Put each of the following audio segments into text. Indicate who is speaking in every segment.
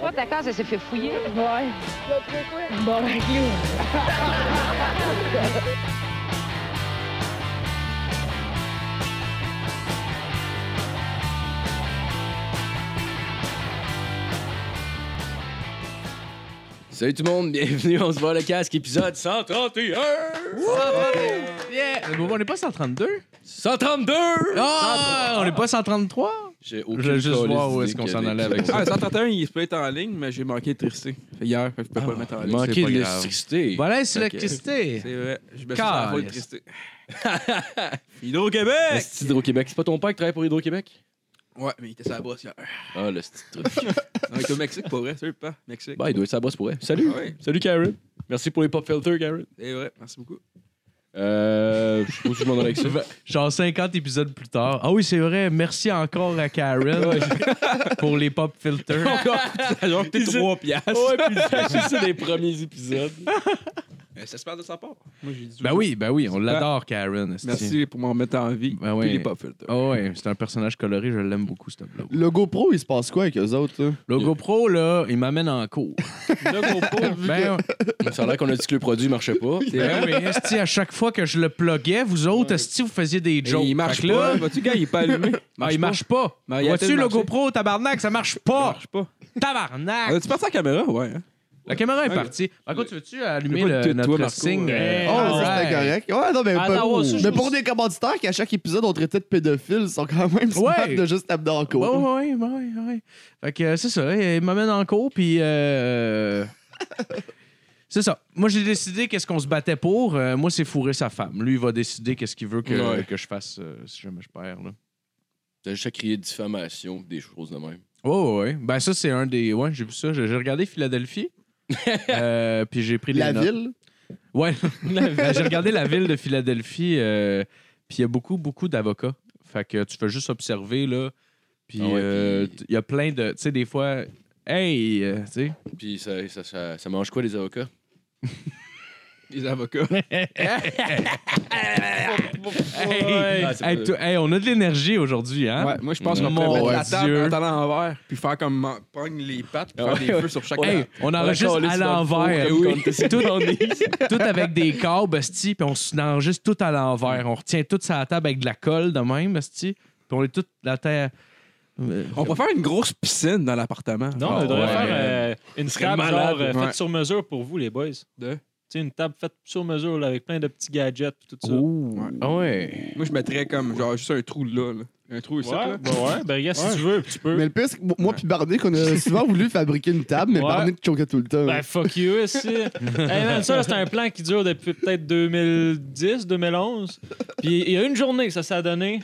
Speaker 1: Toi, ta case, elle s'est fait fouiller.
Speaker 2: Ouais. Bon, ben, clou.
Speaker 3: Salut tout le monde, bienvenue, on se voit le casque, épisode 131!
Speaker 4: Euh,
Speaker 5: Yeah! On n'est pas 132?
Speaker 3: 132!
Speaker 5: Ah! On n'est pas 133?
Speaker 3: J'ai
Speaker 5: Je
Speaker 3: aucune
Speaker 5: voulais juste
Speaker 3: câlisse
Speaker 5: voir où est-ce
Speaker 3: idée
Speaker 5: qu'on
Speaker 3: que
Speaker 5: s'en
Speaker 3: des-
Speaker 5: allait avec ça.
Speaker 4: Ah, 131, il se peut être en ligne, mais j'ai manqué d'électricité. Fait Hier, fait que je peux pas le mettre en ligne.
Speaker 3: Manquer
Speaker 5: Ah, C'est
Speaker 3: de
Speaker 5: pas grave.
Speaker 3: l'électricité.
Speaker 5: Voilà, c'est
Speaker 3: Ok.
Speaker 5: l'électricité!
Speaker 4: C'est vrai, je me suis
Speaker 5: Calisse.
Speaker 4: fait l'électricité. Hydro-Québec!
Speaker 3: C'est Hydro-Québec. C'est pas ton père qui travaille pour Hydro-Québec?
Speaker 4: Ouais, mais il était sur la bosse hier.
Speaker 3: Ah, le petit truc.
Speaker 4: Non, il était au Mexique, pas vrai, sérieux, pas? Mexique.
Speaker 3: bah, il doit être sa bosse pour elle. Salut!
Speaker 4: Ah ouais.
Speaker 3: Salut, Karen. Merci pour les pop filters, Karen.
Speaker 4: C'est vrai, merci beaucoup.
Speaker 3: Euh, je sais pas où je m'en allais avec ça.
Speaker 5: Genre 50 épisodes plus tard. Ah oui, c'est vrai, merci encore à Karen pour les pop filters.
Speaker 4: Genre, t'es trois piastres.
Speaker 3: ouais, puis j'ai ça des premiers épisodes.
Speaker 4: Euh, Ça se parle de sa part. Moi, j'ai dit.
Speaker 5: Ben oui, ben oui, on l'adore, Karen. esti.
Speaker 4: Ah. Merci pour m'en mettre en vie.
Speaker 5: Ben oui.
Speaker 4: Puis les pop filters.
Speaker 5: Ah ouais, c'est un personnage coloré, je l'aime beaucoup, ce tableau.
Speaker 6: Le GoPro, il se passe quoi avec eux autres? là?
Speaker 5: Le GoPro, là, il m'amène en cours. Ben,
Speaker 3: Ça a l'air qu'on a dit que le produit marchait pas.
Speaker 5: ben oui, esti, à chaque fois que je le pluguais, vous autres, esti, vous faisiez des
Speaker 4: Et
Speaker 5: jokes.
Speaker 4: il marche
Speaker 5: Fait que là,
Speaker 4: pas. Vois-tu, gars, il est pas allumé.
Speaker 5: ah, il marche pas.
Speaker 4: Ben, il a
Speaker 5: Vois-tu
Speaker 4: peut-être
Speaker 5: le
Speaker 4: marché.
Speaker 5: GoPro, tabarnak, ça marche pas!
Speaker 4: Il marche pas.
Speaker 5: Tabarnak!
Speaker 4: Ah, Tu passes à la caméra? Ouais. hein?
Speaker 5: La caméra est
Speaker 4: Ouais.
Speaker 5: partie. Par contre, tu veux-tu allumer
Speaker 4: J'ai pas
Speaker 5: le,
Speaker 4: le tout,
Speaker 5: notre
Speaker 4: toi, Marco,
Speaker 5: signe?
Speaker 4: euh,
Speaker 5: Eh,
Speaker 7: Ah
Speaker 6: Oh, ça,
Speaker 5: alright.
Speaker 6: c'était correct. Ouais, non, mais,
Speaker 5: Ah,
Speaker 6: pas-
Speaker 5: non, ouais, ça, je
Speaker 6: mais
Speaker 5: trouve-
Speaker 6: pour des commanditaires qui, à chaque épisode, ont traité de pédophiles, ils sont quand même
Speaker 5: Ouais.
Speaker 6: capables de juste taper dans le
Speaker 5: Ouais,
Speaker 6: cours.
Speaker 5: ouais, ouais, ouais, ouais. Fait que euh, c'est ça. Il m'amène en cours, puis. euh, c'est ça. Moi, j'ai décidé qu'est-ce qu'on se battait pour. Euh, moi, c'est fourrer sa femme. Lui, il va décider qu'est-ce qu'il veut que,
Speaker 3: Ouais.
Speaker 5: que je fasse euh, si jamais je perds. Là.
Speaker 3: T'as juste à crier diffamation, des choses de même.
Speaker 5: Oh, ouais. Ben, ça, c'est un des. Ouais, j'ai vu ça. J'ai j'ai regardé Philadelphie. Euh, puis j'ai pris des
Speaker 6: La
Speaker 5: notes.
Speaker 6: ville.
Speaker 5: Ouais, la- ben, j'ai regardé la ville de Philadelphie, euh, puis il y a beaucoup, beaucoup d'avocats. Fait que tu peux juste observer, là. Puis
Speaker 3: Ah
Speaker 5: euh,
Speaker 3: ouais,
Speaker 5: il
Speaker 3: puis-
Speaker 5: y a plein de. Tu sais, des fois, hey, euh, tu sais.
Speaker 3: Puis ça, ça, ça, ça mange quoi, les avocats?
Speaker 4: Les avocats.
Speaker 5: Hey,
Speaker 3: Ah, c'est
Speaker 5: hey,
Speaker 3: pas-
Speaker 5: toi- hey, on a de l'énergie aujourd'hui, hein?
Speaker 4: Ouais, moi, je pense
Speaker 3: Mon
Speaker 4: qu'on pourrait mettre la
Speaker 5: Dieu.
Speaker 4: table en talent envers, puis faire comme man- prendre les pattes, puis faire
Speaker 3: Ouais,
Speaker 4: des
Speaker 3: ouais.
Speaker 4: feux sur chaque
Speaker 5: Hey,
Speaker 4: patte.
Speaker 5: on
Speaker 3: on la
Speaker 5: enregistre à
Speaker 3: calisse dans le four,
Speaker 5: l'envers.
Speaker 3: comme
Speaker 5: oui.
Speaker 3: quand t'es sur
Speaker 5: tout, tout avec des câbles, esti, puis on s'enregistre tout à l'envers. On retient tout sur la table avec de la colle de même, esti, puis on est tout la terre.
Speaker 4: On pourrait faire une grosse piscine dans l'appartement.
Speaker 7: Non,
Speaker 5: Ah,
Speaker 7: on devrait
Speaker 5: ouais.
Speaker 7: faire euh, une
Speaker 3: serait
Speaker 7: table
Speaker 3: malade.
Speaker 7: genre, euh,
Speaker 4: Ouais.
Speaker 7: faite sur mesure pour vous, les boys.
Speaker 4: De?
Speaker 7: Tu sais, une table faite sur mesure là, avec plein de petits gadgets et tout ça.
Speaker 5: Ah ouais.
Speaker 4: Moi, je mettrais comme genre juste un trou là, là. un trou ici.
Speaker 7: Ouais,
Speaker 4: là.
Speaker 7: ben ouais, ben regarde, si tu veux, tu peux.
Speaker 6: Mais le pire, c'est que mo- moi puis Barney, qu'on a souvent voulu fabriquer une table, mais
Speaker 7: Ouais.
Speaker 6: Barney te choquait tout le temps.
Speaker 7: Ben fuck you, ici. hey man, ça, là, c'est un plan qui dure depuis peut-être 2010, 2011. Puis il y a une journée que ça s'est donné.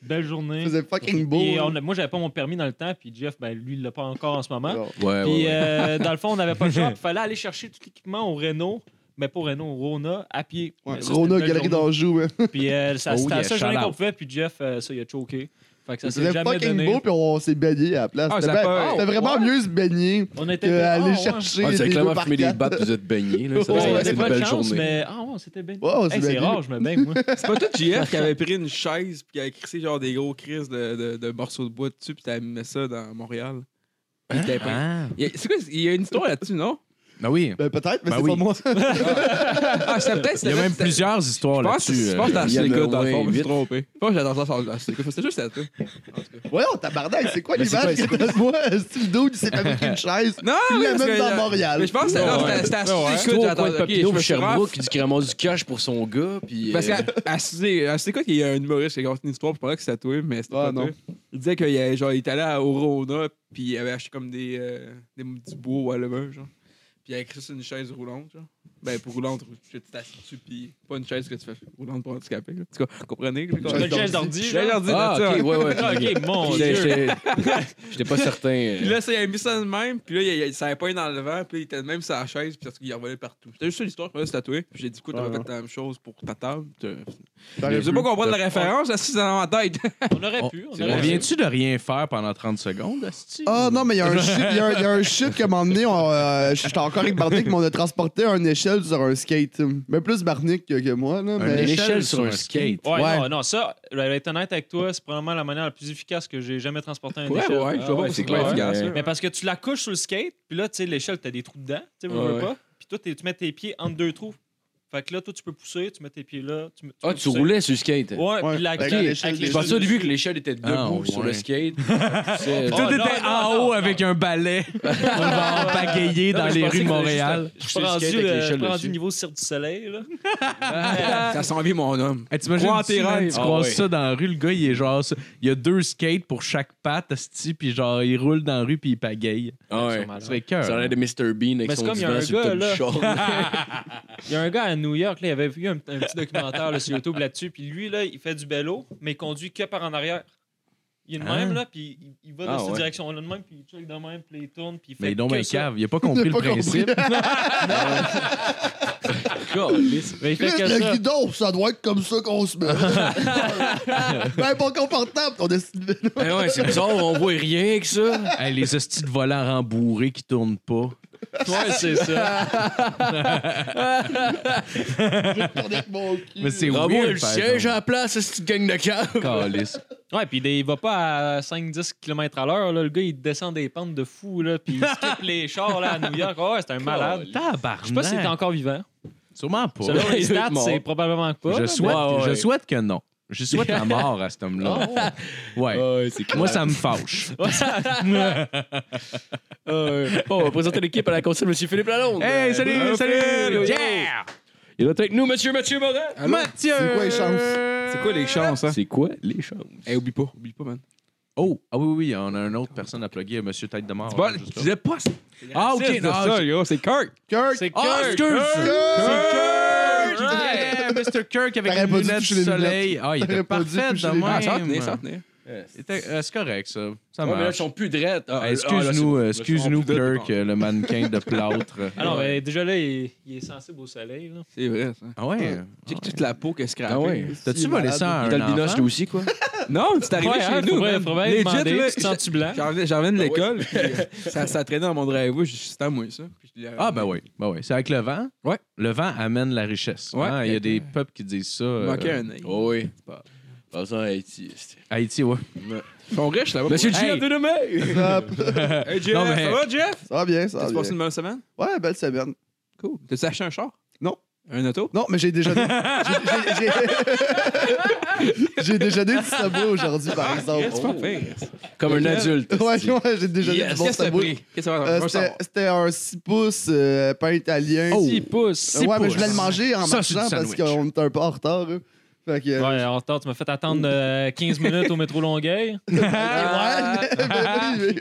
Speaker 7: Belle journée.
Speaker 6: Il faisait fucking beau. hein.
Speaker 7: Et on
Speaker 6: là.
Speaker 7: a- moi, j'avais pas mon permis dans le temps, puis Jeff, ben lui, il l'a pas encore en ce moment.
Speaker 6: Non.
Speaker 3: Ouais,
Speaker 7: Puis
Speaker 3: ouais, ouais.
Speaker 7: euh, dans le fond, on n'avait pas le choix. Il fallait aller chercher tout l'équipement au Renault, mais pas au Renault, au Rona, à pied.
Speaker 6: Ouais,
Speaker 7: Mais ça, c'était une
Speaker 6: Rona,
Speaker 7: belle
Speaker 6: galerie
Speaker 7: journée.
Speaker 6: d'Anjou, hein.
Speaker 7: Puis euh, ça,
Speaker 5: Oh
Speaker 7: c'était
Speaker 5: yeah,
Speaker 7: à ça journée
Speaker 5: shout-out.
Speaker 7: qu'on pouvait, puis Jeff, euh, ça, il a choqué. Fait que ça s'est
Speaker 6: C'était
Speaker 7: jamais
Speaker 6: fucking
Speaker 7: donné.
Speaker 6: beau, puis on s'est baigné à la place.
Speaker 4: Ah,
Speaker 6: C'était
Speaker 4: ça
Speaker 6: ben-
Speaker 4: peut-
Speaker 6: c'était
Speaker 7: oh,
Speaker 6: vraiment
Speaker 7: ouais.
Speaker 6: mieux se baigner
Speaker 7: On était
Speaker 6: qu'aller
Speaker 7: Ah,
Speaker 6: chercher
Speaker 3: Ah, vous avez
Speaker 6: des deux
Speaker 3: clairement
Speaker 6: par
Speaker 3: fumé des
Speaker 6: quatre.
Speaker 3: battes, vous êtes baigné. Là. Ça
Speaker 7: Ouais,
Speaker 3: doit
Speaker 7: on
Speaker 3: être
Speaker 7: avait
Speaker 3: une
Speaker 7: pas de
Speaker 3: belle
Speaker 7: chance,
Speaker 3: journée.
Speaker 7: mais ah ouais, c'était bien.
Speaker 6: Ouais, on s'est
Speaker 7: Hey, c'est
Speaker 6: baigné.
Speaker 7: rare, je me baigne, moi.
Speaker 4: C'est pas tout JF qui avait pris une chaise, puis qui avait crissé genre des gros crises de, de- de morceaux de bois dessus, puis t'avais mis ça dans Montréal. Puis t'avais pris-
Speaker 5: Ah.
Speaker 4: Il y a- C'est quoi, il y a une histoire là-dessus, non?
Speaker 5: Ben oui.
Speaker 6: Ben, peut-être, mais
Speaker 5: Ben
Speaker 6: c'est
Speaker 5: oui.
Speaker 6: pas moi.
Speaker 4: Ah, c'était peut-être.
Speaker 5: Il y a même plusieurs histoires
Speaker 4: Je pense que
Speaker 5: là-dessus.
Speaker 4: je pense que
Speaker 5: euh.
Speaker 4: t'as
Speaker 3: Il y en
Speaker 4: assez
Speaker 3: a
Speaker 4: le gars dans le
Speaker 3: au moins
Speaker 4: fond, je me suis
Speaker 3: huit.
Speaker 4: trompé. Je pense que j'adore ça, ça assez le gars. C'était juste ça, tu sais.
Speaker 6: Voyons, oh, tabarnak, c'est quoi
Speaker 3: Mais c'est quoi,
Speaker 6: l'image que
Speaker 3: Ben, c'est
Speaker 6: t'as de moi? C'est le dude qui s'est fabriqué une chaise.
Speaker 4: Non,
Speaker 6: Il
Speaker 4: Ah oui,
Speaker 6: l'a
Speaker 4: parce
Speaker 6: même
Speaker 4: que- euh,
Speaker 6: dans Montréal.
Speaker 4: Mais je pense que c'était non, c'était- c'était à
Speaker 3: Ouais.
Speaker 4: six
Speaker 3: Trois
Speaker 4: écoutes,
Speaker 3: coins de
Speaker 4: j'attends.
Speaker 3: Papineau,
Speaker 4: ok, je me suis
Speaker 3: Sherbrooke, qui dit qu'il ramasse du cash pour son gars. Puis,
Speaker 4: Parce ah,
Speaker 3: euh,
Speaker 4: qu'à Sudé, à Sudé, quoi, il y a un humoriste qui a raconté une histoire, puis je parlais que c'était toi, mais c'était
Speaker 6: Ah,
Speaker 4: pas
Speaker 6: non.
Speaker 4: toi. Il disait qu'il y avait- genre, il était allé au Rona, puis il avait acheté comme des, euh, des du bois ou whatever, genre. Puis il avait créé une chaise roulante, genre. Ben, pour roulante, tu t'assis dessus, puis pas une chaise que tu fais roulante pour handicapé. là. En tout cas, vous comprenez? là, quand-
Speaker 7: Une
Speaker 6: Chaise d'ordi.
Speaker 7: chaise d'ordi.
Speaker 4: Chaise
Speaker 7: genre.
Speaker 4: d'ordi,
Speaker 3: Ah,
Speaker 4: là, tu
Speaker 3: ok,
Speaker 4: vois.
Speaker 3: ouais, ouais.
Speaker 7: Ah, Ok, mon
Speaker 3: J'étais-
Speaker 7: Dieu.
Speaker 3: j'étais- J'étais pas certain. euh.
Speaker 4: Puis là, ça, il a mis ça de même, puis là, il, il- ça avait pas dans le vent, puis il était de même sur la chaise, puis parce qu'il en volait partout. C'était juste ça l'histoire, là, c'est tatoué. Puis j'ai dit, écoute, on va faire la même chose pour ta table. Je
Speaker 6: T'aurais
Speaker 4: sais
Speaker 6: pu.
Speaker 4: pas comprendre la référence, là, si c'est dans ma tête.
Speaker 7: On aurait pu. On
Speaker 3: c'est
Speaker 5: On
Speaker 7: aurait
Speaker 3: vrai.
Speaker 7: pu.
Speaker 5: vient-tu de rien faire pendant 30 secondes, Asti?
Speaker 6: Ah non, mais il y a un shit, il y a un, il y a un shit qui m'a emmené. on, euh, J'étais encore avec Bartek, mais on a transporté un échec échelle sur un skate. Mais plus Barnick que, que moi, là.
Speaker 5: Une
Speaker 6: Mais...
Speaker 5: ben, échelle sur un skate.
Speaker 7: Ouais,
Speaker 6: Ouais.
Speaker 7: Non, non, ça, je vais être honnête avec toi, c'est probablement la manière la plus efficace que j'ai jamais transporté un
Speaker 4: Ouais,
Speaker 7: échelle.
Speaker 4: ouais, je
Speaker 3: Ah
Speaker 4: vois
Speaker 3: ouais,
Speaker 4: pas,
Speaker 3: c'est
Speaker 4: c'est
Speaker 3: clair,
Speaker 4: clair efficace.
Speaker 3: ouais.
Speaker 4: là.
Speaker 7: Mais parce que tu la couches sur le skate, puis là, tu sais, l'échelle, t'as des trous dedans, tu sais, veux, veux
Speaker 4: Ouais,
Speaker 7: pas. Puis toi, t'es- tu mets tes pieds entre deux trous. Fait que là, toi, tu peux pousser, tu mets tes pieds là. Tu, mets-
Speaker 3: Ah,
Speaker 7: peux
Speaker 3: tu
Speaker 7: pousser.
Speaker 3: roulais sur le skate.
Speaker 7: Ouais,
Speaker 6: Ouais,
Speaker 7: puis la
Speaker 6: avec
Speaker 7: avec
Speaker 6: l'échelle
Speaker 7: avec
Speaker 6: des-
Speaker 3: Je pensais au
Speaker 7: dessus.
Speaker 3: debout que l'échelle était debout
Speaker 5: Ah,
Speaker 3: sur
Speaker 5: ouais.
Speaker 3: le skate. C'est-
Speaker 7: Oh,
Speaker 5: Tout
Speaker 7: non,
Speaker 5: était
Speaker 7: non,
Speaker 5: en
Speaker 7: non,
Speaker 5: haut
Speaker 7: non.
Speaker 5: avec un balai. On va en pagayer
Speaker 7: Non,
Speaker 5: dans
Speaker 7: mais je
Speaker 5: les rues
Speaker 7: pensais
Speaker 5: de
Speaker 7: que
Speaker 5: Montréal.
Speaker 7: Je suis
Speaker 3: Sur le
Speaker 7: rendu,
Speaker 3: skate avec
Speaker 7: euh, je
Speaker 3: l'échelle
Speaker 7: suis rendu
Speaker 3: dessus.
Speaker 7: niveau Cirque du Soleil, là. Ah,
Speaker 4: Ça s'en vient, mon homme.
Speaker 5: Hey, T'imagines,
Speaker 4: Crois en
Speaker 5: Ah, tu,
Speaker 4: tes
Speaker 5: man,
Speaker 4: rêves.
Speaker 5: tu
Speaker 3: Ah
Speaker 5: croises
Speaker 3: ouais.
Speaker 5: ça dans la rue, le gars, il est genre... ça- Il y a deux skates pour chaque patte, asti, puis genre, il roule dans la rue, puis il pagaye.
Speaker 3: Ah ouais.
Speaker 5: Ça serait cœur. hein.
Speaker 3: Ça a l'air de Mr. Bean avec
Speaker 7: Mais c'est
Speaker 3: son
Speaker 7: comme il y
Speaker 3: divan
Speaker 7: a un
Speaker 3: sur le
Speaker 7: gars,
Speaker 3: top du char.
Speaker 7: Il y a un gars à New York, là, il avait vu un, un petit documentaire là, sur YouTube là-dessus, puis lui, là, il fait du vélo, mais il conduit que par en arrière. Il est de
Speaker 5: Hein?
Speaker 7: même, là, puis il, il va dans
Speaker 3: Ah,
Speaker 7: cette
Speaker 3: ouais.
Speaker 7: direction-là de même, puis il check de même, puis il tourne, puis il fait
Speaker 5: Mais il est donc
Speaker 7: que
Speaker 5: bien
Speaker 7: ça.
Speaker 5: cave, il a pas compris le
Speaker 6: Pas compris.
Speaker 5: principe.
Speaker 3: Calisse.
Speaker 7: Mais il fait que
Speaker 6: Le
Speaker 7: ça.
Speaker 6: guidon, ça doit être comme ça qu'on se met. ben, pas confortable, ton destin.
Speaker 3: Eh ouais, c'est bizarre, on voit rien que ça.
Speaker 5: Hey, les hosties de volants rembourrés qui tournent pas.
Speaker 7: Ouais, c'est ça.
Speaker 6: mon cul.
Speaker 5: Mais c'est
Speaker 3: Rends-moi
Speaker 5: weird,
Speaker 3: le
Speaker 5: par
Speaker 3: siège à
Speaker 5: exemple.
Speaker 3: la place, cette petite gang de cave.
Speaker 5: Calice.
Speaker 7: Ouais, puis il va pas à 5-10 km à l'heure, là. Le gars, il descend des pentes de fou, là, puis il skip les chars, là, à New York. Ah, Ouais, c'est un malade.
Speaker 5: Tabarnak.
Speaker 7: Je sais pas s'il est encore vivant.
Speaker 5: Sûrement pas.
Speaker 7: Selon les stats,
Speaker 3: Mort.
Speaker 7: c'est probablement que pas.
Speaker 5: Je
Speaker 7: là,
Speaker 5: souhaite,
Speaker 3: Ouais, ouais.
Speaker 5: je souhaite que non. Je souhaite la mort à cet homme-là. Ah, Ouais. Moi, ça me fâche.
Speaker 3: Euh, bon, on va présenter l'équipe à la console, M. Philippe Lalonde.
Speaker 5: Hey, salut,
Speaker 3: Bonjour,
Speaker 5: salut!
Speaker 3: Phil.
Speaker 5: Yeah!
Speaker 3: Il est avec nous, Monsieur Mathieu Morin.
Speaker 5: Mathieu!
Speaker 6: C'est quoi les chances?
Speaker 4: C'est quoi les chances, hein?
Speaker 3: C'est quoi les chances?
Speaker 4: Eh, oublie pas, oublie pas, man.
Speaker 5: Oh, ah oui, oui, on a une autre personne à plugger, Monsieur Tête de Mort.
Speaker 4: Bon,
Speaker 5: là, juste
Speaker 4: tu
Speaker 5: là.
Speaker 4: disais pas ça.
Speaker 5: Ah, ok,
Speaker 4: C'est
Speaker 5: non,
Speaker 4: ça, yo, c'est Kirk.
Speaker 6: Kirk,
Speaker 7: C'est que.
Speaker 5: Ah, excuse! Kirk! Yeah, Mr. Kirk avec
Speaker 6: T'aurais
Speaker 5: les
Speaker 6: pas dû
Speaker 5: lunettes
Speaker 6: toucher
Speaker 5: du
Speaker 6: les
Speaker 5: soleil. Ah, il était
Speaker 6: T'aurais pas dû
Speaker 5: parfait
Speaker 6: toucher
Speaker 5: de
Speaker 6: les lunettes.
Speaker 4: Ah, ça va tenir, ça va
Speaker 5: même.
Speaker 4: tenir.
Speaker 5: Il était- euh, C'est correct, ça. Ça
Speaker 3: Ouais, oh, mais là, ils
Speaker 5: marche.
Speaker 3: sont plus drettes. Ah,
Speaker 5: Ah,
Speaker 3: là, ah, là, c'est
Speaker 5: Excuse-nous,
Speaker 3: bon.
Speaker 5: euh,
Speaker 3: Là,
Speaker 5: excuse-nous,
Speaker 3: ils sont plus drettes.
Speaker 5: Kirk, euh, le mannequin de plâtre.
Speaker 7: Ah non,
Speaker 6: euh,
Speaker 7: mais déjà là, il, il est sensible au soleil. Là.
Speaker 4: C'est vrai, ça.
Speaker 5: Ah ouais?
Speaker 4: Tu sais que toute la peau qu'elle scrapée.
Speaker 3: Ah ouais.
Speaker 5: T'as-tu
Speaker 6: C'est
Speaker 5: volé
Speaker 6: malade.
Speaker 5: ça à
Speaker 3: T'as
Speaker 5: un
Speaker 3: le binoche, toi
Speaker 5: enfant?
Speaker 3: aussi, quoi?
Speaker 4: Non, c'est arrivé
Speaker 7: Ouais, hein,
Speaker 4: chez nous.
Speaker 7: faudrait-
Speaker 4: man.
Speaker 7: faudrait
Speaker 4: Legit,
Speaker 7: demander,
Speaker 4: là,
Speaker 7: tu te sens-tu blanc?
Speaker 4: J'en revenais- j'en revenais de
Speaker 3: Ah ouais.
Speaker 4: l'école, puis, euh, ça, ça traînait dans mon driveway, j'ai juste à moi, ça. Puis je l'ai
Speaker 5: Ah ben oui, ben oui. c'est avec le vent.
Speaker 4: Ouais.
Speaker 5: Le vent amène la richesse.
Speaker 4: Ouais.
Speaker 5: Hein, Il y a des peuples qui disent ça.
Speaker 4: Il
Speaker 5: euh,
Speaker 4: manquait un œil.
Speaker 3: Oh, oui. Pas ça, Haïti. c'est-
Speaker 5: Haïti, ouais.
Speaker 4: Ils sont riches là-bas.
Speaker 3: Monsieur
Speaker 4: pour
Speaker 5: Hey.
Speaker 3: Jeff de demain!
Speaker 6: ça
Speaker 4: vrai. Hey, Jeff,
Speaker 5: Non, mais-
Speaker 4: ça va, Jeff?
Speaker 6: va bien, ça
Speaker 4: T'as
Speaker 6: va
Speaker 4: passé
Speaker 6: bien.
Speaker 4: une bonne semaine?
Speaker 6: Ouais, belle semaine.
Speaker 4: Cool. T'as-tu acheté un char?
Speaker 6: Non.
Speaker 4: Un auto?
Speaker 6: Non, mais j'ai déjeuné. J'ai- j'ai- j'ai- J'ai déjeuné du sabot aujourd'hui, par exemple.
Speaker 4: Yes, parfait.
Speaker 3: Comme un
Speaker 4: Lequel?
Speaker 3: adulte.
Speaker 6: Ouais, ouais, j'ai déjeuné
Speaker 4: Yes.
Speaker 6: du
Speaker 4: Qu'est-ce
Speaker 6: bon
Speaker 4: que t'as
Speaker 6: sabot.
Speaker 4: pris? Qu'est-ce que ça
Speaker 6: Euh,
Speaker 4: va? Moi, je
Speaker 6: c'était-
Speaker 4: savoir.
Speaker 6: C'était un 6 pouces euh, pain italien.
Speaker 7: Six pouces.
Speaker 6: Euh, ouais, mais je voulais le manger en
Speaker 5: Oh, Ça, c'est du
Speaker 6: marchant parce
Speaker 5: sandwich.
Speaker 6: qu'on était un peu en retard. là. Fait que.
Speaker 7: Ouais, en retard, tu m'as fait attendre euh, 15 minutes au métro Longueuil.
Speaker 6: Ah, ouais, mais,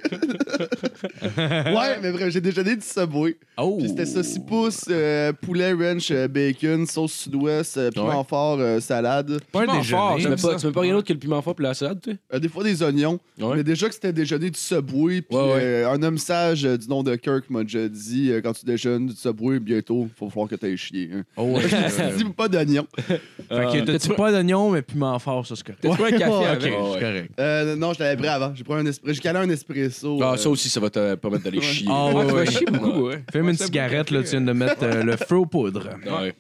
Speaker 6: mais- mais- ouais, mais bref, j'ai déjeuné du Subway.
Speaker 5: Oh.
Speaker 6: Puis c'était ça, 6 pouces, euh, poulet ranch, euh, bacon, sauce sud-ouest, euh, piment
Speaker 3: Ouais.
Speaker 6: fort, euh, salade.
Speaker 5: Pas un
Speaker 4: Piment fort,
Speaker 5: déjeuner.
Speaker 3: Tu mets
Speaker 4: j'aime
Speaker 5: mais-
Speaker 4: ça.
Speaker 3: pas, tu mets pas rien d'autre que le piment fort et la salade, tu
Speaker 6: Euh, des fois des oignons.
Speaker 3: sais? Ouais.
Speaker 6: Mais déjà que c'était déjeuner du Subway, puis
Speaker 3: Ouais, ouais.
Speaker 6: euh, un homme sage euh, du nom de Kirk m'a déjà dit euh, quand tu déjeunes du Subway, bientôt, faut falloir que t'ailles chier. hein.
Speaker 5: Oh, ouais.
Speaker 6: Dis pas d'oignons.
Speaker 5: Fait que Ah. t'as-tu pas d'oignon, mais piment fort, ça, c'est correct.
Speaker 4: T'as-tu pris un café
Speaker 5: Ouais,
Speaker 4: avec?
Speaker 5: ok,
Speaker 3: Ouais.
Speaker 5: c'est correct.
Speaker 6: Euh, non, je l'avais pris avant. J'ai pris un espr- j'ai calé un espresso.
Speaker 3: Ah,
Speaker 6: euh,
Speaker 3: ça aussi, ça va te permettre d'aller chier.
Speaker 5: Ah,
Speaker 4: Ah,
Speaker 5: ouais,
Speaker 4: tu vas
Speaker 5: ouais.
Speaker 4: chier beaucoup, ouais.
Speaker 5: Fais-moi
Speaker 4: Ouais,
Speaker 5: une
Speaker 4: ça,
Speaker 5: cigarette,
Speaker 4: beaucoup.
Speaker 5: là, tu viens de mettre euh, le feu aux poudres.
Speaker 3: Ouais.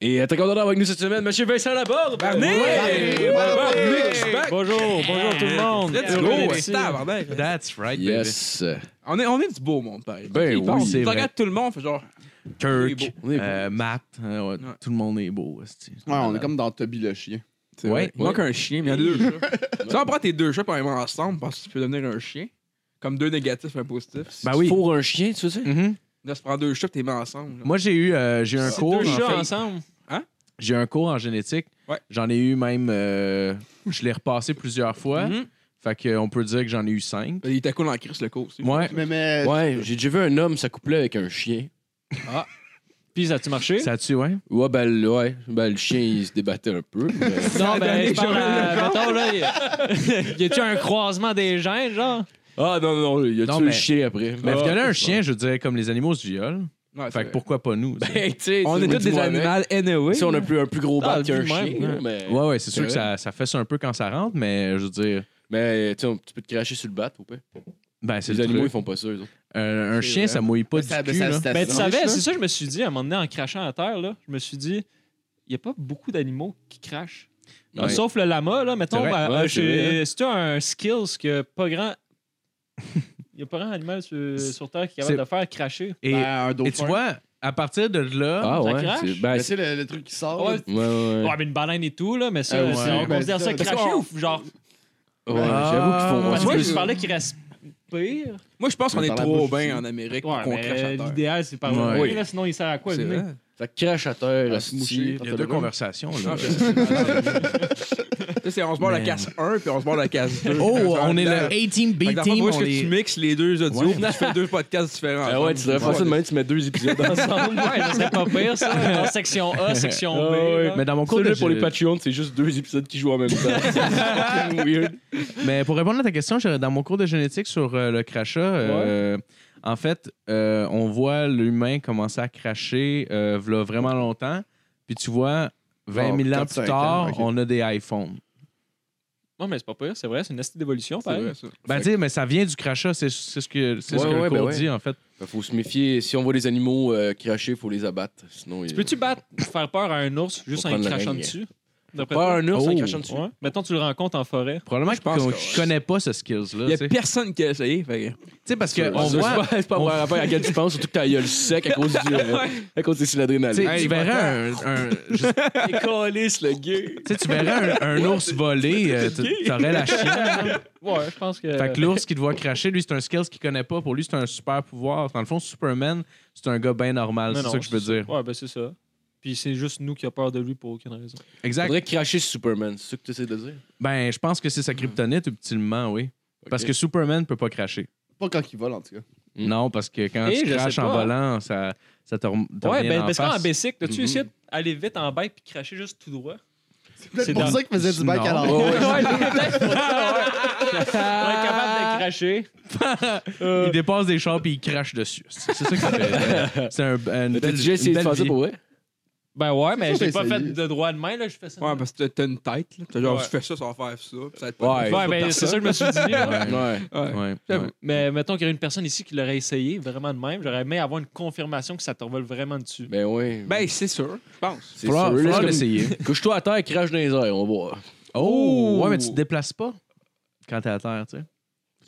Speaker 3: Et euh, t'es content d'avoir avec nous cette semaine, Monsieur Vincent Laborde!
Speaker 4: Barney!
Speaker 3: Ouais!
Speaker 4: Barney! Barney, je suis back.
Speaker 7: Bonjour, bonjour tout le monde.
Speaker 4: Let's
Speaker 7: Heureux
Speaker 4: go,
Speaker 7: d'être
Speaker 4: ouais.
Speaker 7: ici.
Speaker 4: Tabarnak.
Speaker 5: That's right,
Speaker 3: Yes!
Speaker 4: On est, on est du beau monde, pareil.
Speaker 3: Ben
Speaker 4: Tu
Speaker 3: oui,
Speaker 4: penses,
Speaker 5: c'est
Speaker 4: Tu
Speaker 5: vrai.
Speaker 4: regardes tout le monde, fait genre.
Speaker 5: baby.
Speaker 4: On est
Speaker 5: Kirk,
Speaker 4: beau.
Speaker 3: On est beau.
Speaker 5: euh, Matt, euh, ouais,
Speaker 4: Ouais.
Speaker 5: tout le monde est beau. esti.
Speaker 6: Ouais, on est comme dans Toby le chien.
Speaker 4: c'est vrai, euh, Il
Speaker 3: ouais.
Speaker 4: manque un chien, mais il y a deux chats. Si on prend tes deux chats et on les met ensemble, parce que tu peux devenir un chien. Comme deux négatifs, un positif.
Speaker 5: Ben oui.
Speaker 3: Pour un chien, tu sais?
Speaker 5: Mhm.
Speaker 4: Là, tu prends deux chats et les mets ensemble. genre.
Speaker 5: Moi, j'ai eu, euh, j'ai eu un
Speaker 7: C'est
Speaker 5: cours.
Speaker 7: deux
Speaker 5: en
Speaker 7: chats
Speaker 5: fait.
Speaker 7: ensemble.
Speaker 5: J'ai eu un cours en génétique.
Speaker 4: Ouais.
Speaker 5: J'en ai eu même. euh, je l'ai repassé plusieurs fois.
Speaker 4: Mhm.
Speaker 5: Fait qu'on peut dire que j'en ai eu cinq.
Speaker 4: Il était cool en crise, le cours aussi.
Speaker 5: Ouais.
Speaker 6: Mais, mais
Speaker 3: Ouais, j'ai déjà vu un homme s'accoupler avec un chien.
Speaker 7: Puis ça a-tu marché?
Speaker 5: Ça tue, ouais?
Speaker 3: Ouais, ben, le- ouais. ben le chien, il se débattait un peu. mais-
Speaker 7: Non, ben,
Speaker 4: donné
Speaker 7: je parle
Speaker 4: Joël
Speaker 7: à-
Speaker 4: Legendre.
Speaker 7: mettons, là, y a- y a-tu un croisement des gènes, genre?
Speaker 3: Ah non, non, non, il a
Speaker 5: Non,
Speaker 3: tué
Speaker 5: mais-
Speaker 3: le chien après.
Speaker 5: Mais
Speaker 3: Ah.
Speaker 5: violer un chien, je dirais, comme les animaux se violent.
Speaker 4: Ouais, c'est
Speaker 5: Fait que
Speaker 4: vrai.
Speaker 5: pourquoi pas nous? tu sais?
Speaker 3: Ben, tu sais,
Speaker 4: On est tous des
Speaker 3: animaux.
Speaker 4: animaux anyway.
Speaker 3: Si on a plus un plus gros
Speaker 7: Ah,
Speaker 3: bat qu'un
Speaker 7: vu de
Speaker 3: chien,
Speaker 7: même,
Speaker 3: là, mais,
Speaker 5: Ouais, ouais, c'est sûr
Speaker 3: Ouais.
Speaker 5: que ça, ça fait ça un peu quand ça rentre, mais je veux dire,
Speaker 3: mais tu sais, on- tu peux te cracher sur le bat ou pas.
Speaker 5: ben, c'est
Speaker 3: Les
Speaker 5: le
Speaker 3: animaux, ils
Speaker 5: truc.
Speaker 3: font pas ça, eux autres.
Speaker 5: Euh, un
Speaker 6: C'est
Speaker 5: chien,
Speaker 6: vrai.
Speaker 5: ça mouille pas du
Speaker 6: Ça-
Speaker 5: cul.
Speaker 6: ça-
Speaker 5: là.
Speaker 6: ça-
Speaker 7: Ben, tu
Speaker 6: ça-
Speaker 7: savais,
Speaker 4: hein?
Speaker 6: là.
Speaker 7: c'est ça que je me suis dit à un moment donné en crachant à terre. Là, je me suis dit, il n'y a pas beaucoup d'animaux qui crachent.
Speaker 5: Ouais.
Speaker 7: Ah, Sauf le lama, là, mettons.
Speaker 5: C'est vrai.
Speaker 7: ben,
Speaker 3: Ouais,
Speaker 7: euh,
Speaker 3: c'est vrai.
Speaker 7: chez- si tu as un skills que pas grand. Il n'y a pas grand animal sur, sur Terre qui est capable
Speaker 5: C'est-
Speaker 7: de faire cracher.
Speaker 5: Et,
Speaker 6: Ben, un
Speaker 5: et tu
Speaker 6: dauphin.
Speaker 5: vois, à partir de là,
Speaker 3: Ah
Speaker 7: Ça
Speaker 3: ouais,
Speaker 7: crache?
Speaker 3: c'est- ben,
Speaker 6: Mais
Speaker 3: c'est-
Speaker 6: c'est le, le truc qui sort.
Speaker 7: Ouais,
Speaker 6: là.
Speaker 3: ouais, ouais, ouais.
Speaker 7: Oh, Ouais, mais une baleine et tout, là, mais ça,
Speaker 6: Euh,
Speaker 7: c'est-
Speaker 6: ouais.
Speaker 7: on
Speaker 6: Ben,
Speaker 7: considère
Speaker 6: c'est
Speaker 7: ça
Speaker 6: ça.
Speaker 7: craché ou genre.
Speaker 3: Ouais,
Speaker 5: Ah.
Speaker 3: J'avoue
Speaker 7: Parce
Speaker 3: qu'ils
Speaker 7: que
Speaker 3: font.
Speaker 7: moi,
Speaker 4: Ouais.
Speaker 7: je parlais qu'il respire.
Speaker 4: Moi, je pense qu'on
Speaker 6: Mais
Speaker 4: est
Speaker 6: par la
Speaker 4: trop
Speaker 6: bouche
Speaker 4: bien
Speaker 6: aussi.
Speaker 4: en Amérique pour
Speaker 7: Ouais,
Speaker 4: qu'on crache à
Speaker 7: mais
Speaker 4: terre.
Speaker 7: l'idéal, c'est par
Speaker 5: Ouais.
Speaker 7: le nez, là, sinon il sert à quoi
Speaker 4: C'est
Speaker 7: le nez?
Speaker 4: vrai.
Speaker 3: Ça crache à terre,
Speaker 6: À se moucher.
Speaker 3: asti.
Speaker 5: il y a deux conversations. Là.
Speaker 4: Ah, je sais pas. Ça, c'est on se barre la
Speaker 5: Man.
Speaker 4: casse 1 puis on se barre la casse 2.
Speaker 5: Oh, on est le
Speaker 4: là.
Speaker 5: A-Team,
Speaker 4: Fait que dans le fond,
Speaker 5: B-Team.
Speaker 4: faut juste que tu mixes les deux audios
Speaker 5: Ouais.
Speaker 4: puis tu fais deux podcasts différents.
Speaker 3: Ah ouais, tu devrais faire ça demain, tu mets deux épisodes ensemble.
Speaker 7: Ouais, ça serait pas pire, ça. En section A, section B.
Speaker 3: Ah ouais,
Speaker 7: là.
Speaker 5: Mais dans mon cours
Speaker 3: Celui
Speaker 5: de
Speaker 3: pour les Patreons, c'est juste deux épisodes qui jouent en même temps. C'est fucking weird.
Speaker 5: Mais pour répondre à ta question, j'ai- dans mon cours de génétique sur euh, le crachat, euh, en fait, euh, on voit l'humain commencer à cracher euh, v'là vraiment longtemps. Puis tu vois, 20 000
Speaker 6: Oh,
Speaker 5: ans
Speaker 6: 4-5
Speaker 5: plus tard,
Speaker 6: ans, ok.
Speaker 5: on a des iPhones.
Speaker 7: Non, mais c'est pas pire, c'est vrai, c'est une astuce d'évolution,
Speaker 4: C'est
Speaker 7: pareil.
Speaker 4: vrai, ça.
Speaker 5: Ben, tu sais, mais ça vient du crachat. C'est c'est ce que, c'est ce
Speaker 3: Ouais,
Speaker 5: que le
Speaker 3: ouais,
Speaker 5: cours
Speaker 3: ben ouais.
Speaker 5: dit, en fait.
Speaker 3: Ben, faut se méfier. Si on voit les animaux euh, cracher, faut les abattre. Sinon,
Speaker 7: Tu peux-tu battre, faire peur à un ours juste en
Speaker 3: prendre
Speaker 7: lui
Speaker 3: la
Speaker 7: crachant
Speaker 3: ligne.
Speaker 7: dessus? D'après
Speaker 3: pas
Speaker 7: toi?
Speaker 3: un ours en
Speaker 5: Oh.
Speaker 3: crachant dessus.
Speaker 7: Ouais. Mettons, tu le rencontres en forêt.
Speaker 5: Probablement
Speaker 4: pense
Speaker 5: qu'on
Speaker 4: que-
Speaker 5: ne connaît pas ce skills-là.
Speaker 4: Il n'y
Speaker 5: tu sais.
Speaker 4: a personne qui a essayé. fait que-
Speaker 5: Tu sais, parce
Speaker 3: Ouais,
Speaker 5: qu'on
Speaker 3: c'est
Speaker 5: voit.
Speaker 3: pas- C'est pas
Speaker 5: on-
Speaker 3: avoir rapport à quel tu penses, surtout que ta gueule sec à cause du. euh, à cause des
Speaker 5: Tu sais,
Speaker 3: l'adrénaline.
Speaker 4: Hey,
Speaker 5: tu verrais un, un- je sais-
Speaker 3: Décalisse, le gars.
Speaker 5: tu sais, tu verrais un, un ours voler, euh, tu- t'aurais la chienne.
Speaker 7: Ouais, je pense que.
Speaker 5: Fait que l'ours qui te voit cracher, lui, c'est un skills qu'il connaît pas. Pour lui, c'est un super pouvoir. Dans le fond, Superman, c'est un gars bien normal.
Speaker 7: Non,
Speaker 5: C'est
Speaker 7: non,
Speaker 5: ça que je peux dire.
Speaker 7: Ouais, ben c'est ça. Puis c'est juste nous qui a peur de lui pour aucune raison.
Speaker 5: Exact.
Speaker 3: Faudrait cracher sur Superman, c'est ça que tu essaies de dire.
Speaker 5: Ben, je pense que c'est sa kryptonite, ultimement, oui. Parce
Speaker 3: Ok.
Speaker 5: que Superman peut pas cracher.
Speaker 6: Pas quand il vole, en tout cas.
Speaker 3: Mm.
Speaker 5: Non, parce que quand
Speaker 7: Eh,
Speaker 5: tu
Speaker 7: je
Speaker 5: craches
Speaker 7: sais
Speaker 5: en
Speaker 7: pas.
Speaker 5: volant, ça, ça te rem- te
Speaker 7: Ouais,
Speaker 5: revient
Speaker 7: ben,
Speaker 5: en
Speaker 7: parce qu'en
Speaker 5: face. Mm-hmm.
Speaker 7: bicycle, tu
Speaker 3: Mhm.
Speaker 7: essayé d'aller vite en bike puis cracher juste tout droit?
Speaker 6: C'est peut-être
Speaker 7: C'est
Speaker 6: pour
Speaker 7: dans-
Speaker 6: ça qu'il faisait du bac à
Speaker 5: Non.
Speaker 6: l'envers.
Speaker 7: Ouais, peut-être pour ça, ouais. On est capable de cracher. Euh,
Speaker 5: Il dépasse des chars puis il crache dessus. C'est ça que ça fait. c'est un, une
Speaker 3: T'as
Speaker 5: belle,
Speaker 3: déjà essayé
Speaker 5: une
Speaker 3: de
Speaker 5: belle
Speaker 3: faire ça
Speaker 5: vie.
Speaker 3: pour vrai?
Speaker 7: Ben ouais, mais
Speaker 6: sûr,
Speaker 7: j'ai
Speaker 6: t'as
Speaker 7: pas fait
Speaker 6: essayé.
Speaker 7: de droit de main, là, je fais ça.
Speaker 4: Ouais, parce que t'as une tête. là. T'as genre,
Speaker 7: Ouais.
Speaker 4: tu fais ça, ça va faire ça. puis ça va être
Speaker 3: Ouais.
Speaker 4: pas-
Speaker 7: Ouais, ben c'est ça que je me suis dit. là.
Speaker 5: Ouais.
Speaker 3: Ouais.
Speaker 4: Ouais.
Speaker 5: Ouais,
Speaker 4: J'avoue.
Speaker 5: ouais.
Speaker 7: Mais mettons qu'il y a une personne ici qui l'aurait essayé vraiment de même, j'aurais aimé avoir une confirmation que ça te revole vraiment dessus.
Speaker 3: Ben ouais.
Speaker 4: Ben, c'est sûr, je pense.
Speaker 3: c'est
Speaker 5: Faudra,
Speaker 3: sûr, là,
Speaker 5: faudra
Speaker 3: c'est comme-
Speaker 5: l'essayer.
Speaker 3: Couche-toi à terre et crache dans les airs, on va voir.
Speaker 5: Oh! Ouais, mais tu te déplaces pas quand t'es à terre, tu sais.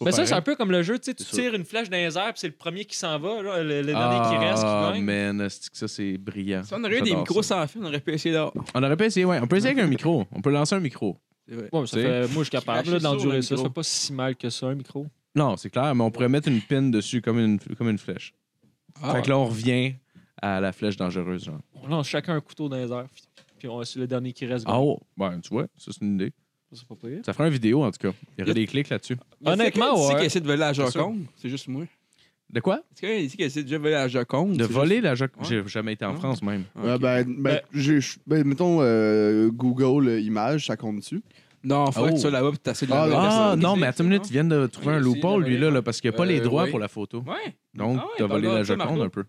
Speaker 7: mais Ben, ça, c'est un peu comme le jeu, tu sais, tu
Speaker 3: C'est
Speaker 7: tires une flèche dans les airs, puis c'est le premier qui s'en va, là, le, le dernier qui reste,
Speaker 5: Ah,
Speaker 7: qui gagne.
Speaker 5: man, c'est que ça, c'est brillant.
Speaker 4: Si on aurait eu des
Speaker 5: J'adore
Speaker 4: micros
Speaker 5: ça.
Speaker 4: sans fil, on aurait pu essayer d'or.
Speaker 5: On aurait pu essayer, ouais. On peut essayer avec un micro. On peut lancer un micro.
Speaker 4: C'est vrai.
Speaker 7: Ouais, mais ça
Speaker 5: Tu sais.
Speaker 7: fait- moi, je suis capable
Speaker 4: Cracher
Speaker 7: là,
Speaker 4: sur le
Speaker 7: d'endurer ça. Ça
Speaker 4: micro.
Speaker 7: fait pas si mal que ça, un micro.
Speaker 5: Non, c'est clair, mais on pourrait mettre une pin dessus comme une, comme une flèche.
Speaker 4: Ah,
Speaker 5: fait
Speaker 4: ouais.
Speaker 5: que là, on revient à la flèche dangereuse, genre.
Speaker 7: On lance chacun un couteau dans les airs, puis, puis on, c'est le dernier qui reste. gagne.
Speaker 5: Oh! Ben, tu vois, ça, c'est une idée.
Speaker 7: C'est pas pire.
Speaker 5: Ça ferait une vidéo, en tout cas. Il y aurait des clics là-dessus.
Speaker 4: Y a-t-il
Speaker 7: Honnêtement,
Speaker 4: quelqu'un ici
Speaker 7: ouais.
Speaker 4: qui essaie de voler la
Speaker 5: sûr.
Speaker 4: Joconde, c'est juste moi.
Speaker 5: De quoi?
Speaker 4: Est-ce qu'il y a quelqu'un ici qui essaie de déjà voler la Joconde?
Speaker 5: De
Speaker 4: c'est
Speaker 5: voler la joc.
Speaker 4: Ouais.
Speaker 5: J'ai jamais été en
Speaker 4: Non.
Speaker 5: France, même.
Speaker 4: juste-
Speaker 6: Ouais,
Speaker 4: Ok.
Speaker 6: ben, ben,
Speaker 7: Ben-
Speaker 6: j'ai- je- ben, mettons euh, Google euh, Images, ça compte dessus.
Speaker 4: Non, faut
Speaker 5: Oh.
Speaker 4: que tu sois là-bas puis t'essaies de
Speaker 6: Ah,
Speaker 4: voler.
Speaker 5: Ah,
Speaker 6: personne
Speaker 5: non,
Speaker 4: qui
Speaker 5: mais
Speaker 4: dit,
Speaker 5: attends
Speaker 4: ça,
Speaker 5: une minute,
Speaker 4: non?
Speaker 5: ils viennent de trouver un
Speaker 3: Oui,
Speaker 5: loophole,
Speaker 3: si,
Speaker 5: lui, là,
Speaker 3: la
Speaker 5: là, parce qu'il n'y a pas
Speaker 3: Euh,
Speaker 5: les droits
Speaker 3: oui.
Speaker 5: pour la photo.
Speaker 4: Ouais.
Speaker 5: Donc,
Speaker 4: Ah ouais,
Speaker 5: t'as
Speaker 4: t'as le
Speaker 5: volé
Speaker 4: droit
Speaker 5: la
Speaker 4: de ça,
Speaker 5: Joconde
Speaker 4: Marco.
Speaker 5: un peu.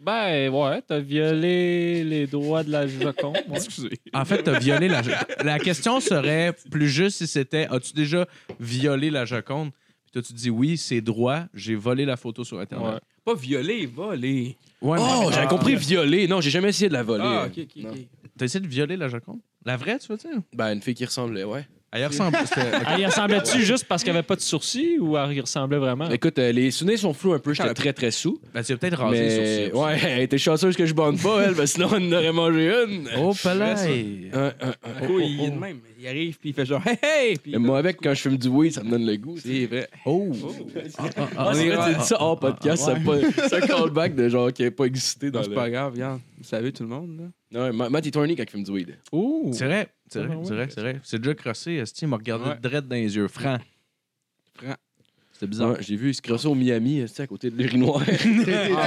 Speaker 7: Ben ouais, t'as violé les droits de la Joconde. ouais.
Speaker 4: Excusez.
Speaker 5: En fait, t'as violé la Joconde. La question serait plus juste si c'était as-tu déjà violé la Joconde Puis toi, tu dis oui, c'est droit, j'ai volé la photo sur Internet.
Speaker 4: Pas violer, voler.
Speaker 5: Ouais,
Speaker 3: Oh,
Speaker 5: mais-
Speaker 3: j'avais
Speaker 5: Ah.
Speaker 3: compris violer. Non, j'ai jamais essayé de la voler.
Speaker 4: Ah, ok, ok,
Speaker 6: Non.
Speaker 4: ok.
Speaker 5: T'as essayé de violer la Joconde La vraie, tu veux dire
Speaker 3: Ben, une fille qui ressemblait, ouais.
Speaker 5: Elle y ressemble. c'était-
Speaker 7: Elle y ressemblait-tu juste parce qu'il n'y avait pas de sourcils ou elle y ressemblait vraiment?
Speaker 3: Écoute, euh, les souvenirs sont flous un peu, j'étais
Speaker 4: Ah,
Speaker 3: très très sous.
Speaker 5: Ben, tu as peut-être rasé
Speaker 3: Mais
Speaker 5: les sourcils.
Speaker 3: ouais, elle était chanceuse que je bande pas, elle, ben, sinon on en aurait mangé une.
Speaker 5: Oh,
Speaker 4: palais.
Speaker 5: palais!
Speaker 3: Un, un, un.
Speaker 4: Un coup, il est de même. Il arrive puis il fait genre hey hey. Puis
Speaker 3: Mais moi, avec, quand je fume du weed, ça me donne le goût. tu sais.
Speaker 4: C'est vrai. Ah,
Speaker 5: Oh!
Speaker 3: On
Speaker 4: c'est
Speaker 3: dirait
Speaker 4: vrai,
Speaker 3: que tu dis ça hors podcast, ça pas- c'est un callback de genre qui n'a pas existé dans
Speaker 4: Non, c'est pas
Speaker 3: le.
Speaker 4: grave, regarde. Vous savez tout le monde là.
Speaker 3: Ouais, Ma- Matt est horny quand il fume du weed.
Speaker 4: Ouh.
Speaker 5: C'est vrai, c'est vrai,
Speaker 7: Ah, ouais.
Speaker 5: c'est vrai, c'est vrai. C'est déjà crossé, Esti il m'a regardé
Speaker 4: Ouais.
Speaker 5: direct dans les yeux, franc.
Speaker 4: Franc.
Speaker 5: C'était bizarre.
Speaker 3: Ouais, J'ai vu, il se crossait au Miami, tu sais, à côté de l'urinoir.
Speaker 6: T'es- T'es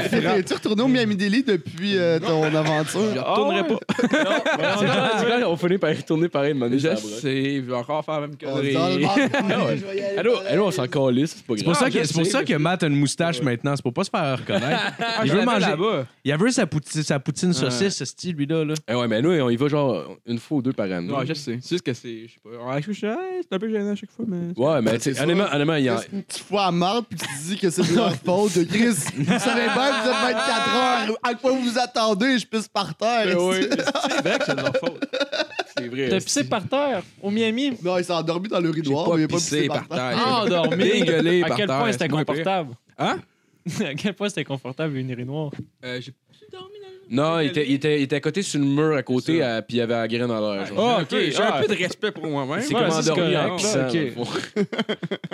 Speaker 6: t'es- t'es-tu retourné au Miami Daily depuis euh, ton
Speaker 4: Je
Speaker 6: aventure?
Speaker 4: retournerai pas.
Speaker 3: on finit par y retourner pareil de manière
Speaker 4: Je
Speaker 3: générale.
Speaker 4: sais, je vais encore faire la même
Speaker 6: On se donne-
Speaker 4: connerie.
Speaker 6: Ah, je vais y aller
Speaker 3: Allô,
Speaker 6: pareil.
Speaker 3: allô, on s'en calisse, c'est pas
Speaker 5: C'est pour,
Speaker 3: grave.
Speaker 5: ça
Speaker 4: Ah,
Speaker 5: que,
Speaker 4: je
Speaker 5: c'est pour
Speaker 4: sais,
Speaker 5: ça
Speaker 4: je
Speaker 5: que Matt a une moustache maintenant, c'est pour pas se faire reconnaître. Il veut manger.
Speaker 4: là-bas.
Speaker 5: Il a vu sa poutine, sa poutine saucisse, ce style, lui-là. Là.
Speaker 3: Eh ouais, mais nous, on y va genre une fois ou deux par année.
Speaker 4: Non, je sais. C'est juste que c'est. Je sais pas. Ouais, je suis- je suis- hey, c'est un peu gênant à chaque fois, mais.
Speaker 3: Ouais, mais tu sais,
Speaker 6: C'est ça.
Speaker 3: honnêtement, honnêtement, il y a-
Speaker 6: Tu qui foutent à marde puis tu te dis que c'est de leur faute. De Chris, vous savez bien, que vous êtes 24 heures. À quoi vous vous attendez? Je pisse par terre.
Speaker 4: Ben oui, c'est vrai que c'est de leur faute.
Speaker 3: C'est vrai.
Speaker 7: T'as pissé par terre au Miami.
Speaker 6: Non, il s'est endormi dans le
Speaker 3: J'ai
Speaker 6: rideau,
Speaker 3: pas
Speaker 6: mais il a pas
Speaker 3: pissé par terre.
Speaker 7: Ah, endormi.
Speaker 3: Dégueulé
Speaker 7: À
Speaker 3: par
Speaker 7: quel
Speaker 3: terre,
Speaker 7: point
Speaker 3: c'est
Speaker 7: c'était
Speaker 3: moins pire.
Speaker 7: confortable.
Speaker 3: Hein?
Speaker 7: À quel point c'était confortable une urée noire.
Speaker 4: Euh, j'ai-
Speaker 3: Non, il était, il, était, il était à côté sur le mur à côté,
Speaker 4: C'est ça. Oh,
Speaker 3: à- puis il avait la graine dans l'heure. genre.
Speaker 7: Ah,
Speaker 4: j'ai un
Speaker 7: ok,
Speaker 4: peu- J'ai un
Speaker 7: ah.
Speaker 4: peu de respect pour moi-même.
Speaker 3: C'est
Speaker 7: ouais,
Speaker 3: comme
Speaker 7: ça, c'est
Speaker 3: endormi en
Speaker 7: correct,
Speaker 3: glissant,
Speaker 7: là, ok.
Speaker 3: dans le fond.
Speaker 4: J'ai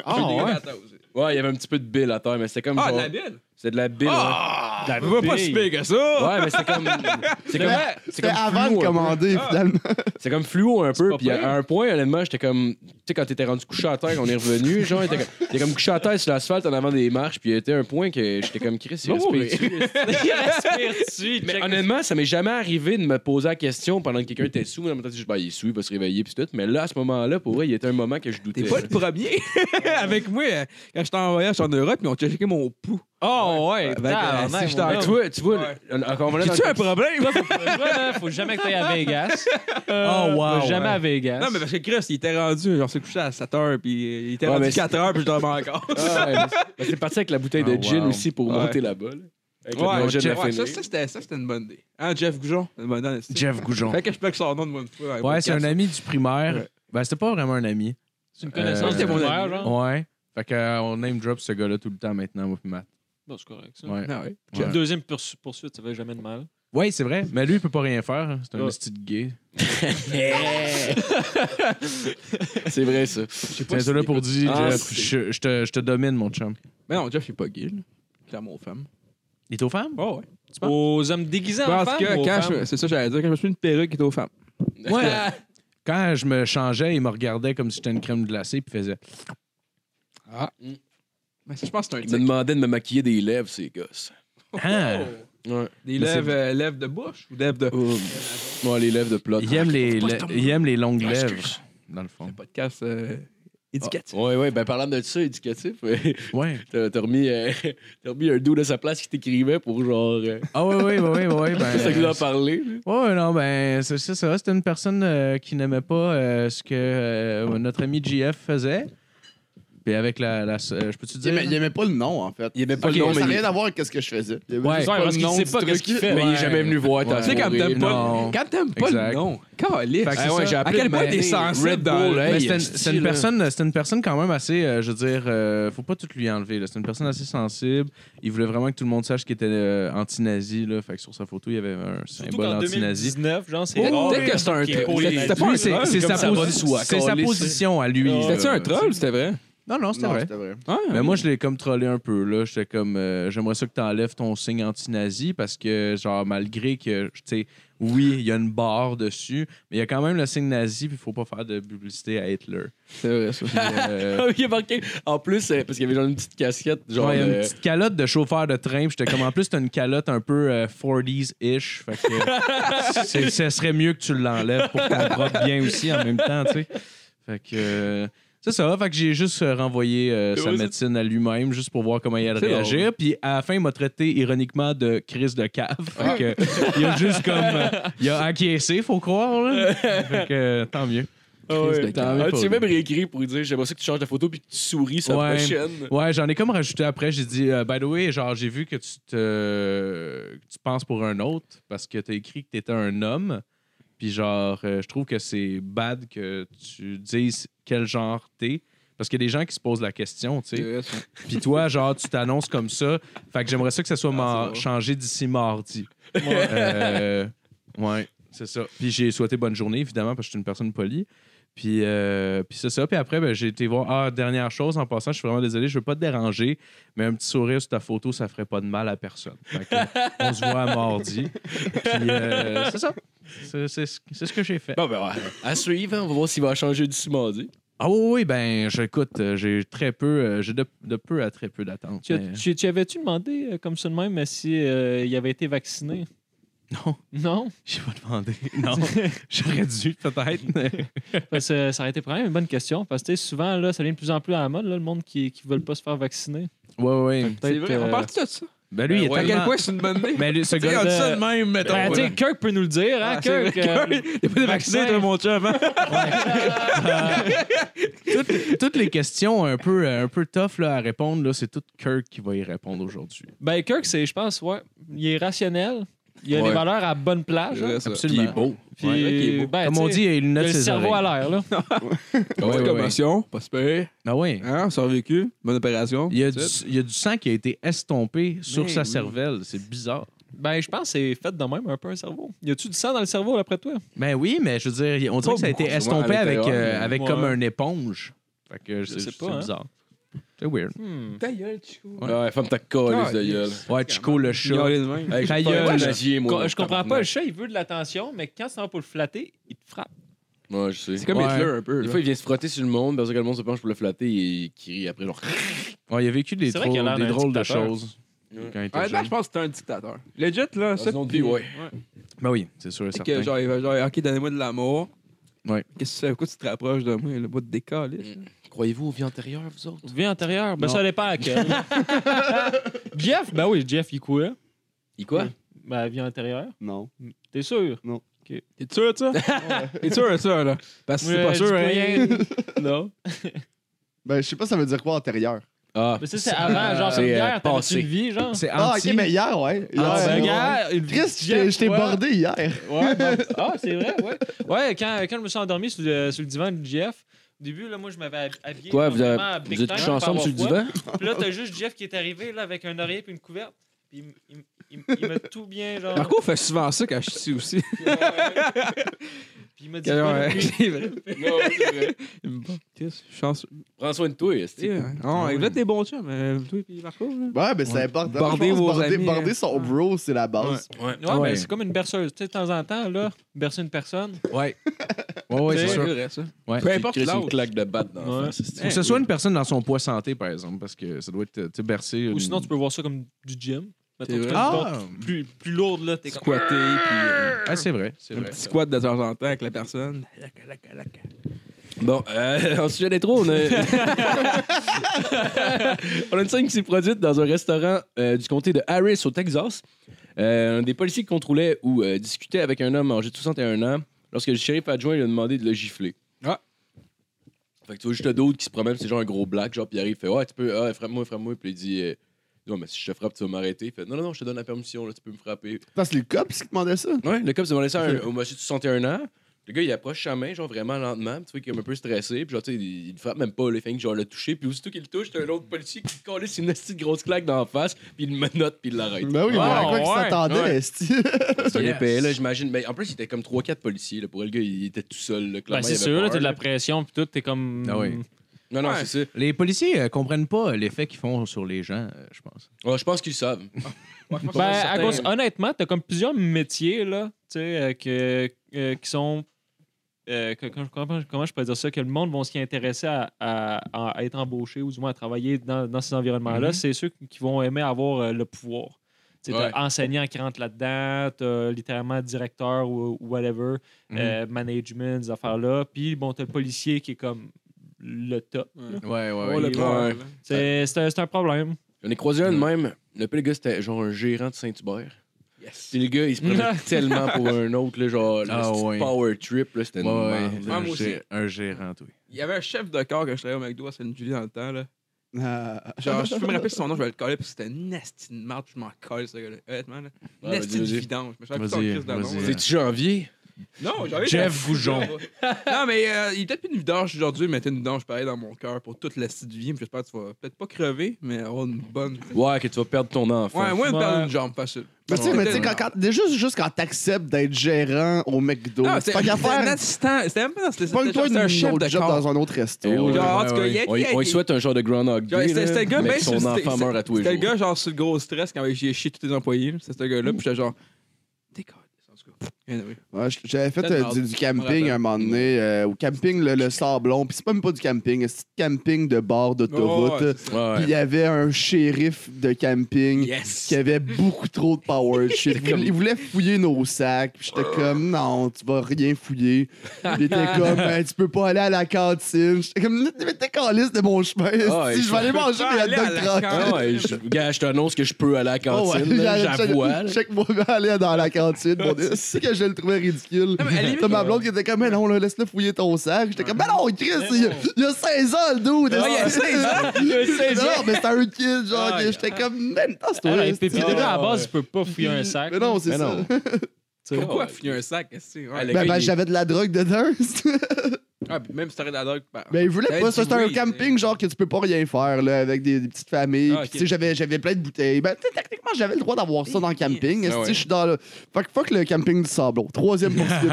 Speaker 5: Ah,
Speaker 4: des
Speaker 5: ouais.
Speaker 4: gâteaux aussi.
Speaker 3: Ouais, il y avait un petit peu de bile à terre, mais c'était comme
Speaker 4: Ah, de
Speaker 3: genre...
Speaker 4: la bille?
Speaker 3: C'était de la bile,
Speaker 4: Ah!
Speaker 7: La
Speaker 4: On va pas
Speaker 7: bille.
Speaker 4: si pire que ça!
Speaker 3: ouais. Ouais, mais c'est comme... C'est comme,
Speaker 6: Ouais,
Speaker 3: c'est
Speaker 6: C'était
Speaker 3: comme
Speaker 6: avant de
Speaker 3: fluo un peu.
Speaker 6: commander,
Speaker 4: Ah.
Speaker 6: finalement.
Speaker 3: C'est comme fluo un peu.
Speaker 7: pas
Speaker 3: Puis
Speaker 7: pire.
Speaker 3: à un point, honnêtement, j'étais comme. Tu sais, quand t'étais rendu couché à terre, on est revenu. Genre, il était comme, il était comme couché à terre sur l'asphalte en avant des marches. Puis il était un point que j'étais comme Chris, il
Speaker 7: Bon,
Speaker 3: respire dessus.
Speaker 7: Il respire dessus.
Speaker 3: Mais honnêtement, ça m'est jamais arrivé de me poser la question pendant que quelqu'un était sous. Mais en même temps, je dis, bah, il est sous, il va se réveiller. Puis tout. Mais là, à ce moment-là, pour vrai, il était un moment que je doutais.
Speaker 4: T'es pas le premier! Avec moi, euh, quand j'étais en voyage en Europe, ils ont checké mon pouls.
Speaker 7: Oh, ouais.
Speaker 4: Avec, euh,
Speaker 7: tabarnak,
Speaker 4: si
Speaker 7: mon
Speaker 4: j'étais en
Speaker 7: gars.
Speaker 3: Ah, tu vois, tu vois,
Speaker 4: Ouais.
Speaker 3: le- encore voilà, dans
Speaker 4: J'ai-tu
Speaker 3: le-
Speaker 4: un problème?
Speaker 7: Là, faut, là, faut jamais que t'ailles à Vegas. Euh,
Speaker 5: Oh, wow,
Speaker 7: faut jamais
Speaker 5: ouais.
Speaker 7: à Vegas.
Speaker 4: Non, mais parce que Chris, il était rendu, genre, s'est couché à 7 h, puis euh, il était
Speaker 3: Ouais,
Speaker 4: rendu
Speaker 3: mais c'est-
Speaker 4: 4 h, puis je dormais encore.
Speaker 3: Ah, ouais, mais c'est- mais c'est parti avec la bouteille de
Speaker 5: Ah,
Speaker 3: gin
Speaker 5: wow.
Speaker 3: aussi pour
Speaker 4: Ouais.
Speaker 3: monter là-bas. là, avec
Speaker 4: Ouais,
Speaker 3: le
Speaker 4: Jeff-
Speaker 3: projet de la
Speaker 4: ouais, ça,
Speaker 3: Fénix.
Speaker 4: ça, c'était, ça, c'était une bonne idée. Hein, Jeff Goujon? Une bonne idée.
Speaker 5: Jeff Goujon.
Speaker 4: Fait que je peux que son nom de moi une fois. dans le
Speaker 5: Ouais, c'est un
Speaker 4: podcast.
Speaker 5: ami du primaire.
Speaker 4: Ouais.
Speaker 5: Ben, c'était pas vraiment un ami.
Speaker 7: C'est une connaissance
Speaker 5: Euh,
Speaker 7: de
Speaker 5: c'est
Speaker 4: mon
Speaker 7: primaire,
Speaker 4: ami.
Speaker 7: genre.
Speaker 5: Ouais. Fait que, euh, on name drop ce gars-là tout le temps maintenant, moi puis Matt.
Speaker 7: Non, c'est correct, ça.
Speaker 5: Ouais.
Speaker 4: Ah ouais.
Speaker 7: Puis
Speaker 5: Ouais.
Speaker 7: une Deuxième poursu- poursuite, ça fait jamais de mal.
Speaker 5: Ouais, c'est vrai. Mais lui, il peut pas rien faire. hein. C'est un
Speaker 7: Ouais.
Speaker 5: petit gay.
Speaker 3: C'est vrai, ça.
Speaker 5: Tiens, toi là pour dire,
Speaker 3: Ah,
Speaker 5: Jeff,
Speaker 3: c'est-
Speaker 5: je, je te, je te domine, mon chum.
Speaker 4: Mais non, Jeff, il est pas gay, là. Clairement aux femmes.
Speaker 5: Il est aux femmes?
Speaker 4: Oh, ouais. penses?
Speaker 7: Aux hommes déguisés en
Speaker 4: Parce
Speaker 7: femmes.
Speaker 4: que
Speaker 7: ou aux
Speaker 4: quand
Speaker 7: femmes?
Speaker 4: je. C'est ça, que j'allais dire, quand je me suis mis une perruque, il était aux femmes.
Speaker 5: Ouais. Quand je me changeais, il me regardait comme si j'étais une crème glacée puis faisait.
Speaker 4: Ah. Mais ça, je pense que c'est un
Speaker 3: Il me
Speaker 4: tic.
Speaker 3: demandait de me maquiller des lèvres, ces gosses.
Speaker 5: Ah!
Speaker 3: Ouais.
Speaker 4: Des
Speaker 5: Mais c'est-
Speaker 4: lèvres, euh, lèvres de bouche ou lèvres de.
Speaker 3: Ouais, les lèvres de plot.
Speaker 5: Il aime les,
Speaker 4: Pas ce temps-là.
Speaker 5: il aime les longues
Speaker 3: Ah, excuse.
Speaker 5: lèvres, dans le fond.
Speaker 4: podcast euh, éducatif.
Speaker 3: Ouais, ouais, ben parlant de ça, éducatif, euh,
Speaker 5: Ouais.
Speaker 3: t'as t'as remis, euh, t'as remis un doux de sa place qui t'écrivait pour genre. euh,
Speaker 5: Ah, ouais, ouais, ouais, ouais. ouais ben,
Speaker 3: C'est ça que a parlé. là.
Speaker 5: Ouais, ouais, non, ben, c'est c'est ça. C'était une personne euh, qui n'aimait pas euh, ce que euh, notre ami JF faisait. Puis avec la. la- euh, je peux-tu
Speaker 6: Il
Speaker 5: dire?
Speaker 6: aimait, il aimait pas le nom, en fait.
Speaker 3: Il aimait pas
Speaker 6: Ok,
Speaker 3: le nom,
Speaker 6: Ça n'a
Speaker 3: mais,
Speaker 6: rien à voir avec ce que je faisais. Il aimait
Speaker 5: Ouais.
Speaker 6: juste
Speaker 7: Ouais,
Speaker 6: pas
Speaker 7: parce
Speaker 6: le
Speaker 7: qu'il
Speaker 6: nom
Speaker 7: sait
Speaker 6: du
Speaker 7: pas
Speaker 6: truc.
Speaker 7: qu'est-ce qu'il fait.
Speaker 3: mais il est jamais venu voir
Speaker 5: Ouais.
Speaker 3: ta
Speaker 4: Tu sais, quand t'aimes pas,
Speaker 5: Non.
Speaker 4: le- quand t'aimes pas
Speaker 5: Exact.
Speaker 4: le nom, calice.
Speaker 5: Fait que c'est
Speaker 4: Ah ouais,
Speaker 5: ça.
Speaker 4: j'ai appelé
Speaker 5: À quel
Speaker 4: le
Speaker 5: point
Speaker 4: matin,
Speaker 5: t'es
Speaker 3: sensible
Speaker 4: Red
Speaker 3: dans-
Speaker 4: Bull,
Speaker 5: Mais
Speaker 4: hey.
Speaker 3: Hey,
Speaker 5: Ben, c'était une,
Speaker 3: hostie,
Speaker 5: c'était une
Speaker 3: là.
Speaker 5: personne, euh, c'était une personne quand même assez, euh, je veux dire, euh, faut pas tout lui enlever. là. C'était une personne assez sensible. Il voulait vraiment que tout le monde sache qu'il était euh, anti-nazi. Là. Fait que sur sa photo, il y avait un
Speaker 7: Surtout
Speaker 5: symbole
Speaker 7: qu'en
Speaker 5: anti-nazi.
Speaker 7: 2019, genre, c'est
Speaker 4: Oh, Peut-être
Speaker 7: rare,
Speaker 4: que
Speaker 7: là,
Speaker 4: c'est un
Speaker 7: qui est
Speaker 4: truc.
Speaker 7: pour les-
Speaker 4: C'était pas un
Speaker 5: Lui, c'est,
Speaker 4: troll,
Speaker 5: c'est
Speaker 3: comme
Speaker 5: sa,
Speaker 3: ça va
Speaker 5: posi-
Speaker 3: sous la
Speaker 5: c'est sa
Speaker 3: calice.
Speaker 5: position à lui.
Speaker 7: Ouais.
Speaker 5: là.
Speaker 4: C'était-tu un troll, c'était vrai?
Speaker 5: Non, non, c'était
Speaker 6: Non,
Speaker 5: vrai.
Speaker 6: c'était vrai.
Speaker 4: Ouais.
Speaker 5: Mais moi, je l'ai comme trollé un peu. là. J'étais comme, euh, j'aimerais ça que tu enlèves ton signe anti-nazi parce que, genre, malgré que, tu sais, oui, il y a une barre dessus, mais il y a quand même le signe nazi, puis il faut pas faire de publicité à Hitler.
Speaker 4: C'est vrai, ça.
Speaker 5: Puis, euh,
Speaker 3: Ah oui, il a marqué. En plus, euh, parce qu'il y avait genre une petite casquette, genre.
Speaker 5: genre, il y a
Speaker 3: euh,
Speaker 5: une petite calotte de chauffeur de train, puis j'étais comme, en plus, t'as une calotte un peu euh, 40s-ish. Fait que c'est- ce serait mieux que tu l'enlèves pour qu'on croque bien aussi en même temps, tu sais. Fait que. euh, c'est ça, fait que j'ai juste euh, renvoyé euh,
Speaker 4: C'est
Speaker 5: sa
Speaker 4: vrai, c'est-
Speaker 5: médecine à lui-même juste pour voir comment il allait
Speaker 4: C'est
Speaker 5: réagir. Puis à la fin, il m'a traité ironiquement de crise de cave. Fait que, il a juste comme. euh, il a encaissé, faut croire. Là. Fait que euh, tant mieux.
Speaker 3: Ah ouais.
Speaker 5: Crise de cave.
Speaker 3: Ah, tu l'as même réécrit pour lui dire j'aimerais ça que tu changes la photo puis que tu souris sur la
Speaker 5: Ouais.
Speaker 3: prochaine.
Speaker 5: Ouais, j'en ai comme rajouté après. J'ai dit, euh, by the way, genre, j'ai vu que tu te. que tu penses pour un autre parce que t'as écrit que t'étais un homme. Puis, genre, euh, je trouve que c'est bad que tu dises quel genre t'es. Parce qu'il y a des gens qui se posent la question, tu
Speaker 4: C'est
Speaker 5: sais.
Speaker 4: vrai, ça.
Speaker 5: Puis toi, genre, tu t'annonces comme ça. Fait que j'aimerais ça que ça soit mar-
Speaker 4: Ah, c'est bon.
Speaker 5: changé d'ici mardi. Euh, ouais, c'est ça. Puis j'ai souhaité bonne journée, évidemment, parce que je suis une personne polie. Puis, euh, puis c'est ça. Puis après, ben, j'ai été voir. Ah, dernière chose, en passant, je suis vraiment désolé, je veux pas te déranger, mais un petit sourire sur ta photo, ça ferait pas de mal à personne. Fait que, euh, on se voit à mardi. Puis euh, c'est ça. C'est, c'est ce- c'est ce que j'ai fait.
Speaker 3: Bon, ben, ouais. à suivre, hein, on va voir s'il va changer d'ici mardi.
Speaker 5: Ah oui, oui, ben, j'écoute, j'ai très peu, euh, j'ai de, de peu à très peu d'attentes.
Speaker 7: Tu,
Speaker 4: euh.
Speaker 5: mais-
Speaker 7: tu- tu avais-tu demandé euh, comme ça de même si euh, il avait été vacciné?
Speaker 5: Non.
Speaker 7: Non?
Speaker 5: J'ai pas demandé. Non, j'aurais dû peut-être. mais-
Speaker 7: Parce que ça aurait été probablement une bonne question. Parce que tu sais, souvent, là, ça vient de plus en plus à la mode, là, le monde qui ne veut pas se faire vacciner.
Speaker 5: Ouais, ouais.
Speaker 7: Peut-être,
Speaker 4: C'est vrai,
Speaker 7: euh,
Speaker 4: on parle de ça.
Speaker 5: Ben lui, il est
Speaker 4: À quel
Speaker 5: tellement-
Speaker 4: point c'est une bonne idée?
Speaker 5: Mais lui, ce
Speaker 4: Tu sais, on
Speaker 5: gars
Speaker 4: dit ça de même, mettons.
Speaker 7: Ben, tu
Speaker 4: voilà.
Speaker 7: sais, Kirk peut nous le dire, hein,
Speaker 4: Ah, c'est vrai,
Speaker 7: Kirk. euh,
Speaker 4: Kirk, il n'y a pas de vaccin,
Speaker 7: vaccin.
Speaker 4: toi, mon chum. hein?
Speaker 5: toutes, toutes les questions un peu, euh, un peu tough là, à répondre, là, c'est tout Kirk qui va y répondre aujourd'hui.
Speaker 7: Ben, Kirk, c'est, je pense, ouais, il est rationnel. Il a
Speaker 4: Ouais.
Speaker 7: des valeurs à bonne plage. hein.
Speaker 3: Puis
Speaker 5: Absolument.
Speaker 3: il est beau.
Speaker 7: Puis,
Speaker 4: Ouais, ok, il est beau.
Speaker 7: ben,
Speaker 5: Comme on
Speaker 7: tu
Speaker 5: dit,
Speaker 7: sais,
Speaker 5: il
Speaker 7: il a
Speaker 5: note
Speaker 7: le
Speaker 5: ses
Speaker 7: cerveau à
Speaker 5: oreilles.
Speaker 7: l'air, là.
Speaker 5: Ouais, ouais,
Speaker 4: Bonne
Speaker 5: ouais.
Speaker 4: commotion, pas super.
Speaker 5: Ah oui.
Speaker 4: Hein, survécu, bonne opération.
Speaker 5: Il y, a du, il y a du sang qui a été estompé sur
Speaker 4: Mais
Speaker 5: sa
Speaker 4: oui.
Speaker 5: cervelle. C'est bizarre.
Speaker 7: Ben, je pense que c'est fait de même un peu un cerveau. Y a-tu du sang dans le cerveau, après toi?
Speaker 5: Ben oui, mais je veux dire, on dirait
Speaker 3: Pas
Speaker 5: que ça a été
Speaker 3: beaucoup,
Speaker 5: estompé
Speaker 3: à
Speaker 5: avec,
Speaker 3: l'intérieur,
Speaker 5: euh,
Speaker 3: mais-
Speaker 5: avec
Speaker 7: Ouais.
Speaker 5: comme une éponge. Fait que
Speaker 7: Je
Speaker 5: c'est
Speaker 7: sais
Speaker 5: c'est
Speaker 7: pas, hein.
Speaker 5: bizarre. C'est weird.
Speaker 7: Hmm.
Speaker 4: Ta gueule, Chico.
Speaker 3: Ouais, femme ta
Speaker 4: Ah,
Speaker 3: calice de
Speaker 4: yes.
Speaker 3: gueule.
Speaker 5: Ouais, Chico le chat.
Speaker 4: Ignorez de même.
Speaker 3: Hey, je
Speaker 5: Ta
Speaker 3: suis pas
Speaker 5: gueule.
Speaker 3: euthanasié,
Speaker 7: Co-
Speaker 3: moi.
Speaker 7: Je comprends pas, le chat, il veut de l'attention, mais quand c'est pour le flatter, il te frappe.
Speaker 3: Ouais, je sais.
Speaker 4: C'est comme
Speaker 5: Ouais.
Speaker 4: Hitler un peu.
Speaker 3: Des
Speaker 4: là.
Speaker 3: fois, il vient se frotter sur le monde, parce que le monde se penche pour le flatter et crie après, genre.
Speaker 5: Ouais, il a vécu des,
Speaker 7: C'est vrai qu'il a
Speaker 5: drôles-
Speaker 7: l'air
Speaker 5: des
Speaker 7: d'un
Speaker 5: drôles de
Speaker 7: dictateur.
Speaker 5: choses.
Speaker 3: Ouais.
Speaker 5: Quand il était
Speaker 4: Honnêtement,
Speaker 5: jeune.
Speaker 4: je pense que c'est un dictateur. Legit, là, Ah, ça.
Speaker 3: Dans une
Speaker 4: puis-
Speaker 3: vie, ouais.
Speaker 5: Ben oui, c'est sûr et
Speaker 4: Fait
Speaker 5: certain.
Speaker 4: que genre, il va genre, ok, donnez-moi de l'amour.
Speaker 5: Ouais.
Speaker 4: Qu'est-ce que tu fais? Pourquoi tu te rapproches de moi? Le bout de décalé.
Speaker 3: Croyez-vous aux vies antérieures, vous autres?
Speaker 7: Vie antérieure, ben
Speaker 5: Non.
Speaker 7: ça dépend à quel. Jeff, ben oui, Jeff, il courait.
Speaker 3: Il quoi?
Speaker 7: Ben, vie antérieure.
Speaker 6: Non.
Speaker 7: T'es sûr?
Speaker 4: T'es sûr, de ça? T'es sûr, de ça, là? Parce que c'est pas sûr, hein?
Speaker 7: non.
Speaker 6: Ben, je sais pas, ça veut dire quoi antérieur.
Speaker 3: Ah,
Speaker 7: Mais ça, c'est avant, genre,
Speaker 3: C'est,
Speaker 7: comme
Speaker 3: euh,
Speaker 7: hier,
Speaker 3: passé.
Speaker 7: t'avais une vie, genre.
Speaker 5: C'est
Speaker 6: Ah,
Speaker 5: anti.
Speaker 6: ok, mais hier, ouais. Hier,
Speaker 7: Ah, ben,
Speaker 6: ouais.
Speaker 7: hier, une
Speaker 6: Chris,
Speaker 7: vie-
Speaker 6: j'étais- j'étais
Speaker 7: ouais.
Speaker 6: bordé hier.
Speaker 7: Ouais, ben, ah, c'est vrai, ouais. Ouais, quand, quand je me suis endormi sur le, sur le divan de Jeff, au début, là, moi, je m'avais habillé.
Speaker 3: quoi?
Speaker 7: Quoi,
Speaker 3: Vous, avez- vous êtes couchés ensemble sur le divan?
Speaker 7: Puis là, t'as juste Jeff qui est arrivé, là, avec un oreiller puis une couverte. Puis il m- il, m- il, m- il m'a tout bien, genre. euh,
Speaker 4: Marco fait souvent ça quand je suis ici aussi.
Speaker 7: Puis il m'a dit.
Speaker 4: Genre,
Speaker 7: quoi,
Speaker 4: ouais,
Speaker 7: lui?
Speaker 4: c'est vrai.
Speaker 3: Non, c'est vrai.
Speaker 4: Il me dit, Chris, je suis chanceux.
Speaker 3: Prends soin de toi, esti.
Speaker 4: Ouais. Non, vous êtes des bons chums, euh, toi et Marco. là.
Speaker 6: Ouais, ben, c'est important. Je
Speaker 4: Bordez
Speaker 6: pense
Speaker 4: vos
Speaker 6: border,
Speaker 4: amis,
Speaker 6: border
Speaker 4: hein.
Speaker 6: son bro, c'est la base.
Speaker 7: Ouais,
Speaker 5: Ah ouais.
Speaker 7: mais c'est comme une berceuse. Tu sais, de temps en temps, là, bercer une personne.
Speaker 5: Ouais. Ouais, ouais, c'est
Speaker 4: C'est
Speaker 5: sûr.
Speaker 4: vrai, ça.
Speaker 5: Ouais.
Speaker 4: Peu importe
Speaker 3: Chris, une
Speaker 4: l'âge.
Speaker 3: claque de batte dans la
Speaker 7: Ouais.
Speaker 3: face, esti.
Speaker 5: Faut que ce soit une personne dans son poids santé, par exemple, parce que ça doit être euh, tu sais, bercé.
Speaker 7: Ou
Speaker 5: une-
Speaker 7: sinon, tu peux voir ça comme du gym. Mettons,
Speaker 4: C'est
Speaker 7: tu
Speaker 4: vrai.
Speaker 7: fais une
Speaker 5: Ah!
Speaker 7: porte plus, plus lourde, là, t'es comme.
Speaker 4: Squatter, puis euh,
Speaker 5: Ah, c'est vrai. C'est
Speaker 4: un
Speaker 5: vrai.
Speaker 4: petit squat de temps en temps avec la personne.
Speaker 3: Bon, euh, en sujet d'intro, on a... on a une scène qui s'est produite dans un restaurant euh, du comté de Harris, au Texas. Euh, un des policiers qui contrôlait ou euh, discutait avec un homme âgé de 61 ans lorsque le shérif adjoint lui a demandé de le gifler.
Speaker 4: Ah.
Speaker 3: Fait que tu vois juste le d'autre qui se promène, c'est genre un gros black, genre, puis il arrive, il fait Ouais, tu peux, ah, frappe-moi, frappe-moi, puis il dit euh, Non, mais si je te frappe, tu vas m'arrêter. Il fait Non, non, non, je te donne la permission, là, tu peux me frapper.
Speaker 6: Parce que les cops qui demandaient ça.
Speaker 3: Ouais, le cop s'est demandé ça à un- au monsieur de 61 ans. Le gars, il approche sa main, genre vraiment lentement. puis Tu vois qu'il est un peu stressé. Puis genre, tu sais, il, il le frappe même pas, les fins que genre le toucher. Puis aussitôt qu'il le touche, t'as un autre policier qui colle une petite grosse claque dans la face. Puis il le menotte, puis il l'arrête.
Speaker 6: Ben oui, mais à
Speaker 7: Ah,
Speaker 6: quoi qu'ils
Speaker 7: ouais.
Speaker 6: s'attendaient,
Speaker 3: Ouais.
Speaker 6: esti?
Speaker 3: C'est un
Speaker 5: Yes.
Speaker 3: épais, là, j'imagine. Mais en plus, il était comme 3-4 policiers. Là, pour elle, le gars, il était tout seul. Là,
Speaker 7: Ben,
Speaker 3: clairement,
Speaker 7: c'est
Speaker 3: il avait
Speaker 7: sûr, là,
Speaker 3: peur,
Speaker 7: t'as de
Speaker 3: là.
Speaker 7: la pression, puis tout, t'es comme.
Speaker 5: Ah oui.
Speaker 3: Non, non,
Speaker 4: Ouais.
Speaker 3: c'est ça.
Speaker 5: Les policiers euh, comprennent pas l'effet qu'ils font sur les gens, euh, je pense.
Speaker 3: Oh, je pense qu'ils le savent.
Speaker 7: Ben, à cause, honnêtement, t'as comme plusieurs métiers, là, tu sais, euh, que, euh, qui sont. euh, que- que- comment, comment je pourrais dire ça? Que le monde vont s'y intéresser à, à- à être embauché ou du moins à travailler dans, dans ces environnements-là.
Speaker 5: Mhm.
Speaker 7: C'est ceux qui vont aimer avoir euh, le pouvoir. Tu sais,
Speaker 3: Mm-hmm. Ouais.
Speaker 7: T'as enseignant qui rentre là-dedans, t'as littéralement directeur ou, ou whatever,
Speaker 3: Mm-hmm.
Speaker 7: euh, management, ces affaires-là. Puis, bon, t'as le policier qui est comme le top.
Speaker 4: Ouais.
Speaker 7: là.
Speaker 5: Ouais, ouais,
Speaker 4: Oh, le
Speaker 7: il-
Speaker 4: bordel.
Speaker 7: C'est c'est un, c'est un problème.
Speaker 3: J'en ai croisé un de même. Le pire, le gars, c'était genre un gérant de Saint-Hubert.
Speaker 4: Yes.
Speaker 3: Puis le gars, il se prenait tellement pour un autre, là, genre le
Speaker 5: Ah,
Speaker 3: petit
Speaker 5: ouais.
Speaker 3: power trip, là, c'était une
Speaker 5: Ouais,
Speaker 3: merde.
Speaker 4: Ah,
Speaker 5: un,
Speaker 4: moi aussi.
Speaker 5: gé- un gérant, oui.
Speaker 4: Il y avait un chef de corps que je travaillais au McDo à Sainte-Julie dans le temps. Là.
Speaker 6: Ah.
Speaker 4: Genre, je peux me rappeler son nom, je vais le coller parce que c'était une nasty de marde, je m'en colle, ce gars-là. Honnêtement, là.
Speaker 3: Ouais, vas-y,
Speaker 4: nasty de
Speaker 3: vas-y.
Speaker 4: vidange. Je me souviens plus son
Speaker 5: Vas-y,
Speaker 4: Christ de
Speaker 5: vas-y.
Speaker 4: nom, là.
Speaker 3: C'est-tu janvier?
Speaker 4: Non, j'avais
Speaker 5: Jeff Goujon.
Speaker 4: non, mais euh, il est peut-être plus une vidange aujourd'hui, mais t'es une vidange pareil dans mon cœur pour toute la petite vie. mais J'espère que tu vas peut-être pas crever, mais avoir une bonne.
Speaker 3: Ouais, que tu vas perdre ton enfant.
Speaker 4: Ouais, moi, me
Speaker 7: Ouais.
Speaker 4: perdre une jambe facile.
Speaker 6: Mais tu sais, mais tu sais,
Speaker 4: Ouais.
Speaker 6: quand, quand, déjà, juste quand t'acceptes d'être gérant au McDo,
Speaker 4: Non,
Speaker 6: c'est
Speaker 4: c'est
Speaker 6: pas qu'à
Speaker 4: c'était un
Speaker 6: faire.
Speaker 4: assistant. C'était même pas dans ce
Speaker 6: C'est pas une toi
Speaker 4: c'était un chef
Speaker 6: autre
Speaker 4: de
Speaker 6: job
Speaker 4: corps.
Speaker 6: dans un autre resto.
Speaker 3: Eh ouais.
Speaker 4: Genre, en tout cas,
Speaker 5: Ouais,
Speaker 4: il y a-
Speaker 3: On,
Speaker 4: il y
Speaker 3: lui-
Speaker 4: a-
Speaker 3: on lui souhaite un genre de Groundhog
Speaker 4: Genre,
Speaker 3: Day.
Speaker 4: c'était-
Speaker 3: là,
Speaker 4: c'était le gars,
Speaker 3: mais
Speaker 4: ben,
Speaker 3: que son
Speaker 4: c'était-
Speaker 3: enfant
Speaker 4: c'était-
Speaker 3: meurt à tous les
Speaker 4: C'était
Speaker 3: jours.
Speaker 4: le gars, genre, sur le gros stress quand j'ai chié tous les employés. C'était ce gars-là. Puis j'étais genre, décolle. tout cas. Anyway.
Speaker 6: Ouais, j- J'avais fait
Speaker 3: Peut-être
Speaker 6: euh, du,
Speaker 3: mardi,
Speaker 6: du
Speaker 3: je me
Speaker 6: camping
Speaker 3: rappelle.
Speaker 6: un moment donné, euh, au camping le, le Sablon, puis c'est pas même pas du camping, c'est du camping de bord d'autoroute.
Speaker 4: Oh, ouais,
Speaker 6: puis
Speaker 4: c'est ça.
Speaker 3: Ouais,
Speaker 6: il y avait un shérif de camping
Speaker 4: Yes!
Speaker 6: qui avait beaucoup trop de power. shit. Il, voulait- il voulait fouiller nos sacs, puis j'étais comme non, tu vas rien fouiller. Il était comme Hey, tu peux pas aller à la cantine. J'étais comme mais t'es caliste de mon chemin.
Speaker 3: Ah,
Speaker 6: si,
Speaker 3: ouais,
Speaker 6: je vais aller
Speaker 4: peux
Speaker 6: manger
Speaker 4: pas
Speaker 6: mes hot
Speaker 4: aller à
Speaker 6: dogs
Speaker 4: la
Speaker 6: tranquilles.
Speaker 4: cantine.
Speaker 3: Ah ouais, je, gars, je t'annonce que je peux aller à la cantine,
Speaker 6: Ouais,
Speaker 3: là,
Speaker 6: j'allais-
Speaker 3: j'avoue.
Speaker 6: chaque- Chaque mois, je allais dans la cantine. mon Dieu. C'est que je le trouvais ridicule.
Speaker 4: Non, mais à la limite, euh,
Speaker 6: T'as ma blonde qui était comme, mais non, là, laisse-le fouiller ton sac. J'étais comme, mais non, Chris, il, y a- il y a 16 ans, le dude.
Speaker 4: Ah, il y a 16 ans?
Speaker 6: Il a 16 ans. Non, mais c'était un kid, genre,
Speaker 4: Ah,
Speaker 6: que j'étais comme, même temps, c'est toi.
Speaker 7: Ah,
Speaker 6: là,
Speaker 7: et puis,
Speaker 6: c'est-
Speaker 7: puis déjà, à la base,
Speaker 3: ouais.
Speaker 7: tu peux pas fouiller un sac.
Speaker 6: Mais non, Ben, c'est
Speaker 3: Mais
Speaker 6: ça.
Speaker 3: non. Tu sais,
Speaker 4: Pourquoi
Speaker 3: ouais.
Speaker 4: fouiller un sac? est-ce que- ouais.
Speaker 3: Ah, le
Speaker 6: Ben,
Speaker 3: gars,
Speaker 6: ben,
Speaker 3: il-
Speaker 6: j'avais de la drogue dedans.
Speaker 4: Ah, puis même si t'arrêtes la drogue, bah,
Speaker 6: Mais Ben, il voulait
Speaker 4: T'avais
Speaker 6: pas.
Speaker 4: dit
Speaker 6: Ça, c'était un
Speaker 4: oui,
Speaker 6: camping, genre, que tu peux pas rien faire, là, avec des, des petites familles.
Speaker 4: Ah,
Speaker 6: Puis,
Speaker 4: ok.
Speaker 6: tu sais, j'avais- j'avais plein de bouteilles. Ben, tu sais, techniquement, j'avais le droit d'avoir ça dans le camping.
Speaker 3: Ah,
Speaker 6: Tu sais,
Speaker 3: ouais.
Speaker 6: je suis dans le. Fait que fuck le camping du Sablon. Troisième poursuite.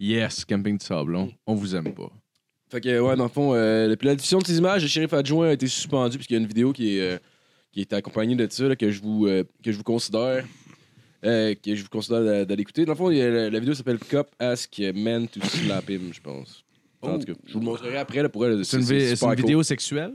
Speaker 5: yes, camping de sablon. On vous aime pas.
Speaker 3: Fait que, ouais, dans le fond, euh, depuis la diffusion de ces images, le shérif adjoint a été suspendu puisqu'il y a une vidéo qui est, euh, qui est accompagnée de ça, là, que, je vous, euh, que je vous considère. euh, que je vous considère d'a- d'aller écouter. Dans le fond, il y a la, la vidéo s'appelle Cop Ask Man to Slap Him, je pense. En tout cas, je vous le montrerai après là, pour elle.
Speaker 5: C'est une, vi- c'est une vidéo sexuelle?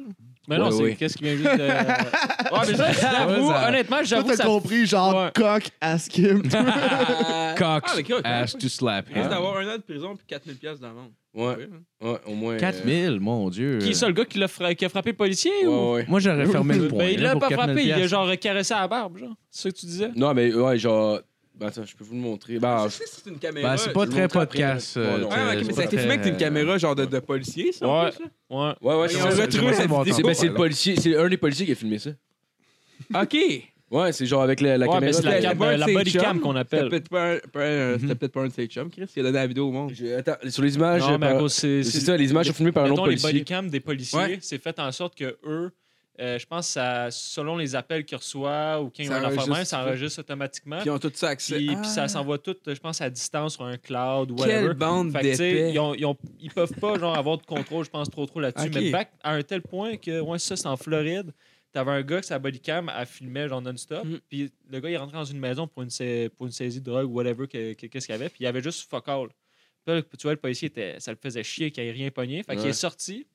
Speaker 7: Mais non,
Speaker 3: Ouais,
Speaker 7: c'est
Speaker 3: ouais.
Speaker 7: qu'est-ce qui vient juste de. Ouais, mais ça, j'avoue,
Speaker 5: Ouais, ça-
Speaker 7: honnêtement,
Speaker 6: Toi,
Speaker 7: j'avoue,
Speaker 6: t'as
Speaker 7: ça.
Speaker 6: compris, genre,
Speaker 7: Ouais.
Speaker 6: cock, ask him.
Speaker 5: Cox
Speaker 4: ah, mais quoi,
Speaker 5: ass
Speaker 4: quoi.
Speaker 5: to slap
Speaker 4: Il risque
Speaker 7: Ah,
Speaker 5: him.
Speaker 4: d'avoir un an de prison puis 4000 pièces d'amende.
Speaker 3: Ouais,
Speaker 4: Oui,
Speaker 3: ouais, au moins. euh,
Speaker 5: 4000, mon Dieu.
Speaker 7: Qui est ça, le gars qui, l'a fra- qui a frappé le policier
Speaker 3: ouais,
Speaker 7: ou.
Speaker 3: ouais.
Speaker 5: Moi, j'aurais fermé le point.
Speaker 7: Ben, il
Speaker 5: là,
Speaker 7: l'a
Speaker 5: pour
Speaker 7: pas
Speaker 5: 4000
Speaker 7: frappé, il a
Speaker 5: piastres.
Speaker 7: genre caressé à la barbe, genre. C'est ça que tu disais?
Speaker 3: Non, mais ouais, genre. Ben, attends, je peux vous le montrer. Ben,
Speaker 4: Je sais si c'est une caméra.
Speaker 5: Ben, c'est pas
Speaker 3: je
Speaker 5: très
Speaker 3: vous montre après,
Speaker 5: podcast.
Speaker 3: là.
Speaker 5: euh,
Speaker 3: Ouais, ouais,
Speaker 4: Ouais,
Speaker 5: très-
Speaker 4: Ah, ok, mais
Speaker 5: c'est
Speaker 4: ça a été
Speaker 5: pas
Speaker 4: filmé avec une
Speaker 5: très-
Speaker 4: caméra genre de, de policier, ça. en
Speaker 7: Ouais.
Speaker 4: plus, là.
Speaker 7: Ouais.
Speaker 3: Ouais, ouais,
Speaker 4: Et
Speaker 3: c'est
Speaker 4: on
Speaker 3: ça.
Speaker 4: l'a trouvé
Speaker 5: j'aimerais
Speaker 4: cette
Speaker 5: savoir ton
Speaker 4: vidéo.
Speaker 3: C'est ben, c'est le policier, c'est un des policiers qui a filmé ça.
Speaker 4: Ah, Ok.
Speaker 3: Ouais, c'est genre avec la, la
Speaker 7: Ouais, mais
Speaker 3: caméra.
Speaker 7: c'est la,
Speaker 4: la
Speaker 7: cam-
Speaker 4: caméra,
Speaker 7: la
Speaker 4: c'est
Speaker 7: body cam
Speaker 4: chum.
Speaker 7: qu'on
Speaker 4: C'était
Speaker 7: appelle.
Speaker 4: peut-être pas un- pas
Speaker 5: Mm-hmm.
Speaker 4: un- c'était peut-être pas un de ses chums, Chris, qui a donné la vidéo au monde.
Speaker 3: Je- attends, sur les images.
Speaker 7: Non, mais à
Speaker 3: par-
Speaker 7: cause, c'est.
Speaker 3: euh, C'est
Speaker 7: c'est-
Speaker 3: ça, les images sont filmées par un autre
Speaker 7: Mettons, les
Speaker 3: policier.
Speaker 7: bodycams des policiers,
Speaker 4: Ouais.
Speaker 7: c'est fait en sorte que eux, euh, je pense, que ça, selon les appels qu'ils reçoivent ou quand ils ont
Speaker 4: Ça
Speaker 7: un enfant
Speaker 4: enregistre
Speaker 7: même, ça
Speaker 4: tout.
Speaker 7: enregistre automatiquement.
Speaker 4: Puis ils ont tout ça accès.
Speaker 7: Puis,
Speaker 4: Ah.
Speaker 7: puis ça s'envoie tout, je pense, à distance sur un cloud ou
Speaker 4: Quelle
Speaker 7: whatever.
Speaker 4: bande
Speaker 7: Fait que, tu sais,
Speaker 4: d'épais.
Speaker 7: ils, ont- ils ont- ils peuvent pas genre, avoir de contrôle, je pense, trop trop là-dessus.
Speaker 4: Ok.
Speaker 7: Mais back à un tel point que, ouais, ça, c'est en Floride. T'avais un gars que sa bodycam, elle filmait genre non-stop.
Speaker 4: Mm.
Speaker 7: Puis le gars, il est rentré dans une maison pour une, sais- pour une saisie de drogue ou whatever, que- que- qu'est-ce qu'il y avait. Puis il y avait juste fuck all. Puis là, tu vois, le policier, était, ça le faisait chier qu'il ait rien pogné. Fait qu'il
Speaker 3: Ouais.
Speaker 7: est sorti,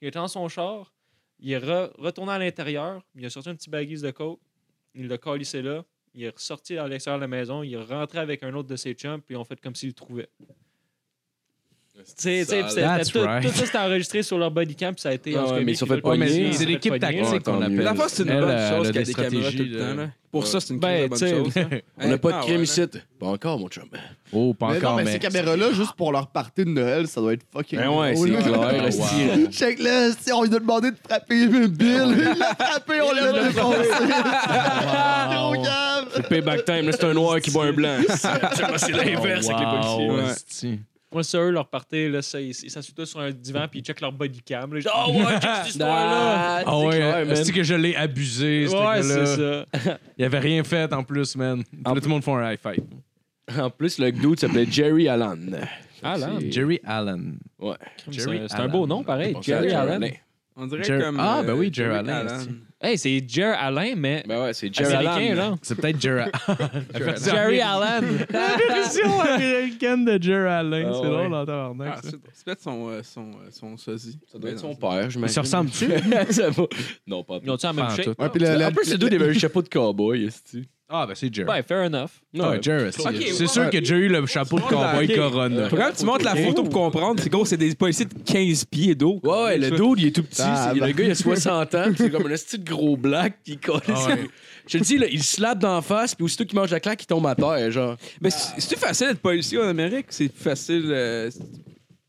Speaker 7: il était dans son char, il est re- retourné à l'intérieur, il a sorti un petit baguise de coke, il l'a calissé là, il est ressorti à l'extérieur de la maison, il est rentré avec un autre de ses chums, puis ils ont fait comme s'il le trouvait. Tu sais, tu sais, puis c'était-
Speaker 5: That's
Speaker 7: c'était tout,
Speaker 5: right.
Speaker 7: tout ça c'était enregistré sur leur bodycam, puis ça a été.
Speaker 3: Ah ouais,
Speaker 7: enregistré,
Speaker 3: mais ils se sont
Speaker 7: puis
Speaker 3: fait
Speaker 7: là, le
Speaker 3: pogner.
Speaker 7: policier,
Speaker 3: Ouais,
Speaker 7: il
Speaker 5: C'est
Speaker 7: s'est fait
Speaker 5: l'équipe
Speaker 7: pogner.
Speaker 5: tactique
Speaker 3: tant
Speaker 5: qu'on
Speaker 3: mieux.
Speaker 5: appelle.
Speaker 4: La force, c'est une
Speaker 5: Elle, euh,
Speaker 4: bonne
Speaker 5: elle a
Speaker 4: chose qu'il y a
Speaker 5: des
Speaker 4: des caméras tout
Speaker 5: stratégies
Speaker 4: le temps.
Speaker 5: de-
Speaker 4: là. Pour ça, c'est une
Speaker 7: Ben,
Speaker 4: très bonne
Speaker 7: tu sais,
Speaker 4: chose. hein.
Speaker 3: On n'a pas
Speaker 4: Ah,
Speaker 3: de crime
Speaker 4: ouais,
Speaker 3: ici. Pas encore, mon chum.
Speaker 5: Oh, pas
Speaker 6: mais
Speaker 5: encore,
Speaker 6: non, mais,
Speaker 5: mais...
Speaker 6: ces caméras-là, juste pour leur party de Noël, ça doit être fucking.
Speaker 3: Ben ouais, c'est
Speaker 6: drôle.
Speaker 3: clair.
Speaker 5: Ah,
Speaker 3: esti,
Speaker 5: wow.
Speaker 3: là.
Speaker 6: Check là, si on lui a demandé de frapper Bill, il l'a frappé, on l'a défoncé. Trop grave.
Speaker 3: Payback time, là, c'est un noir qui boit un blanc. Actuellement, Ah, c'est l'inverse
Speaker 5: Oh,
Speaker 3: avec les policiers.
Speaker 5: wow,
Speaker 4: ouais.
Speaker 5: esti.
Speaker 7: Moi, ça, eux, leur party, là, ça, ils ils s'assoient tous sur un divan, puis ils checkent leur bodycam. là, Ils disent,
Speaker 3: Ah
Speaker 7: oh, ouais, check cette histoire-là.
Speaker 5: Ah
Speaker 3: clair,
Speaker 5: ouais,
Speaker 3: man.
Speaker 5: c'est que je l'ai abusé, ce
Speaker 7: Ouais, c'est
Speaker 5: gars-là.
Speaker 7: ça.
Speaker 5: Il avait rien fait en plus, man. Puis là, tout le monde fait un high five.
Speaker 3: En plus, le dude s'appelait Jerry Allen.
Speaker 7: Alan.
Speaker 3: C'est-
Speaker 5: Jerry Allen.
Speaker 3: Ouais.
Speaker 5: Jerry
Speaker 7: C'est c'est un beau
Speaker 5: Allen.
Speaker 7: nom, pareil.
Speaker 3: Pensez à
Speaker 7: Jerry Allen.
Speaker 4: On dirait
Speaker 5: Jer-
Speaker 4: comme.
Speaker 5: Ah,
Speaker 4: euh,
Speaker 5: ben oui, Jer
Speaker 4: Jerry
Speaker 5: Allen,
Speaker 4: Allen.
Speaker 5: c'est-
Speaker 7: Hey, c'est Jerry Allen, mais.
Speaker 3: Ben ouais, c'est Jerry
Speaker 7: Américain,
Speaker 3: Allen.
Speaker 7: là.
Speaker 5: C'est peut-être Jerry
Speaker 7: Jerry Allen.
Speaker 5: La version américaine de Jerry Allen.
Speaker 3: Ah
Speaker 5: c'est
Speaker 3: ouais.
Speaker 5: drôle en tabarnak.
Speaker 4: Ah,
Speaker 5: ça.
Speaker 4: c'est c'est peut-être son, euh, son, euh, son sosie.
Speaker 3: Ça doit être
Speaker 4: Ben
Speaker 3: son
Speaker 4: non,
Speaker 3: père, je
Speaker 5: Ils se ressemblent-tu?
Speaker 3: Non, pas.
Speaker 7: Ils ont-tu la même
Speaker 5: Pas en
Speaker 7: shape?
Speaker 5: tout.
Speaker 6: Ouais, puis le-
Speaker 3: En
Speaker 6: le-
Speaker 3: plus, le dude il avait un chapeau de cowboy, esti.
Speaker 5: Ah, ben c'est Jerry.
Speaker 7: Ben, fair enough.
Speaker 5: Non,
Speaker 3: Ouais.
Speaker 5: Jerry.
Speaker 4: Ok,
Speaker 5: c'est-
Speaker 4: ouais.
Speaker 5: C'est sûr que Jerry a eu le chapeau de
Speaker 4: Ouais,
Speaker 5: cowboy
Speaker 4: ok.
Speaker 5: Corona.
Speaker 4: Faut Quand tu montres la photo pour comprendre, c'est gros, c'est des policiers de 15 pieds d'eau.
Speaker 3: Ouais, ouais, le dude, il est tout petit.
Speaker 6: Ah,
Speaker 3: c'est-
Speaker 6: bah.
Speaker 3: Le gars, ben, il a 60 ans. puis C'est comme un esti de gros black qui colle.
Speaker 5: Ah ouais.
Speaker 3: Je te dis, là, il se lappe d'en face, puis aussitôt qu'il mange la claque, il tombe à terre, genre.
Speaker 4: Mais c'est c'est-tu facile d'être policier en Amérique? C'est plus facile. euh, c'est-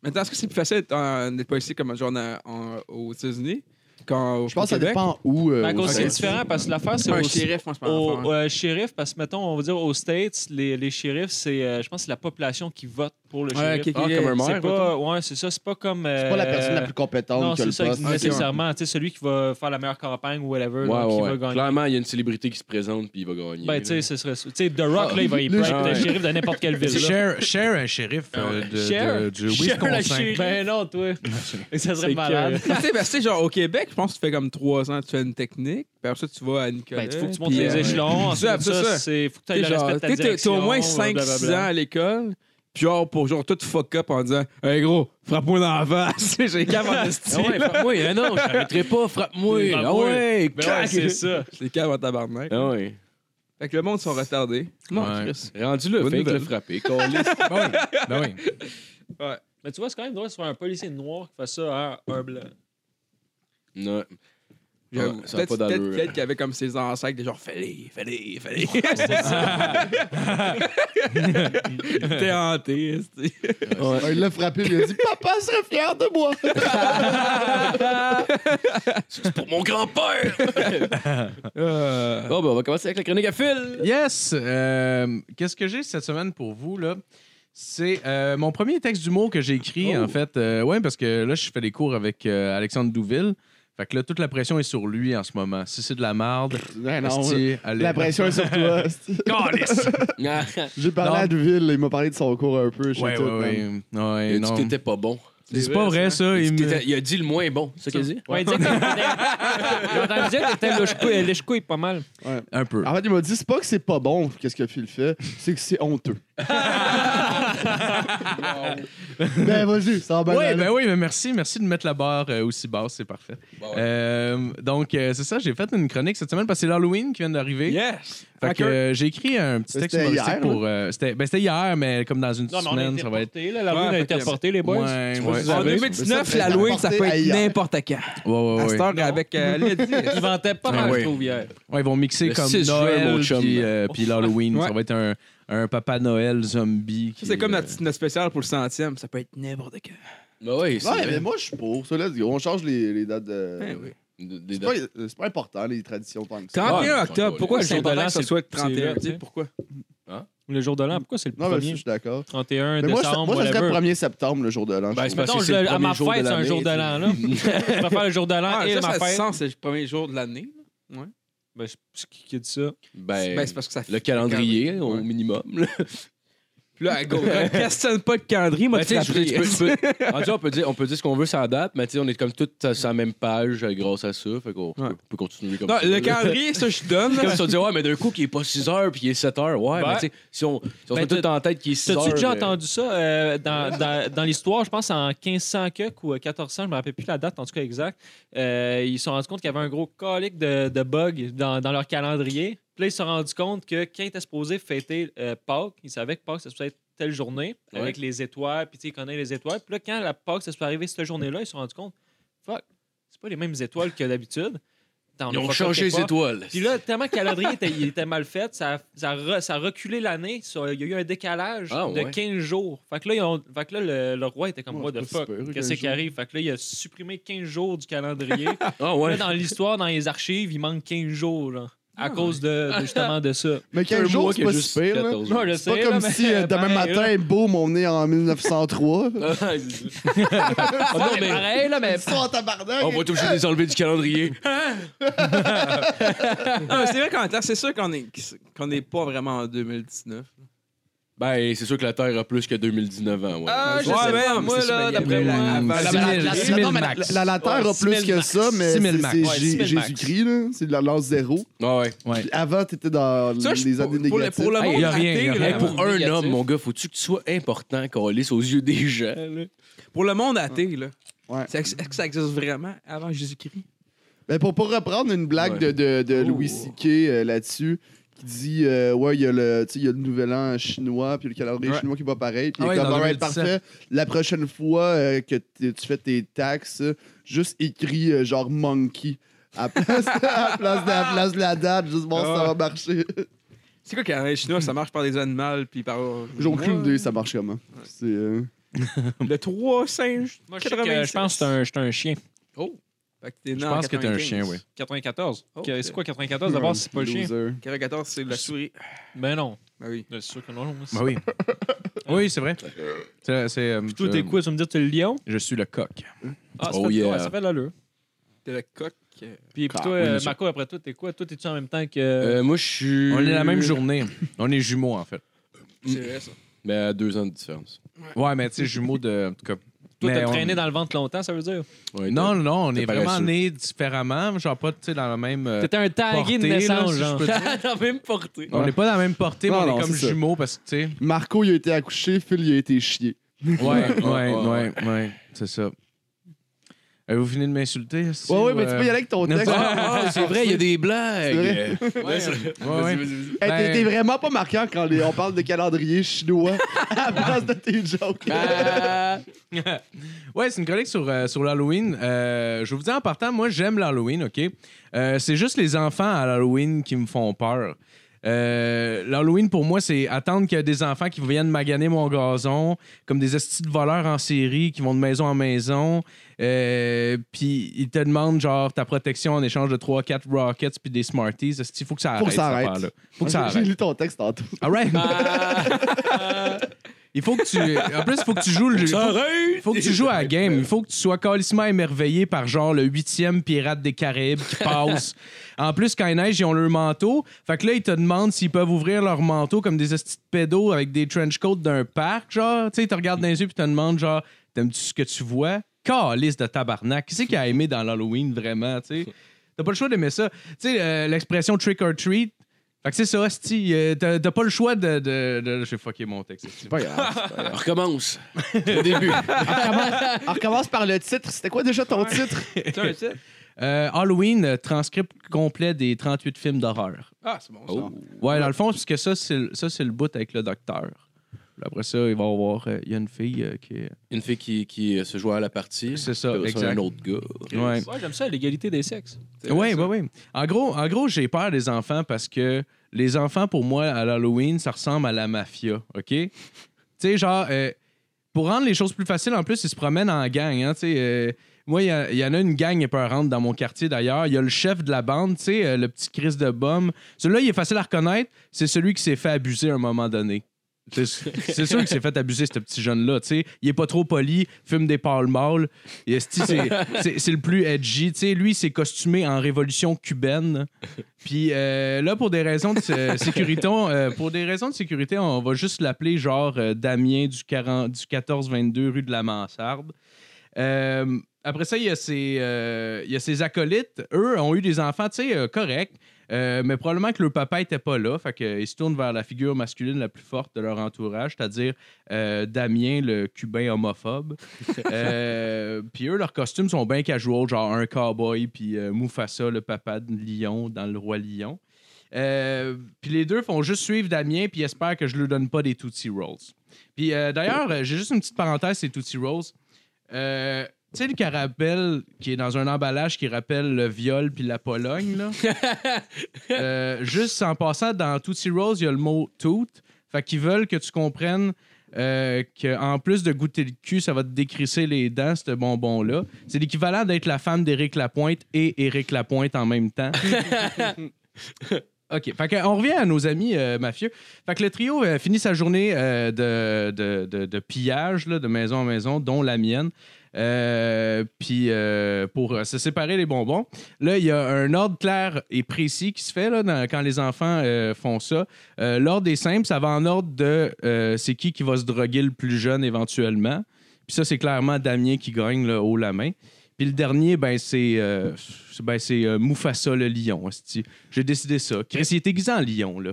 Speaker 4: Maintenant, est-ce que c'est plus facile d'être en- d'être policier comme genre en- en- aux États-Unis qu'en
Speaker 6: Je pense que ça
Speaker 4: Québec?
Speaker 6: dépend où. euh,
Speaker 7: Ben, à cause,
Speaker 6: au-
Speaker 7: c'est différent parce que l'affaire, c'est
Speaker 4: Un
Speaker 7: au-
Speaker 4: shérif, moi, je pense.
Speaker 7: au
Speaker 4: en France.
Speaker 7: au, euh, shérif, parce que mettons, on va dire aux States, les, les shérifs, c'est, euh, je pense, que c'est la population qui vote pour le
Speaker 4: Ouais,
Speaker 7: shérif.
Speaker 4: ok, ok,
Speaker 3: Ah, comme un
Speaker 4: ok.
Speaker 3: maire,
Speaker 7: C'est pas, ouais, c'est ça, c'est pas comme. euh,
Speaker 6: C'est pas la personne la plus
Speaker 7: Non,
Speaker 6: compétente que
Speaker 7: c'est
Speaker 6: le
Speaker 7: ça,
Speaker 6: poste.
Speaker 7: nécessairement. Tu sais, celui qui va faire la meilleure campagne ou whatever, là, qui va gagner.
Speaker 3: Clairement, il y a une célébrité qui se présente puis il va gagner.
Speaker 7: Ben, tu sais, ce serait. Tu sais, The Rock,
Speaker 6: Ah,
Speaker 7: là, il va y
Speaker 6: le-
Speaker 7: prendre le
Speaker 3: Ouais.
Speaker 7: shérif de n'importe quelle ville. là.
Speaker 5: Cher, Cher, un shérif
Speaker 6: Ah,
Speaker 5: euh, de,
Speaker 7: Cher?
Speaker 5: de- du
Speaker 7: Cher, la
Speaker 5: Wisconsin.
Speaker 7: shérif. Ben non, toi. ça serait
Speaker 3: C'est
Speaker 7: malade.
Speaker 4: Mais tu Ah, sais, ben, tu sais, genre au Québec, je pense que tu fais comme 3 ans, tu fais une technique, puis après ça, tu vas à Nicolas.
Speaker 7: Ben, il faut que tu montes
Speaker 4: puis,
Speaker 7: les
Speaker 4: euh,
Speaker 7: échelons.
Speaker 4: C'est
Speaker 7: ensuite
Speaker 4: ça,
Speaker 7: de
Speaker 4: c'est
Speaker 7: ça,
Speaker 4: ça.
Speaker 7: c'est faut que tu
Speaker 4: T'es
Speaker 7: ailles
Speaker 4: genre,
Speaker 7: respecter
Speaker 4: t'es-
Speaker 7: ta
Speaker 4: t'es- t'es au moins
Speaker 7: direction, euh,
Speaker 4: 5-6
Speaker 7: blablabla.
Speaker 4: ans à l'école, puis genre, pour genre, tout fuck up en disant Hey gros, frappe-moi dans la face, j'ai cave en esti.
Speaker 3: Ah ouais, frappe-moi, hein, non, je t'arrêterai pas, frappe-moi. Ah
Speaker 7: Frappe-moi.
Speaker 3: ouais,
Speaker 7: Ben ouais, c'est ça.
Speaker 4: C'est cave en tabarnak.
Speaker 3: Ah ouais.
Speaker 4: Fait que le monde sont retardés. Non,
Speaker 5: Ouais.
Speaker 4: Chris.
Speaker 3: Rendu le
Speaker 4: Bonne
Speaker 3: fait que
Speaker 4: nouvelle.
Speaker 3: le frapper, câlisse.
Speaker 5: Ben oui, ben oui.
Speaker 7: Mais tu vois, c'est quand même drôle de se faire un policier noir qui fait ça à un blanc.
Speaker 3: Non.
Speaker 4: J'avoue.
Speaker 3: ça a
Speaker 4: Peut-être
Speaker 3: pas d'allure.
Speaker 4: peut-être qu'il y avait comme ses ancêtres, des genre, fallait, fallait, fallait. T'es hanté, esti.
Speaker 6: Ouais, Il l'a frappé, il a dit Papa serait fier de moi.
Speaker 3: C'est pour mon grand-père!
Speaker 4: Euh,
Speaker 3: Bon, ben, on va commencer avec la chronique à fil.
Speaker 5: Yes! euh, Qu'est-ce que j'ai cette semaine pour vous, là? C'est euh, mon premier texte d'humour que j'ai écrit,
Speaker 3: Oh.
Speaker 5: en fait. Euh, ouais, parce que là, je fais des cours avec euh, Alexandre Douville. Fait que là, toute la pression est sur lui en ce moment. Si c'est de la marde,
Speaker 6: Ben non,
Speaker 5: esti, allez.
Speaker 6: la pression est sur toi.
Speaker 5: Calisse!
Speaker 3: Ah,
Speaker 6: J'ai parlé
Speaker 5: Non.
Speaker 6: à Deville, il m'a parlé de son cours un peu. je
Speaker 5: Ouais, ouais,
Speaker 6: sais tout, man.
Speaker 5: ouais. ouais
Speaker 3: il a dit
Speaker 5: non.
Speaker 3: que t'étais pas bon.
Speaker 5: C'est pas
Speaker 6: hein?
Speaker 5: vrai, ça.
Speaker 3: Ah, Il,
Speaker 5: Il
Speaker 3: dit
Speaker 5: me-
Speaker 3: que t'étais- il a dit le moins bon, c'est ça qu'il a dit?
Speaker 7: Ouais, il disait que t'étais. J'ai entendu dire que t'étais lèche-cou- euh, lèche-couille pas mal.
Speaker 5: Un peu.
Speaker 6: En fait, il m'a dit c'est pas que c'est pas bon, qu'est-ce que Phil fait, c'est que c'est honteux. ben vas-y, ça va bien.
Speaker 5: Ouais,
Speaker 6: aller.
Speaker 5: ben oui, mais merci. Merci de mettre la barre euh, aussi basse, c'est parfait.
Speaker 3: Bon, ouais.
Speaker 5: Euh, donc, euh, c'est ça, j'ai fait une chronique cette semaine parce que c'est l'Halloween qui vient d'arriver.
Speaker 4: Yes!
Speaker 5: Fait que
Speaker 4: Hacker.
Speaker 5: euh, j'ai écrit un petit
Speaker 6: Ça,
Speaker 5: texte
Speaker 6: c'était
Speaker 5: humoristique
Speaker 6: hier,
Speaker 5: pour. euh, c'était, ben, c'était hier, mais comme dans une
Speaker 7: Non, mais on a
Speaker 5: semaine,
Speaker 7: été
Speaker 5: ça va être.
Speaker 7: reporté, là. La lune a
Speaker 4: Ouais,
Speaker 7: été
Speaker 4: fait que-
Speaker 7: reportée, les boys.
Speaker 5: Ouais,
Speaker 3: Tu
Speaker 5: ouais,
Speaker 3: vois,
Speaker 5: ouais,
Speaker 3: c'est-
Speaker 4: En
Speaker 3: savez,
Speaker 4: 2019,
Speaker 6: ça,
Speaker 4: la Louis, ça peut être
Speaker 6: hier.
Speaker 4: n'importe quand.
Speaker 5: ouais, ouais.
Speaker 4: À cette heure,
Speaker 7: Non.
Speaker 4: avec euh, les
Speaker 7: Ils vantaient pas
Speaker 5: Ouais,
Speaker 7: mal,
Speaker 5: ouais.
Speaker 7: je trouve, hier.
Speaker 5: Ouais, ils vont mixer
Speaker 3: Le
Speaker 5: comme
Speaker 3: 6 juin,
Speaker 5: Noël
Speaker 3: mon chum.
Speaker 5: puis, euh, puis l'Halloween.
Speaker 4: Ouais.
Speaker 5: Ça va être un, un Papa Noël zombie.
Speaker 4: Ça,
Speaker 5: qui
Speaker 4: c'est comme
Speaker 5: est,
Speaker 4: notre, notre spécial pour le centième. Ça peut être n'importe quand.
Speaker 3: Ben ouais, c'est
Speaker 6: Ouais,
Speaker 3: vrai.
Speaker 6: mais moi je suis pour ça, là, on change les, les dates de.
Speaker 4: Ben oui.
Speaker 3: Des- des
Speaker 6: C'est pas, euh, c'est pas important, les traditions tant que ça.
Speaker 4: 31
Speaker 3: Ah,
Speaker 4: octobre,
Speaker 3: mais-
Speaker 4: pourquoi
Speaker 7: Ouais,
Speaker 4: le
Speaker 7: c'est
Speaker 4: jour de l'an,
Speaker 7: important,
Speaker 4: ça
Speaker 7: c'est-
Speaker 4: soit le
Speaker 7: c'est là,
Speaker 4: 31?
Speaker 7: tu sais.
Speaker 4: Pourquoi?
Speaker 7: Le jour de l'an, pourquoi c'est le
Speaker 6: Non, mais ça,
Speaker 7: premier?
Speaker 6: je suis d'accord.
Speaker 7: 31
Speaker 6: Mais moi, ça-
Speaker 7: décembre,
Speaker 6: moi, ça serait le
Speaker 7: whatever.
Speaker 6: 1er septembre, le jour de l'an.
Speaker 3: Ben,
Speaker 6: je
Speaker 3: c'est parce
Speaker 7: Mettons,
Speaker 3: que c'est
Speaker 7: je-
Speaker 3: le
Speaker 7: à ma
Speaker 3: premier jour de
Speaker 7: fête, c'est un
Speaker 3: l'année,
Speaker 7: jour de
Speaker 3: tu sais.
Speaker 7: l'an, là. Je préfère le jour de l'an
Speaker 4: Ah,
Speaker 7: et
Speaker 4: ça,
Speaker 7: ma
Speaker 4: ça a du
Speaker 7: fête.
Speaker 4: sens, c'est le premier jour de l'année.
Speaker 7: Ben, je- c'est qui qui a dit ça?
Speaker 3: Ben,
Speaker 4: Ben, c'est parce que ça fait-
Speaker 3: le calendrier,
Speaker 4: Ouais.
Speaker 3: au minimum. là.
Speaker 4: Puis là, à gauche, questionne pas le calendrier, moi,
Speaker 3: Ben,
Speaker 4: tu
Speaker 3: tu sais, je veux dire,
Speaker 4: l'as
Speaker 3: tu peux- tu peux- en tout cas, on peut dire, on peut dire ce qu'on veut sur la date, mais tu sais, on est comme tous à- sur la même page euh, grâce à ça. Fait qu'on
Speaker 4: Ouais.
Speaker 3: peut, on peut continuer comme
Speaker 4: Non,
Speaker 3: ça.
Speaker 4: le
Speaker 3: là.
Speaker 4: calendrier, ça, je donne.
Speaker 3: Comme si on dit, ouais, mais d'un coup, qu'il est pas 6 heures puis il est 7 heures. Ouais,
Speaker 7: Ben,
Speaker 3: mais tu sais, si on, si on
Speaker 7: ben,
Speaker 3: se met tout en tête qu'il est 6 heures.
Speaker 7: T'as-tu déjà
Speaker 3: euh,
Speaker 7: entendu ça euh, dans, dans, dans l'histoire, je pense en 1500 cuck ou euh, 1400, je me rappelle plus la date en tout cas exacte. euh, ils se sont rendus compte qu'il y avait un gros colique de, de bugs dans, dans leur calendrier. Puis là, ils se sont rendus compte que quand ils étaient supposés fêter euh, Pâques, ils savaient que Pâques, ça se être telle journée avec les étoiles, puis tu sais, ils connaissent les étoiles. Puis là, quand la Pâques, ça se peut arriver cette journée-là, ils se sont rendus compte, fuck, c'est pas les mêmes étoiles que d'habitude. T'en
Speaker 3: Ils
Speaker 7: as
Speaker 3: ont
Speaker 7: fucké
Speaker 3: changé les
Speaker 7: quelque part.
Speaker 3: étoiles.
Speaker 7: Puis là, tellement que le calendrier était, il était mal fait, ça, a- ça, a re- ça a reculé l'année. ça- Il y a eu un décalage
Speaker 3: Ah,
Speaker 7: de
Speaker 3: ouais.
Speaker 7: 15 jours. Fait que là, ils ont- fait que là, le, le roi était comme
Speaker 6: Ouais,
Speaker 7: What
Speaker 6: c'est
Speaker 7: the
Speaker 6: pas
Speaker 7: fuck?
Speaker 6: si peur,
Speaker 7: Qu'est-ce
Speaker 6: 15
Speaker 7: qui arrive? Fait que là, il a supprimé 15 jours du calendrier.
Speaker 3: Ah
Speaker 7: Là,
Speaker 3: ouais.
Speaker 7: dans l'histoire, dans les archives, il manque 15 jours là, à cause de, de- justement de ça.
Speaker 6: Mais quel jour, c'est pas si pire, là.
Speaker 7: Non, je
Speaker 6: C'est pas
Speaker 7: sais,
Speaker 6: comme
Speaker 7: là, mais-
Speaker 6: si euh, demain
Speaker 7: pareil, là.
Speaker 6: matin, boum, on est en 1903.
Speaker 3: Ah,
Speaker 7: Ouais, Ah, mais pareil, là, mais
Speaker 6: Ben, Ça, en tabarnak!
Speaker 3: on va être obligé de les enlever du calendrier.
Speaker 4: Non, mais c'est vrai qu'en même temps, c'est sûr qu'on est, qu'on est pas vraiment en 2019.
Speaker 3: Ben, c'est sûr que la Terre a plus que 2019 ans. Ouais.
Speaker 4: Ah,
Speaker 7: je sais pas, moi, là, d'après moi,
Speaker 6: La-
Speaker 5: Six
Speaker 6: la-
Speaker 5: mille-
Speaker 6: la-
Speaker 5: six
Speaker 6: la-
Speaker 5: mille
Speaker 6: non, mais
Speaker 5: max.
Speaker 6: La, la- la Terre
Speaker 7: Ouais,
Speaker 6: a
Speaker 7: six
Speaker 6: plus
Speaker 7: mille
Speaker 6: que
Speaker 7: max.
Speaker 6: ça, mais
Speaker 5: Six mille
Speaker 6: c'est
Speaker 5: max.
Speaker 6: c'est
Speaker 7: Ouais,
Speaker 6: Jé-
Speaker 7: six mille max.
Speaker 6: Jésus-Christ, là. C'est de la lance zéro.
Speaker 3: Ah ouais.
Speaker 5: Ouais.
Speaker 6: Puis Avant, t'étais dans
Speaker 4: Ça, je-
Speaker 6: les années
Speaker 4: pour- pour le-
Speaker 6: négatives.
Speaker 4: Pour le
Speaker 3: Hey,
Speaker 4: monde
Speaker 5: y a rien,
Speaker 4: athée,
Speaker 5: y a
Speaker 4: là,
Speaker 3: Hey,
Speaker 5: rien.
Speaker 3: pour un
Speaker 7: Négatif.
Speaker 3: homme, mon gars, faut-tu que tu sois important, Calis, aux yeux des gens?
Speaker 4: pour le monde athée, là.
Speaker 6: Ouais.
Speaker 4: c'est- Est-ce que ça existe vraiment avant Jésus-Christ?
Speaker 6: Ben, pour, pour reprendre une blague
Speaker 3: Ouais.
Speaker 6: de, de, de
Speaker 4: Oh.
Speaker 6: Louis C.K. euh, là-dessus, qui dit euh, Ouais, il y, a le- tu sais, il y a le nouvel an chinois, puis le calendrier
Speaker 4: Ouais.
Speaker 6: chinois qui va pareil. Puis
Speaker 5: Ah
Speaker 6: il est
Speaker 5: ouais,
Speaker 6: comme
Speaker 5: dans
Speaker 6: Alright,
Speaker 5: 2017.
Speaker 6: parfait. La prochaine fois euh, que t- tu fais tes taxes, euh, juste écris euh, genre monkey à place, à place de, à place de la date, juste voir si ça va marcher.
Speaker 4: C'est quoi qu'en chinois, ça marche par des animaux puis par.
Speaker 6: J'ai aucune idée, ça marche comment. C'est, euh,
Speaker 4: Le 3 singes.
Speaker 7: moi, je, sais que, je pense que c'est un- j'étais un, chien.
Speaker 4: Fait que t'es
Speaker 5: Je
Speaker 4: né en
Speaker 5: pense que t'es un chien, oui.
Speaker 7: 94.
Speaker 4: Oh,
Speaker 7: Que-
Speaker 4: ok.
Speaker 7: C'est quoi 94 d'abord si c'est pas le chien?
Speaker 6: loser.
Speaker 4: 95. 14, c'est la souris.
Speaker 7: Ben non.
Speaker 6: Ah
Speaker 4: Ben oui.
Speaker 7: C'est sûr que non. moi, c'est-
Speaker 5: Ben oui. oui, c'est vrai. C'est, c'est, euh,
Speaker 7: Tout
Speaker 5: je,
Speaker 7: est quoi? Tu vas me dire que tu es le lion?
Speaker 5: je suis le coq.
Speaker 7: Ah, ça
Speaker 3: Oh,
Speaker 7: fait-
Speaker 3: yeah.
Speaker 7: ouais, ça fait de l'allure.
Speaker 4: T'es le coq. euh,
Speaker 7: Puis puis toi,
Speaker 3: oui,
Speaker 7: euh,
Speaker 3: monsieur.
Speaker 7: Marco, après tout, t'es quoi? Toi, t'es-tu en même temps que.
Speaker 3: Euh, moi, je suis.
Speaker 5: On est la même journée. On est jumeaux, en fait.
Speaker 6: Mm.
Speaker 4: C'est vrai, ça.
Speaker 3: Mais Ben, à deux ans de différence.
Speaker 5: Ouais, mais tu sais, jumeaux de. en tout cas,
Speaker 7: Toi,
Speaker 5: Mais
Speaker 7: t'as
Speaker 5: on-
Speaker 7: traîné dans le ventre longtemps, ça veut dire?
Speaker 3: Ouais,
Speaker 5: Non, non, on
Speaker 3: t'es
Speaker 5: est vraiment
Speaker 3: paresseux.
Speaker 5: nés différemment. Genre, pas tu sais, dans la même. euh,
Speaker 7: T'étais un tagué de
Speaker 5: portée, là,
Speaker 7: naissance,
Speaker 5: si je
Speaker 7: genre.
Speaker 5: peux dire.
Speaker 7: T'as même porté.
Speaker 5: on n'est pas dans la même portée,
Speaker 6: Non,
Speaker 5: mais on
Speaker 6: non,
Speaker 5: est comme
Speaker 6: c'est ça.
Speaker 5: jumeaux parce que, tu sais.
Speaker 6: Marco, il a été accouché, Phil, il a été chié.
Speaker 5: Ouais,
Speaker 3: ouais,
Speaker 5: ouais, ouais, ouais. C'est ça. Avez-vous fini de m'insulter? euh,
Speaker 6: Ouais, ouais, mais tu peux y aller avec ton texte.
Speaker 3: Ah, ah, c'est vrai, il y a des blagues.
Speaker 6: C'est
Speaker 5: ouais.
Speaker 3: Vas-y, vas-y, vas-y.
Speaker 6: Hey,
Speaker 5: Ben-
Speaker 6: Eh, t'es- T'es vraiment pas marquant quand les- on parle de calendrier chinois à la place de tes jokes.
Speaker 5: Ben, ouais, c'est une chronique sur, euh, sur l'Halloween. Euh, je vous dis en partant, moi, j'aime l'Halloween, OK? Euh, c'est juste les enfants à l'Halloween qui me font peur. Euh, L'Halloween, pour moi, c'est attendre qu'il y ait des enfants qui viennent maganer mon gazon, comme des estis de voleurs en série qui vont de maison en maison. Euh, puis ils te demandent, genre, ta protection en échange de 3-4 Rockets puis des Smarties. Il faut que ça arrête.
Speaker 6: Faut que ça
Speaker 5: cette
Speaker 6: arrête. Ah,
Speaker 5: affaire-là. Faut que ça
Speaker 6: J'ai
Speaker 5: arrête.
Speaker 6: lu ton texte tantôt.
Speaker 5: All right. il faut que tu. En plus, il faut que tu joues le jeu. Il faut que tu joues à la game. Il faut que tu sois calissement émerveillé par genre le huitième pirate des Caraïbes qui passe. en plus, quand il neige, ils ont leur manteau. Fait que là, ils te demandent s'ils peuvent ouvrir leur manteau comme des estis de pédos avec des trench coats d'un parc. Genre, tu sais, ils te regardent dans les yeux puis ils te demandent genre, t'aimes-tu ce que tu vois? Calice de tabarnak. Qui c'est qui a aimé dans l'Halloween vraiment, tu sais? T'as pas le choix d'aimer ça. Tu sais, euh, l'expression trick or treat. Fait que c'est ça, hostie. euh, T'as t'as pas le choix de. de, de... J'ai fucké mon texte. hostie.
Speaker 6: Pas grave.
Speaker 3: On recommence. Au début.
Speaker 6: On recommence par le titre. C'était quoi déjà ton titre?
Speaker 4: C'est un titre?
Speaker 5: Euh, Halloween, euh, transcript complet des 38 films d'horreur.
Speaker 4: Ah, c'est
Speaker 5: Oh.
Speaker 4: bon, ça.
Speaker 5: Ouais, dans le fond, parce que ça, c'est le- ça, c'est le bout avec le docteur. Puis Après ça, il va y avoir. euh, Il y a une fille euh, qui. est-
Speaker 3: Une fille qui, qui euh, se joue à la partie.
Speaker 5: C'est ça,
Speaker 3: Puis
Speaker 5: exact.
Speaker 3: Un autre gars.
Speaker 5: Ouais.
Speaker 7: Ouais, j'aime ça, l'égalité des sexes.
Speaker 4: C'est
Speaker 5: Ouais,
Speaker 4: ça.
Speaker 5: ouais, ouais. En gros, en gros j'ai peur des enfants parce que les enfants, pour moi, à l'Halloween, ça ressemble à la mafia, OK? Tu sais, genre, euh, pour rendre les choses plus faciles, en plus, ils se promènent en gang, hein, tu sais. euh, moi, il y a- il y, en a une gang épeurante dans mon quartier, d'ailleurs. Il y a le chef de la bande, tu sais, euh, le petit Chris de Bum. Celui-là, il est facile à reconnaître. C'est celui qui s'est fait abuser à un moment donné. C'est c'est sûr qu'il s'est fait abuser, ce petit jeune-là, tu sais. Il est pas trop poli, fume des pâles mâles. Et esti, c'est c'est- c'est le plus edgy. Tu sais, lui, il s'est costumé en révolution cubaine. Puis euh, là, pour des raisons de sé- sécurité, on- euh, pour des raisons de sécurité, on va juste l'appeler genre euh, Damien du, 40 du 14-22 rue de la Mansarde. Euh, après ça, il y, a ses, euh, il y a ses acolytes. Eux ont eu des enfants, tu sais, euh, corrects. Euh, mais probablement que leur papa était pas là, fait qu'ils se tournent vers la figure masculine la plus forte de leur entourage, c'est-à-dire euh, Damien, le Cubain homophobe. Euh, puis eux, leurs costumes sont bien casual, genre un cowboy, puis euh, Mufasa, le papa de Lion, dans le roi Lion. Euh, puis les deux font juste suivre Damien, puis espèrent que je lui donne pas des Tootsie Rolls. Puis euh, d'ailleurs, euh, j'ai juste une petite parenthèse, c'est Tootsie Rolls. Euh, tu sais, le carabelle qui est dans un emballage qui rappelle le viol puis la Pologne, là. Euh, juste en passant, dans Tootsie Rolls, il y a le mot tout. Fait qu'ils veulent que tu comprennes euh, qu'en plus de goûter le cul, ça va te décrisser les dents, ce bonbon-là. C'est l'équivalent d'être la femme d'Éric Lapointe et Éric Lapointe en même temps. OK. Fait que on revient à nos amis euh, mafieux. Fait que le trio euh, finit sa journée euh, de, de- de- de pillage là, de maison en maison, dont la mienne. Euh, puis euh, pour euh, se séparer les bonbons. Là, il y a un ordre clair et précis qui se fait là, dans- quand les enfants euh, font ça. Euh, l'ordre est simple, ça va en ordre de euh, c'est qui qui va se droguer le plus jeune éventuellement. Puis ça, c'est clairement Damien qui gagne là, haut la main. Puis le dernier, ben, c'est euh, c'est- ben, c'est, euh, Mufasa le lion. hostie. J'ai décidé ça. Chris, il est aiguisé en lion. là.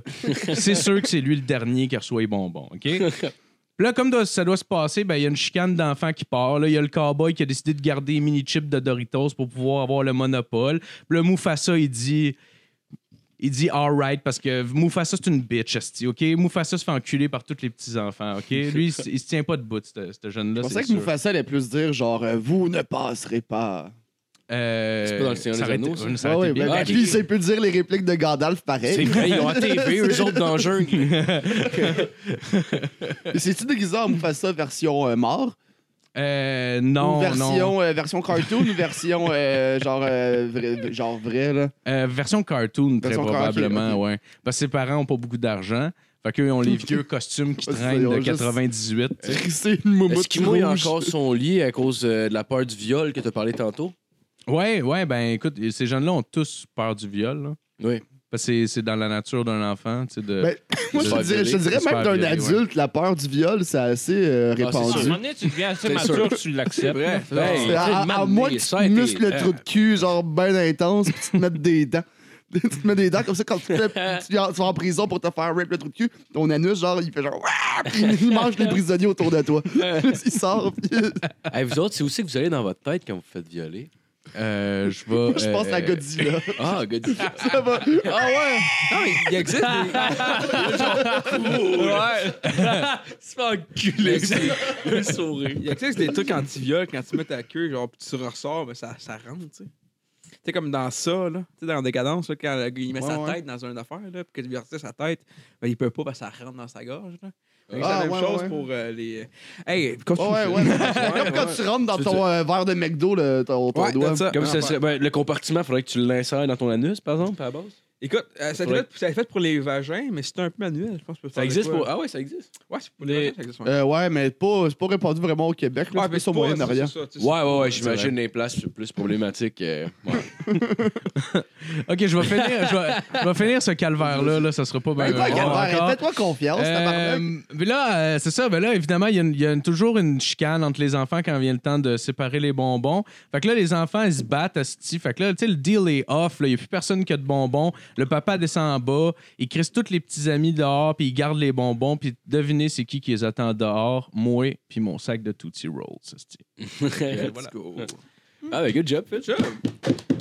Speaker 5: c'est sûr que c'est lui le dernier qui reçoit les bonbons. OK? Puis là, comme doit- ça doit se passer, ben, il y a une chicane d'enfants qui part. là. Il y a le cowboy qui a décidé de garder les mini-chips de Doritos pour pouvoir avoir le monopole. Puis le Mufasa, il dit. Il dit alright parce que Mufasa, c'est une bitch, esti, OK? Mufasa se fait enculer par tous les petits-enfants, OK? Lui, il, s- il se tient pas debout, ce ce jeune-là.
Speaker 6: Je
Speaker 5: c'est
Speaker 6: pensais que
Speaker 5: sûr.
Speaker 6: Mufasa allait plus dire genre euh, vous ne passerez pas.
Speaker 5: Euh,
Speaker 3: C'est pas dans le Seigneur
Speaker 5: ça
Speaker 3: des
Speaker 5: aurait été-
Speaker 3: Anneaux, ça?
Speaker 5: euh, ça
Speaker 6: Ah
Speaker 5: aurait
Speaker 6: oui,
Speaker 5: été
Speaker 6: ben,
Speaker 5: bien.
Speaker 3: Ah,
Speaker 6: puis
Speaker 3: ok.
Speaker 6: il peut dire les répliques de Gandalf
Speaker 3: C'est
Speaker 6: pareil.
Speaker 3: vrai, ils ont ATV, eux autres, dans le jungle.
Speaker 6: C'est-tu déguisé en Mufasa version euh, mort?
Speaker 5: Euh,
Speaker 6: ou
Speaker 5: non, non.
Speaker 6: version, euh, version cartoon ou version euh, genre, euh, vrai, genre vrai là?
Speaker 5: Euh, version cartoon, très
Speaker 6: Version car-
Speaker 5: probablement,
Speaker 6: ok,
Speaker 5: ouais. Parce que ses parents ont pas beaucoup d'argent. Fait qu'eux, ils ont les vieux costumes qui
Speaker 6: Ouais, c'est
Speaker 5: traînent
Speaker 6: ça, ils
Speaker 5: de
Speaker 6: ont juste-
Speaker 5: 98. tu sais.
Speaker 6: C'est une moumoute
Speaker 3: Est-ce qu'il mouille
Speaker 6: rouge.
Speaker 3: encore son lit à cause euh, de la peur du viol que t'as parlé tantôt?
Speaker 5: Ouais, ouais, ben écoute, ces jeunes-là ont tous peur du viol. là.
Speaker 3: Oui.
Speaker 5: Parce que c'est- c'est dans la nature d'un enfant, tu sais, de...
Speaker 6: Ben, Moi, je te
Speaker 3: Super
Speaker 6: dirais, je te
Speaker 5: violé.
Speaker 6: dirais même
Speaker 5: Super
Speaker 6: d'un
Speaker 5: violé, ouais.
Speaker 6: adulte, la peur du viol, c'est assez euh,
Speaker 3: c'est
Speaker 7: À un
Speaker 6: répandu.
Speaker 3: sûr.
Speaker 7: moment donné, tu deviens assez
Speaker 3: C'est
Speaker 7: mature, tu
Speaker 3: C'est
Speaker 7: l'acceptes.
Speaker 3: vrai.
Speaker 7: là.
Speaker 3: Hey,
Speaker 6: C'est à, à- à
Speaker 3: tellement
Speaker 6: moins
Speaker 3: de-
Speaker 6: que tu
Speaker 3: ça a
Speaker 6: te muscles le
Speaker 3: été-
Speaker 6: trou de cul, genre ben intense, puis tu te mettes des dents. tu te mets des dents comme ça quand tu, te fais- tu vas tu vas en prison pour te faire rip le trou de cul. Ton anus, genre, il fait genre. Wah! Puis il mange les prisonniers autour de toi. il sort. puis-
Speaker 3: Hey, vous autres, c'est aussi que vous allez dans votre tête quand vous vous faites violer.
Speaker 5: Euh, je vais...
Speaker 6: je pense
Speaker 5: euh,
Speaker 6: à Godzilla.
Speaker 3: Ah, god.
Speaker 6: Ça va.
Speaker 3: Ah ouais! Non, mais il existe des.
Speaker 4: Ouais.
Speaker 3: Tu fais enculer. c'est Un sourire.
Speaker 4: Il y a tu sais, des trucs anti-viol quand tu mets ta queue, genre, puis tu ressors, mais ça, ça rentre, tu sais. Tu sais, comme dans ça, là, tu sais, dans Décadence, là, quand le gars, il met
Speaker 6: Ouais,
Speaker 4: sa
Speaker 6: ouais.
Speaker 4: tête dans une affaire, là, puis que lui retire sa tête, ben, il peut pas, ben, ça rentre dans sa gorge, là. Fait que C'est
Speaker 6: Ah,
Speaker 4: la même
Speaker 6: ouais,
Speaker 4: chose
Speaker 6: ouais.
Speaker 4: pour euh, les. Hey, comme
Speaker 6: Ouais, ouais, ouais. Comme quand tu rentres dans
Speaker 3: Tu-
Speaker 6: ton euh, verre de McDo, le- ton, ton
Speaker 4: Ouais,
Speaker 6: doigt.
Speaker 4: t'as ça.
Speaker 3: Comme ça
Speaker 4: Ah,
Speaker 3: serait. Ben, le compartiment, faudrait que tu l'insères dans ton anus, par exemple, à la base.
Speaker 4: Écoute, euh, ça a été
Speaker 3: Faudrait-
Speaker 4: fait- ça a été fait pour les vagins, mais c'est un peu manuel, je pense. que tu peux
Speaker 3: Ça
Speaker 4: faire de
Speaker 3: existe
Speaker 4: quoi.
Speaker 3: pour. Ah ouais, ça existe.
Speaker 4: Ouais, c'est pour les vagins, ça existe. ouais.
Speaker 6: Euh, ouais, mais pas- c'est pas répandu vraiment au Québec. là.
Speaker 4: Ouais,
Speaker 6: C'est
Speaker 4: mais
Speaker 6: plus au
Speaker 4: pas-
Speaker 6: Moyen-Orient.
Speaker 4: c'est ça, tu sais,
Speaker 3: Ouais, ouais, ouais,
Speaker 4: c'est-
Speaker 3: j'imagine les places plus problématiques. euh, ouais.
Speaker 5: OK, je vais finir, je vais, je vais finir ce calvaire-là. Là, ça sera pas bien
Speaker 6: Ben, toi,
Speaker 5: long
Speaker 6: Calvaire,
Speaker 5: Euh, encore.
Speaker 6: Fais-toi confiance, tabarnak.
Speaker 5: Euh, mais là, euh, c'est ça. Mais là, évidemment, il y a, une- il y a une- toujours une chicane entre les enfants quand vient le temps de séparer les bonbons. Fait que là, les enfants, ils se battent à ce Fait que là, tu sais, le deal est off. là. Il n'y a plus personne qui a de bonbons. Le papa descend en bas. Il crisse tous les petits amis dehors, puis il garde les bonbons. Puis devinez, c'est qui qui les attend dehors? Moi, puis mon sac de Tootsie Rolls. esti.
Speaker 4: Euh,
Speaker 3: Let's
Speaker 4: voilà.
Speaker 3: go. Ah, ben, good job, Phil.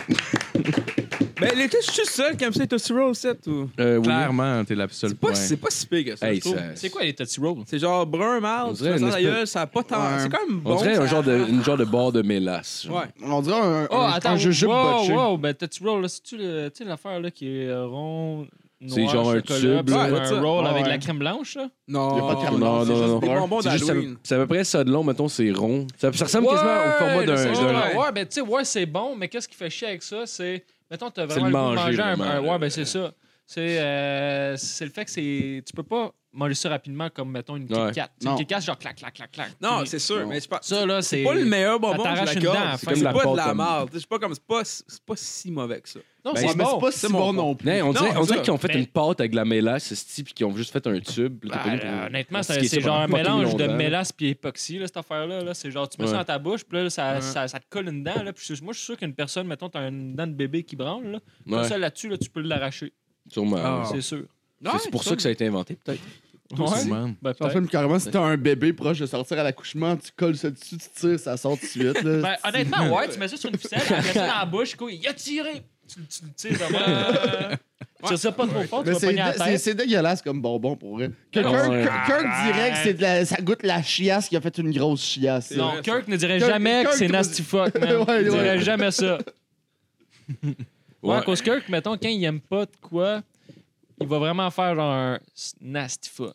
Speaker 4: Mais les tu juste seul comme ça, t'as zero set ou.
Speaker 3: Euh, oui.
Speaker 5: Clairement, t'es la seule
Speaker 4: C'est pas,
Speaker 5: point.
Speaker 4: c'est pas si pire que ça.
Speaker 3: Hey,
Speaker 4: je trouve.
Speaker 3: ça-
Speaker 7: C'est quoi les Tootsie Rolls?
Speaker 4: C'est genre brun,
Speaker 3: On
Speaker 4: mâle, tu
Speaker 3: dirait
Speaker 4: fais ça
Speaker 3: une
Speaker 4: dans la
Speaker 3: espèce-
Speaker 4: gueule, ça a pas tant.
Speaker 6: Ouais.
Speaker 4: C'est quand même bon.
Speaker 3: On dirait un
Speaker 4: ça-
Speaker 3: genre de, une genre de barre de mélasse. genre.
Speaker 4: Ouais.
Speaker 6: On dirait un,
Speaker 7: Oh,
Speaker 6: un,
Speaker 7: attends,
Speaker 6: un jujube
Speaker 7: wow,
Speaker 6: botché.
Speaker 7: wow, ben Tootsie Roll, là, c'est-tu le- tu sais, l'affaire là qui est euh, rond, noir,
Speaker 3: C'est genre un
Speaker 7: chocolat,
Speaker 3: tube,
Speaker 7: puis
Speaker 4: là.
Speaker 7: c'est
Speaker 4: Ouais, c'est ça.
Speaker 7: un roll
Speaker 6: Ouais,
Speaker 7: avec
Speaker 6: ouais.
Speaker 7: la crème blanche, là?
Speaker 4: Oh, Non.
Speaker 6: Y a pas de
Speaker 4: non,
Speaker 6: caramel,
Speaker 3: Non,
Speaker 6: c'est
Speaker 3: non,
Speaker 6: juste
Speaker 3: non.
Speaker 4: des bonbons
Speaker 3: C'est juste,
Speaker 4: d'Halloween.
Speaker 3: ça- C'est à peu près ça de long, mettons, c'est rond. Ça, ça ressemble quasiment au format d'un.
Speaker 7: Ouais,
Speaker 3: d'un-
Speaker 7: ouais, ouais, ben tu sais, ouais, c'est bon, mais qu'est-ce qui fait chier avec ça? C'est. Mettons, t'as
Speaker 3: C'est
Speaker 7: vraiment
Speaker 3: le
Speaker 7: goût de
Speaker 3: manger,
Speaker 7: un-
Speaker 3: vraiment,
Speaker 7: un-
Speaker 3: là. euh.
Speaker 7: Ouais, ben c'est ça. C'est euh, c'est le fait que c'est. Tu peux pas manger ça rapidement comme, mettons, une
Speaker 3: Ouais.
Speaker 7: Kit Kat. Tu sais,
Speaker 6: Non.
Speaker 7: Une Kit Kat, genre clac, clac, clac, clac.
Speaker 4: Non,
Speaker 7: Puis
Speaker 4: c'est sûr,
Speaker 6: Non.
Speaker 4: mais c'est pas.
Speaker 7: Ça, là, c'est.
Speaker 4: C'est pas le meilleur bonbon
Speaker 7: Ça
Speaker 4: que
Speaker 7: t'arrache
Speaker 4: je
Speaker 7: une dent à la
Speaker 4: l'accorde.
Speaker 7: fin.
Speaker 4: C'est
Speaker 3: Comme la
Speaker 4: pas de la
Speaker 3: pâte à-
Speaker 4: merde. C'est pas comme. C'est pas, c'est pas si mauvais que ça.
Speaker 7: Non,
Speaker 3: Ben,
Speaker 6: Ouais,
Speaker 7: c'est
Speaker 6: mais
Speaker 7: bon.
Speaker 6: c'est pas si bon non plus.
Speaker 3: Non, on dirait,
Speaker 4: Non,
Speaker 3: on
Speaker 4: c'est
Speaker 3: dirait
Speaker 4: ça.
Speaker 3: qu'ils ont fait
Speaker 7: Mais-
Speaker 3: une pâte avec de la mélasse, ce type, puis qu'ils ont juste fait un tube. puis Bah, là, t'as
Speaker 7: Ben,
Speaker 3: pas eu-
Speaker 7: honnêtement,
Speaker 3: Parce
Speaker 7: c'est
Speaker 3: que
Speaker 7: c'est genre un
Speaker 3: pendant fucking
Speaker 7: mélange de
Speaker 3: longtemps, là.
Speaker 7: mélasse puis époxy, là, cette affaire-là. là. C'est genre, tu mets
Speaker 3: Ouais.
Speaker 7: ça dans ta bouche, puis là, ça,
Speaker 4: Ouais.
Speaker 7: ça, ça te colle une dent. Là, puis je- moi, je suis sûr qu'une personne, mettons, t'as une dent de bébé qui branle, là, comme
Speaker 3: Ouais,
Speaker 7: ça, là-dessus, là, tu peux l'arracher.
Speaker 3: sûrement.
Speaker 4: Ah.
Speaker 3: ouais.
Speaker 7: C'est sûr.
Speaker 3: C'est- c'est pour ça que ça a été inventé, peut-être.
Speaker 7: Ouais.
Speaker 5: Man.
Speaker 7: Ben,
Speaker 6: Ça
Speaker 7: peut-être.
Speaker 6: fait carrément, si t'as un bébé proche de sortir à l'accouchement, tu colles ça dessus, tu tires, ça sort tout de suite. Là.
Speaker 7: Ben, honnêtement, ouais, tu mets ça sur une ficelle, tu mets ça dans la bouche, quoi, il a tiré. Tu, tu, tu sais, vraiment. euh, Tu sais pas trop fort, tu
Speaker 6: Mais
Speaker 7: vas
Speaker 6: c'est,
Speaker 7: pogner la
Speaker 6: dé- c'est-
Speaker 7: tête.
Speaker 6: c'est dégueulasse comme bonbon pour vrai. Quelqu'un,
Speaker 3: Ah ouais.
Speaker 6: quelqu'un dirait que c'est de la- ça goûte la chiasse qui a fait une grosse chiasse.
Speaker 4: C'est
Speaker 7: Non,
Speaker 4: vrai, ça.
Speaker 7: Kirk ne dirait
Speaker 6: Kirk-
Speaker 7: jamais
Speaker 6: Kirk
Speaker 7: que c'est
Speaker 6: nous-
Speaker 7: nasty fuck, man.
Speaker 6: Ouais,
Speaker 7: Il dirait
Speaker 6: ouais.
Speaker 7: jamais ça. Ouais,
Speaker 3: Ouais.
Speaker 7: cause Kirk, mettons, quand il aime pas de quoi, il va vraiment faire genre un nasty fuck.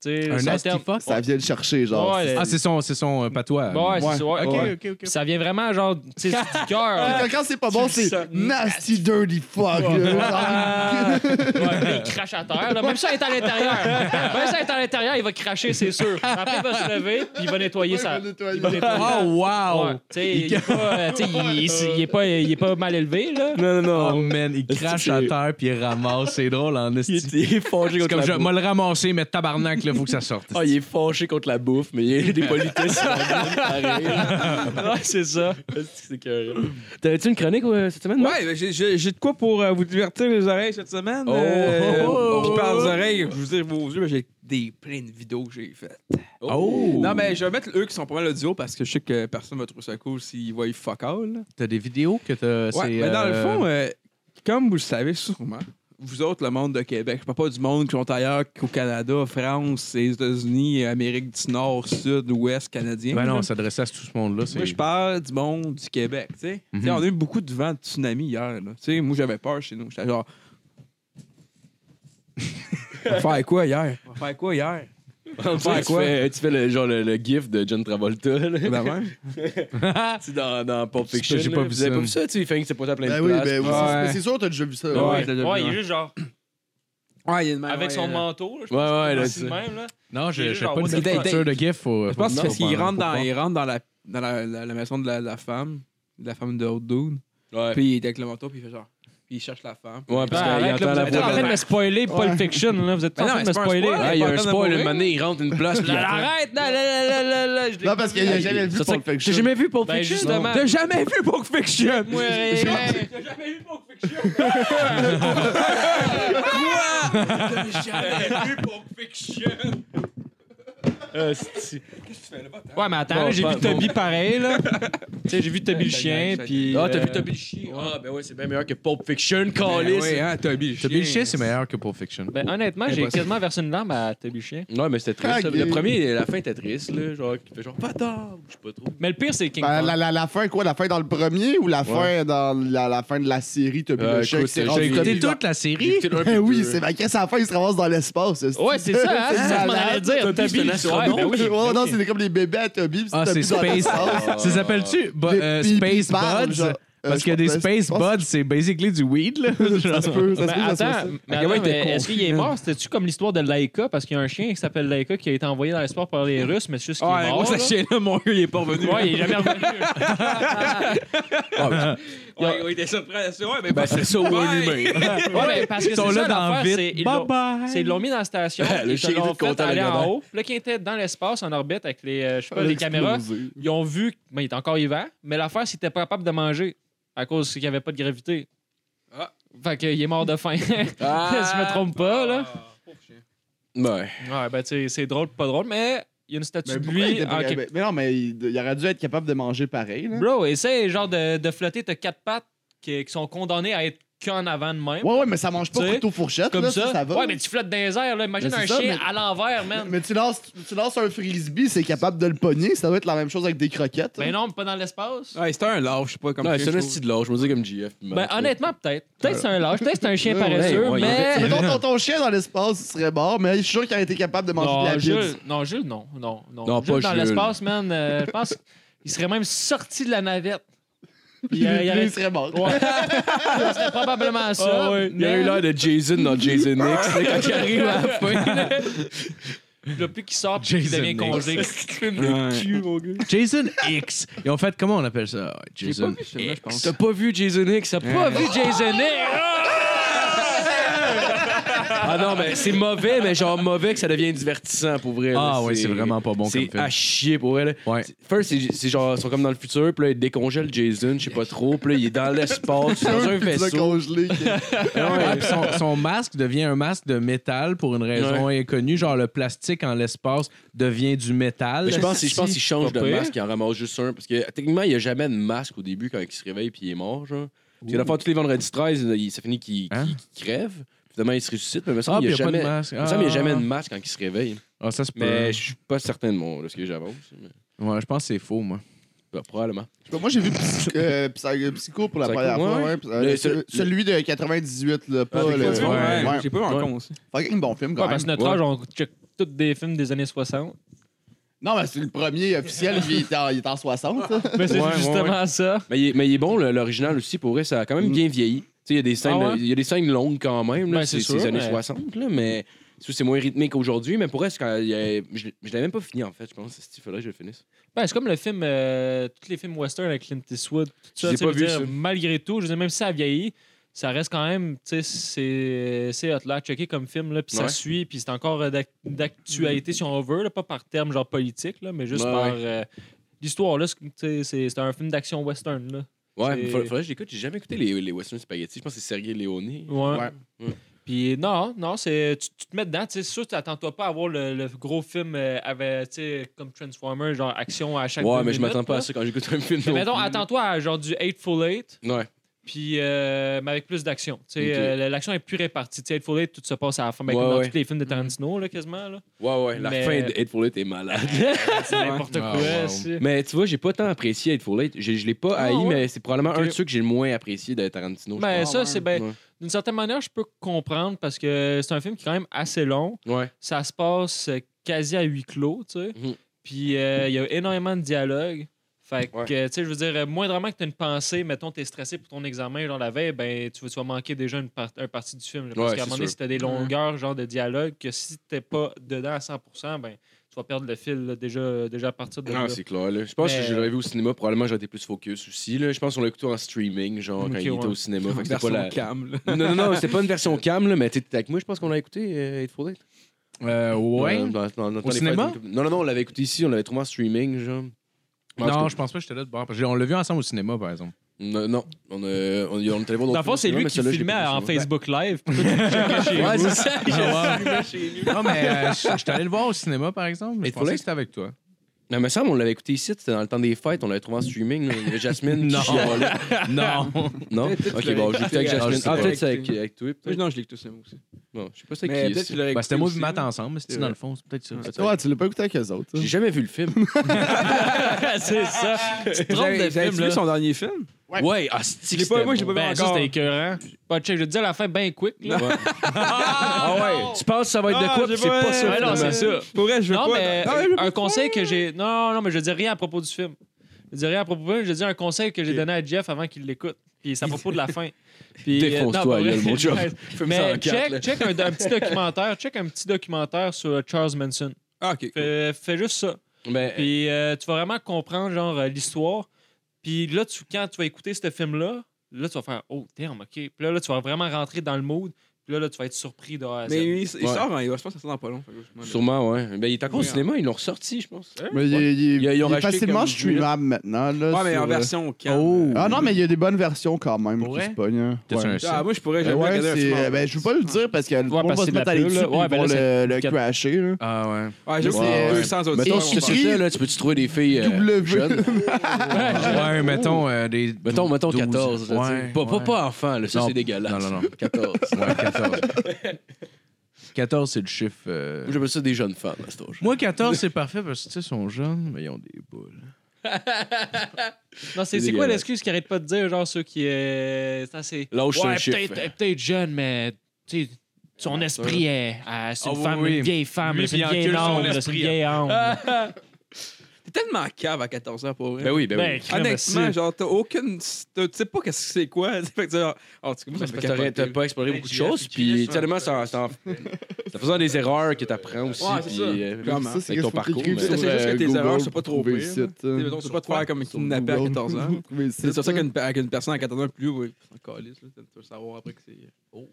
Speaker 7: Tu sais,
Speaker 5: Un
Speaker 7: son
Speaker 5: nasty
Speaker 7: terme-
Speaker 5: fuck?
Speaker 6: Ça vient le chercher, genre.
Speaker 7: Ouais,
Speaker 5: Ah, c'est son, c'est son euh, patois.
Speaker 7: Ouais, c'est ça. ouais,
Speaker 5: OK,
Speaker 7: ouais.
Speaker 5: OK, OK.
Speaker 7: Ça vient vraiment genre, tu sais, du cœur.
Speaker 6: Quand- Quand c'est pas bon,
Speaker 7: Tu le
Speaker 6: c'est
Speaker 7: sens.
Speaker 6: nasty dirty fuck. Ah. là.
Speaker 7: Ah. Ouais, là, il crache à terre. là. Même ça est à l'intérieur. Même ça est à l'intérieur, il va cracher, c'est sûr. Après, il va se lever, puis il va nettoyer
Speaker 6: Ouais,
Speaker 7: sa.
Speaker 6: il va nettoyer.
Speaker 7: il va nettoyer.
Speaker 5: Oh, wow!
Speaker 7: Ouais, tu sais, il est pas, euh, tu sais, il- il- il est pas, il est pas mal élevé, là.
Speaker 3: Non, non,
Speaker 5: Oh
Speaker 3: non.
Speaker 5: man, il crache à terre puis il ramasse. C'est drôle en
Speaker 3: Il
Speaker 5: esti.
Speaker 3: est, il est fâché
Speaker 5: C'est
Speaker 3: contre
Speaker 5: comme
Speaker 3: la
Speaker 5: je
Speaker 3: bouffe.
Speaker 5: vais le ramasser, mais tabarnak, là, faut que ça sorte.
Speaker 3: Ah, il est fâché contre la bouffe, mais il y a des politesses.
Speaker 7: Ouais, c'est ça.
Speaker 3: c'est carré. T'avais-tu une chronique euh, cette semaine? Marc?
Speaker 4: Ouais, ben, j'ai- j'ai j'ai de quoi pour euh, vous divertir les oreilles cette semaine.
Speaker 3: Oh.
Speaker 4: euh,
Speaker 3: Oh.
Speaker 4: Puis par les oreilles, je vous dire vos yeux, ben, j'ai des plein de vidéos que j'ai faites.
Speaker 5: Oh!
Speaker 4: Non, mais je vais mettre eux qui sont pas mal audio parce que je sais que personne va trouver ça cool s'ils voient fuck all. là.
Speaker 5: T'as des vidéos que t'as.
Speaker 4: Ouais,
Speaker 5: c'est,
Speaker 4: mais dans le
Speaker 5: euh,
Speaker 4: fond, euh, comme vous le savez sûrement, vous autres, le monde de Québec, je parle pas du monde qui sont ailleurs qu'au Canada, France, les États-Unis, Amérique du Nord, Sud, Ouest, Canadien.
Speaker 5: Ben
Speaker 4: là.
Speaker 5: non, s'adresser à tout ce monde-là, c'est.
Speaker 4: Moi, je parle du monde du Québec, tu sais. Tu sais, On a eu beaucoup de vent de tsunami hier, là. Tu sais, moi, j'avais peur chez nous. J'étais genre... On va faire quoi hier? On va faire quoi hier?
Speaker 3: On dirait que tu
Speaker 4: Ouais.
Speaker 3: fais, tu fais le, genre le, le gif de John Travolta. là.
Speaker 4: Ben ouais.
Speaker 3: C'est dans, dans Pulp
Speaker 5: C'est pas-
Speaker 3: Fiction.
Speaker 5: j'ai
Speaker 3: là.
Speaker 5: pas vu
Speaker 3: Vous avez
Speaker 5: ça.
Speaker 3: pas vu ça, tu sais, il fait que c'est pas à plein
Speaker 6: Ben
Speaker 3: de
Speaker 6: oui,
Speaker 3: places.
Speaker 6: ben oui.
Speaker 4: Ouais.
Speaker 6: c'est- mais C'est sûr, t'as déjà vu ça.
Speaker 4: Ouais,
Speaker 6: ouais.
Speaker 4: je l'ai déjà
Speaker 7: Ouais,
Speaker 4: vu,
Speaker 3: hein.
Speaker 7: il est
Speaker 4: ouais.
Speaker 7: juste genre
Speaker 4: Ouais, il y a une-
Speaker 6: Ben
Speaker 7: avec
Speaker 4: ouais,
Speaker 7: son
Speaker 4: euh,
Speaker 7: manteau. là, je
Speaker 3: Ouais,
Speaker 7: pense
Speaker 3: ouais,
Speaker 7: que
Speaker 3: là,
Speaker 7: c'est
Speaker 3: c'est-
Speaker 7: le même, là.
Speaker 5: Non, je-
Speaker 7: Il
Speaker 5: j'ai
Speaker 7: est genre,
Speaker 5: pas
Speaker 7: ouais,
Speaker 5: une
Speaker 7: c'est-
Speaker 5: capture de GIF.
Speaker 4: Je pense que c'est parce qu'il rentre dans, il rentre dans, la, dans la, la- la maison de la, la femme, de la femme de Old Dude.
Speaker 3: Ouais.
Speaker 4: Puis il est avec le manteau, puis il fait genre. puis il cherche la femme.
Speaker 3: Ouais, parce
Speaker 7: Ah,
Speaker 3: qu'il
Speaker 7: arrête, là,
Speaker 3: entend la
Speaker 7: vous êtes en
Speaker 3: voix.
Speaker 7: train de me spoiler Pulp Fiction, là. Vous êtes en
Speaker 4: Mais non,
Speaker 7: train de
Speaker 4: mais
Speaker 7: me
Speaker 4: c'est pas un
Speaker 7: spoiler.
Speaker 4: spoil.
Speaker 3: Ah, il y a un spoil, une manée, il rentre une place. puis il entend-
Speaker 7: Arrête! Non, là, là, là, là, là, je l'ai-
Speaker 6: Non, parce qu'il a jamais vu
Speaker 3: Ça, c'est-
Speaker 6: Pulp Fiction.
Speaker 3: J'ai jamais vu Pulp
Speaker 7: Ben,
Speaker 3: Fiction.
Speaker 7: justement.
Speaker 3: T'as jamais vu Pulp Fiction.
Speaker 7: Ouais, ouais, ouais. Ouais, mais attends, là, j'ai
Speaker 3: Bon,
Speaker 7: vu
Speaker 3: bon.
Speaker 7: Toby pareil, là. Tu sais, j'ai vu Toby le chien,
Speaker 4: Ah,
Speaker 7: puis.
Speaker 3: Ah, t'as vu
Speaker 7: euh,
Speaker 3: Toby le chien? Ah, ben ouais, c'est bien meilleur que Pulp Fiction,
Speaker 4: Ben
Speaker 3: Callis.
Speaker 4: ouais, hein, Toby le chien.
Speaker 5: Toby le chien, c'est meilleur que Pulp Fiction.
Speaker 7: Ben, honnêtement, j'ai
Speaker 4: Impossible.
Speaker 7: quasiment versé une larme à Toby le chien.
Speaker 3: Ouais, mais c'était triste.
Speaker 6: Ah,
Speaker 3: Le
Speaker 6: gay.
Speaker 3: premier, la fin était triste, là. Genre, qui fait genre, pas tard, je sais pas trop.
Speaker 7: Mais le pire, c'est King
Speaker 6: Ben,
Speaker 7: Kong.
Speaker 6: la, la, la fin quoi? La fin dans le premier ou la fin dans la, la fin de la série Toby
Speaker 3: Euh,
Speaker 6: le chien?
Speaker 3: écoute,
Speaker 6: qui s'est
Speaker 3: j'ai
Speaker 6: rendu
Speaker 3: écouté
Speaker 6: Toby
Speaker 5: T'es toute la série?
Speaker 3: J'ai écouté le un
Speaker 6: Ben
Speaker 3: puis
Speaker 6: oui,
Speaker 3: deux.
Speaker 6: c'est ben, qu'est-ce à la fin, il se ramasse dans l'espace.
Speaker 7: Ouais, c'est ça, hein, c'est ça que je m'en allais dire.
Speaker 3: Toby,
Speaker 7: Toby,
Speaker 3: c'est
Speaker 7: le
Speaker 3: un
Speaker 7: chien.
Speaker 3: astronaute.
Speaker 7: Ouais, ben oui.
Speaker 6: Oh non, c'est comme les bébés à Toby. puis
Speaker 5: Ah, c'est
Speaker 6: Toby dans
Speaker 5: Space.
Speaker 6: l'espace.
Speaker 3: Ah,
Speaker 5: Ça s'appelle-tu bo-
Speaker 6: Puis-
Speaker 5: euh,
Speaker 6: puis il
Speaker 5: Space
Speaker 6: parle,
Speaker 5: Buds?
Speaker 6: genre, euh,
Speaker 5: Parce
Speaker 6: je
Speaker 5: qu'il y a des
Speaker 6: pense-
Speaker 5: Space
Speaker 6: je pense-
Speaker 5: Buds, c'est basically du weed, là.
Speaker 6: Ça se peut, ça se peut, ça se
Speaker 7: Mais
Speaker 6: peut, ça.
Speaker 7: Ben, attends, mais
Speaker 4: gars,
Speaker 7: attends,
Speaker 4: il était
Speaker 7: mais
Speaker 4: con.
Speaker 7: est-ce qu'il est mort? C'était-tu comme l'histoire de Laika? Parce qu'il y a un chien qui s'appelle Laika qui a été envoyé dans l'espoir par les Russes, mais c'est juste qu'il
Speaker 4: Ah,
Speaker 7: est
Speaker 4: ouais,
Speaker 7: mort.
Speaker 4: moi, ce
Speaker 7: là.
Speaker 4: chien-là, mon gars, il est pas revenu.
Speaker 7: Ouais, il est jamais revenu.
Speaker 4: Ouais, il était surpris. Ouais, mais
Speaker 3: Ben, c'est ça, au moins lui-même.
Speaker 7: Ouais, mais parce que
Speaker 5: Ils
Speaker 7: c'est
Speaker 5: sont
Speaker 7: ça,
Speaker 5: là dans
Speaker 7: l'affaire, c'est-
Speaker 5: vite.
Speaker 7: ils l'ont- C'est
Speaker 5: Bye-bye!
Speaker 7: ils l'ont mis dans la station,
Speaker 3: Le
Speaker 7: le
Speaker 3: chien
Speaker 7: ils l'ont
Speaker 3: était
Speaker 7: fait
Speaker 3: content,
Speaker 7: aller
Speaker 3: le gars.
Speaker 7: en haut. Puis là, qui était dans l'espace, en orbite, avec les, euh, je sais pas, les
Speaker 6: Explosé.
Speaker 7: caméras, ils ont vu qu'il était encore vivant, mais l'affaire, c'est qu'il était pas capable de manger à cause qu'il n'y avait pas de gravité.
Speaker 4: Ah.
Speaker 7: Fait qu'il est mort de faim. si je me trompe pas, là.
Speaker 3: Ouais.
Speaker 7: Ouais, ben, tu sais, c'est drôle, pas drôle, mais il y a une statue
Speaker 6: Mais
Speaker 7: de
Speaker 6: pourquoi il
Speaker 7: lui.
Speaker 6: était
Speaker 7: en
Speaker 6: pas-
Speaker 7: quelque-
Speaker 6: ben- Mais non, mais il il aurait dû être capable de manger pareil. là.
Speaker 7: Bro, essaye, genre, de, de flotter. T'as quatre pattes qui, qui sont condamnées à être qu'en avant de même.
Speaker 6: Ouais, ouais, mais ça mange pas
Speaker 7: Tu sais,
Speaker 6: couteau-fourchette.
Speaker 7: comme
Speaker 6: là,
Speaker 7: ça.
Speaker 6: ça va.
Speaker 7: Ouais, mais tu flottes dans les airs, là. Imagine
Speaker 6: Mais c'est
Speaker 7: un
Speaker 6: ça,
Speaker 7: chien
Speaker 6: mais-
Speaker 7: à l'envers, man.
Speaker 6: Mais tu lances, tu lances un frisbee, c'est capable de le pogner. Ça doit être la même chose avec des croquettes.
Speaker 7: Mais non, mais pas dans l'espace.
Speaker 6: Ah,
Speaker 4: Ouais, c'était un lâche, je sais pas comment.
Speaker 3: Ouais, c'est un style de l'âge. Je me disais comme GF. puis
Speaker 7: Ben,
Speaker 3: Max, là.
Speaker 7: honnêtement, peut-être. Peut-être que c'est un lâche, peut-être que c'est un chien paresseux,
Speaker 3: ouais, il
Speaker 7: mais.
Speaker 3: était-
Speaker 6: Mettons ton, ton chien dans l'espace, il serait mort, mais je suis sûr qu'il aurait été capable de manger
Speaker 7: Non,
Speaker 6: de la
Speaker 7: Jules,
Speaker 6: pizza.
Speaker 7: non, Jules, non. Non, non.
Speaker 3: Non,
Speaker 7: Jules,
Speaker 3: pas
Speaker 7: dans
Speaker 3: Jules.
Speaker 7: l'espace, man, euh, je pense qu'il serait même sorti de la navette. Puis, euh, il
Speaker 6: il,
Speaker 7: aurait-
Speaker 6: serait mort.
Speaker 7: Ouais. Ça serait probablement ça.
Speaker 3: Ah ouais, Il y a eu l'air de Jason dans Jason X. là, quand il arrive à la fin.
Speaker 7: Le plus qu'il sort, puis qu'il
Speaker 5: Jason
Speaker 7: devient
Speaker 5: X.
Speaker 7: congé.
Speaker 5: Jason X. Ils ont fait, comment on appelle ça? Ouais, Jason
Speaker 4: vu ce film-là, je pense.
Speaker 3: T'as pas vu Jason X? T'as pas vu Jason X? Ah non, mais c'est mauvais, mais genre mauvais que ça devient divertissant pour vrai. là.
Speaker 5: Ah ouais, c'est vraiment pas bon comme
Speaker 3: C'est
Speaker 5: film.
Speaker 3: à chier pour elle.
Speaker 5: Ouais.
Speaker 3: First, c'est- c'est genre, ils sont comme dans le futur, puis là, ils décongèlent Jason, je sais pas trop, puis là, il est dans l'espace, dans un
Speaker 6: pizza
Speaker 3: vaisseau.
Speaker 6: congelée.
Speaker 3: Ah
Speaker 5: Ouais, Ah, puis son, son masque devient un masque de métal pour une raison inconnue. Genre, le plastique en l'espace devient du métal.
Speaker 3: Mais je pense, je pense qu'il change de
Speaker 7: Pas pire.
Speaker 3: masque, il en ramasse juste un. Parce que techniquement, il n'y a jamais de masque au début quand il se réveille puis il est mort. Genre. Parce que la fois, tous les vendredis 13, il- ça finit qu'il
Speaker 5: Hein?
Speaker 3: qu'il- qu'il crève. Finalement, il se ressuscite. Mais il me
Speaker 5: Ah,
Speaker 3: semble
Speaker 5: puis
Speaker 3: qu'il
Speaker 5: il
Speaker 3: n'y a,
Speaker 5: n'y a pas de
Speaker 3: jamais-
Speaker 5: masque.
Speaker 3: il me semble qu'il y a jamais de
Speaker 5: Ah.
Speaker 3: masque quand il se réveille.
Speaker 5: Ah, ça se peut.
Speaker 3: Mais je suis pas certain de, mon, de ce que j'avance. mais-
Speaker 5: Ouais, je pense que c'est faux, moi.
Speaker 3: bah, probablement.
Speaker 6: Je sais pas, Moi, j'ai vu Psy- euh, Psy- Psycho pour la
Speaker 3: Psycho,
Speaker 6: première
Speaker 3: ouais,
Speaker 6: fois.
Speaker 3: ouais.
Speaker 6: ouais, puis, euh,
Speaker 3: Le-
Speaker 6: ce- celui de 98, là,
Speaker 7: Ah,
Speaker 6: pas le.
Speaker 4: Ouais,
Speaker 6: Ouais,
Speaker 4: ouais, j'ai pas eu un
Speaker 3: Ouais.
Speaker 4: con aussi.
Speaker 6: Fucking bon film,
Speaker 7: Ouais,
Speaker 6: quand même.
Speaker 7: parce que notre
Speaker 3: Ouais.
Speaker 7: âge, on check tous des films des années 60.
Speaker 6: Non, mais c'est le premier officiel, puis il est en, il est en 60. là.
Speaker 7: Mais c'est
Speaker 3: Ouais, ouais,
Speaker 7: justement ça.
Speaker 3: Mais il, est- mais il est bon, le- l'original aussi, pour vrai, ça a quand même bien vieilli. Tu sais, Il y, a des scènes,
Speaker 7: Mm. Ah ouais?
Speaker 3: il y a des scènes longues quand même, là,
Speaker 7: Ben,
Speaker 3: c'est
Speaker 7: c'est
Speaker 3: c'est
Speaker 7: sûr,
Speaker 3: les années
Speaker 7: mais-
Speaker 3: 60, là, mais c'est c'est moins rythmé qu'aujourd'hui. Mais pour vrai, c'est quand il y a- je l'ai- je l'avais même pas fini en fait, je pense. Il faudrait que je le finisse.
Speaker 7: Ben, c'est comme le film, euh, tous les films western avec Clint Eastwood. Tout ça,
Speaker 3: J'ai
Speaker 7: tu sais,
Speaker 3: pas
Speaker 7: je
Speaker 3: vu
Speaker 7: veux dire,
Speaker 3: ça.
Speaker 7: Malgré tout, je veux dire, même si ça vieillit, ça reste quand même, tu sais, c'est- c'est hot là, à checker comme film, là, puis ça
Speaker 3: Ouais.
Speaker 7: suit, puis c'est encore euh, d'ac- d'actualité si on veut, là, pas par terme genre politique, là, mais juste
Speaker 3: Ouais,
Speaker 7: par euh, l'histoire, là, c'est- tu sais, c'est c'est un film d'action western, là.
Speaker 3: Ouais,
Speaker 7: C'est-
Speaker 3: mais faudrait, faudrait que j'écoute. J'ai jamais écouté les, les Western Spaghetti. Je pense que c'est Sergei Leone.
Speaker 7: Ouais.
Speaker 6: Ouais.
Speaker 3: Ouais.
Speaker 7: Puis non, non, c'est tu, tu te mets dedans, tu sais, c'est sûr que tu t'attends-toi pas à voir le, le gros film euh, avec, tu sais, comme Transformers, genre action à chaque
Speaker 3: Ouais,
Speaker 7: deux
Speaker 3: mais je
Speaker 7: minutes,
Speaker 3: m'attends pas
Speaker 7: là.
Speaker 3: à ça quand j'écoute un film.
Speaker 7: Mais
Speaker 3: non
Speaker 7: mettons,
Speaker 3: plus.
Speaker 7: attends-toi à genre du Eightful Eight,
Speaker 3: Ouais.
Speaker 7: puis euh, mais avec plus d'action. Tu sais,
Speaker 3: Ok.
Speaker 7: euh, l'action est plus répartie. Tu sais, Eightful Eight, tout se passe à la fin, ben,
Speaker 3: Ouais,
Speaker 7: comme dans
Speaker 3: ouais.
Speaker 7: tous les films de Tarantino, là, quasiment. Là.
Speaker 3: Ouais, ouais. La
Speaker 7: Mais-
Speaker 3: fin de Hateful Eight est malade.
Speaker 7: C'est n'importe
Speaker 5: Ouais.
Speaker 7: quoi.
Speaker 5: Ah, wow.
Speaker 7: c'est-
Speaker 3: mais tu vois, j'ai pas tant apprécié Hateful Eight. Je, je l'ai pas
Speaker 7: Ah,
Speaker 3: haï,
Speaker 7: ouais.
Speaker 3: mais c'est probablement
Speaker 7: Ok.
Speaker 3: un de ceux que j'ai le moins apprécié de Tarantino. je
Speaker 7: Mais
Speaker 6: Ah,
Speaker 7: ça,
Speaker 6: ouais.
Speaker 7: c'est ben,
Speaker 3: Ouais.
Speaker 7: d'une certaine manière, je peux comprendre parce que c'est un film qui est quand même assez long.
Speaker 3: pense. Ouais.
Speaker 7: ça se passe euh, quasi à huis clos, tu sais.
Speaker 3: Mhm.
Speaker 7: Puis euh, il y a énormément de dialogues. Fait que,
Speaker 3: Ouais.
Speaker 7: tu sais, je veux dire, euh, moindrement que tu as une pensée, mettons, tu es stressé pour ton examen, genre la veille, ben, tu, vas- tu vas manquer déjà une, par- un partie du film. là.
Speaker 3: Ouais,
Speaker 7: parce
Speaker 4: Mhm.
Speaker 7: qu'à un
Speaker 3: c'est
Speaker 7: moment donné,
Speaker 3: sûr.
Speaker 7: si tu as des longueurs, genre de dialogue, que si tu pas dedans à 100%, ben, tu vas perdre le fil là, déjà, déjà à partir de là.
Speaker 3: Ah, c'est clair. là. Je pense
Speaker 7: Mais-
Speaker 3: que j'aurais vu au cinéma, probablement j'aurais été plus focus aussi. Là. Je pense qu'on l'a écouté en streaming, genre
Speaker 7: Ok,
Speaker 3: quand il
Speaker 7: ouais.
Speaker 3: était au cinéma. Fait que c'était
Speaker 4: Version
Speaker 3: pas la...
Speaker 4: cam, là.
Speaker 3: Non, non, non, c'était pas une version cam, là, mais t'étais avec moi, je pense qu'on l'a écouté, euh, Eightful Eight.
Speaker 5: Euh, ouais.
Speaker 3: Dans- dans- dans- dans
Speaker 5: Au
Speaker 3: les
Speaker 5: cinéma?
Speaker 3: fêtes, Non, non, non, on l'avait écouté ici, on l'avait trouvé en streaming, genre. En tout
Speaker 5: non,
Speaker 3: cas,
Speaker 5: je pense pas que j'étais là de bord. Parce que On l'a vu ensemble au cinéma, par exemple.
Speaker 3: Non, non, on, euh, on, on est allé voir d'autres
Speaker 7: Dans le fond,
Speaker 3: films,
Speaker 7: c'est
Speaker 3: mais
Speaker 7: lui qui
Speaker 3: celui-là, je l'ai
Speaker 7: filmait
Speaker 3: pas
Speaker 7: en
Speaker 3: vu au cinéma.
Speaker 7: Facebook Live. puis toi, tu le checkais chez
Speaker 3: Ouais,
Speaker 7: vous.
Speaker 3: c'est ça.
Speaker 5: Ah ouais. non, mais euh, je je suis allé le voir au cinéma, par exemple. mais
Speaker 3: Et
Speaker 5: Je pensais
Speaker 3: pour
Speaker 5: que c'était avec toi.
Speaker 3: Non, mais ça, on l'avait écouté ici, c'était dans le temps des fêtes, on l'avait trouvé en streaming. là. Il y avait Jasmine.
Speaker 5: Non.
Speaker 3: qui chialait.
Speaker 5: Non.
Speaker 3: Non?
Speaker 4: Peut-être que tu
Speaker 3: Ok,
Speaker 4: l'avais
Speaker 3: bon, j'ai écouté avec
Speaker 4: écouté avec-
Speaker 3: Jasmine.
Speaker 5: Ah,
Speaker 3: Ah,
Speaker 4: je sais
Speaker 3: peut-être
Speaker 4: pas.
Speaker 3: c'est avec, avec toi.
Speaker 4: Moi,
Speaker 3: peut-être.
Speaker 4: Non, je l'ai écouté au cinéma aussi.
Speaker 3: Non, je sais pas c'est
Speaker 4: Mais
Speaker 3: avec qui.
Speaker 4: peut-être que
Speaker 3: ici.
Speaker 4: je l'aurais
Speaker 5: Ben,
Speaker 4: écouté
Speaker 5: c'était moi
Speaker 4: aussi,
Speaker 5: qui matin
Speaker 4: là.
Speaker 5: ensemble, mais c'était
Speaker 4: C'est
Speaker 5: dans
Speaker 4: vrai.
Speaker 5: le fond. C'est peut-être ça.
Speaker 6: Ouais, tu l'as pas écouté avec eux autres. ça.
Speaker 3: J'ai jamais vu le film.
Speaker 7: c'est ça. Tu te
Speaker 4: Vous
Speaker 7: trompes
Speaker 4: avez-
Speaker 7: de
Speaker 4: vous avez
Speaker 7: film,
Speaker 4: vu
Speaker 7: là.
Speaker 4: son dernier film?
Speaker 3: Ouais, ah, c'est
Speaker 4: Je l'ai pas- moi, je l'ai pas vu
Speaker 7: Ben, ça,
Speaker 4: encore.
Speaker 7: c'était écœurant. Pas de check. Je te dis à la fin, ben quick. Là.
Speaker 3: Ah ouais, tu penses que ça va être de
Speaker 4: Ah,
Speaker 3: quoi,
Speaker 4: j'ai
Speaker 3: puis c'est pas ça.
Speaker 7: Ouais, non,
Speaker 3: finalement.
Speaker 7: c'est ça.
Speaker 4: Pour vrai, je veux
Speaker 7: Non,
Speaker 4: pas.
Speaker 7: mais
Speaker 4: Ah, j'ai pas
Speaker 7: un
Speaker 4: de
Speaker 7: conseil que j'ai. Non, non, mais je dis rien à propos du film. Je dis rien à propos du film. Je dis un conseil que j'ai donné à Jeff avant qu'il l'écoute. Puis c'est à propos de la fin. Puis, euh,
Speaker 3: Défonce-toi,
Speaker 7: non, pas vrai.
Speaker 3: gueule, mon chum.
Speaker 7: Mais
Speaker 3: ça en quatre, là.
Speaker 7: check, check un, un petit documentaire. Check un petit documentaire sur euh, Charles Manson.
Speaker 4: Ah, ok.
Speaker 7: Fais, fais juste
Speaker 4: Euh.
Speaker 7: ça.
Speaker 3: Mais,
Speaker 7: Puis euh, tu vas vraiment comprendre genre euh, l'histoire. Puis là, tu, quand tu vas écouter ce film-là, là, tu vas faire Oh, terme, OK. Puis là, là, tu vas vraiment rentrer dans le mood. Puis là, là, tu vas être surpris de A à Z.
Speaker 4: Mais il, il
Speaker 3: Ouais.
Speaker 4: sort, en- je pense que ça sort dans pas long. fait que je-
Speaker 3: Sûrement, ouais. Ben, il est encore au
Speaker 4: Oui,
Speaker 3: cinéma, ils l'ont ressorti, je pense.
Speaker 6: Mais il est- il
Speaker 3: Ils- ils
Speaker 6: est-
Speaker 3: ont
Speaker 6: il est
Speaker 3: racheté
Speaker 6: facilement
Speaker 3: comme
Speaker 6: streamable maintenant. Là,
Speaker 4: Ouais, mais
Speaker 6: sur,
Speaker 4: en
Speaker 6: euh,
Speaker 4: version cam.
Speaker 5: Oh.
Speaker 6: Ah non, mais il y a des bonnes versions quand même
Speaker 5: Pour
Speaker 6: qui
Speaker 5: vrai?
Speaker 6: se pognent. hein.
Speaker 5: T'as-tu
Speaker 6: Ouais.
Speaker 5: un
Speaker 4: Ah,
Speaker 5: site?
Speaker 4: moi, je pourrais
Speaker 6: Ben
Speaker 4: jamais
Speaker 6: ouais,
Speaker 4: regarder un film.
Speaker 6: c'est-
Speaker 4: en-
Speaker 6: ben, je veux pas le dire parce que le monde
Speaker 7: parce
Speaker 6: va
Speaker 7: que
Speaker 6: se
Speaker 7: c'est de la
Speaker 6: mettre à aller
Speaker 7: pub,
Speaker 6: dessus
Speaker 7: là.
Speaker 6: puis
Speaker 7: Ouais,
Speaker 6: ils
Speaker 7: ben
Speaker 6: vont
Speaker 7: là,
Speaker 6: le,
Speaker 7: c'est-
Speaker 6: le crasher. là.
Speaker 5: Ah ouais.
Speaker 4: Ouais, j'avoue,
Speaker 6: Ouais.
Speaker 4: c'est 200 autres
Speaker 3: Mettons,
Speaker 4: films,
Speaker 3: si tu
Speaker 4: on
Speaker 6: écrit-
Speaker 3: sais, là, tu peux-tu trouver des filles euh,
Speaker 6: W.
Speaker 3: jeunes?
Speaker 5: Ouais, mettons euh, des.
Speaker 3: Mettons, mettons
Speaker 5: 12.
Speaker 3: 14. là, tu sais.
Speaker 5: Ouais,
Speaker 3: pas, pas,
Speaker 5: ouais.
Speaker 3: pas enfant, là, ça,
Speaker 5: Non,
Speaker 3: c'est dégueulasse.
Speaker 5: non, non, non.
Speaker 3: 14.
Speaker 5: Ouais, 14. 14, c'est le chiffre. euh,
Speaker 3: Moi, J'appelle ça des jeunes femmes, à cet âge.
Speaker 5: Moi, 14, c'est parfait parce que, tu sais, ils sont jeunes, mais ils ont des boules.
Speaker 3: C'est
Speaker 7: Non, c'est c'est quoi
Speaker 3: dégueulasse.
Speaker 7: l'excuse qu'ils arrêtent pas de dire, genre ceux qui. Euh, ça, c'est.
Speaker 3: Lâche un
Speaker 7: Ouais,
Speaker 3: chiffre.
Speaker 7: peut-être peut jeune, mais. tu sais, Son esprit est. euh, c'est
Speaker 5: Ah
Speaker 7: une
Speaker 5: oui,
Speaker 7: femme,
Speaker 5: oui.
Speaker 7: une vieille femme,
Speaker 5: Lui,
Speaker 7: c'est une
Speaker 5: puis il
Speaker 7: vieille
Speaker 5: encule son
Speaker 7: âme, c'est une
Speaker 5: esprit.
Speaker 7: vieille âme.
Speaker 4: T'es tellement cave à 14 ans pour vrai.
Speaker 3: Ben oui, ben
Speaker 7: Ben,
Speaker 3: oui.
Speaker 7: crème,
Speaker 4: Honnêtement,
Speaker 7: c'est-
Speaker 4: genre, t'as aucune. t'as- Tu sais pas qu'est-ce que c'est quoi. Fait que, genre, oh, tu sais,
Speaker 3: Parce
Speaker 4: moi, ça me
Speaker 3: que
Speaker 4: fait
Speaker 3: t'aurais- t'as
Speaker 4: capoter.
Speaker 3: pas exploré beaucoup de choses,
Speaker 4: laisse
Speaker 3: puis
Speaker 4: sur un
Speaker 3: tellement, c'est en c'est en- c'est en faisant des erreurs que t'apprends aussi.
Speaker 4: Ouais, c'est
Speaker 3: puis,
Speaker 4: ça.
Speaker 3: euh,
Speaker 4: Clairement.
Speaker 6: Ça, c'est
Speaker 3: Avec ton
Speaker 6: quelque chose
Speaker 3: parcours,
Speaker 6: qui est écrit
Speaker 3: mais-
Speaker 6: sur,
Speaker 4: C'est juste que
Speaker 6: euh,
Speaker 4: tes
Speaker 6: Google
Speaker 4: erreurs sont pas
Speaker 6: pour
Speaker 4: trop
Speaker 6: trouver le
Speaker 4: pires.
Speaker 6: site, hein.
Speaker 4: mettons, tu vas te faire comme
Speaker 6: Sur
Speaker 4: kidnapper à
Speaker 6: Google,
Speaker 4: 14 ans.
Speaker 6: pour trouver le
Speaker 4: C'est
Speaker 6: site,
Speaker 4: sur ça
Speaker 6: hein.
Speaker 4: qu'une avec une personne à 14 ans plus, oui. C'est encore lisse, là. Tu vas le savoir après que c'est. Oh.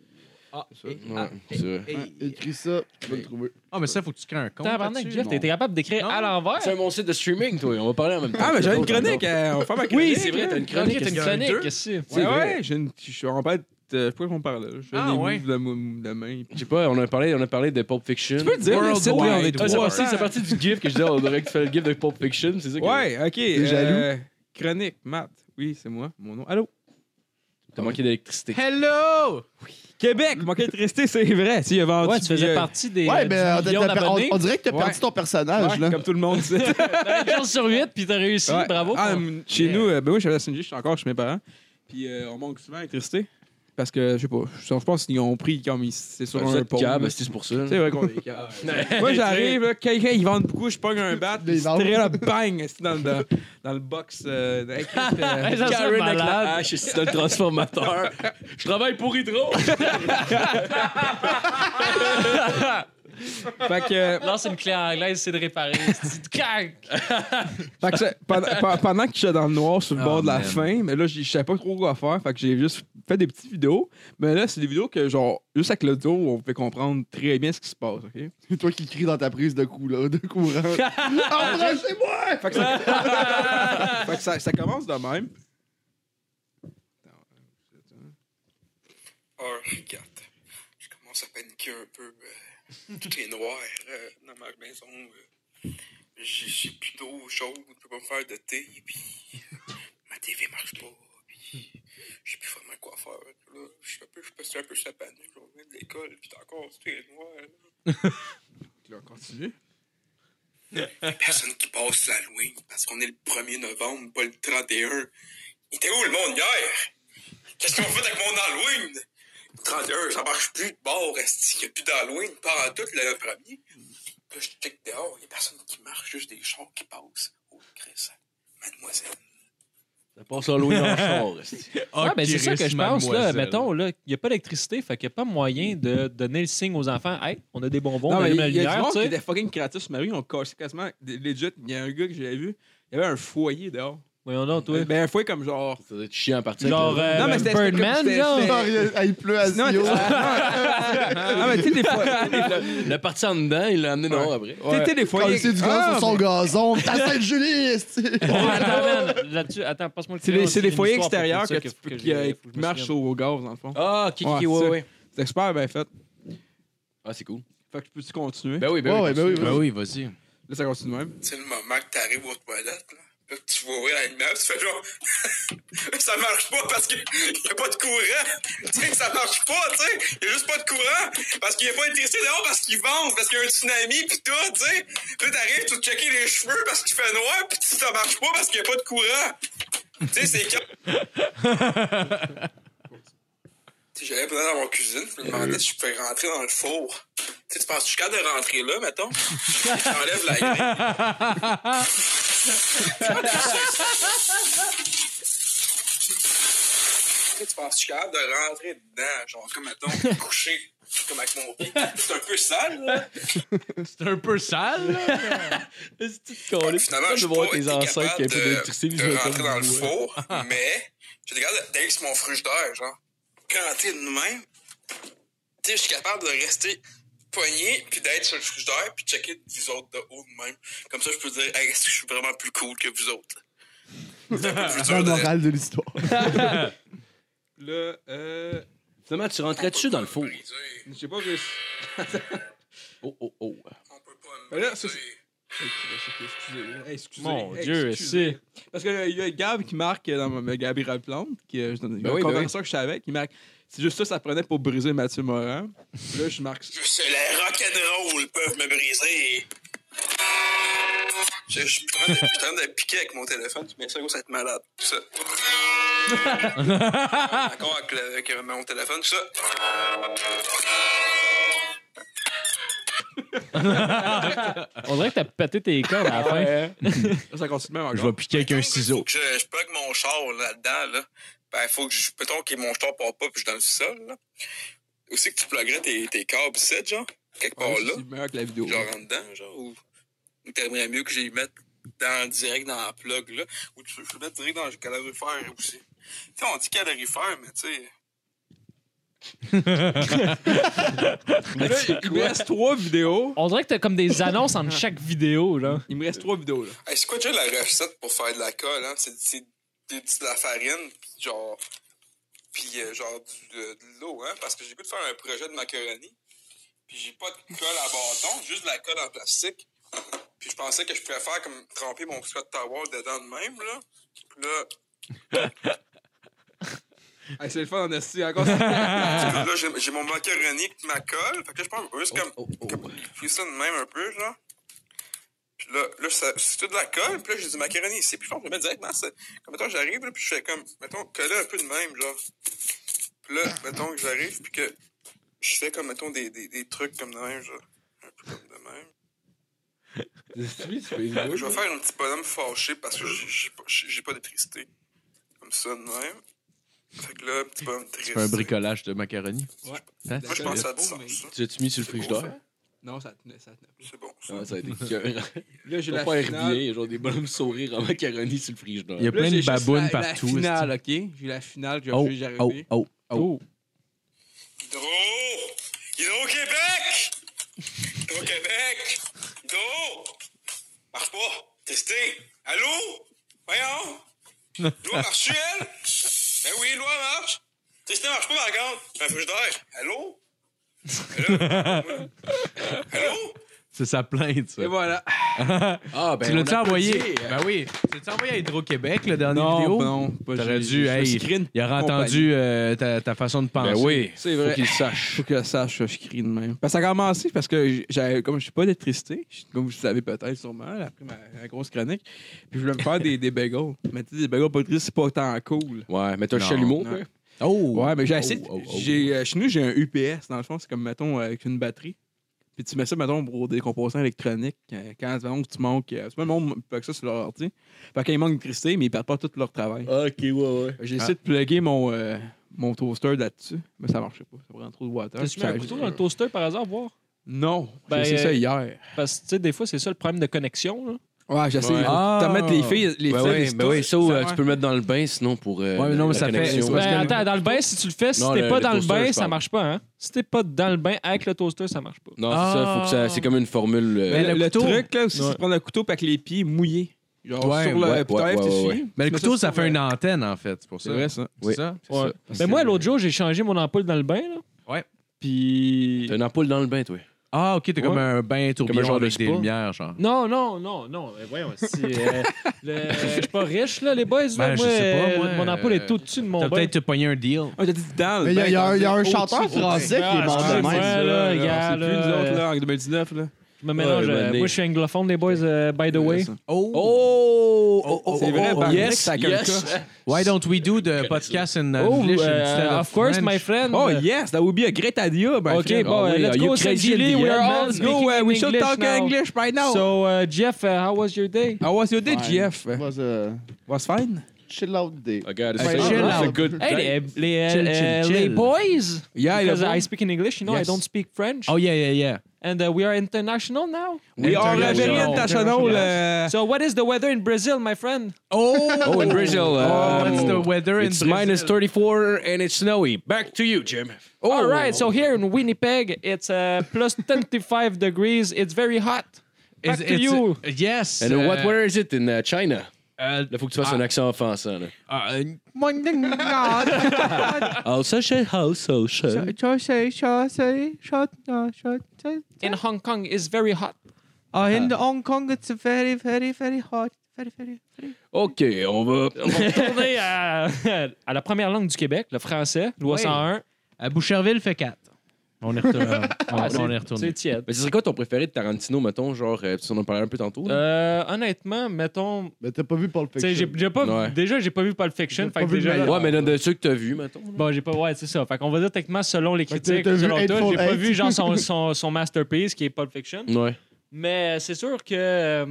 Speaker 4: Ah, c'est ça.
Speaker 3: Ouais, c'est vrai.
Speaker 6: Ouais, Écris ça, tu vas le trouver.
Speaker 5: Ah, mais ça, faut que tu crées un compte.
Speaker 7: Tabarnak,
Speaker 5: là-dessus,
Speaker 7: Jeff,
Speaker 5: non?
Speaker 7: t'es t'es capable d'écrire
Speaker 5: Non.
Speaker 7: à l'envers?
Speaker 3: C'est mon site de streaming, toi. On va parler en même temps.
Speaker 4: Ah, mais j'avais une
Speaker 3: D'autres,
Speaker 4: chronique. euh, On va faire ma chronique.
Speaker 7: Oui, c'est vrai, t'as une chronique, t'as une chronique. qu'est-ce que c'est?
Speaker 4: Ouais, ouais, j'ai une. Je suis en fait. euh, Je pourrais qu'on parle là. Je fais
Speaker 5: Ah,
Speaker 4: des
Speaker 5: ouais.
Speaker 4: moves de mou- de main.
Speaker 3: Je sais pas, on a parlé, on a parlé de Pulp Fiction.
Speaker 4: Tu peux le dire, le site, là, on est
Speaker 5: Worldwide
Speaker 3: Ah,
Speaker 4: trois.
Speaker 3: c'est
Speaker 5: War.
Speaker 3: parti, c'est parti du gif que je disais, on aurait que tu fais le gif de Pulp Fiction, c'est ça que...
Speaker 4: Ouais, ok.
Speaker 6: T'es
Speaker 4: euh, Chronique, Matt. Oui, c'est moi. Mon nom. Allô?
Speaker 3: T'as manqué d'électricité.
Speaker 5: Hello!
Speaker 4: Québec! Mon quête restée, c'est vrai. Tu y as vendu.
Speaker 7: Ouais, tu faisais
Speaker 4: euh,
Speaker 7: partie des.
Speaker 6: Ouais,
Speaker 7: euh,
Speaker 6: ben,
Speaker 7: du
Speaker 6: t'as-
Speaker 7: million
Speaker 6: t'as- on,
Speaker 7: d'abonnés.
Speaker 6: on dirait que t'as perdu
Speaker 4: Ouais.
Speaker 6: ton personnage,
Speaker 4: ouais,
Speaker 6: là.
Speaker 4: Comme tout le monde, c'est.
Speaker 7: T'as une chance sur 8 puis t'as réussi.
Speaker 4: Ouais.
Speaker 7: Bravo.
Speaker 4: Ah,
Speaker 7: pour-
Speaker 4: m- chez
Speaker 7: Ouais.
Speaker 4: nous, euh, ben oui, je suis à SNJ, je suis encore chez mes parents. Puis euh, on manque souvent d'électricité. Parce que, je sais pas, je je pense qu'ils ont pris comme ils- c'est sur
Speaker 3: Vous
Speaker 4: un
Speaker 3: êtes
Speaker 4: pont.
Speaker 3: câble,
Speaker 4: là.
Speaker 3: Bah, c'est pour ça. là.
Speaker 4: C'est vrai qu'on est câble. Moi, j'arrive, là, quelqu'un, ils vendent beaucoup, je pogne un bat,
Speaker 6: Les
Speaker 4: puis je
Speaker 6: vendent.
Speaker 4: là, bang, c'est dans, le- dans le box. Euh, dans- avec, euh,
Speaker 7: Ça, c'est
Speaker 3: Karen avec
Speaker 7: malade.
Speaker 3: la hache, et c'est un transformateur. Je travaille pour Hydro.
Speaker 4: fait que, euh,
Speaker 7: Lance une clé anglaise, c'est de réparer. C'est cac!
Speaker 4: Fait que ça- pendant, pe- pendant que j'étais dans le noir sur le
Speaker 5: Oh,
Speaker 4: bord de la
Speaker 5: man.
Speaker 4: fin, mais là, je je savais pas trop quoi faire. Fait que j'ai juste fait des petites vidéos. Mais là, c'est des vidéos que, genre, juste avec l'audio, on peut comprendre très bien ce qui se passe, OK?
Speaker 6: C'est toi qui crie dans ta prise de cou, là, de courant. Embrassez-moi!
Speaker 4: Fait que ça, Fait que ça- ça commence de même.
Speaker 1: heure, Oh, regarde, je commence à paniquer un peu. euh, tout est noir euh, dans ma maison. euh, j'ai j'ai plus d'eau chaude, je peux pas me faire de thé, puis euh, ma TV marche pas, puis j'ai plus vraiment quoi faire. Là, je suis un peu, je suis un peu chapané, je reviens de l'école, puis encore, tout est noir. là.
Speaker 4: Là, on continue.
Speaker 1: Y a Personne qui passe l'Halloween parce qu'on est le 1er novembre, pas le 31. Il était où le monde hier? Qu'est-ce qu'on fait avec mon Halloween? 31, ça marche plus de bord, esti. Y a plus d'Halloween, pas en tout le premier. Là, je check dehors, y a personne qui marche, juste des chars qui passent. Oh, Chris, mademoiselle.
Speaker 3: Ça passe en l'eau dans le char. esti.
Speaker 7: Ouais, ben, c'est ça que je pense. Là,
Speaker 5: Mademoiselle.
Speaker 7: mettons, là, il n'y a pas d'électricité, fait qu'il n'y a pas moyen de donner le signe aux enfants Hey, on a des bonbons,
Speaker 4: non,
Speaker 7: on
Speaker 4: mais
Speaker 7: allume la
Speaker 4: il y a du
Speaker 7: lumière.
Speaker 4: monde
Speaker 7: ben, tu
Speaker 4: qui
Speaker 7: sais.
Speaker 4: était fucking créatif sur Marie, on cassait quasiment des- legit. Il y a un gars que j'avais vu, il y avait un foyer dehors.
Speaker 7: Voyons donc, toi.
Speaker 4: Ben, un foyer comme genre.
Speaker 3: Ça doit être chiant à partir.
Speaker 7: Genre euh,
Speaker 4: ben, Non, mais c'était- c'était comme-
Speaker 7: Birdman,
Speaker 4: c'était-
Speaker 7: genre.
Speaker 4: c'était-
Speaker 6: Ah, il- ah, il pleut à
Speaker 4: Non,
Speaker 6: Sio.
Speaker 4: non, mais tu sais, des fois.
Speaker 3: Le, le parti en dedans, il l'a amené dehors après.
Speaker 4: Tu sais, des
Speaker 6: Quand
Speaker 4: foyers. Ah,
Speaker 6: il sait du gaz sur son gazon, t'as Sainte-Julie! esti.
Speaker 7: Oh, attends, man, là-dessus, attends, passe-moi le
Speaker 4: C'est
Speaker 7: crayon,
Speaker 4: des, c'est des
Speaker 7: une
Speaker 4: foyers
Speaker 7: histoire
Speaker 4: extérieurs
Speaker 7: pour
Speaker 4: que
Speaker 7: ça
Speaker 4: tu peux-
Speaker 7: que
Speaker 4: qui, euh,
Speaker 7: j'ai- faut que
Speaker 4: qui
Speaker 7: je me
Speaker 4: marchent
Speaker 7: souvienne.
Speaker 4: au gaz, dans le fond.
Speaker 3: Ah, Kiki,
Speaker 4: Ouais,
Speaker 3: ouais,
Speaker 4: c'est
Speaker 3: ouais,
Speaker 4: ça.
Speaker 3: ouais.
Speaker 4: C'est super bien fait.
Speaker 3: Ah, c'est cool.
Speaker 4: Fait que peux-tu continuer?
Speaker 3: Ben oui, ben
Speaker 6: Ouais,
Speaker 3: oui.
Speaker 6: ouais, ben oui,
Speaker 5: Ben oui, vas-y.
Speaker 4: Là, ça continue de même.
Speaker 1: C'est le moment que t'arrives aux toilettes, là. Puis tu vois ouvrir la lumière, puis tu fais genre. ça marche pas parce qu'il n'y a pas de courant. Tu sais, ça marche pas, tu sais. Il n'y a juste pas de courant. Parce qu'il n'y a pas d'électricité dehors, parce qu'il vente, parce qu'il y a un tsunami, puis tout, tu sais. Puis là, t'arrives, tu te checker les cheveux parce qu'il fait noir, puis ça marche pas parce qu'il n'y a pas de courant. Tu sais, c'est quand. Tu sais, j'allais peut-être dans mon cuisine, je me demandais si je pouvais rentrer dans le four. Tu sais, tu penses que je suis capable de rentrer là, mettons? J'enlève la grille. Tu sais, tu penses que je suis capable de rentrer dedans, genre comme mettons, couché, comme avec mon pied. C'est un peu sale, là.
Speaker 5: C'est un peu sale, là.
Speaker 1: Finalement, je suis
Speaker 3: voir
Speaker 1: pas
Speaker 3: tes
Speaker 1: été
Speaker 3: ancêtres
Speaker 1: capable
Speaker 3: qui avaient pas d'électricité,
Speaker 1: de,
Speaker 3: puis je me
Speaker 1: de rentrer
Speaker 3: comme
Speaker 1: dans le
Speaker 3: ouais.
Speaker 1: four, mais j'étais capable d'aller sur mon frigidaire, genre. Quand t'es de même, tu sais, je suis capable de rester poigné, puis d'être sur le frigidaire, puis de checker vous autres de haut de même. Comme ça, je peux dire, hey, est-ce que je suis vraiment plus cool que vous autres? C'est un peu plus
Speaker 6: La
Speaker 1: dur de-
Speaker 6: morale de l'histoire.
Speaker 4: Là, euh.
Speaker 3: Finalement, tu rentrais dessus dans le
Speaker 1: Ben,
Speaker 3: four.
Speaker 4: Je sais pas que.
Speaker 3: Oh, oh, oh.
Speaker 1: On peut
Speaker 4: Mais Ben là,
Speaker 1: pas
Speaker 4: ça,
Speaker 1: me
Speaker 4: c'est- Excusez. Excusez.
Speaker 7: Mon Dieu,
Speaker 4: excusez.
Speaker 7: c'est.
Speaker 4: Parce qu'il y a Gab qui marque dans ma Gabi Raplante, qui est dans
Speaker 3: oui,
Speaker 4: une
Speaker 3: ben
Speaker 4: conversation que je savais, qui marque. C'est juste ça, ça prenait pour briser Mathieu Morin. Là, je marque.
Speaker 1: C'est les rock'n'roll peuvent me briser. Je je suis en train de- je suis en train de piquer avec mon téléphone, tu mets ça, gros, ça va être malade. Tout ça. Encore avec, le- avec mon téléphone, tout ça.
Speaker 7: On dirait que t'as pété tes cordes à la fin.
Speaker 4: Là, ça continue même
Speaker 5: Je
Speaker 4: encore.
Speaker 5: vais piquer avec un
Speaker 1: Faut
Speaker 5: ciseau.
Speaker 1: que je, je plug mon char là-dedans, là. Ben, faut que je. Peut-on que mon char part pas puis je suis dans le sol, là. Aussi que tu pluguerais tes, tes câbles 7, genre, quelque part Oh, là.
Speaker 4: C'est meilleur que la vidéo.
Speaker 1: genre en dedans, genre, ou, ou t'aimerais mieux que je les mette dans, direct dans la plug, là, ou tu peux mettre direct dans le calorifère aussi. Tu sais, on dit calorifère, mais tu sais,
Speaker 4: Là, il me reste trois vidéos.
Speaker 7: On dirait que t'as comme des annonces entre chaque vidéo, là.
Speaker 4: Il me reste trois vidéos, là.
Speaker 1: Hey, c'est quoi déjà la recette pour faire de la colle, hein? C'est, c'est des petits- de la farine, pis genre, pis euh, genre du- de, de l'eau, hein? Parce que j'ai le goût de faire un projet de macaroni, puis j'ai pas de colle à bâton, juste de la colle en plastique. Puis je pensais que je pourrais faire comme tremper mon sweat tower dedans de même, là. Puis là,
Speaker 4: Hey, c'est le fun en esti, encore. ça.
Speaker 5: Ah.
Speaker 1: Parce que là, j'ai- j'ai mon macaroni qui m'accole. Fait que là, je pense juste
Speaker 5: Oh.
Speaker 1: comme, comme puis ça de même un peu, genre. Puis là, là ça- c'est tout de la colle. Puis là, j'ai du macaroni ici. Puis je pense que je le mets directement. c'est- Comme, mettons, j'arrive, là, puis je fais comme, mettons, coller un peu de même, genre. Puis là, mettons que j'arrive, puis que je fais comme, mettons, des, des, des trucs comme de même, genre. Un peu comme de même. oh, Je vais faire un petit bonhomme fâché parce que j'ai- j'ai pas- j'ai j'ai pas d'électricité. Comme ça, de même. Fait que là, un petit bonhomme triste.
Speaker 5: Fais un bricolage de macaroni. Hein?
Speaker 1: Moi, je pense à du sens, ça.
Speaker 3: Tu l'as-tu mis sur le frigidaire?
Speaker 4: Non, ça tenait, ça tenait.
Speaker 1: C'est bon. ça.
Speaker 3: Ah, ça a été cœur.
Speaker 4: Là, j'ai
Speaker 3: J'ai
Speaker 4: la
Speaker 3: pas
Speaker 4: finale.
Speaker 3: RBA, genre des bonhommes sourires en macaroni sur le frigidaire.
Speaker 5: Il y a
Speaker 4: Là,
Speaker 5: plein
Speaker 4: j'ai
Speaker 5: de
Speaker 4: juste
Speaker 5: babounes
Speaker 4: la-
Speaker 5: partout.
Speaker 4: La
Speaker 5: esti.
Speaker 4: finale, ok? J'ai la finale que
Speaker 5: Oh,
Speaker 4: j'ai arrivé.
Speaker 5: oh, oh, oh.
Speaker 1: Hydro! Hydro-Québec! Hydro-Québec! Hydro! Marche pas! Testé! Allô? Voyons! Loi marche elle? Ben oui, loi marche! Testé marche pas, par contre! Ben, Un peu d'air! Allô? Allô? Allô?
Speaker 5: C'est sa plainte, ça.
Speaker 4: Et voilà.
Speaker 3: Ah, ben,
Speaker 5: tu
Speaker 3: on
Speaker 5: l'as-tu
Speaker 3: applaudit.
Speaker 5: envoyé? Ben oui. Tu l'as envoyé à Hydro-Québec, le dernier vidéo?
Speaker 3: ben,
Speaker 4: non, pas
Speaker 5: T'aurais
Speaker 4: j'ai-
Speaker 5: dû,
Speaker 4: je me
Speaker 5: hey,
Speaker 4: suis créé une
Speaker 5: Il aurait
Speaker 4: compagnie.
Speaker 5: entendu euh, ta, ta façon de penser.
Speaker 3: Ben oui.
Speaker 4: C'est
Speaker 3: Faut
Speaker 4: vrai.
Speaker 3: qu'ils le sachent.
Speaker 4: Faut que ça sache que je crie de même. Parce que ça a commencé parce que j'avais, comme je suis pas d'électricité, je- comme vous le savez peut-être sûrement, là, après ma, ma grosse chronique, puis je voulais me faire des, des bagels. Mais tu sais, des bagels pas d'électricité, c'est pas tant cool.
Speaker 3: Ouais, mais t'as le
Speaker 5: Non,
Speaker 3: chalumeau,
Speaker 4: non.
Speaker 3: quoi.
Speaker 5: Oh!
Speaker 4: Ouais, mais j'ai essayé. de-
Speaker 3: oh, oh.
Speaker 4: j'ai, euh, chez nous, j'ai un UPS, dans le fond, c'est comme, mettons, avec euh, une batterie. Puis tu mets ça, mettons, pour des composants électroniques. euh, Quand mettons, que tu manques. euh, C'est pas le monde peut que ça sur leur ordi. Fait qu'ils manquent d'électricité, mais ils perdent pas tout leur travail.
Speaker 7: Ah,
Speaker 3: Ok, ouais, ouais.
Speaker 4: J'ai essayé de plugger mon, euh, mon toaster là-dessus, mais ça marchait pas. Ça prend trop de water.
Speaker 7: T'as-tu mis
Speaker 4: Ça-
Speaker 7: un couteau dans le toaster par hasard, voir?
Speaker 4: Non,
Speaker 7: Ben,
Speaker 4: j'ai essayé
Speaker 7: euh,
Speaker 4: ça hier.
Speaker 7: Parce que, tu sais, des fois, c'est ça le problème de connexion. Là.
Speaker 4: Ouais, j'essaie.
Speaker 5: Ouais.
Speaker 4: essayé.
Speaker 5: Ah!
Speaker 4: T'as mettre les filles, les
Speaker 3: Ben
Speaker 4: fils,
Speaker 3: oui,
Speaker 4: les
Speaker 3: ben oui, ça, euh,
Speaker 4: ouais.
Speaker 3: tu peux le mettre dans le bain, sinon pour. euh,
Speaker 5: Ouais, mais non, mais ça fait-
Speaker 3: connexion.
Speaker 5: c'est
Speaker 7: Ben,
Speaker 5: parce que-
Speaker 7: attends, dans le bain, si tu le fais, si
Speaker 3: Non,
Speaker 7: t'es
Speaker 3: le-
Speaker 7: pas
Speaker 3: le
Speaker 7: dans le
Speaker 3: toaster,
Speaker 7: bain,
Speaker 3: je
Speaker 7: ça
Speaker 3: parle.
Speaker 7: marche pas. Hein? Si t'es pas dans le bain avec le toaster, ça marche pas.
Speaker 3: Non, c'est ça, faut que ça.
Speaker 4: Ah.
Speaker 3: C'est comme une formule. euh,
Speaker 4: Mais
Speaker 5: Mais
Speaker 4: le,
Speaker 5: le
Speaker 4: le
Speaker 5: couteau-
Speaker 4: truc, là, aussi,
Speaker 7: Ouais.
Speaker 4: c'est de prendre le couteau avec les pieds mouillés. Genre
Speaker 5: Ouais,
Speaker 4: sur le.
Speaker 3: ouais,
Speaker 4: puis t'enlèves
Speaker 3: ouais,
Speaker 4: tes
Speaker 3: ouais,
Speaker 4: souliers,
Speaker 5: Mais le
Speaker 4: tu mets
Speaker 5: couteau, ça
Speaker 4: ça sur
Speaker 5: fait
Speaker 4: le-
Speaker 5: une antenne, en fait. C'est pour ça.
Speaker 4: C'est vrai, ça.
Speaker 5: C'est
Speaker 3: Oui.
Speaker 5: ça?
Speaker 7: Ouais.
Speaker 5: C'est ça.
Speaker 7: Ben, moi, l'autre jour, j'ai changé mon ampoule dans le bain. Là.
Speaker 5: Ouais.
Speaker 7: Puis.
Speaker 3: T'as une ampoule dans le bain, toi.
Speaker 5: Ah, OK, t'es comme
Speaker 7: Ouais.
Speaker 5: un bain tourbillon
Speaker 3: genre de
Speaker 5: avec des
Speaker 3: spa.
Speaker 5: lumières, genre.
Speaker 7: Non, non, non, non. Eh, voyons, si. euh, le- Je suis pas riche, là, les boys. là.
Speaker 5: Ben, je
Speaker 7: moi,
Speaker 5: sais pas,
Speaker 7: euh,
Speaker 5: moi,
Speaker 7: mon ampoule
Speaker 5: euh,
Speaker 7: est au-dessus de mon
Speaker 5: T'as
Speaker 7: bain.
Speaker 5: peut-être te pogné un deal.
Speaker 4: Ah, t'as dit dans le
Speaker 6: Mais il y a,
Speaker 4: bain,
Speaker 6: il y a- il y a un
Speaker 4: au-dessus
Speaker 6: chanteur
Speaker 4: du bain.
Speaker 6: français qui est
Speaker 7: Ah,
Speaker 6: mort de
Speaker 7: excuse-moi,
Speaker 6: même.
Speaker 7: là,
Speaker 4: là, on sait
Speaker 7: gars,
Speaker 4: plus
Speaker 7: là,
Speaker 4: nous autres,
Speaker 7: euh,
Speaker 4: là, en 2019, là.
Speaker 7: Je me mélange.
Speaker 3: Ouais,
Speaker 7: euh,
Speaker 3: ben, les-
Speaker 7: moi, je suis anglophone, les boys, euh, by the way.
Speaker 5: Oh!
Speaker 3: Oh!
Speaker 4: C'est vrai,
Speaker 3: oh,
Speaker 4: par
Speaker 3: yes,
Speaker 4: yes, ça quelqu'un.
Speaker 3: yes.
Speaker 5: Why don't we do the podcast in uh,
Speaker 7: Oh,
Speaker 5: English
Speaker 7: euh,
Speaker 5: instead of
Speaker 7: of course,
Speaker 5: French?
Speaker 7: my friend.
Speaker 4: Oh yes, that would be a great idea, my
Speaker 7: OK,
Speaker 4: friend.
Speaker 7: bon,
Speaker 3: Oh,
Speaker 7: euh,
Speaker 3: oui,
Speaker 7: let's
Speaker 3: are you
Speaker 7: go,
Speaker 3: crazy
Speaker 7: Saint-Julie.
Speaker 3: at the
Speaker 7: We are
Speaker 3: end,
Speaker 7: all
Speaker 3: man?
Speaker 7: speaking
Speaker 4: Go, uh, we
Speaker 7: in
Speaker 4: should
Speaker 7: English
Speaker 4: talk
Speaker 7: now.
Speaker 4: English right now. Ah
Speaker 7: So, uh, Jeff, uh, how was your day?
Speaker 4: How was your day,
Speaker 6: Fine.
Speaker 4: Jeff?
Speaker 6: Was a
Speaker 4: Was fine?
Speaker 6: euh, chill out day.
Speaker 3: I got it.
Speaker 6: Hey,
Speaker 3: It's
Speaker 5: chill
Speaker 3: a
Speaker 5: out.
Speaker 3: good.
Speaker 7: Oh, Hey, les, les,
Speaker 5: Chill,
Speaker 7: uh,
Speaker 5: chill,
Speaker 7: les
Speaker 5: chill.
Speaker 7: boys.
Speaker 4: Yeah,
Speaker 7: Because
Speaker 4: le-
Speaker 7: I speak in English, you know,
Speaker 4: Yes.
Speaker 7: I don't speak French.
Speaker 5: Oh, yeah, yeah, yeah.
Speaker 7: And uh, we are international now.
Speaker 4: We are
Speaker 5: International.
Speaker 4: very international.
Speaker 6: Ah.
Speaker 4: euh,
Speaker 7: So, what is the weather in Brazil, my friend?
Speaker 5: Oh!
Speaker 3: Oh, in Brazil. uh,
Speaker 5: What's the weather in
Speaker 3: It's
Speaker 5: Brazil?
Speaker 3: minus 34 and it's snowy. Back to you, Jim.
Speaker 6: Oh.
Speaker 7: All right, so here in Winnipeg, it's uh, plus 25 degrees. It's very hot. Back
Speaker 5: Is-
Speaker 7: to
Speaker 5: it's-
Speaker 7: you.
Speaker 5: Yes. uh,
Speaker 3: And Ah. uh, what
Speaker 5: word?
Speaker 3: where is it in uh, China? Là, faut que tu fasses un accent offensant. Là.
Speaker 5: uh,
Speaker 3: Oh, ça, c'est house, so
Speaker 7: In Hong Kong, it's very hot.
Speaker 5: in Hong Kong, it's very, very, very hot. Very, very, very.
Speaker 3: OK, on va.
Speaker 7: Tournez à, à la première langue du Québec, le français, loi
Speaker 5: Oui.
Speaker 7: 101.
Speaker 5: À Boucherville, fait 4. On est retourné. Ah, on, on est retourné.
Speaker 7: Ah, C'est tiède.
Speaker 3: Mais ce serait quoi ton préféré de Tarantino, mettons, genre, euh, si on en parlait un peu tantôt? là?
Speaker 7: Euh, honnêtement, mettons.
Speaker 6: Mais t'as pas vu Paul
Speaker 7: tu sais,
Speaker 6: Fiction.
Speaker 7: j'ai- j'ai pas,
Speaker 3: Ouais.
Speaker 7: Déjà, j'ai pas vu Pulp Fiction.
Speaker 6: J'ai
Speaker 7: Fait
Speaker 6: pas
Speaker 7: que
Speaker 6: vu le
Speaker 7: déjà,
Speaker 6: meilleur.
Speaker 3: ouais, mais de, de ceux que t'as vus, mettons.
Speaker 7: Bon, j'ai pas. Ouais, c'est ça. Fait qu'on va dire techniquement selon les
Speaker 6: Fait que t'as-
Speaker 7: critiques,
Speaker 6: t'as vu
Speaker 7: selon toi, j'ai
Speaker 6: Hateful
Speaker 7: pas
Speaker 6: Eight.
Speaker 7: vu genre son, son, son masterpiece qui est Pulp Fiction.
Speaker 3: Ouais.
Speaker 7: Mais c'est sûr que, euh,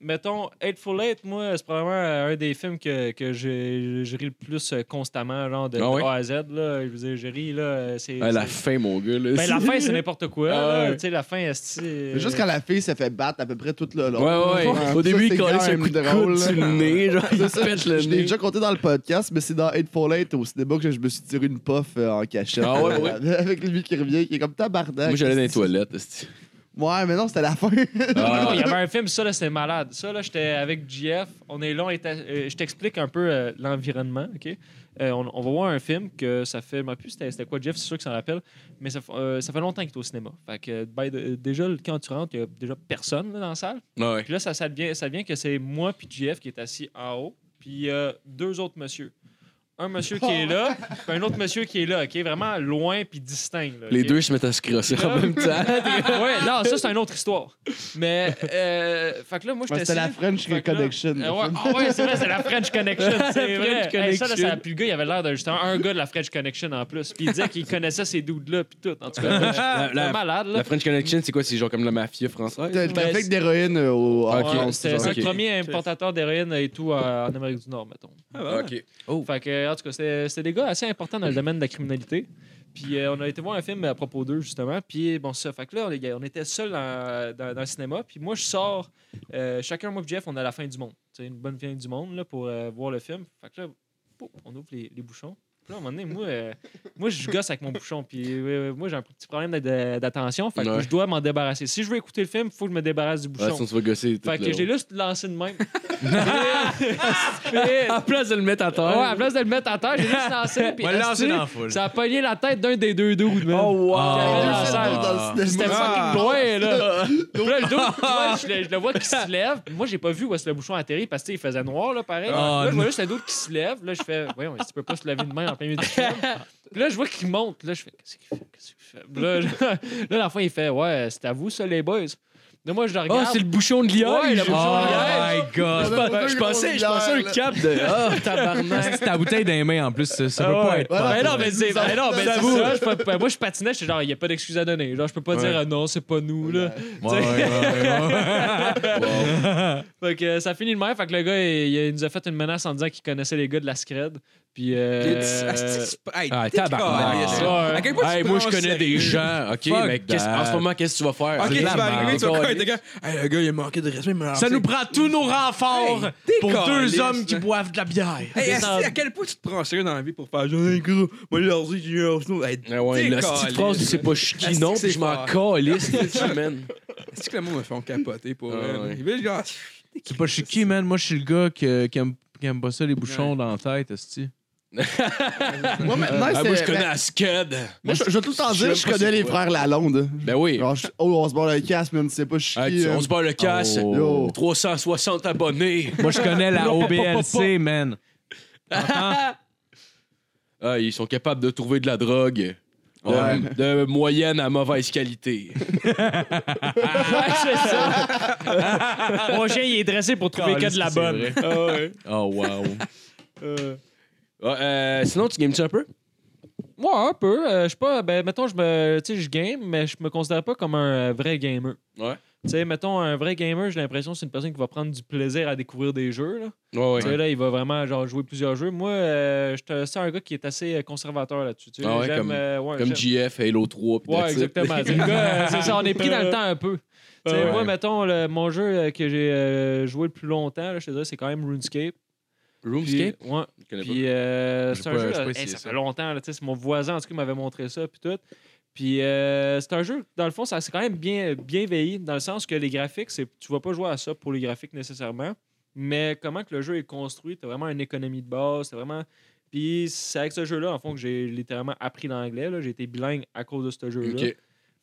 Speaker 7: mettons, Hateful Eight, moi, c'est probablement euh, un des films que, que j'ai j'ai ri le plus euh, constamment, genre de,
Speaker 3: Ah
Speaker 7: de
Speaker 3: ouais?
Speaker 7: A à Z. Là. Je veux dire, j'ai ri, là. euh, c'est-
Speaker 3: Ah, la
Speaker 7: c'est-
Speaker 3: fin, mon gars. Là,
Speaker 7: Ben, la fin, c'est n'importe quoi.
Speaker 3: Ah
Speaker 7: là.
Speaker 3: ouais.
Speaker 7: Tu sais, la fin, est
Speaker 6: Mais Juste quand la fille s'est fait battre à peu près tout le long.
Speaker 3: Euh, Ouais, ouais. Au
Speaker 6: Ça,
Speaker 3: début,
Speaker 6: c'est
Speaker 3: il collait
Speaker 6: quand
Speaker 3: un
Speaker 6: même
Speaker 3: coup de
Speaker 6: drôle,
Speaker 3: coude sur
Speaker 6: là.
Speaker 3: le nez, genre, il se pète le
Speaker 6: Je l'ai
Speaker 3: nez.
Speaker 6: déjà compté dans le podcast, mais c'est dans Hateful Eight au cinéma que je me suis tiré une puff euh, en cachette.
Speaker 3: Ah ouais, ouais.
Speaker 6: euh, Avec lui qui revient, qui est comme tabarnak.
Speaker 3: Moi, j'allais dans les toilettes. esti.
Speaker 6: Ouais, mais non, c'était la fin.
Speaker 7: Ah non, il y
Speaker 3: Ah,
Speaker 7: avait un film, ça là, c'était malade. Ça là, j'étais avec GF, on est là, on était- euh, je t'explique un peu euh, l'environnement, ok? Euh, on, on va voir un film que ça fait, je me rappelle plus c'était c'était quoi, Jeff, c'est sûr que ça en rappelle, mais ça, fait- euh, ça fait longtemps qu'il est au cinéma. Fait que euh, by the- déjà, le- quand tu rentres, il y a déjà personne là, dans la salle.
Speaker 3: ouais.
Speaker 7: Puis là, ça, ça, devient, ça devient que c'est moi puis GF qui est assis en haut, puis euh, deux autres messieurs. Un monsieur qui est là, puis un autre monsieur qui est là, qui est vraiment loin puis distinct. là,
Speaker 3: Les
Speaker 7: ok?
Speaker 3: deux se mettent à se crosser en même temps.
Speaker 7: ouais, non, ça, c'est une autre histoire. Mais, euh, fait que là, moi,
Speaker 6: Ouais,
Speaker 7: j'étais
Speaker 6: c'était la French Reconnection.
Speaker 7: Euh, ouais, ah ouais, c'est vrai, c'est la French Connection, c'est vrai.
Speaker 3: French
Speaker 7: Hey, ça, là,
Speaker 3: Connection.
Speaker 7: ça, puis le gars, il avait l'air d'un justement un gars de la French Connection en plus. Puis il disait qu'il connaissait ces dudes-là, puis tout. En tout cas,
Speaker 3: La-
Speaker 7: c'était
Speaker 3: la-
Speaker 7: malade, Ah, là.
Speaker 3: La French Connection, c'est quoi? C'est genre comme la mafia française?
Speaker 6: T'as le
Speaker 7: Ben,
Speaker 6: trafic
Speaker 7: c'est-
Speaker 6: d'héroïne euh, au en
Speaker 3: Ok.
Speaker 7: Ouais,
Speaker 6: France,
Speaker 7: c'était
Speaker 6: genre.
Speaker 7: c'est
Speaker 3: ok.
Speaker 7: le premier importateur d'héroïne et tout euh, en Amérique du Nord, mettons.
Speaker 3: Ok.
Speaker 7: Fait que, en tout cas, c'était c'était des gars assez importants dans le domaine de la criminalité. Puis euh, on a été voir un film à propos d'eux, justement. Puis bon, ça. Fait que là, les gars, on était seuls dans, dans- dans le cinéma. Puis moi, je sors. euh, chacun, moi et Jeff, on a la fin du monde. C'est une bonne fin du monde là, pour euh, voir le film. Fait que là, pouf, on ouvre les, les bouchons. Puis là, à un moment donné, moi, euh, moi je gosse avec mon bouchon. Puis euh, moi, j'ai un petit problème d'a- d'attention. Fait que
Speaker 3: Ouais.
Speaker 7: je dois m'en débarrasser. Si je veux écouter le film, il faut que je me débarrasse du
Speaker 3: Ouais,
Speaker 7: bouchon.
Speaker 3: sinon, tu vas gosser. tout
Speaker 7: fait que
Speaker 3: le
Speaker 7: j'ai
Speaker 3: long.
Speaker 7: juste lancé de même. Mais-
Speaker 3: En place de le mettre à
Speaker 7: Ouais, à
Speaker 3: terre.
Speaker 7: place de le mettre à terre, j'ai juste lancé. Puis
Speaker 5: On va le lancer
Speaker 7: esti,
Speaker 5: dans la foule.
Speaker 7: Ça a pogné la tête d'un des deux dudes, man.
Speaker 3: wow!
Speaker 7: J'avais
Speaker 6: Ah,
Speaker 7: la salle.
Speaker 6: dans le
Speaker 7: C'était
Speaker 6: cinéma.
Speaker 4: Ah.
Speaker 7: fucking loin, là. Puis là, le dude, moi, je, le, je le vois qui se lève. Moi, j'ai pas vu où est-ce que le bouchon atterrit parce qu'il faisait noir, là, pareil.
Speaker 5: Ah,
Speaker 7: là, je vois
Speaker 5: non.
Speaker 7: juste le dude qui se lève. Là, je fais, voyons, tu peux pas se laver de main en plein milieu du film. Puis là, je vois qu'il monte. Là, je fais Qu'est-ce qu'il fait Qu'est-ce qu'il fait Puis Là, je- là, l'enfant, il fait Ouais, c'est à vous, ça, les boys. Là, moi, je le
Speaker 3: Oh,
Speaker 7: regarde.
Speaker 3: c'est le bouchon de liège!
Speaker 7: Ouais, le bouchon
Speaker 5: Oh
Speaker 7: de liège.
Speaker 5: my god!
Speaker 3: Je pensais, je pensais un cap de. Ah, tabarnak!
Speaker 5: C'est ta bouteille dans les mains en plus, ça, ça peut
Speaker 7: Ah
Speaker 5: pas
Speaker 7: ouais.
Speaker 5: être.
Speaker 6: Ouais,
Speaker 5: pas-
Speaker 7: Ben non, mais c'est
Speaker 6: Nous
Speaker 7: ben non,
Speaker 6: autres,
Speaker 7: mais
Speaker 6: nous
Speaker 7: c'est
Speaker 6: autres.
Speaker 7: ça. Je peux pas- moi, je patinais, j'étais genre, il n'y a pas d'excuse à donner. Genre, je peux pas
Speaker 5: Ouais.
Speaker 7: dire, ah non, c'est pas nous, là.
Speaker 5: Ouais, ouais, ouais, ouais.
Speaker 7: Fait que euh, ça finit de même. Fait que le gars, il, il nous a fait une menace en disant qu'il connaissait les gars de la Scred. Puis. euh,
Speaker 5: Ah,
Speaker 4: Ah,
Speaker 5: tabarnak.
Speaker 7: Ouais.
Speaker 4: À quel point tu
Speaker 3: Hey,
Speaker 4: te
Speaker 3: moi, je
Speaker 4: prends au
Speaker 3: connais
Speaker 4: sérieux?
Speaker 3: des gens, ok,
Speaker 5: Fuck
Speaker 3: mais qu'est-ce-
Speaker 5: that.
Speaker 3: en ce moment, qu'est-ce que tu vas faire?
Speaker 4: Ok,
Speaker 3: C'est
Speaker 4: tu
Speaker 3: de la
Speaker 4: vas arriver,
Speaker 3: merde.
Speaker 4: tu vas croire, t'es gars. Hey, le gars, il a manqué de respect, mais.
Speaker 5: Ça nous prend tous nos renforts pour
Speaker 4: décaliste,
Speaker 5: deux hommes qui
Speaker 4: là.
Speaker 5: boivent de la bière.
Speaker 4: Hey, asti, à quel point tu te prends au sérieux dans la vie pour faire genre, hey, gros, moi, l'ordi, j'ai eu un snow. Hey,
Speaker 3: Ah ouais, la
Speaker 4: décaliste.
Speaker 3: petite phrase, tu sais pas je suis qui,
Speaker 4: Asti,
Speaker 3: non,
Speaker 4: c'est
Speaker 3: puis je m'en
Speaker 4: fort.
Speaker 3: calisse, tu man.
Speaker 4: Est-ce que le monde me font capoter pour
Speaker 3: Ah,
Speaker 4: vrai?
Speaker 3: ouais.
Speaker 4: Il veut genre.
Speaker 5: C'est pas je suis qui, man. Moi, je suis le gars que- qui aime, qui aime pas ça, les bouchons dans la tête, esti.
Speaker 6: Moi, maintenant,
Speaker 3: Ah,
Speaker 6: c'est-
Speaker 3: moi, je connais Ascad.
Speaker 6: Moi, je je vais tout le temps
Speaker 3: Je
Speaker 6: dire,
Speaker 3: sais même pas
Speaker 6: je
Speaker 3: c'est
Speaker 6: connais les
Speaker 3: quoi.
Speaker 6: frères Lalonde.
Speaker 3: Ben oui.
Speaker 6: Genre, je- Oh, on se barre le casque, mais on ne sait pas je
Speaker 4: Ah,
Speaker 6: suis
Speaker 3: Hey,
Speaker 6: qui.
Speaker 3: tu-
Speaker 6: hein.
Speaker 3: On se barre le casse.
Speaker 5: Oh.
Speaker 6: Yo.
Speaker 3: 360 abonnés.
Speaker 5: Moi, je connais la OBLC, man.
Speaker 3: Ah, ils sont capables de trouver de la drogue. De,
Speaker 6: Ouais.
Speaker 3: de moyenne à mauvaise qualité.
Speaker 7: Ouais, c'est ça. Mon chien, il est dressé pour trouver que de la
Speaker 5: c'est
Speaker 7: bonne.
Speaker 5: vrai.
Speaker 7: Ah ouais.
Speaker 5: Oh, wow.
Speaker 3: Ah, euh, sinon, tu games-tu un peu?
Speaker 7: Moi, un peu. euh, je suis pas. Ben, mettons, je me. Tu sais, je game, mais je me considère pas comme un euh, vrai gamer.
Speaker 3: Ouais.
Speaker 7: Tu sais, mettons, un vrai gamer, j'ai l'impression que c'est une personne qui va prendre du plaisir à découvrir des jeux. Là.
Speaker 3: Ouais,
Speaker 7: Tu sais, là, il va vraiment genre, jouer plusieurs jeux. Moi, euh, je te- c'est un gars qui est assez euh, conservateur là-dessus. tu sais.
Speaker 3: Ah ouais,
Speaker 7: J'aime,
Speaker 3: comme-
Speaker 7: euh, ouais,
Speaker 3: Comme
Speaker 7: j'aime-
Speaker 3: GF, Halo 3. puis
Speaker 7: Ouais,
Speaker 3: that's it.
Speaker 7: exactement. Tu sais, le gars, euh, c'est ça, on est pris dans le temps un peu. Tu sais,
Speaker 3: Ouais.
Speaker 7: Moi, mettons, le- mon jeu euh, que j'ai euh, joué le plus longtemps, là, je te dirais, c'est quand même RuneScape.
Speaker 3: RuneScape?
Speaker 7: Puis- ouais,
Speaker 3: Je connais pas.
Speaker 7: puis euh,
Speaker 5: J'ai
Speaker 7: c'est un
Speaker 5: pas-
Speaker 7: jeu,
Speaker 5: j'ai pas
Speaker 7: là,
Speaker 5: essayé
Speaker 7: hey, ça,
Speaker 5: ça.
Speaker 7: fait longtemps, là, tu sais, c'est mon voisin en tout cas qui m'avait montré ça, puis tout. Puis euh, c'est un jeu, dans le fond, ça c'est quand même bien, bien veillé, dans le sens que les graphiques, c'est, tu vas pas jouer à ça pour les graphiques nécessairement, mais comment que le jeu est construit, t'as vraiment une économie de base, c'est vraiment... Puis c'est avec ce jeu-là, en fond, que j'ai littéralement appris l'anglais, là. j'ai été bilingue à cause de ce jeu-là.
Speaker 3: Ok.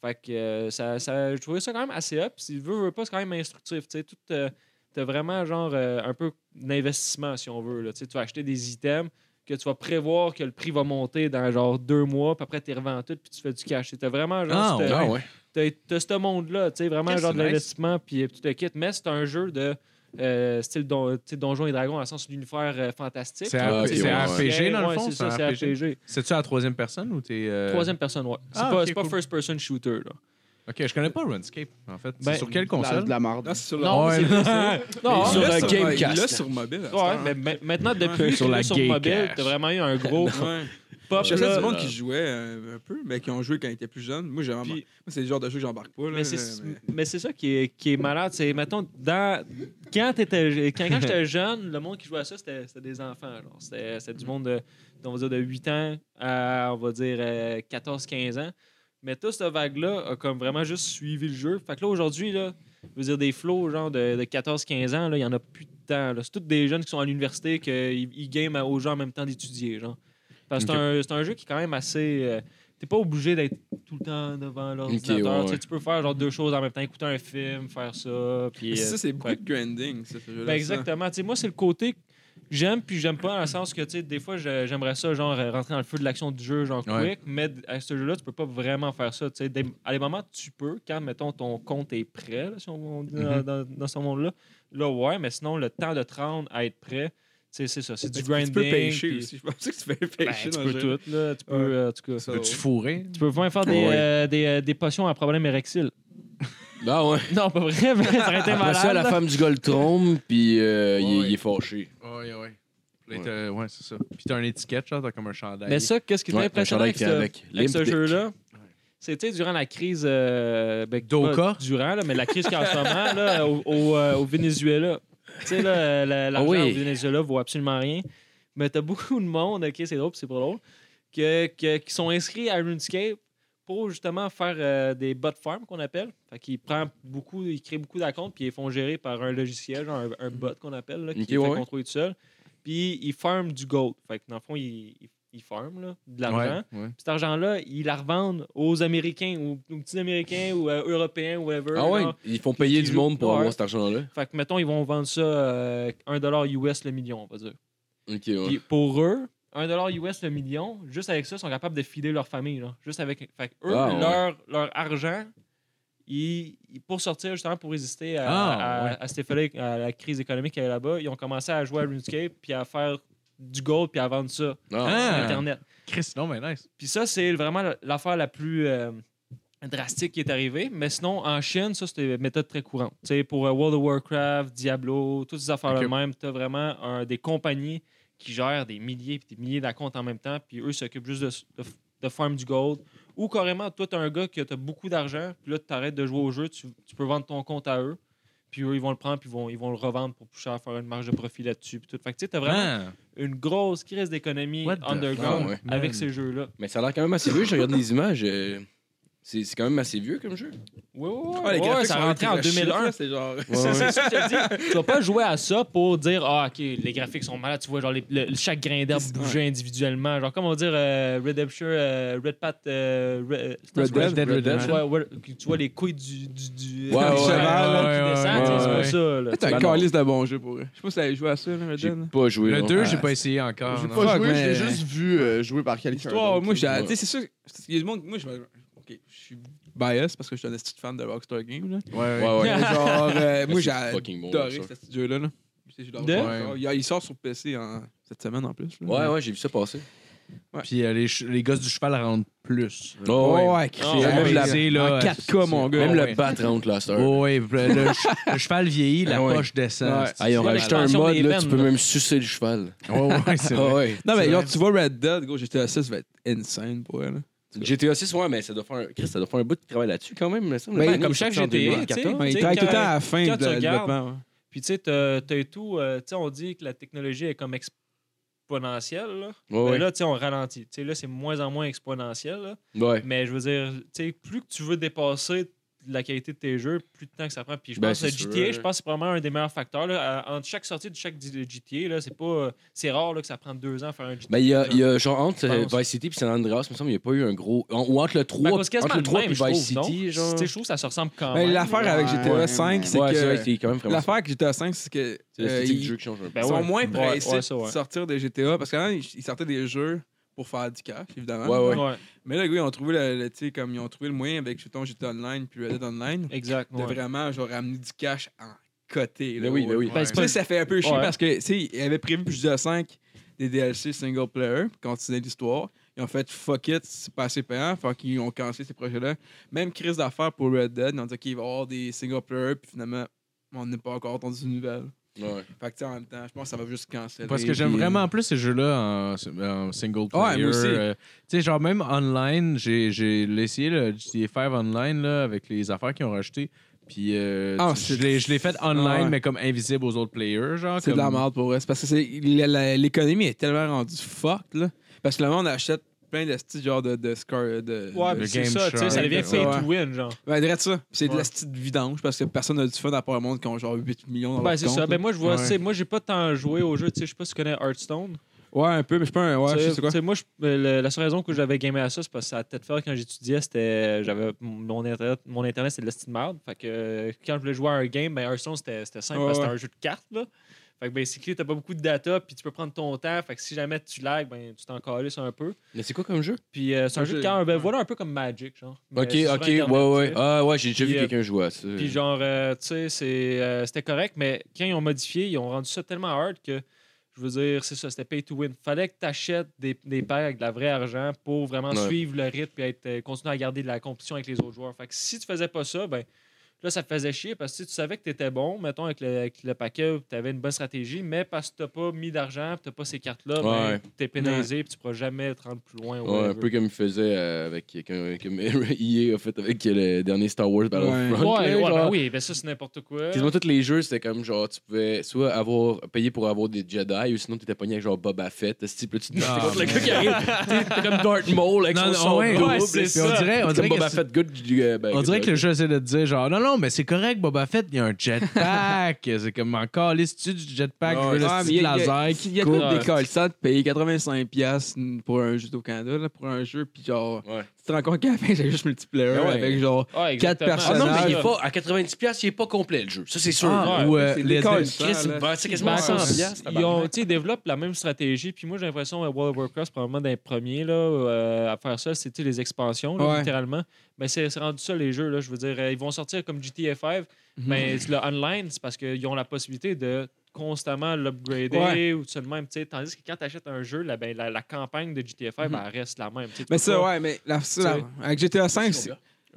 Speaker 7: Fait que euh, ça, ça, je trouvais ça quand même assez up. Si veut, veut pas, c'est quand même instructif. Tu sais, tout, euh, t'as vraiment genre euh, un peu d'investissement, si on veut. Là. Tu sais, tu vas acheter des items que tu vas prévoir que le prix va monter dans genre deux mois, puis après tu revends tout, puis tu fais du cash. T'as vraiment genre
Speaker 5: Ah,
Speaker 7: cette-
Speaker 3: Ah ouais.
Speaker 7: t'as- t'as ce monde-là, tu sais, vraiment
Speaker 4: Qu'est-ce
Speaker 7: genre
Speaker 4: que
Speaker 7: de
Speaker 4: c'est nice.
Speaker 7: l'investissement, puis euh, puis tu te quittes. Mais c'est un jeu de euh, style don, tu sais, Donjons et Dragons, dans le sens d'univers euh, fantastique.
Speaker 5: C'est
Speaker 3: Ah,
Speaker 5: un
Speaker 3: ok, ouais,
Speaker 5: RPG, dans le
Speaker 7: Ouais,
Speaker 5: fond?
Speaker 7: c'est ça, c'est RPG.
Speaker 5: C'est-tu à la troisième personne ou t'es. euh,
Speaker 7: Troisième personne, ouais. C'est
Speaker 5: Ah,
Speaker 7: pas,
Speaker 5: ok,
Speaker 7: c'est pas
Speaker 5: cool.
Speaker 7: first person shooter, là.
Speaker 5: Ok, je connais pas RuneScape, en fait.
Speaker 7: Ben,
Speaker 5: c'est sur quelle
Speaker 6: La-
Speaker 5: console?
Speaker 6: de la merde.
Speaker 4: Non, c'est sur
Speaker 7: Non,
Speaker 5: Ouais,
Speaker 7: c'est- euh, Non,
Speaker 3: Sur,
Speaker 4: Il l'a
Speaker 3: euh,
Speaker 4: sur-
Speaker 3: Gamecast.
Speaker 4: Il l'a sur mobile. à ce
Speaker 7: Ouais,
Speaker 4: temps.
Speaker 7: mais ma- maintenant, depuis
Speaker 5: Sur
Speaker 7: sur,
Speaker 5: la
Speaker 7: la sur
Speaker 5: gay
Speaker 7: mobile,
Speaker 5: cash.
Speaker 7: t'as vraiment eu un gros
Speaker 4: Ouais.
Speaker 7: pop.
Speaker 4: Je connais
Speaker 7: là.
Speaker 4: du monde
Speaker 3: là.
Speaker 4: qui jouait euh, un peu, mais qui ont joué quand ils étaient plus jeunes. Moi, j'ai vraiment-
Speaker 7: Puis-
Speaker 4: moi, c'est le genre de jeu que j'embarque pas. Là,
Speaker 7: Mais
Speaker 4: là,
Speaker 7: c'est
Speaker 4: mais-
Speaker 7: mais c'est ça qui est, qui est malade. C'est, mettons, dans, quand, t'étais- quand, quand j'étais jeune, le monde qui jouait à ça, c'était, c'était des enfants. genre. C'était, c'était du monde de, on va dire, de 8 ans à, on va dire, 14-15 ans. Mais toute cette vague-là a comme vraiment juste suivi le jeu. Fait que là, aujourd'hui, là, je veux dire, des flots genre de, de 14-15 ans, là, il y en a plus de temps. là. C'est tous des jeunes qui sont à l'université qu'ils ils game aux gens en même temps d'étudier. Genre. Parce que c'est un- c'est un, jeu qui est quand même assez... euh, T'es pas obligé d'être tout le temps devant l'ordinateur.
Speaker 3: ouais,
Speaker 7: Tu sais,
Speaker 3: ouais.
Speaker 7: Tu peux faire genre deux choses en même temps, écouter un film, faire ça. Puis,
Speaker 4: mais Ah, c'est
Speaker 7: euh,
Speaker 4: ça, c'est beaucoup
Speaker 7: ouais.
Speaker 4: de grinding, ça, ce jeu-là.
Speaker 7: ben
Speaker 4: ça.
Speaker 7: exactement. Tu sais, moi, c'est le côté que j'aime puis j'aime pas dans le sens que tu sais, des fois, je- j'aimerais ça, genre, euh, rentrer dans le feu de l'action du jeu, genre, quick.
Speaker 5: Ouais.
Speaker 7: Mais d- à ce jeu-là, tu peux pas vraiment faire ça. tu sais. Des- à des moments, tu peux, quand, mettons, ton compte est prêt, là, si on on dit dans-
Speaker 4: Mm-hmm.
Speaker 5: Mhm.
Speaker 7: dans, dans ce monde-là. Là, ouais, mais sinon, le temps de te rendre à être prêt, tu sais, c'est ça. C'est
Speaker 4: Mais
Speaker 7: du
Speaker 4: Ben, tu- Tu
Speaker 7: grinding.
Speaker 4: peux pêcher
Speaker 7: puis-
Speaker 4: aussi. Je pensais que tu fais
Speaker 7: Ben,
Speaker 4: pêcher
Speaker 7: tu
Speaker 4: dans le
Speaker 7: peux
Speaker 4: jeu.
Speaker 7: tout, là. Tu peux,
Speaker 4: Ouais.
Speaker 7: euh, en tout cas.
Speaker 4: Ça,
Speaker 5: Peux-tu fourrer?
Speaker 7: Tu peux vraiment faire des,
Speaker 3: Ouais.
Speaker 7: euh, des, euh, des potions à problème érectile.
Speaker 3: Ah ouais.
Speaker 7: Non, pas vrai, mais ça aurait été
Speaker 3: Après
Speaker 7: malade.
Speaker 3: ça, la
Speaker 7: là.
Speaker 3: femme du Goldtron, puis euh, il,
Speaker 5: Ouais.
Speaker 3: il est fâché.
Speaker 5: Ouais, ouais. Là, t'as- Ouais, c'est ça. Puis t'as un étiquette, genre, t'as comme un chandail.
Speaker 7: Mais ça, qu'est-ce qui était
Speaker 3: Ouais,
Speaker 7: impressionnant
Speaker 3: un chandail
Speaker 7: avec
Speaker 3: qui est avec
Speaker 7: ce, avec ce
Speaker 3: Limp Dick.
Speaker 7: jeu-là? C'était durant la crise. euh, ben,
Speaker 5: D'Oka?
Speaker 7: pas Durant, là, mais la crise qu'il y a en ce moment là, au, au, euh, au Venezuela. Tu sais, là, la- l'argent
Speaker 3: Ah oui.
Speaker 7: au Venezuela vaut absolument rien. Mais t'as beaucoup de monde, ok, c'est drôle, puis c'est pas drôle, que, que- qui sont inscrits à RuneScape pour justement faire euh, des bot farms qu'on appelle. Fait qu'ils prennent beaucoup, ils créent beaucoup d'accounts puis ils les font gérer par un logiciel, genre un, un bot qu'on appelle, là, qui
Speaker 3: Ok,
Speaker 7: les fait
Speaker 3: ouais.
Speaker 7: contrôler tout seul. Puis ils farment du gold. Fait que dans le fond, ils, ils, ils farment là, de l'argent.
Speaker 5: Ouais, ouais.
Speaker 7: Puis cet argent-là, ils la revendent aux Américains, aux, aux petits Américains ou euh, Européens, whatever.
Speaker 3: Ah ouais,
Speaker 7: genre.
Speaker 3: ils font payer
Speaker 7: qui
Speaker 3: du
Speaker 7: joue-
Speaker 3: monde pour
Speaker 7: Ouais.
Speaker 3: avoir cet argent-là.
Speaker 7: Fait que, mettons, ils vont vendre ça euh, 1$ US le million, on va dire.
Speaker 3: Ok, ouais.
Speaker 7: Puis pour eux, 1$ US le million, juste avec ça, ils sont capables de filer leur famille. Là. Juste avec. Fait que eux,
Speaker 3: Ah, ouais.
Speaker 7: leur, leur argent, ils, ils- pour sortir justement, pour résister à,
Speaker 5: Ah,
Speaker 7: à-
Speaker 5: ouais.
Speaker 7: à cet effet-là, à la crise économique qu'il y avait là-bas, ils ont commencé à jouer à RuneScape puis à faire du gold puis à vendre ça
Speaker 3: Ah,
Speaker 7: sur
Speaker 5: Ah.
Speaker 7: Internet.
Speaker 5: Chris, non, mais nice.
Speaker 7: Puis ça, c'est vraiment la- l'affaire la plus euh, drastique qui est arrivée. Mais sinon, en Chine, ça, c'est une méthode très courante. Tu sais, pour euh, World of Warcraft, Diablo, toutes ces affaires-là
Speaker 5: Ok.
Speaker 7: même, tu as vraiment un- des compagnies qui gèrent des milliers et des milliers d'accounts en même temps. Puis eux s'occupent juste de, de, de farm du gold. Ou carrément, toi, tu un gars qui a t'as beaucoup d'argent, puis là, tu arrêtes de jouer au jeu, tu, tu peux vendre ton compte à eux. Puis eux, ils vont le prendre, puis ils vont, ils vont le revendre pour plus cher, faire une marge de profit là-dessus. puis tout. Fait que tu sais, t'as vraiment
Speaker 5: Vraiment?
Speaker 7: une grosse crise d'économie
Speaker 5: Ah. What the
Speaker 7: underground
Speaker 3: fuck,
Speaker 5: man.
Speaker 7: avec ces jeux-là.
Speaker 3: Mais ça a l'air quand même assez vieux. Je regarde les images. euh, C'est c'est quand même assez vieux comme jeu.
Speaker 7: Oui, oui, oui.
Speaker 4: Ah, les
Speaker 7: Ouais,
Speaker 4: graphiques
Speaker 7: ça
Speaker 4: sont
Speaker 7: rentrait en
Speaker 4: ultra shit,
Speaker 7: 2001.
Speaker 4: là, C'est genre.
Speaker 3: Ben,
Speaker 7: C'est ça, je te dis. Tu vas pas jouer à ça pour dire, ah, OK, les graphiques sont malades. Tu vois, genre, les- le- chaque grain d'herbe bougeait individuellement. Genre, comment dire, euh, Redemption, euh, Red Pat, euh, Re- euh, c'est
Speaker 5: Red
Speaker 7: quoi,
Speaker 5: Dead Redemption.
Speaker 7: Tu vois, ouais, que tu vois les couilles du, du, du-
Speaker 3: Ouais,
Speaker 7: du
Speaker 3: ouais,
Speaker 7: cheval là,
Speaker 5: ouais,
Speaker 7: qui descend.
Speaker 5: ouais,
Speaker 7: tu sais, c'est
Speaker 5: ouais.
Speaker 7: pas ça. là.
Speaker 4: C'est
Speaker 3: Bah
Speaker 4: un
Speaker 3: non.
Speaker 4: calice de bon jeu pour eux. Je sais pas si t'avais joué à ça, là, Red
Speaker 3: J'ai
Speaker 4: Dead, là.
Speaker 3: pas joué.
Speaker 5: Le
Speaker 3: non.
Speaker 5: 2,
Speaker 3: Ah,
Speaker 5: j'ai pas essayé encore.
Speaker 6: J'ai
Speaker 5: non.
Speaker 6: pas joué,
Speaker 5: mais-
Speaker 6: je l'ai juste vu euh, jouer par quelqu'un. euh,
Speaker 4: L'histoire,
Speaker 6: d'autre.
Speaker 4: moi, j'ai.
Speaker 3: Ouais.
Speaker 4: Tu sais, c'est sûr. Il y a du monde. Moi, je. me- Ok, je suis bias parce que je suis un petit fan de Rockstar Games, là.
Speaker 5: Ouais, ouais.
Speaker 3: Ouais, ouais.
Speaker 4: Mais genre, euh, moi,
Speaker 3: Ah, c'est
Speaker 4: j'ai
Speaker 3: fucking bon,
Speaker 4: adoré
Speaker 3: ça.
Speaker 4: ce petit jeu-là, là. C'est- je l'ai
Speaker 7: De?
Speaker 4: encore. Il il sort sur PC en- cette semaine en plus. là.
Speaker 3: Ouais, ouais, j'ai vu ça passer.
Speaker 5: Puis euh, les, ch- les gosses du cheval rentrent plus.
Speaker 3: Oh, ouais.
Speaker 4: Chris,
Speaker 7: Ah, ouais.
Speaker 4: même la-
Speaker 5: Abaisé, là, euh,
Speaker 4: en 4K, mon gars.
Speaker 3: Même
Speaker 5: ouais.
Speaker 3: le bat rentre là, Star.
Speaker 5: Oh, ouais, le, le ch- le cheval vieillit, la
Speaker 3: Ah ouais.
Speaker 5: poche descend.
Speaker 4: Ouais.
Speaker 3: Ah, ils ont
Speaker 7: C'est
Speaker 3: rajouté un
Speaker 7: l'expansion
Speaker 3: mode,
Speaker 7: des
Speaker 3: là, tu
Speaker 7: veines,
Speaker 3: peux
Speaker 7: là.
Speaker 3: même sucer le cheval.
Speaker 5: Ouais, ouais, c'est
Speaker 3: Ah
Speaker 5: vrai.
Speaker 3: ouais.
Speaker 4: Non, mais
Speaker 5: C'est
Speaker 4: genre,
Speaker 5: vrai.
Speaker 4: tu vois Red Dead, gros, GTA 6 va être insane pour elle. là.
Speaker 3: GTA 6, ouais, mais ça doit faire un, Chris, ça doit faire un bout de travail là-dessus quand même. Mais,
Speaker 4: Ben,
Speaker 7: comme chaque GTA, tu sais.
Speaker 4: Ouais, il
Speaker 7: Tu sais,
Speaker 4: travaille tout le
Speaker 7: quand-
Speaker 4: temps à la fin de
Speaker 7: quand tu regardes-
Speaker 4: développement. ouais.
Speaker 7: Puis, tu sais, t'as t'as et tout. euh, tu sais, on dit que la technologie est comme exponentielle. Là,
Speaker 3: Ouais,
Speaker 7: Mais
Speaker 3: ouais.
Speaker 7: là tu sais, on ralentit. Tu sais, là, c'est moins en moins exponentiel. là.
Speaker 3: ouais.
Speaker 7: Mais je veux dire, tu sais, plus que tu veux dépasser la qualité de tes jeux, plus de temps que ça prend. Puis je
Speaker 3: Ben,
Speaker 7: pense que
Speaker 3: c'est sûr,
Speaker 7: GTA, je
Speaker 3: ouais.
Speaker 7: pense que c'est probablement un des meilleurs facteurs. là. À- Entre chaque sortie de chaque di- GTA, là, c'est pas, euh, c'est rare là, que ça prend deux ans à faire un GTA.
Speaker 3: Ben, il y a, il y a genre entre
Speaker 7: Je
Speaker 3: euh,
Speaker 7: pense.
Speaker 3: Vice City et San Andreas, il me semble, il n'y a pas eu un gros. en- Ou entre le 3,
Speaker 7: Ben, c'est quasiment
Speaker 3: entre le 3
Speaker 7: le
Speaker 3: et
Speaker 7: même,
Speaker 3: Vice
Speaker 7: je trouve,
Speaker 3: City,
Speaker 7: non?
Speaker 3: genre.
Speaker 7: Tu sais, je trouve que ça se ressemble quand
Speaker 4: Ben,
Speaker 7: même.
Speaker 4: L'affaire avec
Speaker 6: Ouais.
Speaker 4: GTA 5, c'est
Speaker 3: ouais, c'est vrai que
Speaker 4: que.
Speaker 3: c'est quand même vraiment.
Speaker 4: L'affaire avec GTA 5, c'est que.
Speaker 3: C'est
Speaker 4: euh,
Speaker 3: l'esthétique
Speaker 4: il-
Speaker 3: du jeu qui change un peu.
Speaker 7: Ben,
Speaker 4: ils sont
Speaker 7: ouais.
Speaker 4: moins
Speaker 7: Ouais,
Speaker 4: pressés
Speaker 7: ouais, ça, ouais.
Speaker 4: de sortir des GTA parce qu'avant, ils ils sortaient des jeux pour faire du cash, évidemment.
Speaker 3: Ouais, ouais.
Speaker 7: Ouais,
Speaker 4: Mais là, gars, ils ont trouvé le, le- tu sais, comme ils ont trouvé le moyen avec justement, GTA Online puis Red Dead Online
Speaker 7: exact.
Speaker 4: de
Speaker 7: ouais.
Speaker 4: vraiment genre ramener du cash en côté.
Speaker 3: Ben oui, ben oui.
Speaker 7: Ben, c'est
Speaker 4: Tu sais,
Speaker 7: pas-
Speaker 4: ça fait un peu chier
Speaker 7: Ouais.
Speaker 4: parce que, tu sais, ils avaient prévu plus de 5 des DLC single player pour continuer l'histoire. Ils ont fait fuck it, c'est pas assez payant. Fait qu'ils ont cancellé ces projets-là. Même crise d'affaires pour Red Dead, ils ont dit qu'il va y avoir des single player, puis finalement, on n'a pas encore entendu de nouvelles.
Speaker 3: Ouais.
Speaker 4: Fait que, tu sais, en même temps, je pense que ça va juste canceller.
Speaker 5: Parce que j'aime
Speaker 4: puis, euh,
Speaker 5: vraiment plus ces jeux-là en, en single
Speaker 4: Ah ouais,
Speaker 5: player.
Speaker 4: moi aussi.
Speaker 5: Euh, tu sais, genre même online, j'ai, j'ai essayé le GTA 5 online là, avec les affaires qu'ils ont rachetées. Puis euh,
Speaker 4: Ah,
Speaker 5: tu-
Speaker 4: c'est-
Speaker 5: je, l'ai, je l'ai fait online,
Speaker 4: ouais.
Speaker 5: mais comme invisible aux autres players. Genre,
Speaker 4: C'est de
Speaker 5: comme-
Speaker 4: la merde pour vrai. C'est parce que c'est- la- la- l'économie est tellement rendue forte, là. Parce que le monde achète plein de styles genre de, de scar. De,
Speaker 7: Ouais,
Speaker 4: de-
Speaker 7: mais
Speaker 5: Le
Speaker 7: c'est
Speaker 5: game
Speaker 7: ça, tu sais, ça
Speaker 5: shark,
Speaker 7: devient
Speaker 4: ça,
Speaker 7: pay
Speaker 4: ouais.
Speaker 7: to win, genre.
Speaker 4: Ben, dirais ça. C'est de
Speaker 7: Ouais.
Speaker 4: la style vidange parce que personne n'a du fun à part le monde qui ont genre 8 millions dans
Speaker 7: Ben,
Speaker 4: leur
Speaker 7: c'est
Speaker 4: compte,
Speaker 7: ça.
Speaker 4: là.
Speaker 7: Ben, moi, je vois,
Speaker 5: Ouais.
Speaker 7: tu sais, moi, j'ai pas tant joué au jeu, tu sais, je sais pas si tu connais Hearthstone.
Speaker 4: Ouais, un peu, mais je suis pas un. Ouais,
Speaker 7: Tu
Speaker 4: je
Speaker 7: sais,
Speaker 4: sais quoi.
Speaker 7: tu sais, moi, je- euh, le- la seule raison que j'avais gamé à ça, c'est parce que ça a peut-être fait quand j'étudiais, c'était. euh, J'avais, mon, internet, mon internet, c'était de la petite merde. Fait que euh, quand je voulais jouer à un game, ben, Hearthstone, c'était, c'était simple
Speaker 4: Ouais,
Speaker 7: parce que
Speaker 4: ouais.
Speaker 7: c'était un jeu de cartes. Là. Fait que basically, t'as pas beaucoup de data, puis tu peux prendre ton temps. Fait que si jamais tu lags, ben, tu t'en calisses un peu.
Speaker 3: Mais c'est quoi comme jeu
Speaker 7: Puis euh, c'est un
Speaker 4: Un
Speaker 7: jeu de
Speaker 4: jeu-
Speaker 7: cartes, ben, voilà un peu comme Magic, genre. Mais
Speaker 3: Ok,
Speaker 7: c'est sur
Speaker 3: ok, ouais,
Speaker 7: Internet, tu
Speaker 3: ouais.
Speaker 7: sais.
Speaker 3: Ah, ouais, j'ai déjà vu
Speaker 7: Puis, euh,
Speaker 3: quelqu'un jouer à ça.
Speaker 7: Puis genre, euh, tu sais, c'est, euh, c'était correct, mais quand ils ont modifié, ils ont rendu ça tellement hard que, je veux dire, c'est ça, c'était pay to win. Fallait que tu achètes des, des paires avec de la vraie argent pour vraiment
Speaker 3: Ouais.
Speaker 7: suivre le rythme et être, euh, continuer à garder de la compétition avec les autres joueurs. Fait que si tu faisais pas ça, ben là, ça te faisait chier parce que tu savais que tu étais bon, mettons, avec le, avec le paquet, tu avais une bonne stratégie, mais parce que tu pas mis d'argent, tu pas ces cartes-là,
Speaker 3: Ouais.
Speaker 7: ben, tu es pénalisé et tu pourras jamais te rendre plus loin. ou
Speaker 3: Ouais, un
Speaker 7: whatever.
Speaker 3: peu comme il faisait euh, avec. Comme, comme EA a fait avec le dernier Star Wars Battlefront.
Speaker 7: Ouais,
Speaker 3: là,
Speaker 7: ouais,
Speaker 3: genre.
Speaker 7: ben oui, ben ça, c'est n'importe quoi.
Speaker 3: Quasiment tous les jeux, c'était comme genre, tu pouvais soit avoir payer pour avoir des Jedi ou sinon t'étais pogné avec genre Boba Fett. Ce type là, tu te battais
Speaker 5: Ah,
Speaker 3: contre le
Speaker 5: man.
Speaker 3: gars qui arrive. T'es comme Darth Maul avec
Speaker 5: Non,
Speaker 3: son
Speaker 5: non,
Speaker 3: son
Speaker 5: ouais,
Speaker 3: double.
Speaker 7: ouais, c'est
Speaker 3: Puis
Speaker 5: Puis on
Speaker 7: ça.
Speaker 5: dirait, on
Speaker 3: C'est
Speaker 5: dirait
Speaker 3: comme
Speaker 5: que
Speaker 3: Boba
Speaker 5: c'est-
Speaker 3: Fett good. du- euh, ben,
Speaker 5: On dirait que le
Speaker 3: good.
Speaker 5: jeu essaie de te dire genre non non mais c'est correct Boba Fett il y a un jetpack c'est comme encore les tu du jetpack je veux le
Speaker 4: Ah, mais
Speaker 5: style
Speaker 4: il y a-
Speaker 5: laser
Speaker 4: Il y
Speaker 5: qui
Speaker 4: a
Speaker 5: coupe
Speaker 4: tout des ça de payer 85$ pour un jeu au Canada, là, pour un jeu, puis genre,
Speaker 3: Ouais.
Speaker 4: te rends compte qu'à la fin, c'est juste multiplayer
Speaker 7: Ouais.
Speaker 4: avec genre.
Speaker 7: Ah,
Speaker 4: Quatre
Speaker 7: exactement.
Speaker 3: Ah non, mais il
Speaker 4: personnage.
Speaker 3: est pas, à 90$, il est pas complet le jeu. Ça, c'est sûr.
Speaker 5: Ah,
Speaker 7: ouais,
Speaker 5: ou,
Speaker 4: mais
Speaker 5: euh,
Speaker 4: c'est
Speaker 5: les-
Speaker 4: décalé.
Speaker 5: les-
Speaker 3: Chris, c'est ben, c'est quasiment
Speaker 7: Ben,
Speaker 3: 100$.
Speaker 7: c'est-
Speaker 3: piastres,
Speaker 7: ils, ont,
Speaker 3: tabarnak.
Speaker 7: tu sais, ils développent la même stratégie. Puis moi, j'ai l'impression à World of Warcraft, probablement d'un premier là, euh, à faire ça, c'était les expansions, là,
Speaker 4: Ouais.
Speaker 7: littéralement. Mais c'est c'est rendu ça, les jeux. Là, je veux dire, euh, ils vont sortir comme GTA 5,
Speaker 4: Mm-hmm.
Speaker 7: mais le online, c'est parce qu'ils ont la possibilité de constamment l'upgrader
Speaker 4: Ouais.
Speaker 7: ou tout ça de même. tu sais. Tandis que quand tu achètes un jeu, là, ben, la, la campagne de GTA 5 ben, elle reste la même. tu
Speaker 4: Mm-hmm.
Speaker 7: sais, tu
Speaker 4: Mais
Speaker 7: peux
Speaker 4: ça,
Speaker 7: pas-
Speaker 4: ouais, mais la, ça, la-
Speaker 7: Tu sais.
Speaker 4: avec GTA 5, c'est-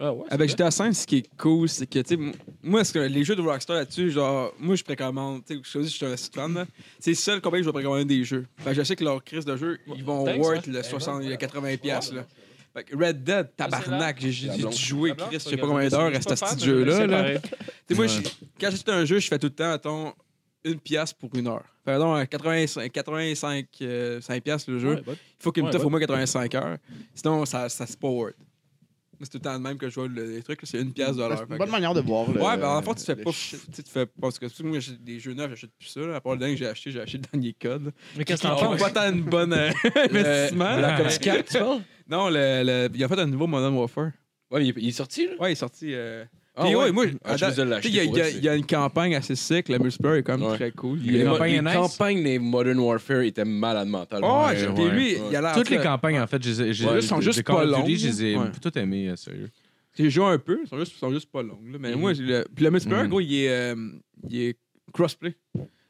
Speaker 7: Ah, ouais, c'est
Speaker 4: Avec
Speaker 7: vrai.
Speaker 4: GTA 5, ce qui est cool, c'est que, tu sais, m- moi, ce que les jeux de Rockstar là-dessus, genre, moi, je précommande, tu sais, je te dis, je suis un fan, là. C'est le seul compagnie que je vais précommander des jeux. Fait que je sais que leur crise de jeu, ils vont
Speaker 7: Thanks,
Speaker 4: worth
Speaker 7: hein.
Speaker 4: le 60, le 80 piastres, là. Fait que Red Dead, tabarnak, j'ai j'ai dû jouer,
Speaker 7: Ah,
Speaker 4: Chris, je sais pas combien d'heures à ce
Speaker 7: fan,
Speaker 4: petit
Speaker 7: mais
Speaker 4: jeu-là,
Speaker 7: c'est
Speaker 4: là.
Speaker 7: pareil.
Speaker 4: Tu sais, moi, je- quand j'achète un jeu, je fais tout le temps, attends, une pièce pour une heure. Fait que, donc, 85, 85 euh, cinq piastres le jeu.
Speaker 7: Ouais, bah,
Speaker 4: Il faut qu'il me
Speaker 7: Ouais,
Speaker 4: toffe
Speaker 7: ouais.
Speaker 4: au moins 85 heures. Sinon, ça, ça se forward. C'est tout le temps le même que je vois le, les trucs, là, c'est une pièce de l'heure.
Speaker 6: C'est
Speaker 4: Fait
Speaker 6: une
Speaker 4: que-
Speaker 6: bonne manière de voir. le-
Speaker 4: Ouais, ben en fait, tu fais
Speaker 6: le
Speaker 4: pas.
Speaker 6: shit.
Speaker 4: Tu sais, tu fais pas. Parce que tu sais, moi, j'ai des jeux neufs, j'achète plus ça. là. À part le dernier que j'ai acheté, j'ai acheté le dernier code.
Speaker 7: Mais qu'est-ce que
Speaker 4: Qui
Speaker 7: t'en
Speaker 4: n'a
Speaker 7: penses?
Speaker 4: pas tant une bonne euh, investissement.
Speaker 3: Black
Speaker 4: Mais-
Speaker 3: Ops 4, tu parles?
Speaker 4: Non, le, le- il a fait un nouveau Modern Warfare.
Speaker 3: Ouais, mais il est- il est sorti, là.
Speaker 4: Ouais, il est sorti. euh,
Speaker 3: Ah,
Speaker 4: Puis,
Speaker 3: ouais.
Speaker 4: ouais, moi,
Speaker 3: Ah, je
Speaker 4: attends,
Speaker 3: vous ai
Speaker 4: tu sais,
Speaker 3: l'acheté.
Speaker 4: il y a-
Speaker 3: pour
Speaker 4: il y, a-
Speaker 3: vrai,
Speaker 4: il y a une campagne assez sick. Le multiplayer est quand même
Speaker 3: Ouais.
Speaker 4: très cool.
Speaker 3: Les,
Speaker 4: Il est-
Speaker 5: mo-
Speaker 3: mo-
Speaker 5: campagnes
Speaker 3: les
Speaker 5: nice. Ah,
Speaker 3: campagnes des Modern Warfare étaient malades mentales.
Speaker 4: Oh,
Speaker 5: Ouais,
Speaker 4: j'ai-
Speaker 5: ouais.
Speaker 4: puis lui, il a l'air.
Speaker 5: Toutes les
Speaker 4: très-
Speaker 5: campagnes, en fait, j'ai
Speaker 4: Ouais, elles sont juste pas longues,
Speaker 5: J'ai
Speaker 4: là. Ouais.
Speaker 5: tout aimé, euh, sérieux.
Speaker 4: J'ai joué un peu, ils sont juste, ils sont juste pas longs. là. Mais
Speaker 3: Mhm.
Speaker 4: moi, j'ai le, puis le multiplayer,
Speaker 5: Mhm.
Speaker 4: gros, il est, euh, il est crossplay.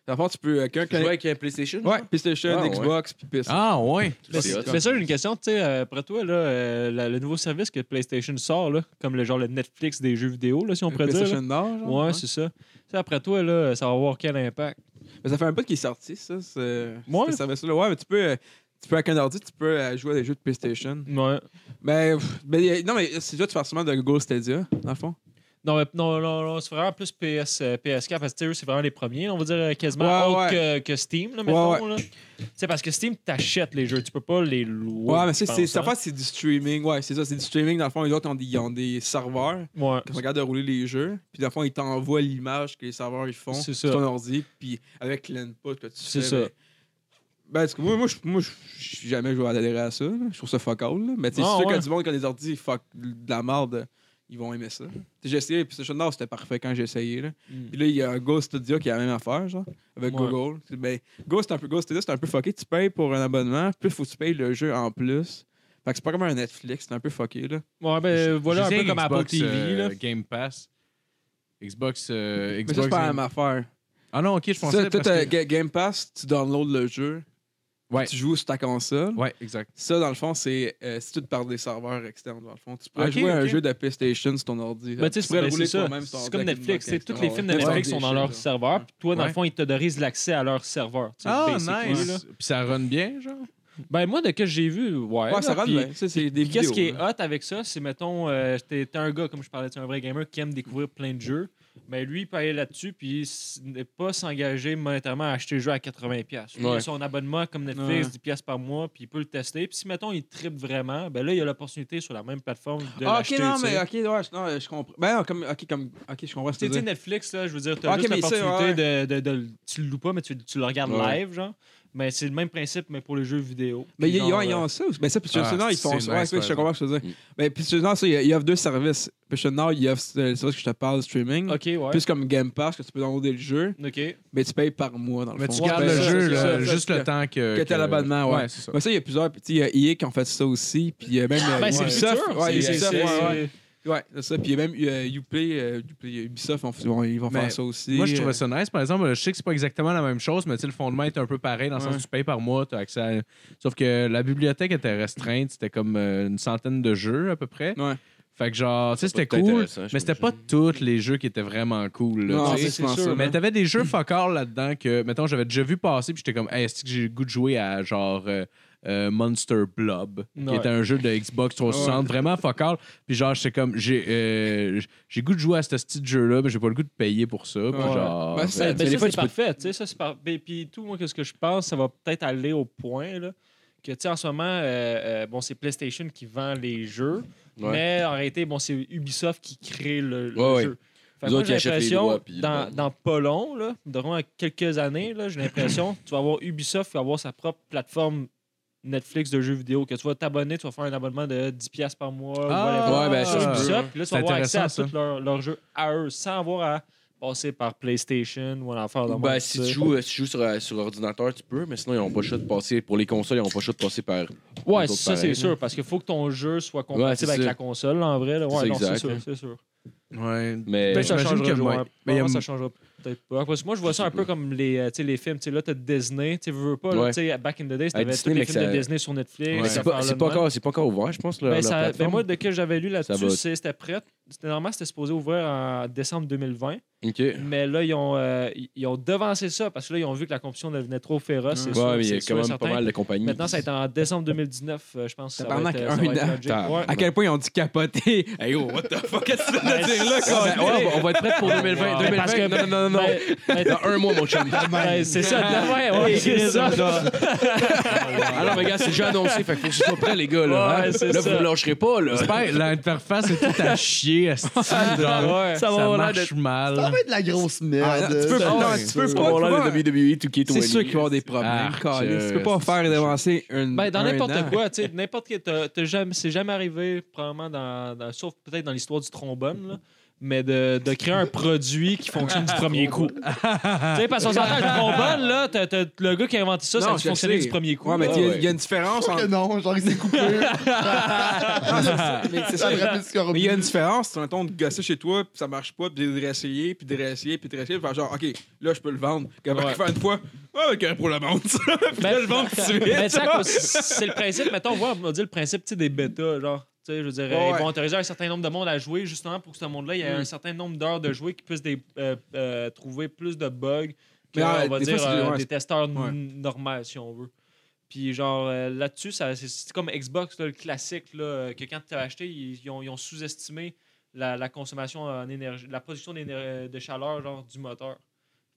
Speaker 4: Dans le fond, tu peux. euh, quelqu'un
Speaker 3: Tu jouais
Speaker 4: connecte-
Speaker 3: avec un PlayStation?
Speaker 4: Ouais, PlayStation,
Speaker 3: Ah, ouais.
Speaker 4: Xbox, puis PC.
Speaker 5: Ah, ouais.
Speaker 7: Mais,
Speaker 3: C'est hot.
Speaker 7: c'est- mais ça, j'ai une question. Tu sais, euh, après toi, là, euh, la- le nouveau service que PlayStation sort, là, comme le genre le Netflix des jeux vidéo, là, si on
Speaker 4: Le
Speaker 7: pourrait dire.
Speaker 4: PlayStation
Speaker 7: là.
Speaker 4: Nord, genre,
Speaker 7: Ouais,
Speaker 4: hein.
Speaker 7: c'est ça. Tu sais, après toi, là, ça va avoir quel impact?
Speaker 4: Mais ça fait un peu qu'il est sorti, ça. ce-
Speaker 7: Ouais.
Speaker 4: ce service-là. Ouais, mais tu peux. euh, Tu peux, avec un ordi, tu peux euh, jouer à des jeux de PlayStation.
Speaker 7: Ouais.
Speaker 4: Mais, pff, mais, euh, non, mais c'est déjà tu fais seulement de Google Stadia, dans le fond.
Speaker 7: Non, mais- non, non, non, c'est vraiment plus PS, euh, PS4 parce que tu sais, eux, c'est vraiment les premiers. là, On va dire euh, quasiment
Speaker 4: Ouais,
Speaker 7: autre Que, que Steam, là, mettons. là. Tu sais, parce que Steam, t'achètes les jeux, tu peux pas les louer.
Speaker 4: Ouais, mais c'est,
Speaker 7: je
Speaker 4: c'est,
Speaker 7: pense,
Speaker 4: ça
Speaker 7: hein.
Speaker 4: fait, c'est du streaming. Ouais, c'est ça, c'est du streaming. Dans le fond, les autres ont des, ils ont des serveurs.
Speaker 7: hein. Ouais.
Speaker 4: Ils sont capables de rouler les jeux. Puis, dans le fond, ils t'envoient l'image que les serveurs ils font
Speaker 7: C'est
Speaker 4: sur
Speaker 7: ça.
Speaker 4: ton ordi. Puis, avec l'input que tu
Speaker 7: C'est
Speaker 4: fais.
Speaker 7: ça.
Speaker 4: ben- Ben, parce que moi, moi, je moi, je- je suis jamais joué à adhérer à ça. là. Je trouve ça fuck all. là. Mais, tu sais,
Speaker 7: Ah,
Speaker 4: c'est sûr
Speaker 7: ouais.
Speaker 4: que du monde qui a des ordi fuck de la merde, ils vont aimer ça. Tu sais, J'ai essayé, puis ce Nord, c'était parfait quand j'ai essayé. Là.
Speaker 7: Mm.
Speaker 4: Puis là, il y a un Go Studio qui a la même affaire, genre, avec
Speaker 7: Ouais.
Speaker 4: Google. C'est- Ben, Go, c'est un peu, Go Studio, c'est un peu fucké. Tu payes pour un abonnement, puis il faut que tu payes le jeu en plus. Fait que c'est pas comme un Netflix, c'est un peu fucké, là.
Speaker 7: Ouais, ben voilà, un peu comme Apple TV.
Speaker 4: euh,
Speaker 7: là.
Speaker 5: euh, Game Pass. Xbox. euh,
Speaker 4: Mais ça,
Speaker 5: Xbox
Speaker 4: c'est pas la
Speaker 5: Game-
Speaker 4: même affaire.
Speaker 5: Ah non, ok, je pensais.
Speaker 4: Ça, toi,
Speaker 5: parce
Speaker 4: t'as
Speaker 5: que-
Speaker 4: Ga- Game Pass, tu downloads le jeu,
Speaker 5: Ouais.
Speaker 4: tu joues sur ta console.
Speaker 5: Ouais, exact.
Speaker 4: Ça, dans le fond, c'est euh, si tu te parles des serveurs externes, dans le fond. Tu pourrais
Speaker 5: Ok,
Speaker 4: jouer à un
Speaker 5: ok.
Speaker 4: jeu de PlayStation sur ton ordi.
Speaker 7: Ben, tu
Speaker 4: tu
Speaker 7: sais,
Speaker 4: pourrais
Speaker 7: c'est-
Speaker 4: rouler
Speaker 7: c'est ça.
Speaker 4: toi-même sur ton
Speaker 7: C'est
Speaker 4: ordi
Speaker 7: comme
Speaker 4: avec une
Speaker 7: Netflix.
Speaker 4: bonne
Speaker 7: c'est Tous les
Speaker 4: connexion.
Speaker 7: films de
Speaker 4: Ah Ouais.
Speaker 7: Netflix
Speaker 4: Ouais.
Speaker 7: sont dans
Speaker 4: Des
Speaker 7: leur
Speaker 4: choses,
Speaker 7: serveur. Puis toi, dans le
Speaker 5: Ouais.
Speaker 7: fond, ils t'autorisent l'accès à leur serveur. tu sais,
Speaker 5: Ah,
Speaker 7: basically,
Speaker 5: nice.
Speaker 7: là.
Speaker 5: Puis ça run bien, genre.
Speaker 7: Ben, moi, de ce que j'ai vu, ouais.
Speaker 4: Ouais, ça
Speaker 7: là,
Speaker 4: rend
Speaker 7: puis-
Speaker 4: bien. Ça, c'est des
Speaker 7: puis Qu'est-ce qui est
Speaker 4: vidéos, là.
Speaker 7: hot avec ça, c'est, mettons, euh, t'es t'es un gars, comme je parlais, t'es un vrai gamer qui aime découvrir plein de jeux. Ben, lui, il peut aller là-dessus, puis s- ne pas s'engager monétairement à acheter le jeu à 80$. Lui, Il a
Speaker 3: Ouais.
Speaker 7: son abonnement comme Netflix, 10$ par mois, puis il peut le tester. Puis si, mettons, il tripe vraiment, ben là, il a l'opportunité sur la même plateforme de
Speaker 4: Ah, ok,
Speaker 7: l'acheter.
Speaker 4: non,
Speaker 7: tu sais.
Speaker 4: mais ok, ouais, je- non, je comprends. Ben, non, comme, ok, comme, ok, je comprends ce que tu
Speaker 7: Tu sais, tu sais,
Speaker 4: dis.
Speaker 7: Netflix, là, je veux dire, t'as
Speaker 4: Ah, Ok,
Speaker 7: juste
Speaker 4: mais ça,
Speaker 7: l'opportunité de, de- de le- Tu le loues pas, mais tu, tu le regardes
Speaker 3: Ouais.
Speaker 7: live, genre. Mais c'est le même principe, mais pour les jeux vidéo.
Speaker 4: Mais
Speaker 7: Puis
Speaker 4: ils
Speaker 7: genre, euh,
Speaker 4: ont, ils ont ça. aussi. Ben, ça, Pitcher
Speaker 5: Ah,
Speaker 4: Nord, ils
Speaker 5: c'est
Speaker 4: font ça. Ouais,
Speaker 5: nice,
Speaker 4: oui, je
Speaker 5: ouais.
Speaker 4: comprends ce que je veux dire.
Speaker 3: Mm.
Speaker 4: Ben, Pitcher Nord, ça, ils ils offrent deux services. Pitcher Nord, ils offrent euh, le service que je te parle, streaming.
Speaker 7: euh, Ok, ouais.
Speaker 4: Plus comme Game Pass, que tu peux downloader le jeu,
Speaker 7: Ok.
Speaker 4: mais tu payes par mois, dans le
Speaker 5: Mais
Speaker 4: fond.
Speaker 5: tu
Speaker 7: Ouais,
Speaker 5: gardes
Speaker 7: c'est
Speaker 5: Ben, le
Speaker 7: ça,
Speaker 5: jeu,
Speaker 7: c'est
Speaker 5: là,
Speaker 7: ça,
Speaker 5: juste le temps que.
Speaker 4: que t'as l'abonnement, ouais.
Speaker 5: c'est ça.
Speaker 4: Ben, ça, il y a plusieurs. Puis, tu sais, il y a EA qui ont fait ça aussi. Puis, il y a même. euh,
Speaker 7: Ben, c'est le
Speaker 4: Ubisoft.
Speaker 7: futur.
Speaker 4: Ouais,
Speaker 7: c'est- c'est-
Speaker 4: Ubisoft, ouais, ouais.
Speaker 7: c'est-
Speaker 4: Ouais, c'est ça. Puis même euh, Uplay, euh, Uplay, Ubisoft, on- bon, ils vont
Speaker 5: Mais
Speaker 4: faire ça aussi.
Speaker 5: Moi, je trouvais ça nice. Par exemple, je sais que c'est pas exactement la même chose, mais tu sais, le fondement est un peu pareil dans le sens
Speaker 4: Ouais.
Speaker 5: où tu payes par mois, tu as accès à... Sauf que la bibliothèque était restreinte, c'était comme euh, une centaine de jeux à peu près.
Speaker 4: Ouais.
Speaker 5: Fait que genre, tu sais, c'était
Speaker 3: pas
Speaker 5: cool,
Speaker 3: intéressant,
Speaker 5: mais c'était pas
Speaker 3: j'imagine.
Speaker 5: tous les jeux qui étaient vraiment cool. là,
Speaker 4: Non,
Speaker 5: tu sais.
Speaker 4: c'est souvent
Speaker 7: sûr,
Speaker 4: ça.
Speaker 7: mais-
Speaker 5: mais t'avais des jeux fuck all là-dedans que, mettons, j'avais déjà vu passer, puis j'étais comme, hey, est-ce que j'ai le goût de jouer à genre euh, euh, Monster Blob, qui
Speaker 7: Ouais.
Speaker 5: était un jeu de Xbox 360, vraiment fuck all. Puis genre, j'étais comme, j'ai euh, j'ai goût de jouer à ce petit jeu-là, mais j'ai pas le goût de payer pour ça. Puis
Speaker 4: Ouais.
Speaker 5: genre,
Speaker 4: Ben, c'est-
Speaker 7: Ben,
Speaker 4: tu sais,
Speaker 7: ça,
Speaker 4: des fois,
Speaker 7: c'est
Speaker 4: tu peux-
Speaker 7: parfait. tu sais, ça, c'est par- ben, Puis tout, moi, que ce que je pense, ça va peut-être aller au point là, que, tu sais, en ce moment, euh, euh, bon, c'est PlayStation qui vend les jeux,
Speaker 3: Ouais.
Speaker 7: mais en réalité, bon, c'est Ubisoft qui crée le, le
Speaker 3: Ouais, ouais.
Speaker 7: jeu. Fait que
Speaker 3: Les
Speaker 7: moi,
Speaker 3: autres,
Speaker 7: j'ai
Speaker 3: ils achètent les
Speaker 7: l'impression,
Speaker 3: droits, puis ils
Speaker 7: dans,
Speaker 3: vendent.
Speaker 7: dans pas long, là, dans quelques années, là, j'ai l'impression, tu vas avoir Ubisoft qui va avoir sa propre plateforme Netflix de jeux vidéo, que tu vas t'abonner, tu vas faire un abonnement de 10$ par mois.
Speaker 5: Ah,
Speaker 7: whatever.
Speaker 3: ouais, ben, ça,
Speaker 7: sur
Speaker 3: je peux,
Speaker 7: Ubisoft,
Speaker 3: hein.
Speaker 7: puis là, tu
Speaker 5: C'est
Speaker 7: vas avoir accès à
Speaker 5: intéressant,
Speaker 7: tous leurs leurs jeux à eux, sans avoir à passer par PlayStation ou en faire dans
Speaker 3: Ben, si tu joues, euh, si tu joues sur, euh, sur ordinateur, tu peux, mais sinon, ils n'ont pas le choix de passer. Pour les consoles, ils n'ont pas le choix de passer par.
Speaker 7: Ouais,
Speaker 3: D'autres
Speaker 7: ça,
Speaker 3: pareils,
Speaker 7: c'est sûr, parce qu'il faut que ton jeu soit
Speaker 3: Ouais, c'est
Speaker 7: compatible avec
Speaker 3: ça.
Speaker 7: la console, là, en vrai. là.
Speaker 3: C'est
Speaker 7: Ouais,
Speaker 3: ça,
Speaker 7: non, c'est
Speaker 3: exact,
Speaker 7: sûr,
Speaker 3: hein.
Speaker 7: c'est sûr.
Speaker 5: Ouais.
Speaker 3: Mais.
Speaker 7: Ben, ça
Speaker 5: j'imagine
Speaker 7: changera,
Speaker 5: que
Speaker 7: je
Speaker 5: moi-
Speaker 7: vois.
Speaker 5: ben, il y a-
Speaker 7: Probablement, ça changera peut-être pas. Parce que moi, je vois ça un peu comme les, euh, tu sais, les films. Tu sais, là, t'as Disney. Tu sais, veux veux pas, là,
Speaker 3: Ouais.
Speaker 7: tu sais, back in the days, t'avais tous
Speaker 3: Disney,
Speaker 7: les
Speaker 3: mais
Speaker 7: films
Speaker 3: que ça-
Speaker 7: de Disney sur Netflix.
Speaker 5: Ouais.
Speaker 3: C'est pas,
Speaker 7: ces
Speaker 3: c'est
Speaker 7: affaires-là
Speaker 3: pas
Speaker 7: de même.
Speaker 3: encore, c'est pas encore ouvert, je pense. Leur,
Speaker 7: Ben,
Speaker 3: leur
Speaker 7: ça- ben,
Speaker 3: plateforme.
Speaker 7: moi, de que j'avais lu
Speaker 3: Ça
Speaker 7: là-dessus,
Speaker 3: va.
Speaker 7: c'est- c'était prêt. C'était- Normalement, c'était supposé ouvrir en décembre 2020.
Speaker 3: Ok. Ouais,
Speaker 7: Mais là, ils ont, euh, ils- ils ont devancé ça parce que là, ils ont vu que la compétition devenait trop féroce. c'est sûr,
Speaker 3: mais il y a
Speaker 7: c'est sûr
Speaker 3: quand
Speaker 7: et
Speaker 3: même pas
Speaker 7: certain.
Speaker 3: mal de compagnies.
Speaker 7: Maintenant, ça va être en décembre 2019, euh, je pense. que Ça va
Speaker 4: Tabarnak,
Speaker 7: être, euh, ça
Speaker 4: un
Speaker 7: va être
Speaker 4: an.
Speaker 7: lodgé. Ouais.
Speaker 4: À quel point ils ont dû capoter. Hey, yo, what the fuck, qu'est-ce que tu viens de dire là,
Speaker 3: Ah,
Speaker 4: quoi?
Speaker 3: ben, ouais, on va- on va être prêt pour 2020.
Speaker 7: Wow. Parce que-
Speaker 3: 2020 non, non, non, non.
Speaker 7: Ben, ben,
Speaker 3: Dans un mois, mon chum.
Speaker 7: Ouais, c'est ça, ouais, ouais, c'est ça.
Speaker 3: Ah non, mais gars, c'est déjà annoncé, fait que faut que ce soit prêt, les gars. Là,
Speaker 7: Ouais,
Speaker 3: hein.
Speaker 7: c'est
Speaker 3: là
Speaker 7: ça.
Speaker 3: vous me lâcherez pas, là.
Speaker 4: Ben,
Speaker 5: J'espère l'interface est tout à chier. asti, genre.
Speaker 7: Ouais.
Speaker 5: Ça
Speaker 3: avoir l'air
Speaker 5: marche mal.
Speaker 6: Ça va être de la grosse
Speaker 4: Ah,
Speaker 6: merde. euh,
Speaker 4: tu peux
Speaker 6: Ça-
Speaker 4: pas- non, tu peux
Speaker 3: On va
Speaker 4: pas.
Speaker 3: voir
Speaker 4: tu
Speaker 3: le
Speaker 4: vois.
Speaker 3: WWE 2K20.
Speaker 4: C'est sûr qu'il va y avoir des problèmes.
Speaker 5: Ah,
Speaker 4: câlisse. Tu peux
Speaker 3: euh,
Speaker 4: pas faire avancer une.
Speaker 7: Ben, dans
Speaker 4: un an.
Speaker 7: n'importe quoi, tu sais, n'importe quel. t'as- t'as jamais- C'est jamais arrivé, probablement, dans, dans- sauf peut-être dans l'histoire du trombone, là, mais de, de créer un produit qui fonctionne du premier coup. tu sais, parce qu'on s'entend, le trombone, là, t'as- t'as- le gars qui a inventé ça,
Speaker 4: Non,
Speaker 7: ça a dû
Speaker 4: je
Speaker 7: fonctionner
Speaker 4: sais.
Speaker 7: du premier coup.
Speaker 4: Ouais, mais
Speaker 7: là.
Speaker 4: il y a-
Speaker 3: ouais.
Speaker 4: il y a une différence
Speaker 6: Sûr que
Speaker 4: entre.
Speaker 6: non, genre il s'est coupé.
Speaker 4: Mais c'est ça.
Speaker 6: Ça me rappelle Scorpion.
Speaker 4: Mais il y a une différence, tu ton de gosser chez toi, puis ça marche pas, puis de le réessayer, puis de le réessayer, puis de le réessayer, puis faire genre, OK, là, je peux le vendre. Quand
Speaker 7: Ouais.
Speaker 4: va faire une fois, ouais, OK, pour le vendre, ça. Puis
Speaker 7: Ben,
Speaker 4: là, je le vends tout de suite.
Speaker 7: Ben, tu sais, à
Speaker 4: genre.
Speaker 7: cause- c'est le principe, mettons, ouais, on m'a dit le principe tu sais, des bêtas, genre. tu sais, Je veux dire,
Speaker 4: Ouais,
Speaker 7: ils
Speaker 4: ouais. Hmm.
Speaker 7: vont autoriser un certain nombre de monde à jouer justement pour que ce monde-là, il y ait un certain nombre d'heures de jouer qui puissent des, euh, euh, trouver plus de bugs que,
Speaker 4: Mais,
Speaker 7: on
Speaker 4: ouais,
Speaker 7: va
Speaker 4: des
Speaker 7: dire,
Speaker 4: fois, c'est-
Speaker 7: euh,
Speaker 4: ouais,
Speaker 7: des testeurs n-
Speaker 4: ouais.
Speaker 7: normaux, si on veut. Puis, genre, euh, là-dessus, ça- c'est- c'est comme Xbox, là, le classique, là, euh, que quand tu as acheté, ils, ils ont, ils ont sous-estimé la, la consommation en énergie, la production d'éner- euh, de chaleur, genre, du moteur.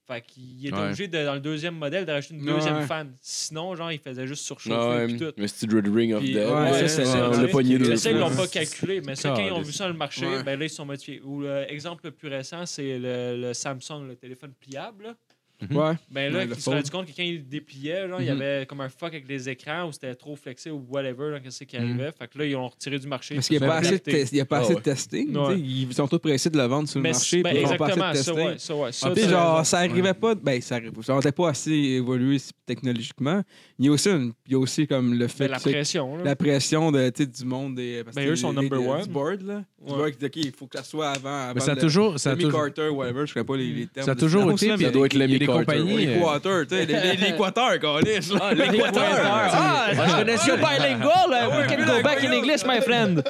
Speaker 7: Fait qu'il était
Speaker 5: Ouais.
Speaker 7: obligé, de, dans le deuxième modèle, de rajouter une deuxième
Speaker 4: Ouais.
Speaker 7: fan. Sinon, genre, il faisait juste surchauffer
Speaker 3: Ouais,
Speaker 7: pis tout.
Speaker 3: mais c'est Red Ring of
Speaker 7: Puis,
Speaker 3: Death.
Speaker 4: ouais,
Speaker 3: Ouais,
Speaker 4: ça,
Speaker 3: c'est
Speaker 4: c'est-
Speaker 3: ça.
Speaker 4: on
Speaker 3: On
Speaker 4: l'a
Speaker 3: l'a pogné deux
Speaker 7: Mais ça, ils l'ont pas
Speaker 3: fois.
Speaker 7: calculé, mais ça, quand ils ont
Speaker 5: Caliste.
Speaker 7: vu ça dans le marché,
Speaker 4: Ouais.
Speaker 7: ben là, ils se sont modifiés. Ou le- exemple le plus récent, c'est le, le Samsung, le téléphone pliable. là.
Speaker 4: Ouais.
Speaker 7: Ben là,
Speaker 4: Ouais,
Speaker 7: ils
Speaker 4: le
Speaker 7: se sont
Speaker 4: fold.
Speaker 7: rendu compte que quand ils le dépliaient, genre, il y
Speaker 4: Mhm.
Speaker 7: avait comme un fuck avec les écrans ou c'était trop flexé ou whatever, là, qu'est-ce qui arrivait. Fait que là, ils l'ont retiré du marché.
Speaker 4: Parce qu'il n'y
Speaker 7: puis
Speaker 4: a
Speaker 7: ils
Speaker 4: pas
Speaker 7: l'ont
Speaker 4: assez de,
Speaker 7: adapté.
Speaker 4: test- il y a pas
Speaker 3: Ah
Speaker 4: assez de
Speaker 3: ouais.
Speaker 4: testing. tu sais.
Speaker 7: Ouais.
Speaker 4: Ils sont tous pressés de le vendre sur le
Speaker 7: Mais
Speaker 4: marché.
Speaker 7: ben,
Speaker 4: puis ils font pas assez
Speaker 7: exactement,
Speaker 4: de
Speaker 7: ça,
Speaker 4: testing.
Speaker 7: ouais, ça, ouais. Ça,
Speaker 4: Ah, puis
Speaker 7: t'as
Speaker 4: genre,
Speaker 7: raison.
Speaker 4: ça arrivait pas. Ben, ça arrivait ça n'était pas assez évolué technologiquement. Il y a aussi, une- il y a aussi comme le fait
Speaker 7: Ben, la
Speaker 4: tu sais,
Speaker 7: pression, là.
Speaker 4: la pression de, tu sais, du monde des. parce que
Speaker 7: Ben, eux
Speaker 4: les-
Speaker 7: sont
Speaker 4: les-
Speaker 7: number
Speaker 4: les-
Speaker 7: one.
Speaker 4: Du board, là. Du
Speaker 7: Ouais. Ben,
Speaker 4: board qui dit, OK, il faut que ça soit avant.
Speaker 5: Mais
Speaker 4: avant
Speaker 5: ça a
Speaker 4: le-
Speaker 5: toujours. Ça a
Speaker 4: Jimmy
Speaker 5: toujours-
Speaker 4: Carter, whatever, je ne pas les, les termes.
Speaker 5: ça a toujours
Speaker 4: de-
Speaker 5: été.
Speaker 3: Ça doit être le
Speaker 5: il y a des
Speaker 3: Mick Carter,
Speaker 5: compagnies,
Speaker 4: Ou
Speaker 5: euh,
Speaker 4: L'équateur, tu sais, les- les- l'équateur, câlisse, là. L'équateur. Ah,
Speaker 7: Ah, je connais ça bilingual.
Speaker 6: Ah
Speaker 7: là. We can
Speaker 4: mais
Speaker 7: go
Speaker 4: là,
Speaker 7: back in
Speaker 4: voyons.
Speaker 7: English, my friend.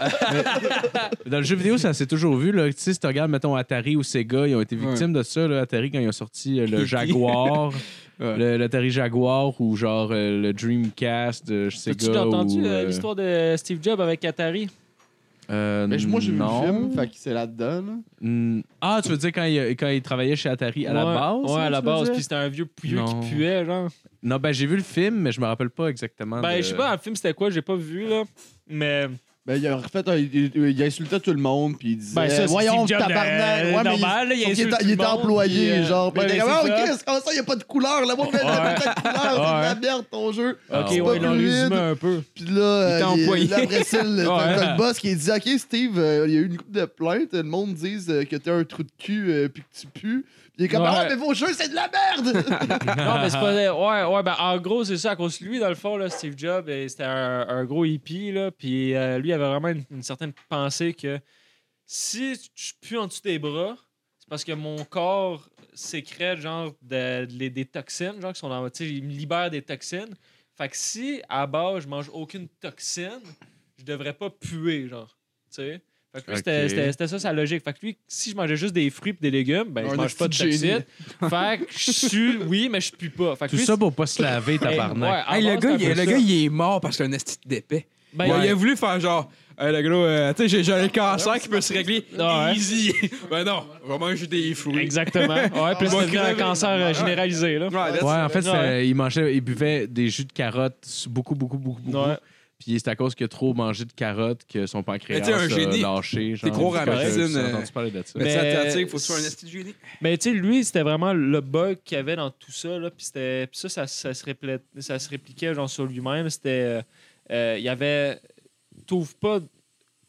Speaker 5: Dans le jeu vidéo, ça s'est toujours vu. Là. Tu sais, si tu regardes, mettons, Atari ou Sega, ils ont été victimes de ça. Là. Atari, quand ils ont sorti euh, le Jaguar, le- l'Atari Jaguar ou genre euh, le Dreamcast euh, Sega.
Speaker 7: As-tu déjà entendu
Speaker 5: ou,
Speaker 7: euh,
Speaker 5: euh,
Speaker 7: l'histoire de Steve Jobs avec Atari?
Speaker 5: euh,
Speaker 6: Mais moi, j'ai vu le
Speaker 5: non.
Speaker 6: film, fait que c'est là-dedans. là.
Speaker 5: Hmm. Ah, tu veux dire quand il, quand il travaillait chez Atari à la
Speaker 7: Ouais,
Speaker 5: base?
Speaker 7: Ouais,
Speaker 5: hein,
Speaker 7: à la
Speaker 5: tu veux
Speaker 7: base.
Speaker 5: dire?
Speaker 7: Puis c'était un vieux pouilleux
Speaker 5: Non.
Speaker 7: qui puait, genre.
Speaker 5: Non, ben j'ai vu le film, mais je me rappelle pas
Speaker 6: Ah,
Speaker 5: exactement.
Speaker 7: Ben,
Speaker 5: de-
Speaker 7: je sais pas, le film c'était quoi, j'ai pas vu, là. Mais.
Speaker 6: Ben, il a refait un- il, il- il insultait tout le monde, puis il disait
Speaker 7: Ben, ça, c'est
Speaker 6: Voyons,
Speaker 7: Steve Jobs,
Speaker 6: tabarnak.
Speaker 7: euh,
Speaker 6: Ouais, mais
Speaker 7: normal, là, il
Speaker 6: sauf qu'il
Speaker 7: insulte
Speaker 6: était-
Speaker 7: tout
Speaker 6: il
Speaker 7: le
Speaker 6: était
Speaker 7: monde,
Speaker 6: employé,
Speaker 7: puis, euh,
Speaker 6: genre. Puis
Speaker 7: ouais,
Speaker 6: il était
Speaker 7: mais
Speaker 6: comme Ah,
Speaker 7: c'est
Speaker 6: ok,
Speaker 7: ça.
Speaker 6: c'est comme ça, il n'y a pas de couleur. Là, moi, il n'y a pas de couleur. C'est de la merde, ton jeu.
Speaker 7: Ok,
Speaker 6: Ah, C'est pas
Speaker 7: ouais, il en
Speaker 6: fluide.
Speaker 7: résumait un peu.
Speaker 6: Puis là, euh,
Speaker 4: t'a
Speaker 6: il-
Speaker 4: employé.
Speaker 6: là, après ça, le, t'as-
Speaker 7: Ouais.
Speaker 6: t'as le boss qui dit Ok, Steve, euh, il y a eu une coupe de plaintes. Le monde dit que t'es un trou de cul, euh, puis que tu pues. Puis il est comme
Speaker 7: Ouais.
Speaker 6: Ah, mais vos jeux, c'est de la merde.
Speaker 7: non, mais c'est pas. Ouais, ouais, ben en gros, c'est ça. À cause de lui, dans le fond, là, Steve Jobs, euh, c'était un, un gros hippie, là. Puis euh, lui, il avait vraiment une, une certaine pensée que si je pue en dessous des bras, c'est parce que mon corps sécrète, genre, de- de- les- des toxines, genre, qui sont dans. Tu sais, il me libère des toxines. Fait que si, à la base, je mange aucune toxine, je devrais pas puer, genre. Tu sais? Fait que lui, c'était-
Speaker 5: Ok.
Speaker 7: c'était c'était ça sa logique. Fait que lui, si je mangeais juste des fruits et des légumes, ben,
Speaker 6: Un
Speaker 7: je mange pas de
Speaker 6: petit génie.
Speaker 7: toxines. Fait que je suis, oui, mais je pue pas. Fait que
Speaker 5: Tout
Speaker 7: lui,
Speaker 5: ça pour pas se laver,
Speaker 7: c'est-
Speaker 5: tabarnak.
Speaker 7: Ouais, en
Speaker 4: Hey,
Speaker 7: bas,
Speaker 4: le gars,
Speaker 7: Ah, c'est un
Speaker 4: il,
Speaker 7: peu
Speaker 4: le
Speaker 7: ça.
Speaker 4: gars, il est mort parce qu'il a un esti d'épais.
Speaker 7: Ben,
Speaker 4: Ouais,
Speaker 7: il-
Speaker 4: Il a voulu faire genre, hey, le gros, euh, tu sais, j'ai- j'ai un cancer qui peut se régler
Speaker 7: Ouais.
Speaker 4: easy. ben non, on va manger des fruits.
Speaker 7: Exactement. Ouais, puis là,
Speaker 4: Moi,
Speaker 7: c'est devenu
Speaker 4: crever.
Speaker 7: un cancer euh, généralisé. Là.
Speaker 4: Ouais, that's-
Speaker 5: Ouais, en fait,
Speaker 7: Ouais.
Speaker 5: c'est- il mangeait, il buvait des jus de carottes, beaucoup, beaucoup, beaucoup, beaucoup.
Speaker 7: Ouais.
Speaker 5: Puis c'est à cause qu'il a trop mangé de carottes que son pancréas
Speaker 4: Mais t'sais, un
Speaker 5: a
Speaker 4: génie.
Speaker 5: lâché.
Speaker 4: T'es gros
Speaker 5: ramasine.
Speaker 4: ramasine,
Speaker 5: J'ai
Speaker 4: euh,
Speaker 5: entendu parler de ça.
Speaker 4: Mais,
Speaker 7: Mais-
Speaker 4: ça, Atlantique, faut que tu sois un esti de génie.
Speaker 7: Mais tu sais, lui, c'était vraiment le bug qu'il y avait dans tout ça. Là, puis c'était- puis ça, ça, ça se réplé- ça se répliquait genre, sur lui-même. C'était. euh, euh, Il y avait. T'ouvres pas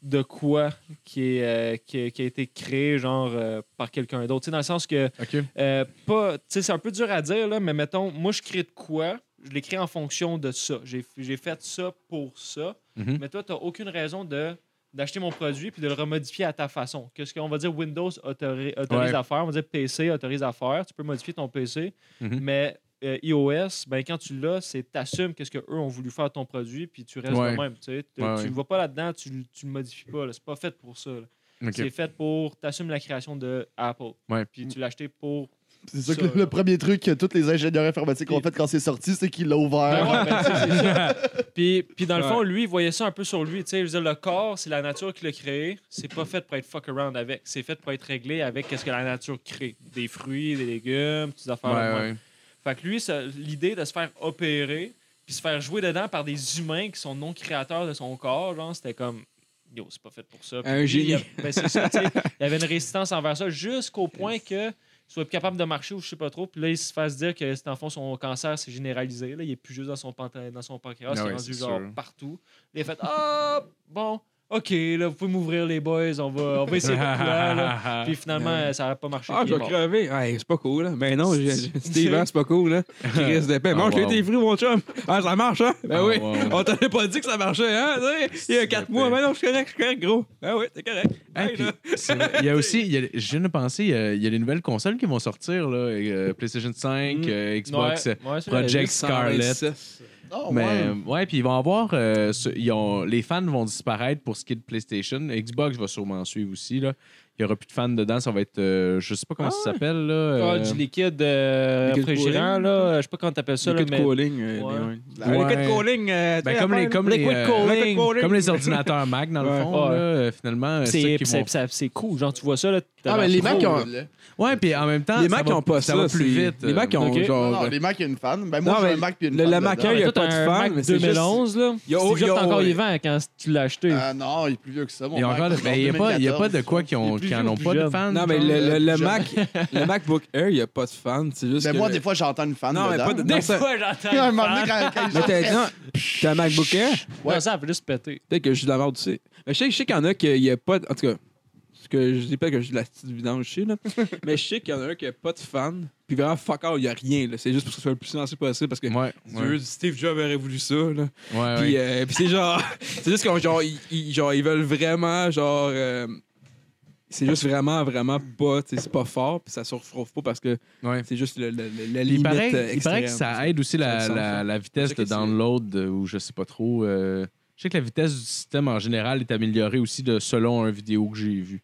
Speaker 7: de quoi qui, est, euh, qui, qui a été créé genre euh, par quelqu'un d'autre. Tu sais, Dans le sens que.
Speaker 5: OK.
Speaker 7: euh, pas- tu sais, c'est un peu dur à dire, là, mais mettons, moi, je crée de quoi Je l'ai créé en fonction de ça. J'ai j'ai fait ça pour ça.
Speaker 5: Mhm.
Speaker 7: Mais toi, tu n'as aucune raison de d'acheter mon produit puis de le remodifier à ta façon. Qu'est-ce qu'on va dire Windows autori- autorise
Speaker 5: Ouais.
Speaker 7: à faire, on va dire PC autorise à faire, tu peux modifier ton PC,
Speaker 5: Mhm.
Speaker 7: mais euh, iOS, ben quand tu l'as, c'est t'assumes qu'est-ce que eux ont voulu faire à ton produit puis tu restes
Speaker 5: Ouais.
Speaker 7: le même, tu sais, Te-
Speaker 5: Ouais, ouais.
Speaker 7: tu le vas pas là-dedans, tu le- tu le modifies pas, là. c'est pas fait pour ça. là. C'est
Speaker 5: OK.
Speaker 7: fait pour t'assumes la création de Apple.
Speaker 5: Ouais.
Speaker 7: Puis tu l'as acheté pour
Speaker 6: C'est sûr que
Speaker 7: Ça,
Speaker 6: le, le
Speaker 7: là.
Speaker 6: premier truc que tous les ingénieurs informatiques ont
Speaker 7: Puis-
Speaker 6: fait quand c'est sorti, c'est qu'il l'a ouvert.
Speaker 7: Ben ouais, ben, tu sais, c'est ça. Puis, puis dans le
Speaker 4: Ouais.
Speaker 7: fond, lui, il voyait ça un peu sur lui. tu sais, je veux dire, le corps, c'est la nature qui l'a créé. C'est pas fait pour être fuck around avec. C'est fait pour être réglé avec quest ce que la nature crée. Des fruits, des légumes, des affaires.
Speaker 5: Ouais,
Speaker 7: de même.
Speaker 5: ouais.
Speaker 7: Fait que lui, ça- l'idée de se faire opérer puis se faire jouer dedans par des humains qui sont non créateurs de son corps, genre, c'était comme. Yo, c'est pas fait pour ça. Puis
Speaker 4: Un
Speaker 7: lui,
Speaker 4: génie.
Speaker 7: il a- ben, c'est ça, tu sais, il avait une résistance envers ça jusqu'au point que soit plus capable de marcher ou je sais pas trop. Puis là, il se fasse dire que c'est en fond son cancer s'est généralisé. Là, il est plus juste dans son, panta- dans son pancréas,
Speaker 5: Ah
Speaker 7: c'est
Speaker 5: ouais,
Speaker 7: rendu
Speaker 5: c'est
Speaker 7: genre
Speaker 5: sûr.
Speaker 7: partout. Il a fait Ah, bon, ok, là, vous pouvez m'ouvrir les boys, on va, on va essayer votre plan. là. Puis finalement, ça n'a pas marché.
Speaker 4: Ah,
Speaker 7: puis
Speaker 4: je
Speaker 7: il est
Speaker 4: vais
Speaker 7: mort.
Speaker 4: crever. Ouais, c'est pas cool, là. Ben non, j'ai- j'ai- Steve, hein, c'est pas cool, là. Chris de paix.
Speaker 5: Ah,
Speaker 4: Mange
Speaker 5: wow.
Speaker 4: tes fruits, mon chum. Ah, ça marche, hein? Ben
Speaker 5: Ah,
Speaker 4: oui.
Speaker 5: wow.
Speaker 4: On t'avait pas dit que ça marchait, hein? tu sais, Il y a quatre
Speaker 5: Christ de
Speaker 4: mois.
Speaker 5: paix.
Speaker 4: Ben non, je suis correct, je suis correct, gros. Ben oui, t'es correct.
Speaker 5: Hey,
Speaker 4: Hey,
Speaker 5: puis,
Speaker 4: là.
Speaker 5: c'est vrai, il y a aussi, il y a- je viens de penser, il y a, il y a les nouvelles consoles qui vont sortir, là, euh, PlayStation 5,
Speaker 4: Mm.
Speaker 5: euh, Xbox.
Speaker 7: Ouais,
Speaker 5: euh,
Speaker 7: ouais, ça,
Speaker 5: Project Scarlet.
Speaker 4: Oh,
Speaker 6: Ah,
Speaker 5: mais
Speaker 6: ouais.
Speaker 5: euh, ouais, puis ils vont avoir, euh, ce- ils ont- les fans vont disparaître pour ce qui est de PlayStation. Xbox va sûrement suivre aussi là. Il y aura plus de fans dedans, ça va être, euh, je sais pas comment ça s'appelle là.
Speaker 7: Ah,
Speaker 5: euh,
Speaker 7: du liquide euh,
Speaker 4: liquide
Speaker 7: réfrigérant,
Speaker 4: cooling.
Speaker 7: là. euh, Je sais pas comment t'appelles ça, là,
Speaker 4: Liquid
Speaker 7: mais...
Speaker 4: cooling. euh,
Speaker 7: Ouais.
Speaker 4: les-
Speaker 5: Ouais.
Speaker 4: Le Liquid cooling. euh, tu
Speaker 5: Ben,
Speaker 4: sais,
Speaker 5: comme
Speaker 4: la
Speaker 5: les
Speaker 4: fin,
Speaker 5: comme les,
Speaker 4: Liquid
Speaker 5: euh,
Speaker 4: cooling.
Speaker 7: Liquid cooling.
Speaker 5: comme les ordinateurs Mac dans le
Speaker 4: Ouais.
Speaker 5: fond
Speaker 7: Ouais.
Speaker 5: là, euh, finalement. c'est ça
Speaker 7: C'est-
Speaker 5: qu'ils
Speaker 7: c'est-
Speaker 5: vont
Speaker 7: c'est- c'est cool, genre, tu vois ça, là... t'as
Speaker 6: Ah, mais
Speaker 7: l'air
Speaker 6: les
Speaker 7: pro,
Speaker 6: Macs ont.
Speaker 7: là.
Speaker 5: Ouais, puis en même temps,
Speaker 4: Les
Speaker 5: Ah, ça
Speaker 4: Macs
Speaker 5: va-
Speaker 4: ont pas ça.
Speaker 5: va plus
Speaker 4: c'est-
Speaker 5: vite.
Speaker 4: Les
Speaker 5: euh,
Speaker 4: Macs ont
Speaker 7: ok.
Speaker 6: Non, non,
Speaker 4: genre.
Speaker 6: les Macs, il y a une fan. Ben, moi,
Speaker 4: Non,
Speaker 6: j'ai
Speaker 4: mais
Speaker 6: un Mac puis une
Speaker 4: le-
Speaker 6: fan.
Speaker 4: le
Speaker 6: dedans.
Speaker 4: Mac, hein, il y a
Speaker 7: Mais toi,
Speaker 4: pas
Speaker 7: t'as
Speaker 4: de
Speaker 7: un
Speaker 4: fan,
Speaker 7: Mac
Speaker 4: mais c'est juste-
Speaker 7: 2011, là.
Speaker 4: Yo,
Speaker 7: Steve Jobs,
Speaker 4: yo,
Speaker 7: t'es encore
Speaker 4: ouais.
Speaker 7: vivant quand tu l'as acheté.
Speaker 6: Ah non, il est plus vieux que ça, mon
Speaker 5: Il y a
Speaker 6: Mac.
Speaker 5: encore,
Speaker 6: Il est
Speaker 5: ben, il y a
Speaker 6: en
Speaker 5: pas, il y a pas
Speaker 6: 2014.
Speaker 5: de quoi qui ont,
Speaker 7: Plus
Speaker 5: qui
Speaker 7: vieux
Speaker 5: en
Speaker 7: ou
Speaker 5: ont
Speaker 7: plus
Speaker 5: pas de
Speaker 7: jeune?
Speaker 5: fans.
Speaker 4: Non, mais
Speaker 5: genre.
Speaker 4: le, le- le
Speaker 6: Genre-
Speaker 4: Mac, le MacBook Air, il n'y a pas de fan. C'est juste.
Speaker 6: Mais
Speaker 4: que
Speaker 6: Ben, moi,
Speaker 4: le-
Speaker 6: des fois, j'entends une fan.
Speaker 4: Non, mais
Speaker 6: dedans.
Speaker 4: pas de.
Speaker 7: Des
Speaker 4: non, ça-
Speaker 7: fois, j'entends
Speaker 6: À un
Speaker 7: une
Speaker 6: moment
Speaker 7: fan.
Speaker 6: donné, quand, quand
Speaker 4: Mais t'as
Speaker 6: j'entends-
Speaker 4: non, t'as un MacBook Air,
Speaker 7: Non, ça, elle veut juste péter.
Speaker 4: peut-être que je suis de la merde, tu sais. Mais je sais, je sais qu'il y en a qui n'y a pas. de- En tout cas, ce que je dis pas que je suis de la petite vidange, je sais, là. mais je sais qu'il y en a un qui n'a pas de fan. Puis vraiment, fuck all, il n'y a rien, là. C'est juste pour que ce soit le plus silencieux possible parce que.
Speaker 5: Ouais,
Speaker 4: Dieu, Steve Jobs aurait voulu ça, là.
Speaker 5: ouais, ouais.
Speaker 4: Puis, euh, puis c'est genre. c'est juste qu'ils genre, ils- ils- genre, ils veulent vraiment, genre. euh, c'est juste vraiment, vraiment pas. tu sais, C'est pas fort, puis ça se retrouve pas parce que
Speaker 5: Ouais.
Speaker 4: c'est juste le, le- le-
Speaker 5: Puis
Speaker 4: la
Speaker 5: il
Speaker 4: limite
Speaker 5: paraît,
Speaker 4: euh,
Speaker 5: il paraît que
Speaker 4: extrême.
Speaker 5: ça aide aussi la,
Speaker 4: Ça a du sens,
Speaker 5: la-
Speaker 4: ça.
Speaker 5: la
Speaker 4: C'est
Speaker 5: vitesse de
Speaker 4: que c'est-
Speaker 5: download euh, ou je sais pas trop. euh, je sais que la vitesse du système en général est améliorée aussi de, selon un vidéo que j'ai vu.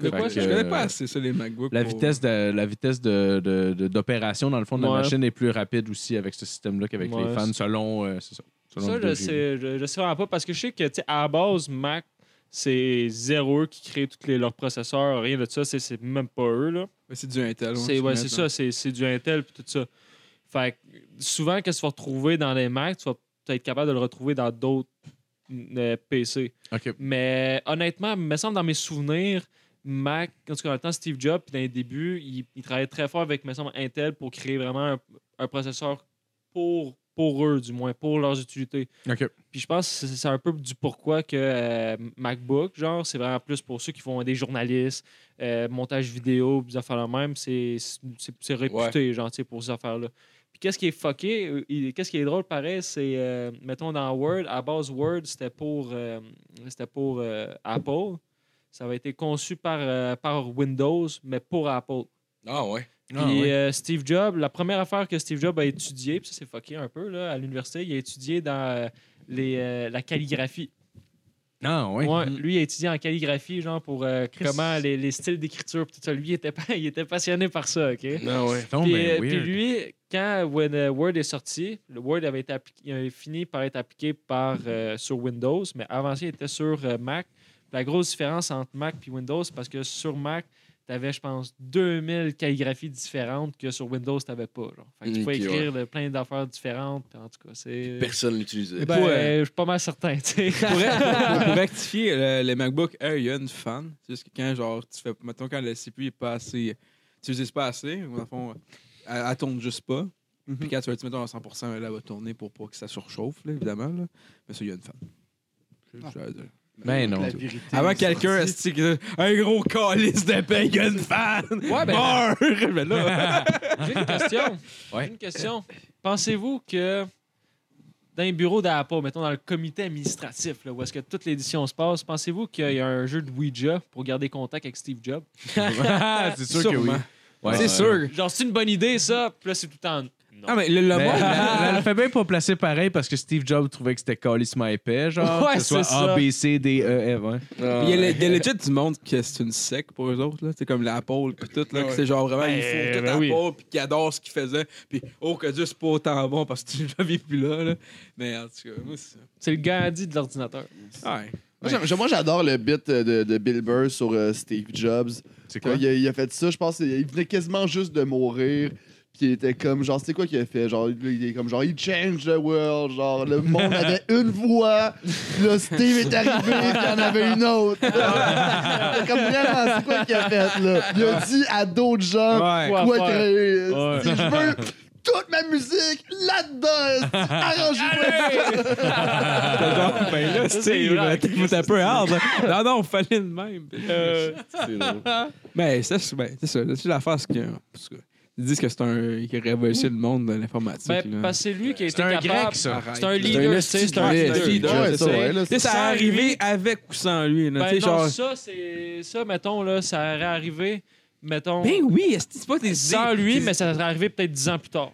Speaker 4: De quoi,
Speaker 5: Fait
Speaker 4: je
Speaker 5: que,
Speaker 4: connais pas assez ça, les MacBooks.
Speaker 5: euh, La
Speaker 4: pour-
Speaker 5: vitesse de la vitesse de, de- de- d'opération dans le fond de
Speaker 7: Ouais.
Speaker 5: la machine est plus rapide aussi avec ce système-là qu'avec
Speaker 7: Ouais,
Speaker 5: les fans
Speaker 7: c'est-
Speaker 5: selon. euh, c'est ça, selon
Speaker 7: Ça,
Speaker 5: le vidéo
Speaker 7: je
Speaker 5: que j'ai vu.
Speaker 7: sais, je, je sais vraiment pas parce que je sais que, tu sais, à la base, Mac, c'est zéro eux qui créent tous les- leurs processeurs, rien de ça, c'est- c'est même pas eux, là.
Speaker 4: Ouais, C'est du Intel. hein,
Speaker 7: C'est ouais, c'est ça, c'est c'est du Intel puis tout ça. Fait que souvent, qu'est-ce que tu vas retrouver dans les Mac, tu vas peut-être être capable de le retrouver dans d'autres euh, PC.
Speaker 5: Ok.
Speaker 7: Mais honnêtement, il me semble dans mes souvenirs, Mac, en tout cas, dans le temps, Steve Jobs, puis dans les débuts, il, il travaillait très fort avec, me semble, Intel pour créer vraiment un, un processeur pour, pour eux, du moins, pour leurs utilités.
Speaker 5: Ok.
Speaker 7: Puis je pense que c'est- c'est un peu du pourquoi que euh, MacBook, genre, c'est vraiment plus pour ceux qui font des journalistes, euh, montage vidéo, puis des affaires la même, c'est c'est- c'est réputé, genre, tu sais, pour ces affaires-là. Puis qu'est-ce qui est fucké, euh, il- qu'est-ce qui est drôle, pareil, c'est, euh, mettons, dans Word, à base Word, c'était pour, euh, c'était pour euh, Apple. Ça avait été conçu par, euh, par Windows, mais pour Apple.
Speaker 3: Ah ouais.
Speaker 7: Puis euh, Steve Jobs, la première affaire que Steve Jobs a étudiée, puis ça c'est fucké un peu là, à l'université, il a étudié dans euh, les, euh, la calligraphie.
Speaker 5: Non, ouais.
Speaker 3: Mm.
Speaker 7: Ouais, Lui, il a étudié en calligraphie, genre pour euh, comment les, les styles d'écriture, puis tout ça. Lui, il était, pa- il était passionné par ça, OK?
Speaker 3: Ah ouais.
Speaker 5: Non,
Speaker 7: Puis,
Speaker 5: mais
Speaker 7: euh, puis
Speaker 5: Oh, ben weird.
Speaker 7: lui, quand When, euh, Word est sorti, le Word avait, été appli- il avait fini par être appliqué par, euh, sur Windows, mais avant ça, il était sur euh, Mac. La grosse différence entre Mac et Windows, c'est parce que sur Mac, tu avais, je pense, 2000 calligraphies différentes que sur Windows, tu n'avais pas. Genre. Fait que tu pouvais
Speaker 3: Ok, ouais.
Speaker 7: écrire de plein d'affaires différentes. puis en tout cas, c'est.
Speaker 3: Personne l'utilisait.
Speaker 7: Ben,
Speaker 4: pour, euh,
Speaker 7: je suis pas mal certain. tu sais.
Speaker 4: pour, pour- pour rectifier, euh, le- les MacBook Air, il y a une fan. C'est juste que quand, genre, tu fais. Mettons, quand le CPU est pas assez. Tu l'utilises pas assez, ou dans le fond, elle, elle tourne juste pas. Puis quand tu vas te mettre à 100%, elle, elle va tourner pour pas que ça surchauffe, là, évidemment. Là. Mais ça, il y a une fan. Je- je- je-
Speaker 5: Ben non.
Speaker 6: La vérité.
Speaker 4: Ah. Avant quelqu'un,
Speaker 6: est sortie.
Speaker 4: esti, que- un gros calice de pain, il y a une fan!
Speaker 7: Ouais, ben-
Speaker 4: Meurs! Mais là,
Speaker 7: J'ai une question.
Speaker 5: Ouais.
Speaker 7: J'ai une question. Pensez-vous que dans les bureaux d'Apple, mettons dans le comité administratif, là, où est-ce que toutes les décisions se passent, pensez-vous qu'il y a un jeu de Ouija pour garder contact avec Steve Jobs?
Speaker 5: c'est sûr que oui.
Speaker 4: Sûrement.
Speaker 5: Ouais.
Speaker 4: c'est sûr.
Speaker 7: Genre, c'est une bonne idée, ça? Puis là, c'est tout en... Non.
Speaker 4: Ah, mais le, le
Speaker 5: Mais Ben,
Speaker 4: monde-
Speaker 5: la- l'alphabet est pas placé pareil parce que Steve Jobs trouvait que c'était calissement épais, genre
Speaker 7: Ouais,
Speaker 5: que ce soit
Speaker 7: c'est ça.
Speaker 5: A, B, C, D, E, F. ouais.
Speaker 7: Ah,
Speaker 4: Il y, a le- il y a legit du monde que c'est une sec pour eux autres, là. C'est comme la pole pis tout, là. que C'est genre vraiment,
Speaker 7: Ben,
Speaker 4: ils font tout
Speaker 7: ben
Speaker 4: à
Speaker 7: oui.
Speaker 4: pole pis qu'ils adorent ce qu'ils faisaient. Puis oh que Dieu, c'est pas autant bon parce que tu l'avais plus là, là. Mais en tout cas, moi, c'est
Speaker 7: C'est le Gandhi de l'ordinateur.
Speaker 4: ça. Ouais.
Speaker 6: Moi, j'aime- j'aime- Moi, j'adore le bit euh, de, de Bill Burr sur euh, Steve Jobs.
Speaker 5: C'est
Speaker 6: Quand il, a, il a fait ça, je pense qu'il venait quasiment juste de mourir. Puis il était comme, genre, c'est quoi qu'il a fait? Genre, il est comme, genre, il change the world. Genre, le monde avait une voix. Puis là, Steve est arrivé, puis il y en avait une autre. C'est comme vraiment, c'est quoi qu'il a fait, là? Il a dit à d'autres gens,
Speaker 4: Ouais.
Speaker 7: Quoi
Speaker 6: quoi
Speaker 7: faire?
Speaker 6: créer?
Speaker 7: Ouais.
Speaker 6: euh, Si je veux toute ma musique là-dedans, arrangez-moi.
Speaker 4: C'était genre, ben là,
Speaker 7: Ça, c'est
Speaker 4: Steve,
Speaker 7: vrai. Ben,
Speaker 4: t'es- t'es un peu hard. là. Non, non, fallait de même.
Speaker 3: C'est drôle.
Speaker 4: Mais ça, c'est ben, c'est ça. C'est la face qui. en tout cas, Ils disent que c'est un. qui révolutionne le monde de l'informatique.
Speaker 7: Ben,
Speaker 4: là.
Speaker 7: parce que c'est lui qui a été
Speaker 5: C'est un
Speaker 7: capable...
Speaker 5: grec, ça.
Speaker 4: Arrête,
Speaker 7: C'est un
Speaker 4: là.
Speaker 7: leader,
Speaker 3: un
Speaker 7: tu sais, c'est un
Speaker 4: esti de
Speaker 7: leader.
Speaker 4: leader.
Speaker 6: Ouais,
Speaker 4: c'est
Speaker 6: ça, ouais, là,
Speaker 4: Tu sais, ça
Speaker 7: Sans
Speaker 4: a arrivé
Speaker 7: lui-
Speaker 4: avec ou sans lui. là.
Speaker 7: Ben
Speaker 4: Tu sais,
Speaker 7: non,
Speaker 4: genre.
Speaker 7: ça, c'est... Ça, mettons, là, ça aurait arrivé, mettons...
Speaker 4: Ben oui, est-ce que c'est pas des
Speaker 7: sans
Speaker 4: idées-
Speaker 7: lui,
Speaker 4: des-
Speaker 7: mais ça serait arrivé peut-être 10 ans plus tard.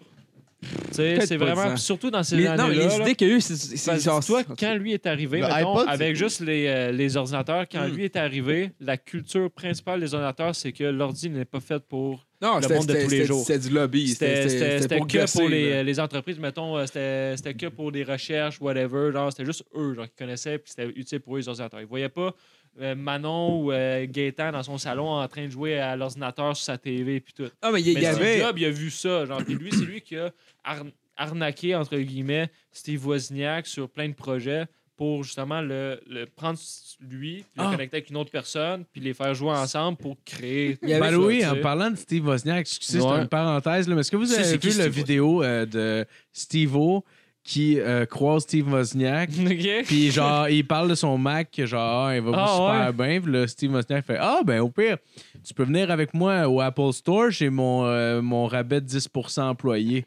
Speaker 7: Tu sais,
Speaker 4: Peut-être
Speaker 7: c'est
Speaker 4: pas 10 ans.
Speaker 7: vraiment, surtout dans ces
Speaker 4: Les-
Speaker 7: années-là.
Speaker 4: non, mais les
Speaker 7: là,
Speaker 4: idées qu'il y a eu, c'est- c'est c'est
Speaker 7: parce que
Speaker 4: genre
Speaker 7: toi,
Speaker 4: ça.
Speaker 7: quand lui est arrivé,
Speaker 6: Le
Speaker 7: mettons,
Speaker 6: iPod, c'est-
Speaker 7: avec juste les, euh, les ordinateurs, quand
Speaker 4: Hmm.
Speaker 7: lui est arrivé, la culture principale des ordinateurs, c'est que l'ordi n'est pas fait pour.
Speaker 4: non,
Speaker 7: le
Speaker 4: c'était-
Speaker 7: monde de
Speaker 4: c'était-
Speaker 7: tous les
Speaker 4: c'était-
Speaker 7: jours.
Speaker 4: C'était du lobby.
Speaker 7: C'était c'était- c'était que
Speaker 4: gosser,
Speaker 7: pour les,
Speaker 4: là.
Speaker 7: euh, les entreprises, mettons, euh, c'était c'était que pour des recherches, whatever. genre, C'était juste eux genre, qui connaissaient, puis c'était utile pour eux, les ordinateurs. Ils ne voyaient pas euh, Manon ou euh, Gaétan dans son salon en train de jouer à l'ordinateur sur sa TV, puis tout.
Speaker 4: Ah, mais il
Speaker 7: Mais
Speaker 4: y
Speaker 7: Steve
Speaker 4: avait.
Speaker 7: Jobs, il a vu ça. Genre, puis lui, c'est lui qui a ar- arnaqué, entre guillemets, Steve Wozniak sur plein de projets pour justement le, le prendre s- lui, puis
Speaker 4: Ah.
Speaker 7: le connecter avec une autre personne, puis les faire jouer ensemble pour créer.
Speaker 4: Il y avait
Speaker 5: Ben
Speaker 4: ça,
Speaker 5: oui,
Speaker 7: tu
Speaker 5: en
Speaker 7: sais.
Speaker 5: parlant de Steve Wozniak, excusez,
Speaker 7: Ouais.
Speaker 5: c'est une parenthèse, là, mais est-ce que vous
Speaker 4: Tu sais,
Speaker 5: avez
Speaker 4: c'est qui,
Speaker 5: vu la
Speaker 4: Steve
Speaker 5: vidéo euh, de Steve-O qui euh, croise Steve Wozniak?
Speaker 7: Ok.
Speaker 5: Puis genre, il parle de son Mac, que genre, ah, il va
Speaker 7: Ah,
Speaker 5: super bien. Puis là, Steve Wozniak fait, ah, ben au pire, tu peux venir avec moi au Apple Store, j'ai mon, euh, mon rabais de 10% employé.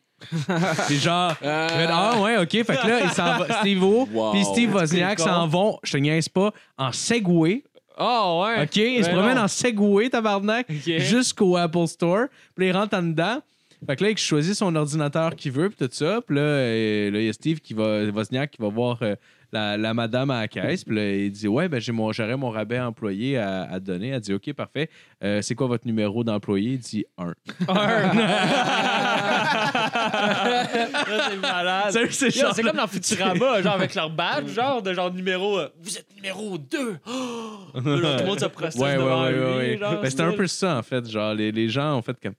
Speaker 5: Puis genre, fait, ah ouais, ok. Fait que là, il s'en va, Steve O,
Speaker 3: Wow.
Speaker 5: puis Steve Wozniak
Speaker 7: con.
Speaker 5: s'en vont, je te niaise pas, en Segway.
Speaker 7: Ah ouais.
Speaker 5: OK, ils se
Speaker 7: Ben
Speaker 5: promènent
Speaker 7: non.
Speaker 5: en Segway, tabarnak,
Speaker 7: Ok.
Speaker 5: jusqu'au Apple Store. Puis là, ils rentrent en dedans. Fait que là, il choisit son ordinateur qu'il veut, puis tout ça. Puis là, euh, là, il y a Steve qui va, Wozniak qui va voir euh, la, la madame à la caisse. Puis là, il dit Ouais, ben, j'ai mon- j'aurais mon rabais employé à, à donner. Elle dit Ok, parfait. Euh, C'est quoi votre numéro d'employé Il dit 1.
Speaker 7: Là, c'est malade.
Speaker 5: Sérieux, c'est
Speaker 7: Yo,
Speaker 5: genre-
Speaker 7: C'est comme dans Futurama, genre avec leur badge, genre de genre numéro. euh, vous êtes numéro 2. tout le monde se processe
Speaker 5: Ouais, ouais,
Speaker 7: devant
Speaker 5: ouais,
Speaker 7: lui.
Speaker 5: ouais.
Speaker 7: genre,
Speaker 5: Ben, C'était un peu ça, en fait. Genre, les, les gens ont fait comme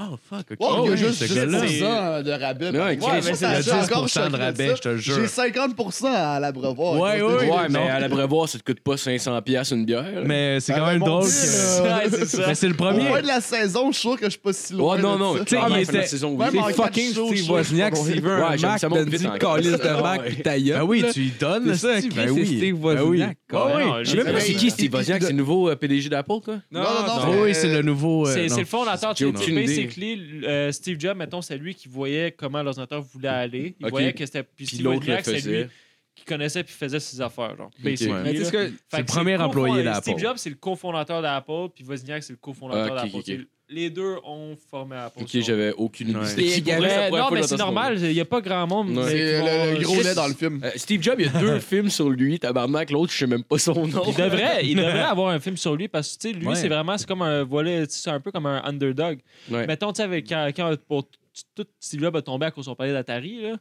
Speaker 5: Oh, fuck, ok.
Speaker 6: Wow, il y a
Speaker 5: ouais,
Speaker 6: juste
Speaker 5: ce
Speaker 6: juste
Speaker 5: gars-là.
Speaker 6: 10 ans de rabais.
Speaker 3: Ouais,
Speaker 6: Moi,
Speaker 3: mais
Speaker 6: ça,
Speaker 7: c'est
Speaker 6: ça,
Speaker 5: le
Speaker 6: j'ai encore
Speaker 5: 10% de
Speaker 6: choqué
Speaker 5: rabais,
Speaker 6: ça.
Speaker 5: je te jure.
Speaker 6: J'ai 50% à la brevoir.
Speaker 5: Ouais,
Speaker 6: Moi,
Speaker 5: ouais,
Speaker 6: c'est-
Speaker 3: Ouais, mais
Speaker 5: non.
Speaker 3: à l'abreuvoir, ça te coûte pas 500$ piastres une bière.
Speaker 5: Mais c'est
Speaker 6: Ah,
Speaker 5: quand
Speaker 6: ben,
Speaker 5: même
Speaker 6: mon
Speaker 5: drôle.
Speaker 6: Dieu,
Speaker 5: que-
Speaker 6: là.
Speaker 7: Ouais, c'est ça.
Speaker 5: Mais c'est le
Speaker 6: Au
Speaker 5: premier.
Speaker 6: moins de la saison, je suis sûr que je suis pas si loin.
Speaker 3: Ouais, non,
Speaker 6: de
Speaker 3: non.
Speaker 6: ça.
Speaker 3: Tu sais,
Speaker 5: Ah,
Speaker 3: avant
Speaker 5: mais
Speaker 3: la fin de la
Speaker 5: c'est-
Speaker 3: saison, oui.
Speaker 6: Ouais,
Speaker 4: C'est
Speaker 6: mais encore
Speaker 4: fucking
Speaker 6: chaud,
Speaker 4: Steve
Speaker 6: chaud,
Speaker 4: Wozniak,
Speaker 6: chaud.
Speaker 4: s'il veut un
Speaker 3: Ouais, j'aime
Speaker 4: Mac,
Speaker 3: ça monte
Speaker 4: donne
Speaker 3: vite
Speaker 4: une
Speaker 3: en
Speaker 4: calice
Speaker 3: crise.
Speaker 4: de Mac
Speaker 3: Ouais.
Speaker 4: pis ta gueule.
Speaker 5: Ben oui,
Speaker 4: là.
Speaker 5: tu lui donnes.
Speaker 4: C'est ça,
Speaker 5: hostie,
Speaker 4: qui,
Speaker 5: ben
Speaker 4: c'est
Speaker 5: oui.
Speaker 4: Steve
Speaker 5: Ben oui.
Speaker 4: Wozniak.
Speaker 5: Ben oui.
Speaker 7: Non,
Speaker 5: Je
Speaker 7: Ah sais
Speaker 5: sais
Speaker 7: pas
Speaker 5: même pas
Speaker 3: C'est
Speaker 5: si-
Speaker 3: qui Steve Wozniak? C'est le nouveau euh, PDG d'Apple, quoi?
Speaker 6: Non, non, non.
Speaker 5: Ah Oui, c'est le nouveau. euh,
Speaker 7: C'est
Speaker 5: non.
Speaker 7: c'est le fondateur.
Speaker 3: J'ai
Speaker 7: Tu
Speaker 3: aucune
Speaker 7: sais,
Speaker 3: idée.
Speaker 7: basically, euh, Steve Jobs, mettons, c'est lui qui voyait comment l'ordinateur voulait aller. Il
Speaker 3: Ok.
Speaker 7: voyait que c'était.
Speaker 3: Puis
Speaker 7: Puis Steve
Speaker 3: l'autre le
Speaker 7: Wozniak, c'est lui
Speaker 3: faisait.
Speaker 7: qui connaissait puis faisait ses affaires. Genre,
Speaker 3: Ouais.
Speaker 7: basically,
Speaker 4: Mais tu sais
Speaker 7: là.
Speaker 4: ce que.
Speaker 7: Fait
Speaker 5: C'est le
Speaker 7: que
Speaker 5: premier employé
Speaker 7: cofond-
Speaker 5: d'Apple.
Speaker 7: Steve Jobs, c'est le cofondateur d'Apple, puis Wozniak, c'est le cofondateur
Speaker 3: Ah, ok,
Speaker 7: d'Apple.
Speaker 3: ok, ok.
Speaker 7: C'est- Les deux ont formé Apple.
Speaker 3: Ok,
Speaker 7: selon-
Speaker 3: j'avais aucune idée.
Speaker 5: Ouais.
Speaker 3: C'était qui
Speaker 4: Il y
Speaker 3: pour
Speaker 4: avait-
Speaker 3: vrai, la
Speaker 7: Ouais,
Speaker 3: première
Speaker 7: non,
Speaker 3: fois
Speaker 7: mais
Speaker 3: que
Speaker 7: c'est
Speaker 3: j'entends ce
Speaker 7: normal, il n'y a pas grand monde.
Speaker 3: Ouais.
Speaker 7: mais qui
Speaker 6: C'est euh,
Speaker 7: vont-
Speaker 6: le, le gros
Speaker 7: Chris,
Speaker 6: lait dans le film.
Speaker 3: nom. Euh, Steve Jobs, il y a deux films sur lui, tabarnak. L'autre, je sais même pas son nom.
Speaker 7: Il devrait, il devrait avoir un film sur lui parce que tu sais, lui,
Speaker 5: Ouais.
Speaker 7: c'est vraiment c'est comme un volet, tu sais, c'est un peu comme un underdog.
Speaker 3: Ouais.
Speaker 7: Mettons, tu sais, avec quand, quand pour, tu- tout Steve Jobs a tombé à cause on parlait d'Atari, là.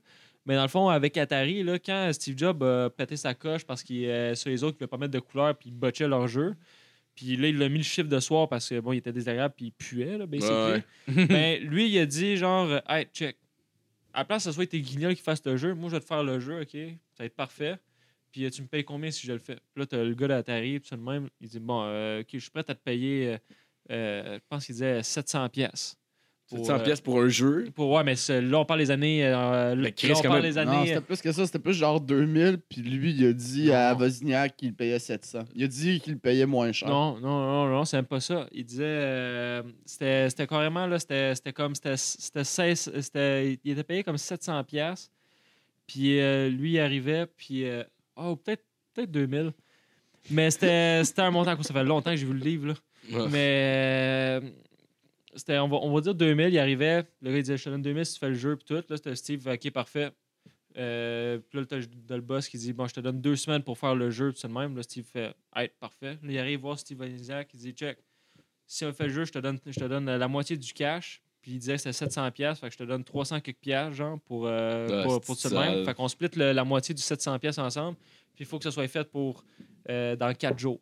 Speaker 7: Mais dans le fond, avec Atari, là, quand Steve Jobs a pété sa coche parce qu'il euh, sur les autres, il voulait pas mettre de couleur puis il botchait leur jeu, Puis là, il l'a mis le chiffre de soir parce que bon, il était désagréable puis il puait, là,
Speaker 3: Ouais,
Speaker 7: basically. Mais lui, il a dit genre, hey, check. À la place, que ce soit tes guignols qui fassent le jeu, moi, je vais te faire le jeu, OK? Ça va être parfait. Puis euh, tu me payes combien si je le fais? Puis là, t'as le gars d'Atari, puis tout de même, il dit, bon, euh, OK, je suis prêt à te payer, euh, euh, je pense qu'il disait 700 pièces. Pour,
Speaker 3: 700
Speaker 7: euh,
Speaker 3: pièces pour un jeu.
Speaker 7: pour- ouais, mais c'est- là, on parle des années. euh, là,
Speaker 3: Ben, Chris,
Speaker 7: là, on
Speaker 3: quand
Speaker 7: parle
Speaker 3: même.
Speaker 7: des
Speaker 8: Non,
Speaker 7: années. hein. euh,
Speaker 8: c'était plus que ça. C'était plus genre 2000, puis lui, il a dit à Vosignac qu'il payait 700. Il a dit qu'il payait moins cher.
Speaker 7: Non, non, non, non, c'est même pas ça. Il disait. euh, c'était c'était carrément, là, c'était c'était comme. C'était c'était 16. c'était- Il était payé comme 700$. piastres. Puis euh, lui, il arrivait, puis. euh, oh, peut-être peut 2000$. Mais c'était c'était un montant, quoi. Ça fait longtemps que j'ai vu le livre, là.
Speaker 3: Ouais.
Speaker 7: Mais. euh, c'était, on, va, on va dire 2000, il arrivait. Le gars, il disait Je te donne 2000 si tu fais le jeu, puis tout. Là, c'était Steve, ok, parfait. Euh, puis là, t'as t'as le boss qui dit Bon, je te donne deux semaines pour faire le jeu, tout ça de même. Là, Steve fait Hey, parfait. Là, il arrive voir Steve Isaac, il dit Check, si on fait le jeu, je te donne, je te donne la moitié du cash. Puis il disait que c'était 700$, fait que je te donne 300 quelques piastres, genre, pour, euh,
Speaker 3: Ah,
Speaker 7: pour,
Speaker 3: c'est
Speaker 7: pour tout ça de
Speaker 3: sale.
Speaker 7: même. Fait qu'on split le- la moitié du 700$ ensemble. Puis il faut que ça soit fait pour euh, dans quatre jours.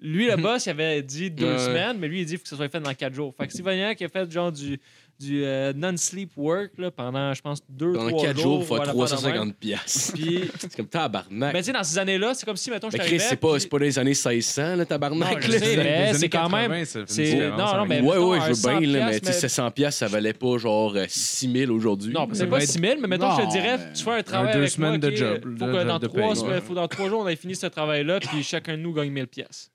Speaker 7: Lui, le boss, il avait dit deux
Speaker 3: Mhm. Ouais.
Speaker 7: semaines, mais lui, il dit qu'il faut que ça soit fait dans quatre jours. Fait que Sylvaniac a fait genre du, du euh, non-sleep work là, pendant, je pense, deux,
Speaker 3: Dans
Speaker 7: trois
Speaker 3: 4 jours, faut
Speaker 7: voilà, pendant même.
Speaker 3: 350 pièces.
Speaker 7: Puis,
Speaker 3: C'est comme tabarnak.
Speaker 7: mais tu sais, dans ces années-là, c'est comme si, mettons, je
Speaker 3: Mais
Speaker 7: t'arrivais,
Speaker 3: Chris, c'est pas,
Speaker 7: puis-
Speaker 3: c'est pas les années 1600, là,
Speaker 7: Non,
Speaker 3: tabarnak.
Speaker 7: je
Speaker 3: là.
Speaker 7: sais, mais
Speaker 5: Les années
Speaker 7: c'est quand
Speaker 5: 80,
Speaker 7: même-
Speaker 5: ça fait une
Speaker 7: c'est-
Speaker 5: différence
Speaker 7: non, non,
Speaker 5: avec-
Speaker 7: mais-
Speaker 3: ouais,
Speaker 7: mettons,
Speaker 3: ouais,
Speaker 7: un
Speaker 3: je veux
Speaker 7: 100
Speaker 3: bien, là, mais
Speaker 7: piastres,
Speaker 3: tu sais,
Speaker 7: mais-
Speaker 3: 700 piastres, ça valait pas genre euh, 6000 aujourd'hui.
Speaker 7: Non, c'est
Speaker 5: mais-
Speaker 7: pas 6 000, mais mettons, je
Speaker 8: Non,
Speaker 7: te dirais,
Speaker 8: mais-
Speaker 7: tu fais un travail.
Speaker 5: deux
Speaker 7: avec
Speaker 5: semaines
Speaker 7: moi,
Speaker 5: de
Speaker 7: OK,
Speaker 5: job,
Speaker 7: Faut
Speaker 5: de
Speaker 7: que dans
Speaker 5: job de
Speaker 7: trois
Speaker 5: paye,
Speaker 7: semaines-
Speaker 5: ouais.
Speaker 7: faut dans trois jours, on ait fini ce travail-là, puis chacun de nous gagne 1000 pièces.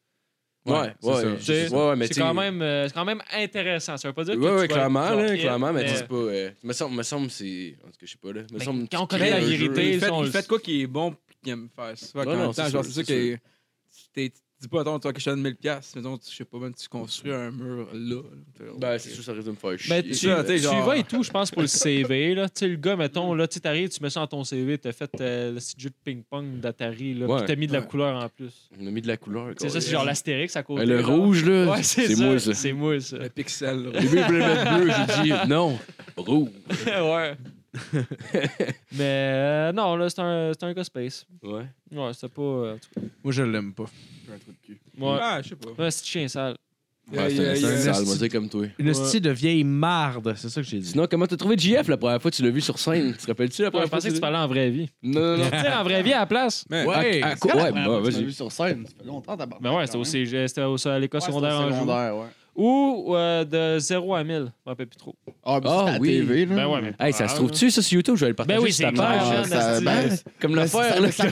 Speaker 3: Ouais, ouais,
Speaker 5: c'est ça.
Speaker 3: ouais,
Speaker 5: Tu
Speaker 7: sais,
Speaker 3: ouais, mais tu
Speaker 7: C'est
Speaker 3: sais-
Speaker 7: quand, même, euh, c'est quand même intéressant. Ça veut pas dire que.
Speaker 3: Ouais,
Speaker 7: tu vas
Speaker 3: ouais,
Speaker 7: être
Speaker 3: clairement,
Speaker 7: genre
Speaker 3: là,
Speaker 7: hit,
Speaker 3: clairement, mais
Speaker 7: mais-
Speaker 3: tu sais pas. euh, Ben, me semble, me semble, c'est. En tout cas, je sais pas, là. Me
Speaker 7: Mais
Speaker 3: semble,
Speaker 7: quand
Speaker 3: tu
Speaker 7: on connaît
Speaker 3: crées
Speaker 7: la
Speaker 3: un jeu.
Speaker 7: vérité,
Speaker 4: Il fait,
Speaker 7: ça, on
Speaker 4: il
Speaker 7: le
Speaker 4: fait
Speaker 7: sait.
Speaker 4: de quoi qui est bon pis qu'il aime faire souvent
Speaker 3: Ouais,
Speaker 4: en
Speaker 3: non,
Speaker 4: même temps.
Speaker 3: c'est
Speaker 4: Genre,
Speaker 3: sûr,
Speaker 4: c'est ça
Speaker 3: c'est
Speaker 4: que t'es- tu dis pas, attends, toi que je te donne 1000$, piastres, mettons, tu- je sais pas, même tu construis un mur là. là.
Speaker 3: Ben, c'est sûr, ça risque de me faire chier.
Speaker 7: Mais tu,
Speaker 4: ça,
Speaker 7: tu
Speaker 4: t'sais, genre-
Speaker 7: y vas et tout, je pense, pour le CV. Là. Tu sais, le gars, mettons, là, tu arrives, tu mets ça dans ton CV, t'as fait euh, le petit jeu de ping-pong d'Atari, là,
Speaker 3: Ouais.
Speaker 7: puis t'as mis de la
Speaker 4: Ouais.
Speaker 7: couleur en plus.
Speaker 3: On a mis de la couleur.
Speaker 7: C'est ça,
Speaker 3: quoi.
Speaker 7: c'est genre l'astérix à côté.
Speaker 3: Ben, Le
Speaker 7: là.
Speaker 3: rouge, là,
Speaker 7: Ouais,
Speaker 3: c'est moi, ça.
Speaker 7: C'est moi, ça.
Speaker 4: Le pixel. là.
Speaker 3: Au début, je voulais mettre bleu, j'ai dit non, rouge.
Speaker 7: ouais. Mais euh, non, là, c'est un, c'est un gars space.
Speaker 3: Ouais.
Speaker 7: Ouais, c'est pas. euh, en tout
Speaker 5: Moi, je l'aime pas.
Speaker 7: cas, ouais.
Speaker 4: Ah, je sais pas.
Speaker 7: Ouais, c'est chien sale.
Speaker 3: Ouais, c'est un
Speaker 4: Il y a- il y a-
Speaker 3: sale, moi, c'est comme toi.
Speaker 5: Une style de vieille marde, c'est ça que j'ai dit.
Speaker 3: Sinon, comment t'as trouvé JF la première fois que tu l'as vu sur scène? Tu te rappelles-tu la
Speaker 7: Ouais,
Speaker 3: première
Speaker 7: je
Speaker 3: fois?
Speaker 7: pensais que tu parlais en vraie vie.
Speaker 3: Non, non, non.
Speaker 7: tu sais, en vraie vie, à la place.
Speaker 4: Mais-
Speaker 5: Ouais.
Speaker 3: À- à
Speaker 5: C'est
Speaker 3: quoi-
Speaker 8: la
Speaker 3: Ouais,
Speaker 8: première fois
Speaker 3: bah,
Speaker 8: que tu m'as
Speaker 3: vas-y.
Speaker 8: vu sur scène, ça fait longtemps d'abord.
Speaker 6: Ben
Speaker 7: Mais ouais, c'était au CG, c'était au- à l'école secondaire
Speaker 8: secondaire.
Speaker 7: en jour.
Speaker 8: secondaire, ouais.
Speaker 7: Ou euh, de 0 à 1000. Je m'en rappelle plus trop.
Speaker 8: Ah, mais c'était
Speaker 3: Ah,
Speaker 8: à la
Speaker 3: oui.
Speaker 8: TV, là.
Speaker 7: Ben ouais, mais.
Speaker 3: Hey, ça
Speaker 8: Ah,
Speaker 3: se trouve-tu, ça, sur YouTube? Je vais le partager
Speaker 7: Ben oui,
Speaker 3: sur ta
Speaker 7: c'est
Speaker 3: page.
Speaker 8: clair,
Speaker 3: là.
Speaker 8: ça-
Speaker 7: Ah,
Speaker 8: ben,
Speaker 7: nasty.
Speaker 3: Comme
Speaker 8: Mais
Speaker 3: l'affaire,
Speaker 8: ça-
Speaker 3: là,
Speaker 8: ça-
Speaker 3: qui est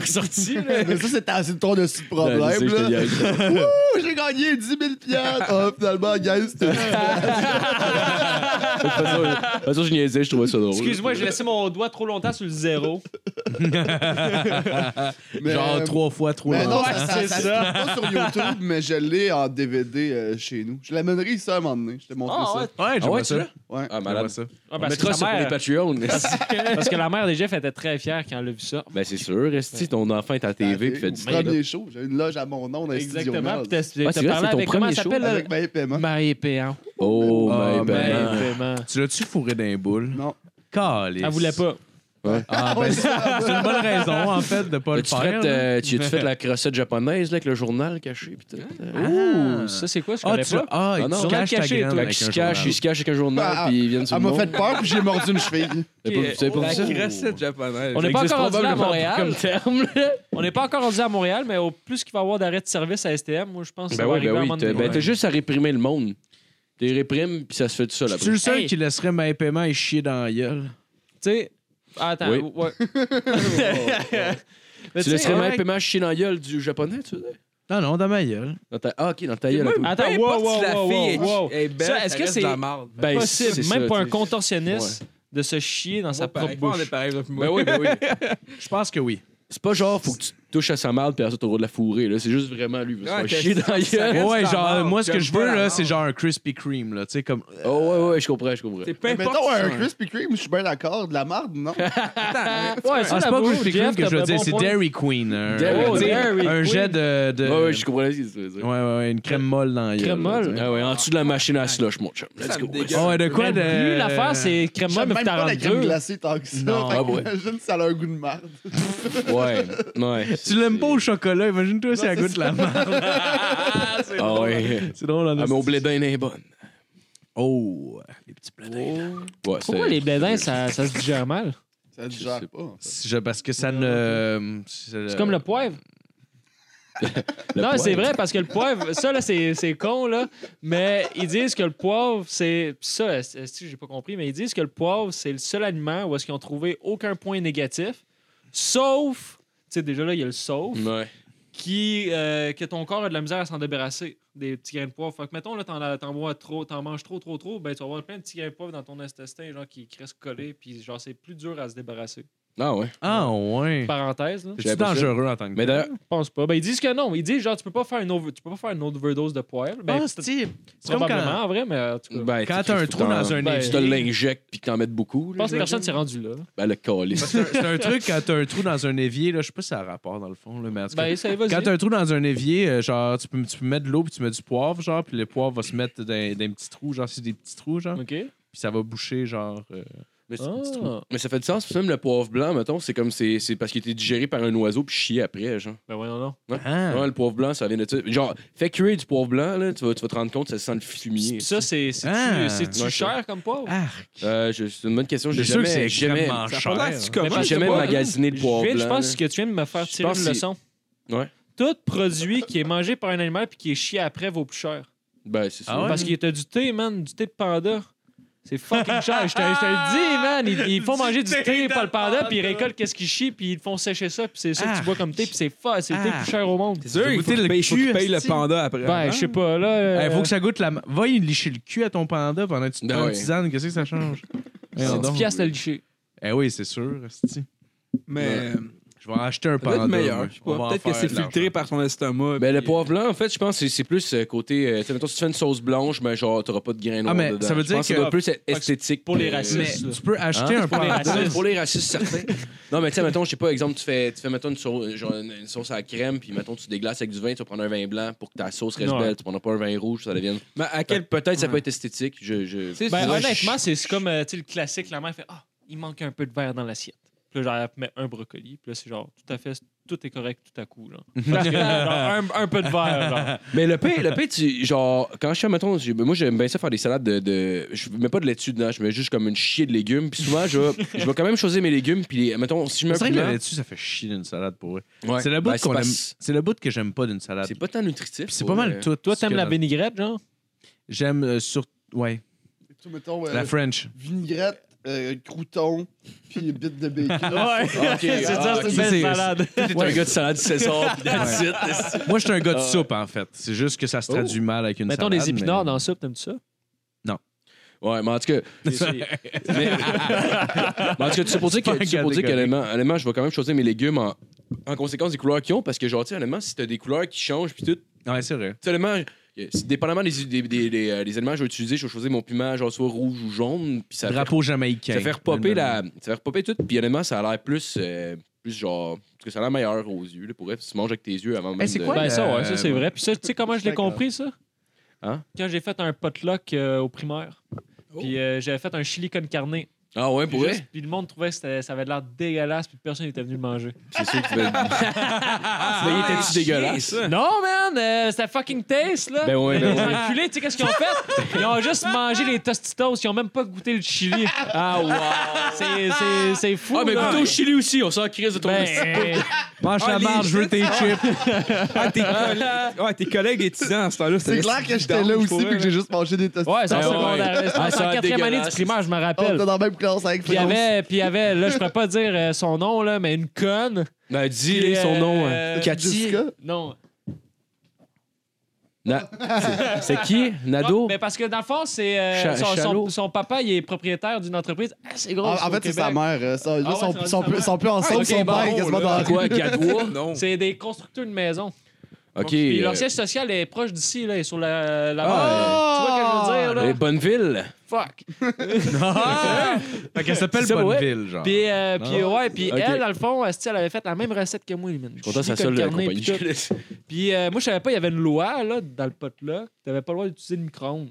Speaker 3: ressortie, là.
Speaker 8: Mais ça, c'était assez de ton dessus de problème,
Speaker 3: Ouais, Ben, je sais, je te
Speaker 8: là.
Speaker 3: gage.
Speaker 8: Ouh, j'ai gagné 10 000 piastres. Ah, finalement, guys, c'était...
Speaker 3: De toute façon, de toute façon, je niaisais, je trouvais ça drôle.
Speaker 7: Excuse-moi, j'ai laissé mon doigt trop longtemps sur le zéro.
Speaker 8: Mais-
Speaker 3: euh,
Speaker 5: Genre trois fois trop
Speaker 8: Mais non,
Speaker 5: longtemps.
Speaker 8: ça, ça, ça,
Speaker 7: c'est ça.
Speaker 8: se trouve pas sur YouTube, mais je l'ai en DVD euh, chez nous. Je l'amènerai ici à un moment donné. Je t'ai montré ça.
Speaker 5: Ouais,
Speaker 3: Ah
Speaker 5: j'aime
Speaker 3: ouais, tu
Speaker 5: ça.
Speaker 3: l'as?
Speaker 8: Ouais.
Speaker 3: Ah,
Speaker 5: J'aimerais
Speaker 3: malade.
Speaker 5: ça.
Speaker 7: Ah,
Speaker 3: On
Speaker 7: parce, que
Speaker 3: mettra
Speaker 7: sa
Speaker 3: ça pour les
Speaker 7: mère,
Speaker 3: Patreons.
Speaker 7: parce que la mère des Jeff était très fière quand elle a vu ça.
Speaker 3: Ben, c'est sûr. Esti, ton enfant est à
Speaker 6: Ah,
Speaker 3: TV puis fait du
Speaker 8: Au
Speaker 3: stand-up.
Speaker 8: premier show. J'ai une loge à mon nom dans les studios
Speaker 7: Exactement.
Speaker 8: Mel.
Speaker 7: Puis t'as
Speaker 3: Ouais,
Speaker 7: t'as
Speaker 3: c'est vrai,
Speaker 7: parlé
Speaker 3: c'est ton
Speaker 7: avec comment
Speaker 3: premier
Speaker 7: elle
Speaker 3: show.
Speaker 7: s'appelle là?
Speaker 8: Avec hein. Maïe Paiement.
Speaker 7: Marie Péan.
Speaker 3: Oh,
Speaker 5: Oh,
Speaker 3: my
Speaker 5: ben.
Speaker 3: ben.
Speaker 7: Marie Péan.
Speaker 5: Tu l'as-tu fourré d'un boule?
Speaker 8: Non.
Speaker 5: Calice.
Speaker 7: Elle voulait pas.
Speaker 5: Ah, ben, c'est c'est une bonne raison, en fait, de pas le
Speaker 3: As-tu fait,
Speaker 5: faire. là.
Speaker 3: euh, tu as-tu fait la crossette japonaise là, avec le journal caché? Pis tout, euh?
Speaker 7: Ouh, ça c'est quoi? Je
Speaker 5: Ah,
Speaker 7: connais
Speaker 5: tu
Speaker 7: pas.
Speaker 5: ah,
Speaker 3: Ah,
Speaker 5: tu
Speaker 3: non.
Speaker 5: caches ta
Speaker 7: Caché,
Speaker 5: graine
Speaker 7: toi.
Speaker 3: Fait
Speaker 5: avec
Speaker 3: qu'il
Speaker 5: un
Speaker 3: se cache, il
Speaker 5: journal.
Speaker 3: se cache avec un journal,
Speaker 8: Ben,
Speaker 3: puis ils viennent sur
Speaker 8: Elle
Speaker 3: le
Speaker 8: m'a
Speaker 3: monde.
Speaker 8: fait peur, puis j'ai mordu une cheville.
Speaker 3: T'as pas- Vous savez pas vu ça?
Speaker 7: La
Speaker 4: Recette japonaise.
Speaker 7: On
Speaker 3: Ça
Speaker 7: n'est pas
Speaker 3: existe
Speaker 7: encore rendu là à
Speaker 3: probablement
Speaker 7: Montréal.
Speaker 3: comme terme, là.
Speaker 7: On n'est pas encore rendu à Montréal, mais au plus qu'il va y avoir d'arrêt de service à STM, moi je pense que ça
Speaker 3: Ben
Speaker 7: va
Speaker 3: oui,
Speaker 7: arriver à un
Speaker 3: ben
Speaker 7: moment
Speaker 3: oui. T'as
Speaker 7: donné.
Speaker 3: ben, t'as juste à réprimer le monde. T'es réprimes, puis ça se fait tout seul
Speaker 5: Je
Speaker 3: après.
Speaker 5: suis le seul
Speaker 7: Hey.
Speaker 5: qui laisserait mes paiements et chier dans la gueule.
Speaker 7: Tu sais, Ah, attends,
Speaker 3: Oui.
Speaker 7: ouais. Mais
Speaker 3: Tu
Speaker 7: tu sais,
Speaker 3: laisserais même
Speaker 7: ouais.
Speaker 3: paiement chier dans la gueule du japonais, tu veux dire?
Speaker 5: Non, non, dans ma gueule.
Speaker 3: Dans ta- Ah, ok, dans ta gueule. à toi.
Speaker 7: Attends,
Speaker 4: Peu
Speaker 7: wow,
Speaker 4: importe si
Speaker 7: wow,
Speaker 4: la
Speaker 7: wow,
Speaker 4: fille est-
Speaker 7: wow.
Speaker 4: est belle,
Speaker 7: Ça, est-ce
Speaker 4: ça
Speaker 7: que
Speaker 4: reste
Speaker 7: c'est-
Speaker 4: de la marde.
Speaker 3: Ben,
Speaker 7: possible,
Speaker 3: c'est
Speaker 7: même
Speaker 3: ça,
Speaker 7: pour un
Speaker 3: t'sais.
Speaker 7: contorsionniste, de se chier dans sa
Speaker 4: Moi,
Speaker 7: propre
Speaker 4: pareil. On est
Speaker 7: bouche.
Speaker 4: pareil, là, puis moi.
Speaker 3: Ben oui, ben oui.
Speaker 5: Je pense que oui.
Speaker 3: C'est pas genre, faut que tu touches à sa marde puis après ça, t'auras de la fourrée. là. C'est juste vraiment lui. Il veut se
Speaker 4: Ouais,
Speaker 3: faire
Speaker 4: qu'est-ce
Speaker 3: chier
Speaker 4: que
Speaker 3: dans la
Speaker 4: ça
Speaker 3: gueule.
Speaker 4: reste
Speaker 5: Ouais,
Speaker 4: dans la
Speaker 5: genre,
Speaker 4: marde,
Speaker 5: moi, ce que
Speaker 4: j'aime
Speaker 5: je
Speaker 4: pas
Speaker 5: veux,
Speaker 4: la
Speaker 5: là,
Speaker 4: marde.
Speaker 5: c'est genre un Krispy Kreme, là, tu sais, comme...
Speaker 3: Oh, ouais, ouais, je comprends, je comprends.
Speaker 4: C'est peu
Speaker 8: Mais
Speaker 4: importe.
Speaker 8: mettons un
Speaker 4: si-
Speaker 8: Krispy Kreme, je suis bien d'accord. De la marde, non?
Speaker 7: Ouais,
Speaker 5: Ah, c'est pas Krispy Kreme que je veux dire, c'est Dairy Queen. un- euh,
Speaker 3: Dairy
Speaker 5: tu sais,
Speaker 7: Queen.
Speaker 5: Un jet de... de-
Speaker 3: Ouais, ouais, je comprends ce que tu veux dire.
Speaker 5: euh, Ouais, ouais, ouais, une crème molle dans la gueule.
Speaker 7: Crème
Speaker 5: là,
Speaker 7: molle?
Speaker 5: tu sais.
Speaker 3: Ah ouais, en dessous de la machine à slush, mon chum.
Speaker 4: Ça
Speaker 3: Let's
Speaker 4: me
Speaker 3: go.
Speaker 4: dégueule.
Speaker 5: Ah ouais, de quoi?
Speaker 7: Quoi
Speaker 5: De...
Speaker 7: de... L'affaire,
Speaker 5: euh,
Speaker 7: c'est crème molle,
Speaker 8: J'aime
Speaker 7: mais
Speaker 8: même pas la crème
Speaker 7: 42.
Speaker 8: glacée tant que ça.
Speaker 5: Non.
Speaker 8: Fait
Speaker 3: Ah ouais.
Speaker 8: qu'imagine si ça a un goût de marde.
Speaker 3: Ouais, ouais.
Speaker 5: Tu l'aimes pas au chocolat, imagine-toi si elle goûte la merde.
Speaker 3: Ah ouais.
Speaker 5: C'est
Speaker 7: hein,
Speaker 5: drôle, en
Speaker 3: Ah, mais au
Speaker 5: esti.
Speaker 3: blédin, n'est bonne.
Speaker 5: Oh, les petits blédins.
Speaker 3: Ouais,
Speaker 7: Pourquoi
Speaker 3: c'est-
Speaker 7: les blédins, ça, ça se digère mal?
Speaker 8: Ça ne
Speaker 3: Je
Speaker 8: gère
Speaker 3: sais
Speaker 8: pas. en fait.
Speaker 5: Je- Parce que ça ne.
Speaker 7: C'est comme le poivre.
Speaker 3: Le
Speaker 7: non,
Speaker 3: poivre.
Speaker 7: c'est vrai, parce que le poivre, ça, là, c'est c'est con, là. Mais ils disent que le poivre, c'est. Ça, si j'ai pas compris, mais ils disent que le poivre, c'est le seul aliment où est-ce qu'ils ont trouvé aucun point négatif, sauf. Tu sais, déjà là, il y a le sauf,
Speaker 3: Ouais.
Speaker 7: qui, euh, que ton corps a de la misère à s'en débarrasser, des petits grains de poivre. Fait que, mettons, là, t'en, as- t'en bois trop, t'en manges trop, trop, trop, ben, tu vas avoir plein de petits grains de poivre dans ton intestin, genre, qui, qui restent collés, puis, genre, c'est plus dur à se débarrasser.
Speaker 3: Ah ouais.
Speaker 5: Ah, ouais.
Speaker 7: Parenthèse, là.
Speaker 5: C'est dangereux en tant que.
Speaker 3: Mais d'ailleurs,
Speaker 7: Je pense pas. Ben, ils disent que non. Ils disent genre, tu peux pas faire une, over- tu peux pas faire une overdose de poivre. Ben,
Speaker 5: Ah,
Speaker 7: peut-être
Speaker 5: c'est c'est comme
Speaker 7: probablement,
Speaker 5: quand. Mm.
Speaker 7: en vrai, mais en tout cas.
Speaker 3: ben,
Speaker 5: Quand t'as un trou dans un
Speaker 7: Ben,
Speaker 3: Tu
Speaker 5: évier.
Speaker 3: te l'injectes puis que t'en mettes beaucoup.
Speaker 7: je
Speaker 3: Là,
Speaker 7: pense que personne s'est rendu là.
Speaker 3: Ben, le calice.
Speaker 5: Parce que C'est un c'est un truc quand t'as un trou dans un évier, là, je sais pas si ça a rapport dans le fond, là, mais en tout cas,
Speaker 7: Ben, ça y va.
Speaker 5: Quand t'as un trou dans un évier, euh, genre, tu peux, tu peux mettre de l'eau puis tu mets du poivre, genre, puis le poivre va se mettre dans, dans un petit trou, genre, c'est des petits trous, genre,
Speaker 7: OK.
Speaker 5: puis ça va boucher, genre. euh,
Speaker 3: Mais c'est-
Speaker 7: Ah.
Speaker 3: Mais ça fait du sens, c'est même le poivre blanc, mettons, c'est comme c'est c'est parce qu'il était digéré par un oiseau puis chié après, genre.
Speaker 7: Ben, ouais, non, non.
Speaker 5: Ah.
Speaker 3: Ouais, le poivre blanc, ça vient de ça. Genre, fais cuire du poivre blanc, là, tu vas, tu vas te rendre compte, ça sent le fumier.
Speaker 7: Puis ça, c'est c'est-tu
Speaker 5: Ah.
Speaker 7: c'est-tu
Speaker 3: Ouais,
Speaker 7: cher comme poivre?
Speaker 5: Ah,
Speaker 3: Euh, je- c'est une bonne question.
Speaker 5: je
Speaker 3: J'ai
Speaker 5: suis sûr que
Speaker 3: jamais,
Speaker 5: c'est
Speaker 3: jamais,
Speaker 5: extrêmement
Speaker 4: Ça a pas
Speaker 5: cher.
Speaker 4: l'air si
Speaker 7: Mais
Speaker 4: commun.
Speaker 7: parce
Speaker 4: je sais
Speaker 3: jamais
Speaker 4: pas.
Speaker 3: magasiné de poivre
Speaker 7: Gilles,
Speaker 3: blanc.
Speaker 7: je pense
Speaker 3: là.
Speaker 7: que tu viens de me faire
Speaker 3: Je
Speaker 7: tirer
Speaker 3: pense
Speaker 7: une
Speaker 3: que-
Speaker 7: leçon.
Speaker 3: Ouais.
Speaker 7: Tout produit qui est mangé par un animal puis qui est chié après vaut plus cher.
Speaker 3: Ben, c'est ça.
Speaker 5: Ah ouais?
Speaker 7: Parce qu'il y a du thé, man, du thé de panda. C'est fucking cher. Je te, je te le dis, man. Ils, ils font
Speaker 5: Du
Speaker 7: manger du
Speaker 5: thé de
Speaker 7: thé par le panda, puis ils
Speaker 5: panda.
Speaker 7: récoltent qu'est-ce qu'ils chient, puis ils le font sécher ça, puis c'est ça que
Speaker 5: Ah.
Speaker 7: tu bois comme thé, puis c'est fa- c'est le thé le
Speaker 5: Ah.
Speaker 7: plus cher au monde.
Speaker 4: C'est sûr, il faut
Speaker 5: Goûter le
Speaker 4: qu'il paye- faut qu'il
Speaker 5: cul,
Speaker 4: paye le
Speaker 5: esti.
Speaker 4: panda après.
Speaker 7: Ben, je sais pas, là. euh,
Speaker 5: Hey, Eh, faut que ça goûte la. Va y licher le cul à ton panda pendant que tu te
Speaker 3: Ben
Speaker 5: prends une
Speaker 3: ouais.
Speaker 5: tisane, qu'est-ce que ça change? Eh
Speaker 7: C'est 10
Speaker 5: donc.
Speaker 7: piastres à licher.
Speaker 5: Eh oui, c'est sûr, esti.
Speaker 4: Mais euh,
Speaker 5: Je vais en acheter un
Speaker 4: peut-être
Speaker 5: panda. moi.
Speaker 4: meilleur. je sais
Speaker 5: On va
Speaker 4: pas.
Speaker 5: en
Speaker 4: Peut-être que
Speaker 5: faire
Speaker 4: c'est
Speaker 5: de l'argent.
Speaker 4: filtré par son estomac.
Speaker 3: Ben, le
Speaker 4: puis-
Speaker 3: poivre blanc, en fait, je pense que c'est- c'est plus euh, côté. euh, tu sais, mettons, si tu fais une sauce blanche, ben, genre, t'auras pas de grains noirs.
Speaker 5: Ah, mais
Speaker 3: dedans.
Speaker 5: ça veut
Speaker 3: Je
Speaker 5: dire
Speaker 3: pense
Speaker 5: que-
Speaker 3: ça doit plus être esthétique. euh,
Speaker 7: pour les
Speaker 3: que-
Speaker 7: racistes.
Speaker 5: Mais tu peux acheter
Speaker 3: Hein?
Speaker 5: un
Speaker 7: Pour les
Speaker 5: panda.
Speaker 7: racistes.
Speaker 3: Pour les racistes, certains. non, mais tu sais, mettons, je sais pas, exemple, tu fais, tu fais mettons, une, sauce, genre, une- une sauce à la crème, puis mettons, tu déglaces avec du vin, tu vas prendre un vin blanc pour que ta sauce reste
Speaker 7: Ouais.
Speaker 3: belle. Tu prendras pas un vin rouge, ça devienne.
Speaker 4: Mais à
Speaker 3: Fait que
Speaker 4: quel
Speaker 3: Peut-être ça peut
Speaker 4: Ouais.
Speaker 3: être esthétique. Je, je...
Speaker 4: Tu sais,
Speaker 7: Ben,
Speaker 4: c'est-
Speaker 7: honnêtement, c'est c'est comme euh, tu sais, le classique. La mère fait Ah, il manque un peu de verre dans l'assiette. Puis là, genre, elle met un brocoli. Puis là, c'est genre, tout à fait, tout est correct tout à coup. Là. Parce que, genre, un, un peu de verre. genre.
Speaker 3: Mais le pain, le pain, tu, genre, quand je fais, mettons, j'ai- moi, j'aime bien ça faire des salades de, de- Je mets pas de laitue dedans, je mets juste comme une chier de légumes. Puis souvent, je vais, je vais quand même choisir mes légumes. Puis, mettons, si je mets un
Speaker 5: C'est vrai que la
Speaker 3: piment.
Speaker 5: laitue, ça fait chier d'une salade pour eux.
Speaker 3: Ouais.
Speaker 5: C'est le bout
Speaker 3: Ben,
Speaker 5: qu'on
Speaker 3: pas-
Speaker 5: aime- C'est le bout que j'aime pas d'une salade.
Speaker 3: C'est pas tant nutritif.
Speaker 5: Puis C'est
Speaker 3: pour
Speaker 5: pas mal
Speaker 3: vrai.
Speaker 5: tout.
Speaker 7: Toi,
Speaker 5: ce
Speaker 7: t'aimes
Speaker 5: que
Speaker 7: la
Speaker 5: dans-
Speaker 7: vinaigrette, genre
Speaker 5: J'aime euh, sur. Ouais.
Speaker 8: Tu sais, mettons, euh,
Speaker 5: La French.
Speaker 8: vinaigrette, euh, crouton, puis bite de bacon.
Speaker 3: Ok,
Speaker 7: c'est ça,
Speaker 3: ah,
Speaker 7: c'est une
Speaker 5: ok.
Speaker 7: belle
Speaker 5: C'est-
Speaker 7: salade.
Speaker 3: T'es un gars de salade César, puis that's it.
Speaker 5: Moi, je suis un gars de soupe, en fait. C'est juste que ça se
Speaker 3: Ah. Oh.
Speaker 5: traduit mal avec une
Speaker 7: Mettons
Speaker 5: salade.
Speaker 7: des épinards dans la soupe, t'aimes-tu ça?
Speaker 3: Ouais, mais en tout cas. mais, mais en tout cas, tu sais, pour dire que, tu sais, pour dire que, honnêtement, honnêtement, je vais quand même choisir mes légumes en, en conséquence des couleurs qu'ils ont, parce que, genre, tu sais, honnêtement, si t'as des couleurs qui changent, puis tout, tu
Speaker 5: dans. Ouais, c'est vrai.
Speaker 3: sais, honnêtement, euh, c'est dépendamment des, des, des, des, euh, des aliments que je vais utiliser, je vais choisir mon piment, genre, soit rouge ou jaune, puis ça fait
Speaker 5: Drapeau jamaïcain.
Speaker 3: Ça fait repopper la. Ça fait repopper tout. Puis honnêtement, ça a l'air plus. euh, plus genre. Parce que ça a l'air meilleur aux yeux. Là, pour vrai, tu manges avec tes yeux avant même.
Speaker 5: c'est
Speaker 3: de-
Speaker 5: quoi? Ouais,
Speaker 7: ben, ça,
Speaker 5: euh,
Speaker 7: ouais, ça, c'est vrai. Puis ça, tu sais comment je l'ai
Speaker 8: D'accord.
Speaker 7: compris, ça?
Speaker 3: Hein?
Speaker 7: Quand j'ai fait un potluck euh, au primaire. Puis euh, j'avais fait un chili con carne.
Speaker 3: Ah ouais,
Speaker 7: Puis
Speaker 3: pour vrai?
Speaker 7: juste- Puis le monde trouvait que c'était- ça avait l'air dégueulasse, puis personne n'était venu le manger.
Speaker 3: C'est sûr que tu vas. Mais il était-tu dégueulasse?
Speaker 7: Non, man, euh, c'était fucking taste, là.
Speaker 3: Ben ouais, ben
Speaker 7: les
Speaker 3: ouais.
Speaker 7: enculés, tu sais, qu'est-ce qu'ils ont fait? Ils ont juste mangé les tostitos, ils ont même pas goûté le chili.
Speaker 3: Ah, wow!
Speaker 7: C'est- C'est c'est fou.
Speaker 3: Ah, mais
Speaker 7: là.
Speaker 3: goûtez au chili aussi, on s'en crise de ton esti.
Speaker 7: Ben,
Speaker 5: Mange
Speaker 4: Ah,
Speaker 5: la
Speaker 4: les
Speaker 5: marge, je veux
Speaker 4: chips.
Speaker 5: tes chips.
Speaker 4: Ah, tes collègues- ouais, tes collègues des tisans à ce temps-là.
Speaker 6: C'est clair que j'étais là aussi, puis que j'ai juste mangé des tostitos.
Speaker 7: ouais, c'est en
Speaker 3: ouais.
Speaker 7: secondaire. c'est en-
Speaker 3: Ah,
Speaker 7: c'est
Speaker 3: ça
Speaker 7: en
Speaker 3: a
Speaker 7: quatrième année du
Speaker 3: dégueulasse.
Speaker 7: primaire, je me
Speaker 6: On était
Speaker 7: rappelle.
Speaker 6: dans
Speaker 8: Oh,
Speaker 6: la même classe avec
Speaker 7: Puis il y
Speaker 6: Frédéric.
Speaker 7: avait, puis il y avait, là, je pourrais pas dire euh, son nom, là, mais une conne.
Speaker 3: Ben, dis
Speaker 7: Puis,
Speaker 3: son
Speaker 7: euh,
Speaker 3: nom. hein.
Speaker 7: euh,
Speaker 3: Cathy.
Speaker 6: Jessica?
Speaker 7: Non.
Speaker 3: Na- c'est- C'est qui? Nado?
Speaker 7: Mais parce que dans le fond, c'est euh,
Speaker 3: Cha-
Speaker 7: son, son,
Speaker 3: Chalot.
Speaker 7: son papa, il est propriétaire d'une entreprise assez grosse.
Speaker 8: Ah, En, en
Speaker 7: au
Speaker 8: fait, c'est
Speaker 7: Québec.
Speaker 8: sa mère. euh, Ça, là,
Speaker 7: Ah ouais,
Speaker 8: sont,
Speaker 7: c'est
Speaker 8: sont,
Speaker 7: sa mère.
Speaker 8: plus, sont plus ensemble,
Speaker 7: Ah, ok,
Speaker 8: son
Speaker 7: bon,
Speaker 8: père est quasiment dans la rue.
Speaker 3: Quoi, Gadois?
Speaker 4: Non.
Speaker 7: C'est des constructeurs de maisons.
Speaker 3: Ok.
Speaker 7: Puis
Speaker 3: euh,
Speaker 7: leur siège social est proche d'ici, là, est sur la. la
Speaker 8: Ah,
Speaker 7: tu vois ce que je veux dire, là?
Speaker 3: Les Bonneville.
Speaker 7: Fuck.
Speaker 5: Fait qu'elle s'appelle
Speaker 3: C'est ça, ouais.
Speaker 5: Bonneville, genre.
Speaker 7: Puis, euh, puis
Speaker 3: Non.
Speaker 7: ouais, puis
Speaker 3: Ok.
Speaker 7: elle, dans le fond, esti, elle avait fait la même recette que moi, Lumine.
Speaker 3: Je suis content, c'est la seule euh, compagnie. que je connaisse.
Speaker 7: Puis euh, moi, je savais pas, il y avait une loi là, dans le pot là. T'avais pas le droit d'utiliser le micro-ondes.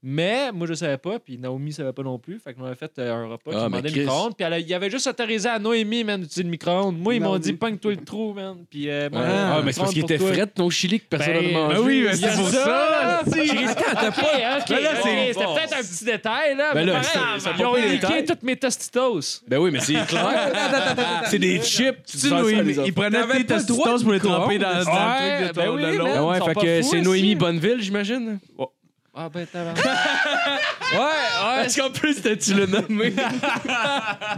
Speaker 7: Mais moi, je savais pas, puis Naomi savait pas non plus. Fait qu'on avait fait euh, un
Speaker 3: Ah,
Speaker 7: repas qui
Speaker 3: mais
Speaker 7: demandait le
Speaker 3: Chris.
Speaker 7: micro-ondes. Puis elle a- il avait juste autorisé à Noémie, man, d'utiliser le micro-ondes. Moi, ils m'ont
Speaker 6: Naomi.
Speaker 7: dit, pogne-toi le trou, man. Puis, euh, moi,
Speaker 3: Ah,
Speaker 7: le
Speaker 3: mais c'est parce qu'il
Speaker 7: micro-ondes
Speaker 3: était
Speaker 7: pour toi.
Speaker 3: frais de ton chili que personne n'a
Speaker 7: Ben,
Speaker 3: demandé.
Speaker 7: ben oui, mais
Speaker 3: Il y a
Speaker 7: c'est pour ça,
Speaker 3: là.
Speaker 7: là.
Speaker 3: J'ai resté à ta
Speaker 7: Ok, ok,
Speaker 3: Mais là,
Speaker 7: ok,
Speaker 3: c'est-
Speaker 7: c'était peut-être un petit détail, là.
Speaker 3: Ben
Speaker 7: mais
Speaker 3: là,
Speaker 7: pareil,
Speaker 3: c'est- ça
Speaker 7: ils
Speaker 3: prend
Speaker 7: ont
Speaker 3: pas les
Speaker 7: niqué
Speaker 3: détails.
Speaker 7: toutes mes tostitos.
Speaker 3: Ben oui, mais c'est clair. c'est des chips.
Speaker 5: Tu
Speaker 3: Tu
Speaker 5: sais,
Speaker 3: sers ça à
Speaker 5: Noémie,
Speaker 3: les autres.
Speaker 5: il prenait tes tostitos pour les tremper dans, dans le
Speaker 7: Ouais,
Speaker 5: truc de ton-
Speaker 7: ben oui,
Speaker 5: de l'autre.
Speaker 7: man.
Speaker 3: Ben
Speaker 7: Ils
Speaker 3: ouais,
Speaker 7: sont
Speaker 3: fait
Speaker 7: pas
Speaker 3: que
Speaker 7: fous,
Speaker 3: c'est
Speaker 7: aussi.
Speaker 3: Noémie Bonneville, j'imagine.
Speaker 7: Ah, ben, t'as
Speaker 3: Ouais, ouais. Est-ce qu'en plus, tu le nommé?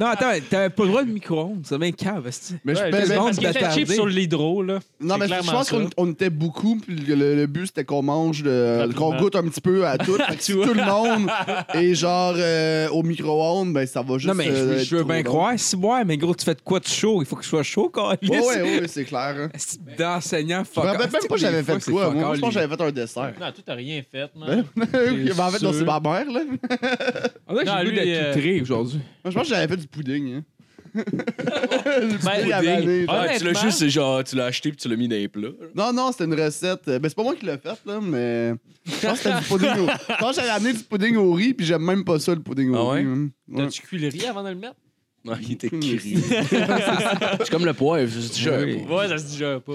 Speaker 4: Non, attends, mais t'avais pas le droit de micro-ondes. C'est bien cave, esti.
Speaker 8: Mais je
Speaker 7: Ouais,
Speaker 8: paye
Speaker 4: mais-
Speaker 8: bien.
Speaker 4: monde
Speaker 7: ben, Parce qu'il était
Speaker 4: bâtardé.
Speaker 7: cheap sur l'hydro, là.
Speaker 6: Non,
Speaker 7: C'est
Speaker 6: mais je
Speaker 7: clairement
Speaker 6: pense
Speaker 7: ça.
Speaker 6: qu'on on était beaucoup, puis le, le- le but c'était qu'on mange, le-
Speaker 7: Rapidement.
Speaker 6: qu'on goûte un petit peu à tout. Fait que si tout le monde est genre euh, au micro-ondes, ben ça va juste.
Speaker 4: Non, mais je,
Speaker 6: euh,
Speaker 4: je veux
Speaker 6: être
Speaker 4: bien
Speaker 6: trop
Speaker 4: croire. Si, ouais, mais gros, tu fais de quoi de chaud? Il faut que je sois chaud, quand
Speaker 6: bon. Ouais, ouais, ouais, c'est clair. hein.
Speaker 4: Esti D'enseignant,
Speaker 6: Je
Speaker 4: fuck
Speaker 6: me
Speaker 4: off.
Speaker 6: rappelle même
Speaker 4: Esti,
Speaker 6: pas
Speaker 4: des
Speaker 6: j'avais
Speaker 4: fois,
Speaker 6: fait
Speaker 4: c'est
Speaker 6: quoi.
Speaker 4: fuck
Speaker 6: Ben, Moi,
Speaker 4: all,
Speaker 6: je pense que
Speaker 4: lui.
Speaker 6: j'avais fait un dessert.
Speaker 7: Non, tout a rien fait,
Speaker 6: Ben,
Speaker 7: man.
Speaker 6: ben, en fait, non, c'est
Speaker 7: sûr.
Speaker 6: ma mère, là. Moi,
Speaker 4: On dirait que
Speaker 7: Non,
Speaker 4: j'ai le goût
Speaker 7: lui, euh,
Speaker 4: d'être outré aujourd'hui.
Speaker 6: je pense que j'avais fait du pudding. hein. Du
Speaker 7: Ben,
Speaker 6: pudding à vanille.
Speaker 7: Ah,
Speaker 3: tu l'as
Speaker 7: Honnêtement-
Speaker 3: juste, c'est genre, tu l'as acheté puis tu l'as mis dans les plats.
Speaker 6: Non, non, c'était une recette. Euh, Ben, c'est pas moi qui l'ai faite, là, mais. Je pense que c'était du pudding au. Je pense que j'avais amené du pudding au riz, puis j'aime même pas ça, le pudding au
Speaker 3: Ah ouais?
Speaker 6: riz. hein. Ouais.
Speaker 7: T'as-tu cuit le riz avant de le mettre?
Speaker 3: Non, il était cru. c'est comme le poivre, c'est du jeu.
Speaker 4: Oui.
Speaker 7: Ouais, ça se digère pas.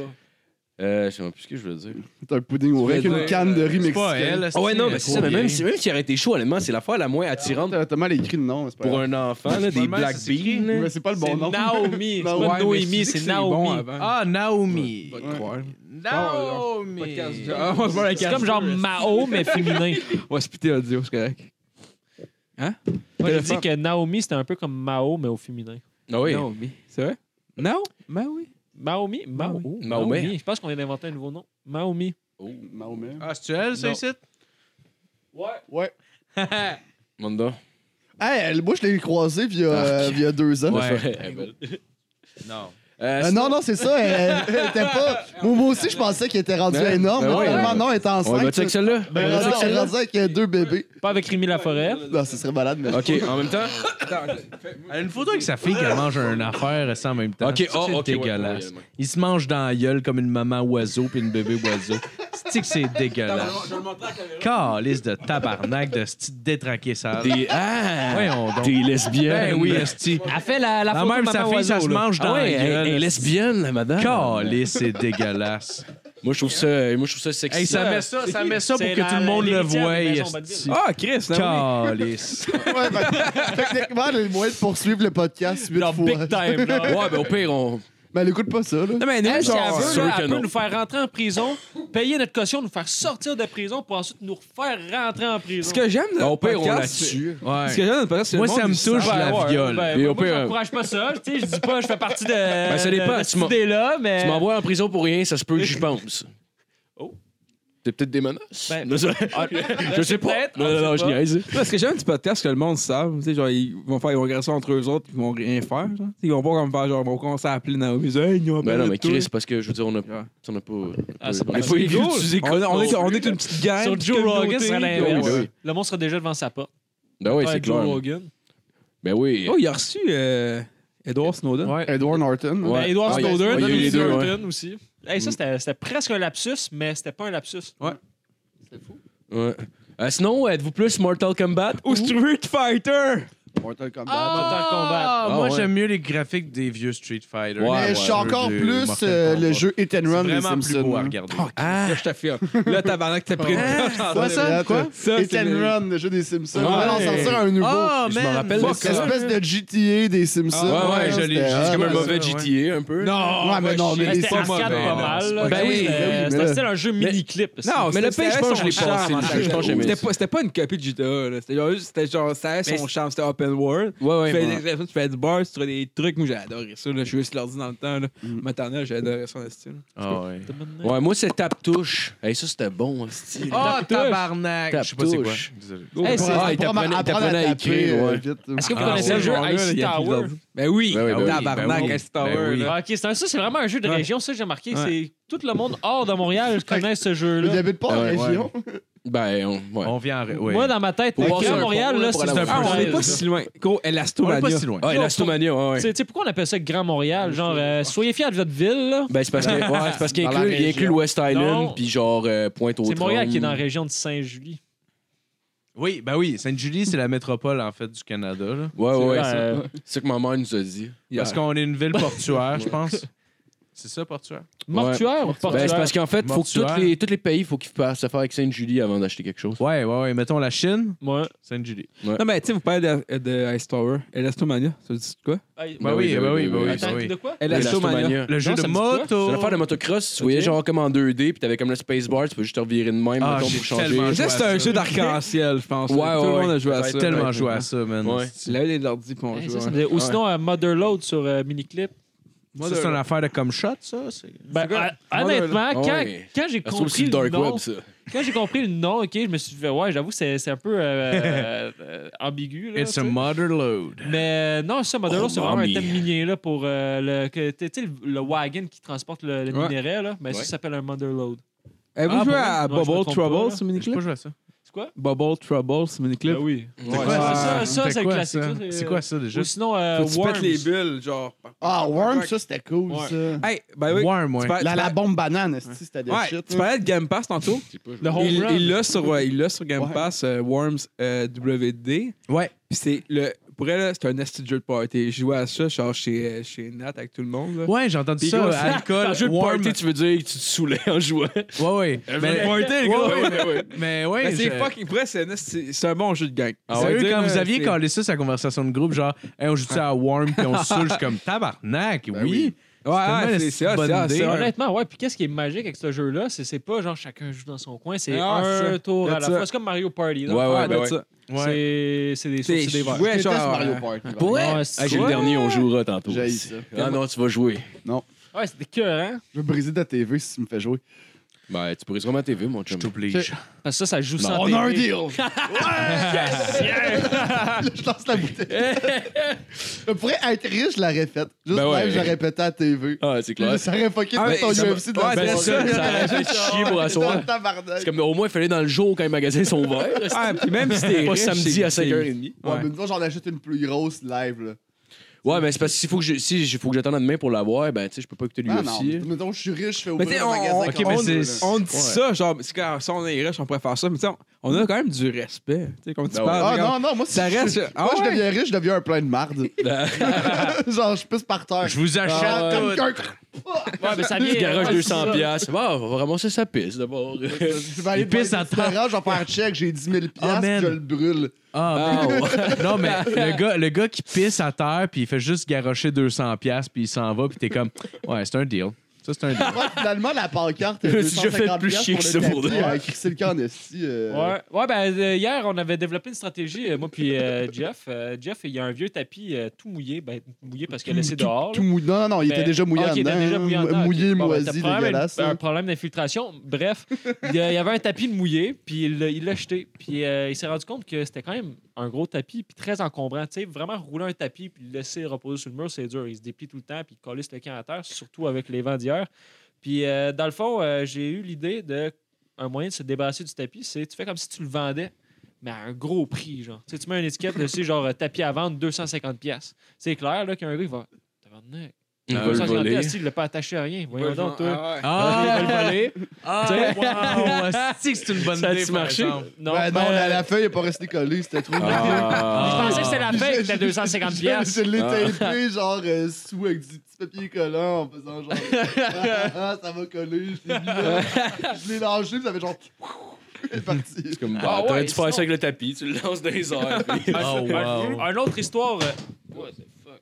Speaker 3: Euh, je sais plus ce que je veux dire.
Speaker 6: C'est un pudding au riz avec
Speaker 4: dire,
Speaker 6: une canne de riz
Speaker 5: C'est pas
Speaker 6: mexicaine.
Speaker 5: elle.
Speaker 3: Ah ouais, non, mais c'est ça, mais même
Speaker 5: bien.
Speaker 3: si- même s'il aurait été chaud, honnêtement, c'est l'affaire la moins attirante
Speaker 6: T'as t'as mal écrit le nom, c'est pas
Speaker 3: pour
Speaker 6: grave.
Speaker 3: un enfant, là, des
Speaker 5: Normalement,
Speaker 3: black
Speaker 5: c'est écrit.
Speaker 3: beans. là.
Speaker 6: Mais c'est pas le
Speaker 7: C'est
Speaker 6: bon nom.
Speaker 7: Naomi.
Speaker 6: Non,
Speaker 7: C'est pas
Speaker 4: Ouais, mais tu dis
Speaker 7: Noémie,
Speaker 4: que
Speaker 7: c'est
Speaker 4: c'est bon
Speaker 7: Naomi.
Speaker 4: avant.
Speaker 5: Ah, Naomi.
Speaker 4: Pas de croire.
Speaker 5: Naomi.
Speaker 4: Ah, on va se boire un
Speaker 7: C'est
Speaker 4: café.
Speaker 7: comme genre Mao, mais féminin.
Speaker 4: Ouais, c'est pité audio, c'est correct.
Speaker 7: Moi,
Speaker 4: Mais
Speaker 7: j'ai
Speaker 4: le
Speaker 7: dit
Speaker 4: fun.
Speaker 7: que Naomi, c'était un peu comme Mao, mais au féminin.
Speaker 3: Ah oui.
Speaker 4: Non, mais c'est vrai? Non? Ben oui.
Speaker 7: Maomi? Mao.
Speaker 4: Mao.
Speaker 3: Mahomet.
Speaker 7: Naomi. Je pense qu'on vient d'inventer un nouveau nom. Maomi.
Speaker 6: Mahomet.
Speaker 5: Ah, c'est elle, ça,
Speaker 7: Non.
Speaker 5: ici?
Speaker 7: Ouais.
Speaker 6: Ouais.
Speaker 3: Manda.
Speaker 6: Hey, elle- moi, je l'ai croisée via, euh, via deux ans.
Speaker 3: Ouais. Elle est belle.
Speaker 5: Non.
Speaker 3: Euh,
Speaker 6: Euh, non, non, c'est ça. Elle, elle était pas. Moi, moi aussi, je pensais qu'elle était rendue
Speaker 3: Ben,
Speaker 6: énorme.
Speaker 3: ben
Speaker 6: Non,
Speaker 3: ouais.
Speaker 6: finalement, non, elle était
Speaker 3: On
Speaker 6: enceinte.
Speaker 3: va check celle-là.
Speaker 6: Ben,
Speaker 3: On va
Speaker 6: elle
Speaker 3: check
Speaker 6: est
Speaker 3: celle-là.
Speaker 6: rendue avec euh, deux bébés.
Speaker 7: Pas avec Rémi Laforêt.
Speaker 6: Non, ce serait malade, mais.
Speaker 3: Ok, en même temps.
Speaker 5: Elle a une photo avec sa fille qu'elle mange un affaire ça en même temps.
Speaker 3: Ok,
Speaker 5: C'est
Speaker 3: oh, ok. ouais,
Speaker 5: dégueulasse.
Speaker 3: ouais, ouais, ouais.
Speaker 5: Il se mange dans la gueule comme une maman oiseau puis une bébé oiseau. C'est que c'est dégueulasse. Calice de tabarnak de ce petit détraqué sale.
Speaker 3: Des. Ah!
Speaker 5: Voyons donc.
Speaker 3: Des lesbiennes.
Speaker 5: Ben oui, esti.
Speaker 7: Elle fait la, la
Speaker 5: La
Speaker 7: photo
Speaker 5: même,
Speaker 7: de
Speaker 5: sa
Speaker 7: Maman
Speaker 5: fille, ça
Speaker 7: Oiseau,
Speaker 5: se
Speaker 7: là.
Speaker 5: mange dans
Speaker 3: Ah ouais,
Speaker 5: la
Speaker 3: elle,
Speaker 5: gueule.
Speaker 3: elle est lesbienne, la madame.
Speaker 5: Calice, c'est dégueulasse.
Speaker 3: Moi, je trouve ça, euh, moi, je trouve ça sexy.
Speaker 5: Hey, ça met ça, ça met ça pour
Speaker 7: C'est
Speaker 5: que
Speaker 7: la-
Speaker 5: tout le monde le
Speaker 7: l'héritière
Speaker 5: voie.
Speaker 7: des maisons Bonneville.
Speaker 5: esti.
Speaker 4: Ah, Chris, non.
Speaker 5: Calice.
Speaker 6: Ouais, fait- Techniquement, elle a le moyen de poursuivre le podcast huit
Speaker 7: Genre
Speaker 6: fois.
Speaker 7: big time. là.
Speaker 3: Ouais, ben au pire, on.
Speaker 6: Mais elle écoute pas ça, là.
Speaker 4: Non, mais
Speaker 7: Elle,
Speaker 4: nous,
Speaker 7: si elle
Speaker 4: genre.
Speaker 7: veut,
Speaker 3: sûr
Speaker 7: là,
Speaker 3: que
Speaker 7: elle peut
Speaker 3: non.
Speaker 7: nous faire rentrer en prison, payer notre caution, nous faire sortir de prison pour ensuite nous refaire rentrer en prison.
Speaker 4: Ce que j'aime de
Speaker 3: Ben, au
Speaker 4: notre
Speaker 3: pire, on la
Speaker 4: podcast, c'est-
Speaker 3: tue.
Speaker 4: ce que
Speaker 5: Ouais.
Speaker 4: j'aime de notre podcast, c'est
Speaker 5: Moi,
Speaker 4: le monde
Speaker 5: ça me
Speaker 4: du
Speaker 5: touche
Speaker 4: sang.
Speaker 5: la viole.
Speaker 7: Ben,
Speaker 3: Et au
Speaker 7: moi,
Speaker 3: pire-
Speaker 7: j'encourage pas ça. Tu sais, je dis pas, je fais partie de,
Speaker 3: Ben, ça dépend, tu
Speaker 7: de cette
Speaker 3: m'en-
Speaker 7: idée-là, mais...
Speaker 3: Tu m'envoies en prison pour rien, ça se peut que j'y pense.
Speaker 7: Oh.
Speaker 3: C'est peut-être des menaces.
Speaker 7: Ben,
Speaker 3: Non, ça-
Speaker 7: Ah,
Speaker 3: je sais pas.
Speaker 7: peut-être,
Speaker 3: Non,
Speaker 7: on
Speaker 3: non, non,
Speaker 7: sait
Speaker 3: je
Speaker 7: pas.
Speaker 3: niaise.
Speaker 4: Non, ce que j'aime du podcast, c'est que le monde savent. Tu sais, genre, ils vont faire, ils vont regarder ça entre eux autres, puis ils vont rien faire. genre. Tu sais, Ils vont pas comme faire, genre, ils vont commencer à appeler Naomi. ils disent, Hey, ils ont
Speaker 3: Ben
Speaker 4: appelé
Speaker 3: non, mais
Speaker 4: toi.
Speaker 3: Chris, parce que je veux dire, on a,
Speaker 4: Ouais.
Speaker 3: on a pas.
Speaker 7: Ah, c'est
Speaker 3: on
Speaker 7: pas-
Speaker 3: a
Speaker 7: c'est
Speaker 3: écouté-
Speaker 7: cool.
Speaker 3: utilisé
Speaker 4: On, on
Speaker 3: comme-
Speaker 4: est, on est une petite gang.
Speaker 7: Sur
Speaker 4: une
Speaker 7: Joe
Speaker 4: communauté.
Speaker 7: Rogan, ce serait
Speaker 3: Oui,
Speaker 7: l'inverse.
Speaker 3: ben oui.
Speaker 7: Le monde serait déjà devant sa porte.
Speaker 3: Ben oui,
Speaker 7: Ouais,
Speaker 3: c'est
Speaker 7: Joe
Speaker 3: clair.
Speaker 7: Rogan.
Speaker 3: Ben oui.
Speaker 4: Oh, il a reçu euh, Edward Snowden.
Speaker 6: Edward Norton.
Speaker 3: Ouais.
Speaker 7: Ben, Edward
Speaker 3: Ah, il y a-
Speaker 7: Snowden,
Speaker 3: ouais, il y a eu les
Speaker 7: Edward
Speaker 3: deux,
Speaker 7: Norton aussi. Hey, ça, c'était c'était presque un lapsus, mais c'était pas un lapsus.
Speaker 3: Ouais. Euh, sinon, êtes-vous plus Mortal Kombat
Speaker 4: Ou Street Fighter!
Speaker 6: Mortal Kombat.
Speaker 7: Mortal Kombat.
Speaker 5: Ah,
Speaker 3: Ah,
Speaker 5: moi,
Speaker 3: ouais.
Speaker 5: j'aime mieux les graphiques des vieux Street Fighter.
Speaker 3: Ouais,
Speaker 6: mais
Speaker 3: ouais,
Speaker 6: je suis encore
Speaker 5: de
Speaker 6: plus
Speaker 5: Mortal
Speaker 6: euh,
Speaker 5: Kombat.
Speaker 6: le jeu Hit and
Speaker 5: C'est
Speaker 6: Run des
Speaker 5: vraiment plus
Speaker 6: Simpsons.
Speaker 5: beau à
Speaker 6: hein.
Speaker 5: regarder.
Speaker 4: Ah! Je te filme. Là, tabarnak, t'as pris
Speaker 6: Ouais, ça, quoi?
Speaker 4: Ça,
Speaker 6: euh, Hit
Speaker 4: c'est
Speaker 6: and
Speaker 4: le-
Speaker 6: Run, le jeu des Simpsons.
Speaker 4: Ouais.
Speaker 6: On va en sortir un nouveau.
Speaker 5: Ah,
Speaker 3: Je
Speaker 5: man!
Speaker 3: m'en rappelle de
Speaker 5: fuck
Speaker 6: C'est
Speaker 3: ça.
Speaker 6: une
Speaker 5: ça.
Speaker 6: espèce de GTA des Simpsons.
Speaker 5: Ah, ouais,
Speaker 6: là,
Speaker 5: je l'ai-
Speaker 6: c'était
Speaker 5: j'ai
Speaker 3: C'est
Speaker 6: hot,
Speaker 3: comme un
Speaker 5: ouais,
Speaker 6: là.
Speaker 3: mauvais
Speaker 5: ça, ouais.
Speaker 3: GTA, un peu.
Speaker 4: Non!
Speaker 6: Ouais, mais non,
Speaker 7: Mais
Speaker 6: mais les
Speaker 7: C'était
Speaker 4: pas
Speaker 7: arcade
Speaker 4: mauvais,
Speaker 7: pas
Speaker 4: non.
Speaker 7: mal.
Speaker 4: C'est
Speaker 7: là.
Speaker 4: pas
Speaker 3: grave.
Speaker 7: C'était-
Speaker 3: Ben oui,
Speaker 6: ben oui, mais
Speaker 7: C'était
Speaker 6: là-
Speaker 7: style un jeu mini-clip. ça.
Speaker 4: Non,
Speaker 3: Mais le
Speaker 4: c'était-
Speaker 3: pire, je pense que je l'ai
Speaker 4: son
Speaker 3: passé,
Speaker 4: charme. hein.
Speaker 3: le jeu, je pense que j'aimais
Speaker 4: C'était
Speaker 3: ça.
Speaker 4: pas- C'était pas une copie de GTA, là. C'était genre, juste- c'était genre, ça avait
Speaker 5: Mais
Speaker 4: son
Speaker 5: c'est-
Speaker 4: charme, c'était open world.
Speaker 3: Ouais,
Speaker 4: Tu
Speaker 3: ouais.
Speaker 4: fais
Speaker 3: moi.
Speaker 4: des- tu fais du bar, tu trouves des trucs. Moi, j'ai adoré ça. Là. Je suis juste l'ordi dans le temps. Là. Maternelle, j'ai adoré ça, le style.
Speaker 5: Ah, ouais.
Speaker 3: Ouais, moi, c'est Tap Touche. Hey, ça, c'était bon, style.
Speaker 5: Ah,
Speaker 7: Tape-touche.
Speaker 5: tabarnak! Je sais pas c'est quoi.
Speaker 3: Tape-touche.
Speaker 5: Désolé.
Speaker 4: Oh,
Speaker 7: Hey,
Speaker 6: Pour
Speaker 7: c'est-
Speaker 3: Ah, il t'apprenait-
Speaker 6: apprendre-
Speaker 3: il
Speaker 6: apprendre
Speaker 3: t'apprenait à
Speaker 6: taper,
Speaker 3: écrire,
Speaker 6: euh,
Speaker 3: ouais.
Speaker 6: vite.
Speaker 7: Est-ce que vous
Speaker 5: Ah,
Speaker 7: connaissez
Speaker 5: ouais,
Speaker 7: le jeu
Speaker 4: genre, là, là,
Speaker 7: Icy
Speaker 4: il y a plus
Speaker 7: Tower?
Speaker 4: d'ordi. Ben oui,
Speaker 3: Ben oui, ben oui.
Speaker 4: tabarnak,
Speaker 5: Ben oui.
Speaker 4: Ice Tower.
Speaker 5: Ben oui.
Speaker 4: là.
Speaker 7: Ah, ok, c'est un- ça, c'est vraiment un jeu de
Speaker 4: Ouais.
Speaker 7: région, ça j'ai marqué.
Speaker 4: Ouais.
Speaker 7: C'est tout le monde hors de Montréal connaît ce
Speaker 6: Mais il
Speaker 7: jeu-là.
Speaker 6: habite pas en
Speaker 3: Ouais, ouais.
Speaker 6: région.
Speaker 3: Ben, on- ouais.
Speaker 5: On vient en... ouais.
Speaker 7: Moi, dans ma tête,
Speaker 3: Pour
Speaker 7: le
Speaker 3: voir
Speaker 7: gars
Speaker 3: sur un
Speaker 7: Montréal,
Speaker 3: pont,
Speaker 7: là,
Speaker 3: pour
Speaker 7: c'est
Speaker 3: aller
Speaker 7: un
Speaker 4: Ah, on
Speaker 7: peu
Speaker 4: est
Speaker 3: Ouais,
Speaker 4: pas
Speaker 3: ça.
Speaker 4: si loin. Gros,
Speaker 5: On est
Speaker 4: Elastomania.
Speaker 5: pas si loin.
Speaker 3: Ah, Elastomania, ouais, ouais.
Speaker 7: Tu sais pourquoi on appelle ça Grand Montréal? Genre, euh, soyez fiers de votre ville, là.
Speaker 3: Ben, c'est parce que- ouais, c'est parce qu'il
Speaker 6: Dans la
Speaker 3: inclut, il
Speaker 6: région.
Speaker 3: inclut le West
Speaker 7: Non.
Speaker 3: Island, puis genre euh, pointe aux
Speaker 7: C'est Montréal qui est dans la région de Saint-Julie.
Speaker 5: Oui, ben oui, Sainte-Julie, c'est la métropole, en fait, du Canada. là.
Speaker 3: Ouais, ouais.
Speaker 7: Ouais,
Speaker 3: c'est-
Speaker 7: euh,
Speaker 3: C'est que ma mère nous a dit.
Speaker 5: Parce qu'on est une ville portuaire, je pense. C'est ça, portuaire?
Speaker 7: Mortuaire ou
Speaker 3: Ben,
Speaker 7: portuaire?
Speaker 3: c'est Ben, parce qu'en fait, faut que
Speaker 5: Mortuaire.
Speaker 3: tous les, tous les pays, faut qu'ils fassent affaire avec Sainte-Julie avant d'acheter quelque chose.
Speaker 5: Ouais, ouais, ouais. Mettons la Chine,
Speaker 7: Ouais.
Speaker 5: Sainte-Julie.
Speaker 4: Non, mais tu sais, vous parlez de, de Ice Tower. Elastomania, ça vous dit quoi?
Speaker 5: Ben oui, ben oui, ben oui.
Speaker 7: Attends,
Speaker 5: oui.
Speaker 7: de quoi?
Speaker 4: Elastomania.
Speaker 5: Le jeu
Speaker 7: Non,
Speaker 5: de
Speaker 7: ça me dit quoi?
Speaker 5: moto.
Speaker 3: C'est l'affaire de motocross, tu voyais genre comme en 2D, puis t'avais comme le space bar, tu peux juste te revirer de même,
Speaker 5: Ah,
Speaker 3: mettons,
Speaker 5: j'ai
Speaker 3: pour changer.
Speaker 5: tellement
Speaker 4: Je sais que c'est un
Speaker 5: Ouais,
Speaker 4: jeu d'arc-en-ciel, je pense.
Speaker 3: Ouais,
Speaker 4: Tout
Speaker 3: ouais,
Speaker 4: le monde
Speaker 3: ouais.
Speaker 4: a joué à
Speaker 3: Ouais,
Speaker 4: ça.
Speaker 5: tellement joué à ça, man.
Speaker 3: Ouais.
Speaker 5: Ça,
Speaker 4: Tu l'avais les ordi pour en
Speaker 7: Ouais,
Speaker 4: jouer.
Speaker 7: ça, ça
Speaker 4: ouais.
Speaker 7: me dit- Ou sinon, euh, Motherload sur euh, Miniclip.
Speaker 5: C'est une affaire de comme shot, ça. c'est-
Speaker 7: Ben,
Speaker 4: quoi?
Speaker 7: hon- honnêtement,
Speaker 3: Ah
Speaker 7: quand,
Speaker 3: ouais.
Speaker 7: quand j'ai
Speaker 3: Ça se trouve
Speaker 7: compris
Speaker 3: sur le
Speaker 7: le
Speaker 3: dark
Speaker 7: nom,
Speaker 3: web, ça.
Speaker 7: quand j'ai compris le nom, ok, je me suis fait, ouais, j'avoue, c'est c'est un peu euh, euh, ambigu. Là,
Speaker 5: It's
Speaker 7: tu
Speaker 5: a
Speaker 7: sais.
Speaker 5: mother load.
Speaker 7: Mais euh, non, ça, Motherload,
Speaker 3: Oh,
Speaker 7: c'est vraiment
Speaker 3: mommy.
Speaker 7: un thème minier là, pour euh, le, que- tu sais, le, le wagon qui transporte le, le
Speaker 4: Ouais.
Speaker 7: minerai. Là, mais ça,
Speaker 3: Ouais.
Speaker 7: ça s'appelle un Motherload.
Speaker 4: Avez-vous
Speaker 7: Ah,
Speaker 4: joué
Speaker 7: bon?
Speaker 4: à
Speaker 7: Non, je me
Speaker 4: Bubble
Speaker 7: trompe pas,
Speaker 4: Trouble
Speaker 7: là.
Speaker 4: sur
Speaker 5: J'ai
Speaker 4: Miniclip?
Speaker 5: pas joué à ça.
Speaker 7: C'est quoi?
Speaker 4: Bubble Trouble sur Miniclip?
Speaker 7: Ben oui.
Speaker 3: Ouais.
Speaker 7: Ouais,
Speaker 4: Ah,
Speaker 7: c'est ça, ça, c'est
Speaker 5: C'était
Speaker 7: le
Speaker 5: quoi,
Speaker 7: classique.
Speaker 5: ça?
Speaker 7: ça, c'est-
Speaker 5: C'est quoi ça déjà?
Speaker 7: Ou sinon, euh,
Speaker 4: Faut que tu
Speaker 7: Worms.
Speaker 4: pètes les bulles, genre.
Speaker 8: Ah, Worm,
Speaker 4: Ouais.
Speaker 8: ça, c'était cool,
Speaker 7: Ouais.
Speaker 8: ça.
Speaker 4: Hey,
Speaker 5: Ah
Speaker 4: ben oui.
Speaker 5: Worm,
Speaker 4: tu
Speaker 5: ouais.
Speaker 4: parles-
Speaker 8: La,
Speaker 4: tu
Speaker 8: la
Speaker 4: parles-
Speaker 8: bombe banane, esti, c'était des
Speaker 4: Ouais,
Speaker 8: shit.
Speaker 4: tu
Speaker 8: là.
Speaker 4: parlais de Game Pass tantôt.
Speaker 7: Le home
Speaker 4: Il
Speaker 7: run.
Speaker 4: il l'a sur, euh, il l'a sur Game
Speaker 8: Ouais.
Speaker 4: Pass, euh, Worms euh, WD.
Speaker 5: Ouais.
Speaker 4: Puis c'est le. Pour elle, là, c'est un esti de jeu de party. Je jouais à ça, genre chez, euh, chez Nat avec tout le monde. Là.
Speaker 5: Ouais, j'ai entendu
Speaker 4: Puis
Speaker 5: ça.
Speaker 4: gros, c'est-
Speaker 5: Alcool,
Speaker 3: Un jeu de
Speaker 5: Worm.
Speaker 3: party, tu veux dire que tu te saoulais en jouant.
Speaker 5: Ouais, ouais. Mais-
Speaker 4: party,
Speaker 5: Ouais, ouais, ouais, ouais. Mais ouais,
Speaker 4: Ben, c'est
Speaker 5: je-
Speaker 4: fucking. Pour elle, c'est un esti- c'est un bon jeu de gang.
Speaker 5: Ah
Speaker 4: Ça veut
Speaker 5: ouais,
Speaker 4: dire,
Speaker 5: quand
Speaker 4: là,
Speaker 5: vous aviez
Speaker 4: c'est-
Speaker 5: collé ça sur la conversation de groupe, genre, hey, on joue ça à Worm puis on se saoule, je suis comme tabarnak, oui.
Speaker 4: Ouais,
Speaker 5: tellement
Speaker 4: ouais,
Speaker 5: une
Speaker 4: c'est
Speaker 5: esti
Speaker 4: c'est
Speaker 5: de
Speaker 4: hot,
Speaker 5: bonne
Speaker 4: c'est hot,
Speaker 5: idée.
Speaker 4: c'est hot.
Speaker 7: Honnêtement, ouais. Puis qu'est-ce qui est magique avec ce jeu-là, c'est c'est pas genre chacun joue dans son coin, c'est
Speaker 4: Ah,
Speaker 7: un
Speaker 4: ça.
Speaker 7: tour à la
Speaker 4: That's it.
Speaker 7: fois. C'est comme Mario Party. là. Ah,
Speaker 3: Ouais, ouais,
Speaker 4: Ouais,
Speaker 3: ben ouais.
Speaker 4: ben ça.
Speaker 5: Ouais.
Speaker 7: C'est- C'est des
Speaker 4: C'est-
Speaker 7: sources et des verres.
Speaker 4: ouais,
Speaker 8: Je déteste
Speaker 4: genre,
Speaker 8: Mario
Speaker 4: euh,
Speaker 8: Party. par
Speaker 7: Ouais,
Speaker 8: exemple.
Speaker 7: c'est
Speaker 3: Ah, j'ai le
Speaker 7: quoi?
Speaker 3: dernier, on jouera tantôt.
Speaker 8: J'ai ça.
Speaker 3: Ah non, tu vas jouer.
Speaker 7: Ouais, c'était cœur, hein?
Speaker 8: Je veux briser ta TV si tu me fais jouer.
Speaker 3: Ben, tu pourrais sûrement TV, mon chum.
Speaker 5: t'oblige.
Speaker 7: Parce que ça, ça joue sans
Speaker 8: On a un
Speaker 7: télé.
Speaker 8: deal! Ouais! je lance la bouteille. je pourrais être riche, je l'aurais faite. Juste
Speaker 3: Ben ouais.
Speaker 8: même, je l'aurais pété à la TV.
Speaker 3: Ah, c'est clair.
Speaker 8: Ça aurait fucké
Speaker 4: Ah,
Speaker 8: tout
Speaker 4: mais
Speaker 8: ton
Speaker 4: ça va-
Speaker 8: UFC de la
Speaker 4: ouais,
Speaker 3: Ben,
Speaker 4: c'est
Speaker 3: ça, ça aurait fait chier pour asseoir.
Speaker 8: tabarnak.
Speaker 3: C'est comme, au moins, il fallait dans le jour quand les magasins sont ouverts.
Speaker 4: Ah, puis même si t'es.
Speaker 3: Pas
Speaker 4: riche,
Speaker 3: samedi
Speaker 4: c'est-
Speaker 3: à
Speaker 4: c'est-
Speaker 3: 5h30.
Speaker 8: Ouais, mais disons, j'en achète une plus grosse live, là.
Speaker 3: Ouais, mais c'est parce que s'il faut que je- si je- faut que j'attende demain pour l'avoir, ben, tu sais, je peux pas écouter
Speaker 8: Ah non,
Speaker 3: l'UFC.
Speaker 8: mettons, je suis riche, je fais
Speaker 4: t'sais,
Speaker 8: ouvrir un
Speaker 4: on-
Speaker 8: magasin.
Speaker 4: ok,
Speaker 8: comme
Speaker 5: mais
Speaker 8: on
Speaker 5: c'est-
Speaker 8: veut, là.
Speaker 4: On dit ça, genre, c'est quand si on est riche, on pourrait faire ça, mais tu sais, on- on a quand même du respect. Tu sais, quand tu
Speaker 3: Ben
Speaker 4: parles.
Speaker 8: Ah
Speaker 4: regarde,
Speaker 8: non, non, moi, si
Speaker 4: Ça
Speaker 8: je-
Speaker 4: reste- Ah
Speaker 8: moi,
Speaker 4: ouais?
Speaker 8: je deviens riche, je deviens un plein de marde. Genre, je pisse par terre.
Speaker 5: Je vous achète
Speaker 8: Ah,
Speaker 5: tout.
Speaker 8: comme Kirk.
Speaker 7: Ouais, mais ça vient.
Speaker 3: Tu garages
Speaker 7: ouais,
Speaker 3: 200
Speaker 7: c'est ça.
Speaker 3: piastres. Bon, on va ramasser sa pisse d'abord.
Speaker 8: Je vais aller
Speaker 5: Il pisse
Speaker 8: devant
Speaker 5: à
Speaker 8: le restaurant, je vais faire check, j'ai 10 000
Speaker 5: Ah, man.
Speaker 8: piastres, je le brûle.
Speaker 5: Ah, mais- Non, mais le gars, le gars qui pisse à terre puis il fait juste garrocher 200$ piastres, puis il s'en va puis t'es comme, ouais, c'est un deal. Ça, c'est un deal.
Speaker 8: Ouais, finalement, la pancarte est
Speaker 3: Je me suis déjà fait
Speaker 8: 250
Speaker 3: plus chier que
Speaker 8: piastres
Speaker 3: ça
Speaker 8: pour
Speaker 3: pour
Speaker 8: le
Speaker 3: de
Speaker 8: tapis,
Speaker 3: vrai.
Speaker 8: euh, crisser le camp en esti, euh,
Speaker 7: Ouais, ouais ben euh, hier, on avait développé une stratégie, euh, moi puis euh, Jeff. Euh, Jeff, il y a un vieux tapis euh, tout mouillé, ben mouillé parce qu'il a laissé dehors.
Speaker 8: tout mou- Non, non, non, il
Speaker 7: Mais-
Speaker 8: était déjà mouillé
Speaker 7: Ah, ok, il était
Speaker 8: en dedans,
Speaker 7: déjà mouillé en
Speaker 8: hein,
Speaker 7: dedans, ok.
Speaker 8: Mouillé,
Speaker 7: Bon, ben,
Speaker 8: moisi,
Speaker 7: t'as probablement
Speaker 8: dégueulasse.
Speaker 7: une- Un
Speaker 8: hein.
Speaker 7: problème d'infiltration. Bref, il y a- il y avait un tapis de mouillé, puis il l'a- il l'a jeté. Puis euh, il s'est rendu compte que c'était quand même un gros tapis, puis très encombrant. Tu sais, vraiment rouler un tapis, puis le laisser reposer sur le mur, c'est dur. Il se déplie tout le temps, puis il collisse le camp à terre, surtout avec les vents d'hier. Puis euh, dans le fond, euh, j'ai eu l'idée de. Un moyen de se débarrasser du tapis, c'est tu fais comme si tu le vendais, mais à un gros prix. genre. Tu sais, tu mets une étiquette dessus, genre euh, tapis à vendre 250$. piastres. C'est clair là, qu'un gars, il va. Tabarnak.
Speaker 3: Il va
Speaker 7: Comme
Speaker 3: le
Speaker 7: ça,
Speaker 3: voler.
Speaker 7: Jean-Pierre, il l'a pas attaché à rien. Voyons
Speaker 4: Ouais,
Speaker 7: donc,
Speaker 4: genre,
Speaker 7: toi.
Speaker 4: ah ouais.
Speaker 5: Ah,
Speaker 7: Il va le voler.
Speaker 5: ah, wow, asti que c'est une bonne
Speaker 7: Ça
Speaker 5: idée,
Speaker 7: a-tu
Speaker 5: par
Speaker 7: marché?
Speaker 5: exemple.
Speaker 7: Non,
Speaker 8: Ben non,
Speaker 7: ben,
Speaker 8: la, la feuille n'est pas restée collée, c'était trop.
Speaker 7: Je
Speaker 3: Ah.
Speaker 7: pensais que c'était la
Speaker 8: Je-
Speaker 7: fête,
Speaker 8: je-
Speaker 7: c'était 250
Speaker 8: je-
Speaker 7: pièces.
Speaker 8: Je l'ai tapé, genre, euh, sous avec du petit papier collant en faisant genre. ah, ah, ça va coller, je l'ai mis là. Je l'ai lâché, puis ça fait genre. Elle est partie.
Speaker 3: C'est comme, bah,
Speaker 7: Ah ouais,
Speaker 3: t'aurais dû faire
Speaker 7: sinon-
Speaker 3: ça avec le tapis, tu le lances dans les airs. puis-
Speaker 5: Oh, wow.
Speaker 7: Un autre histoire. euh, What the fuck?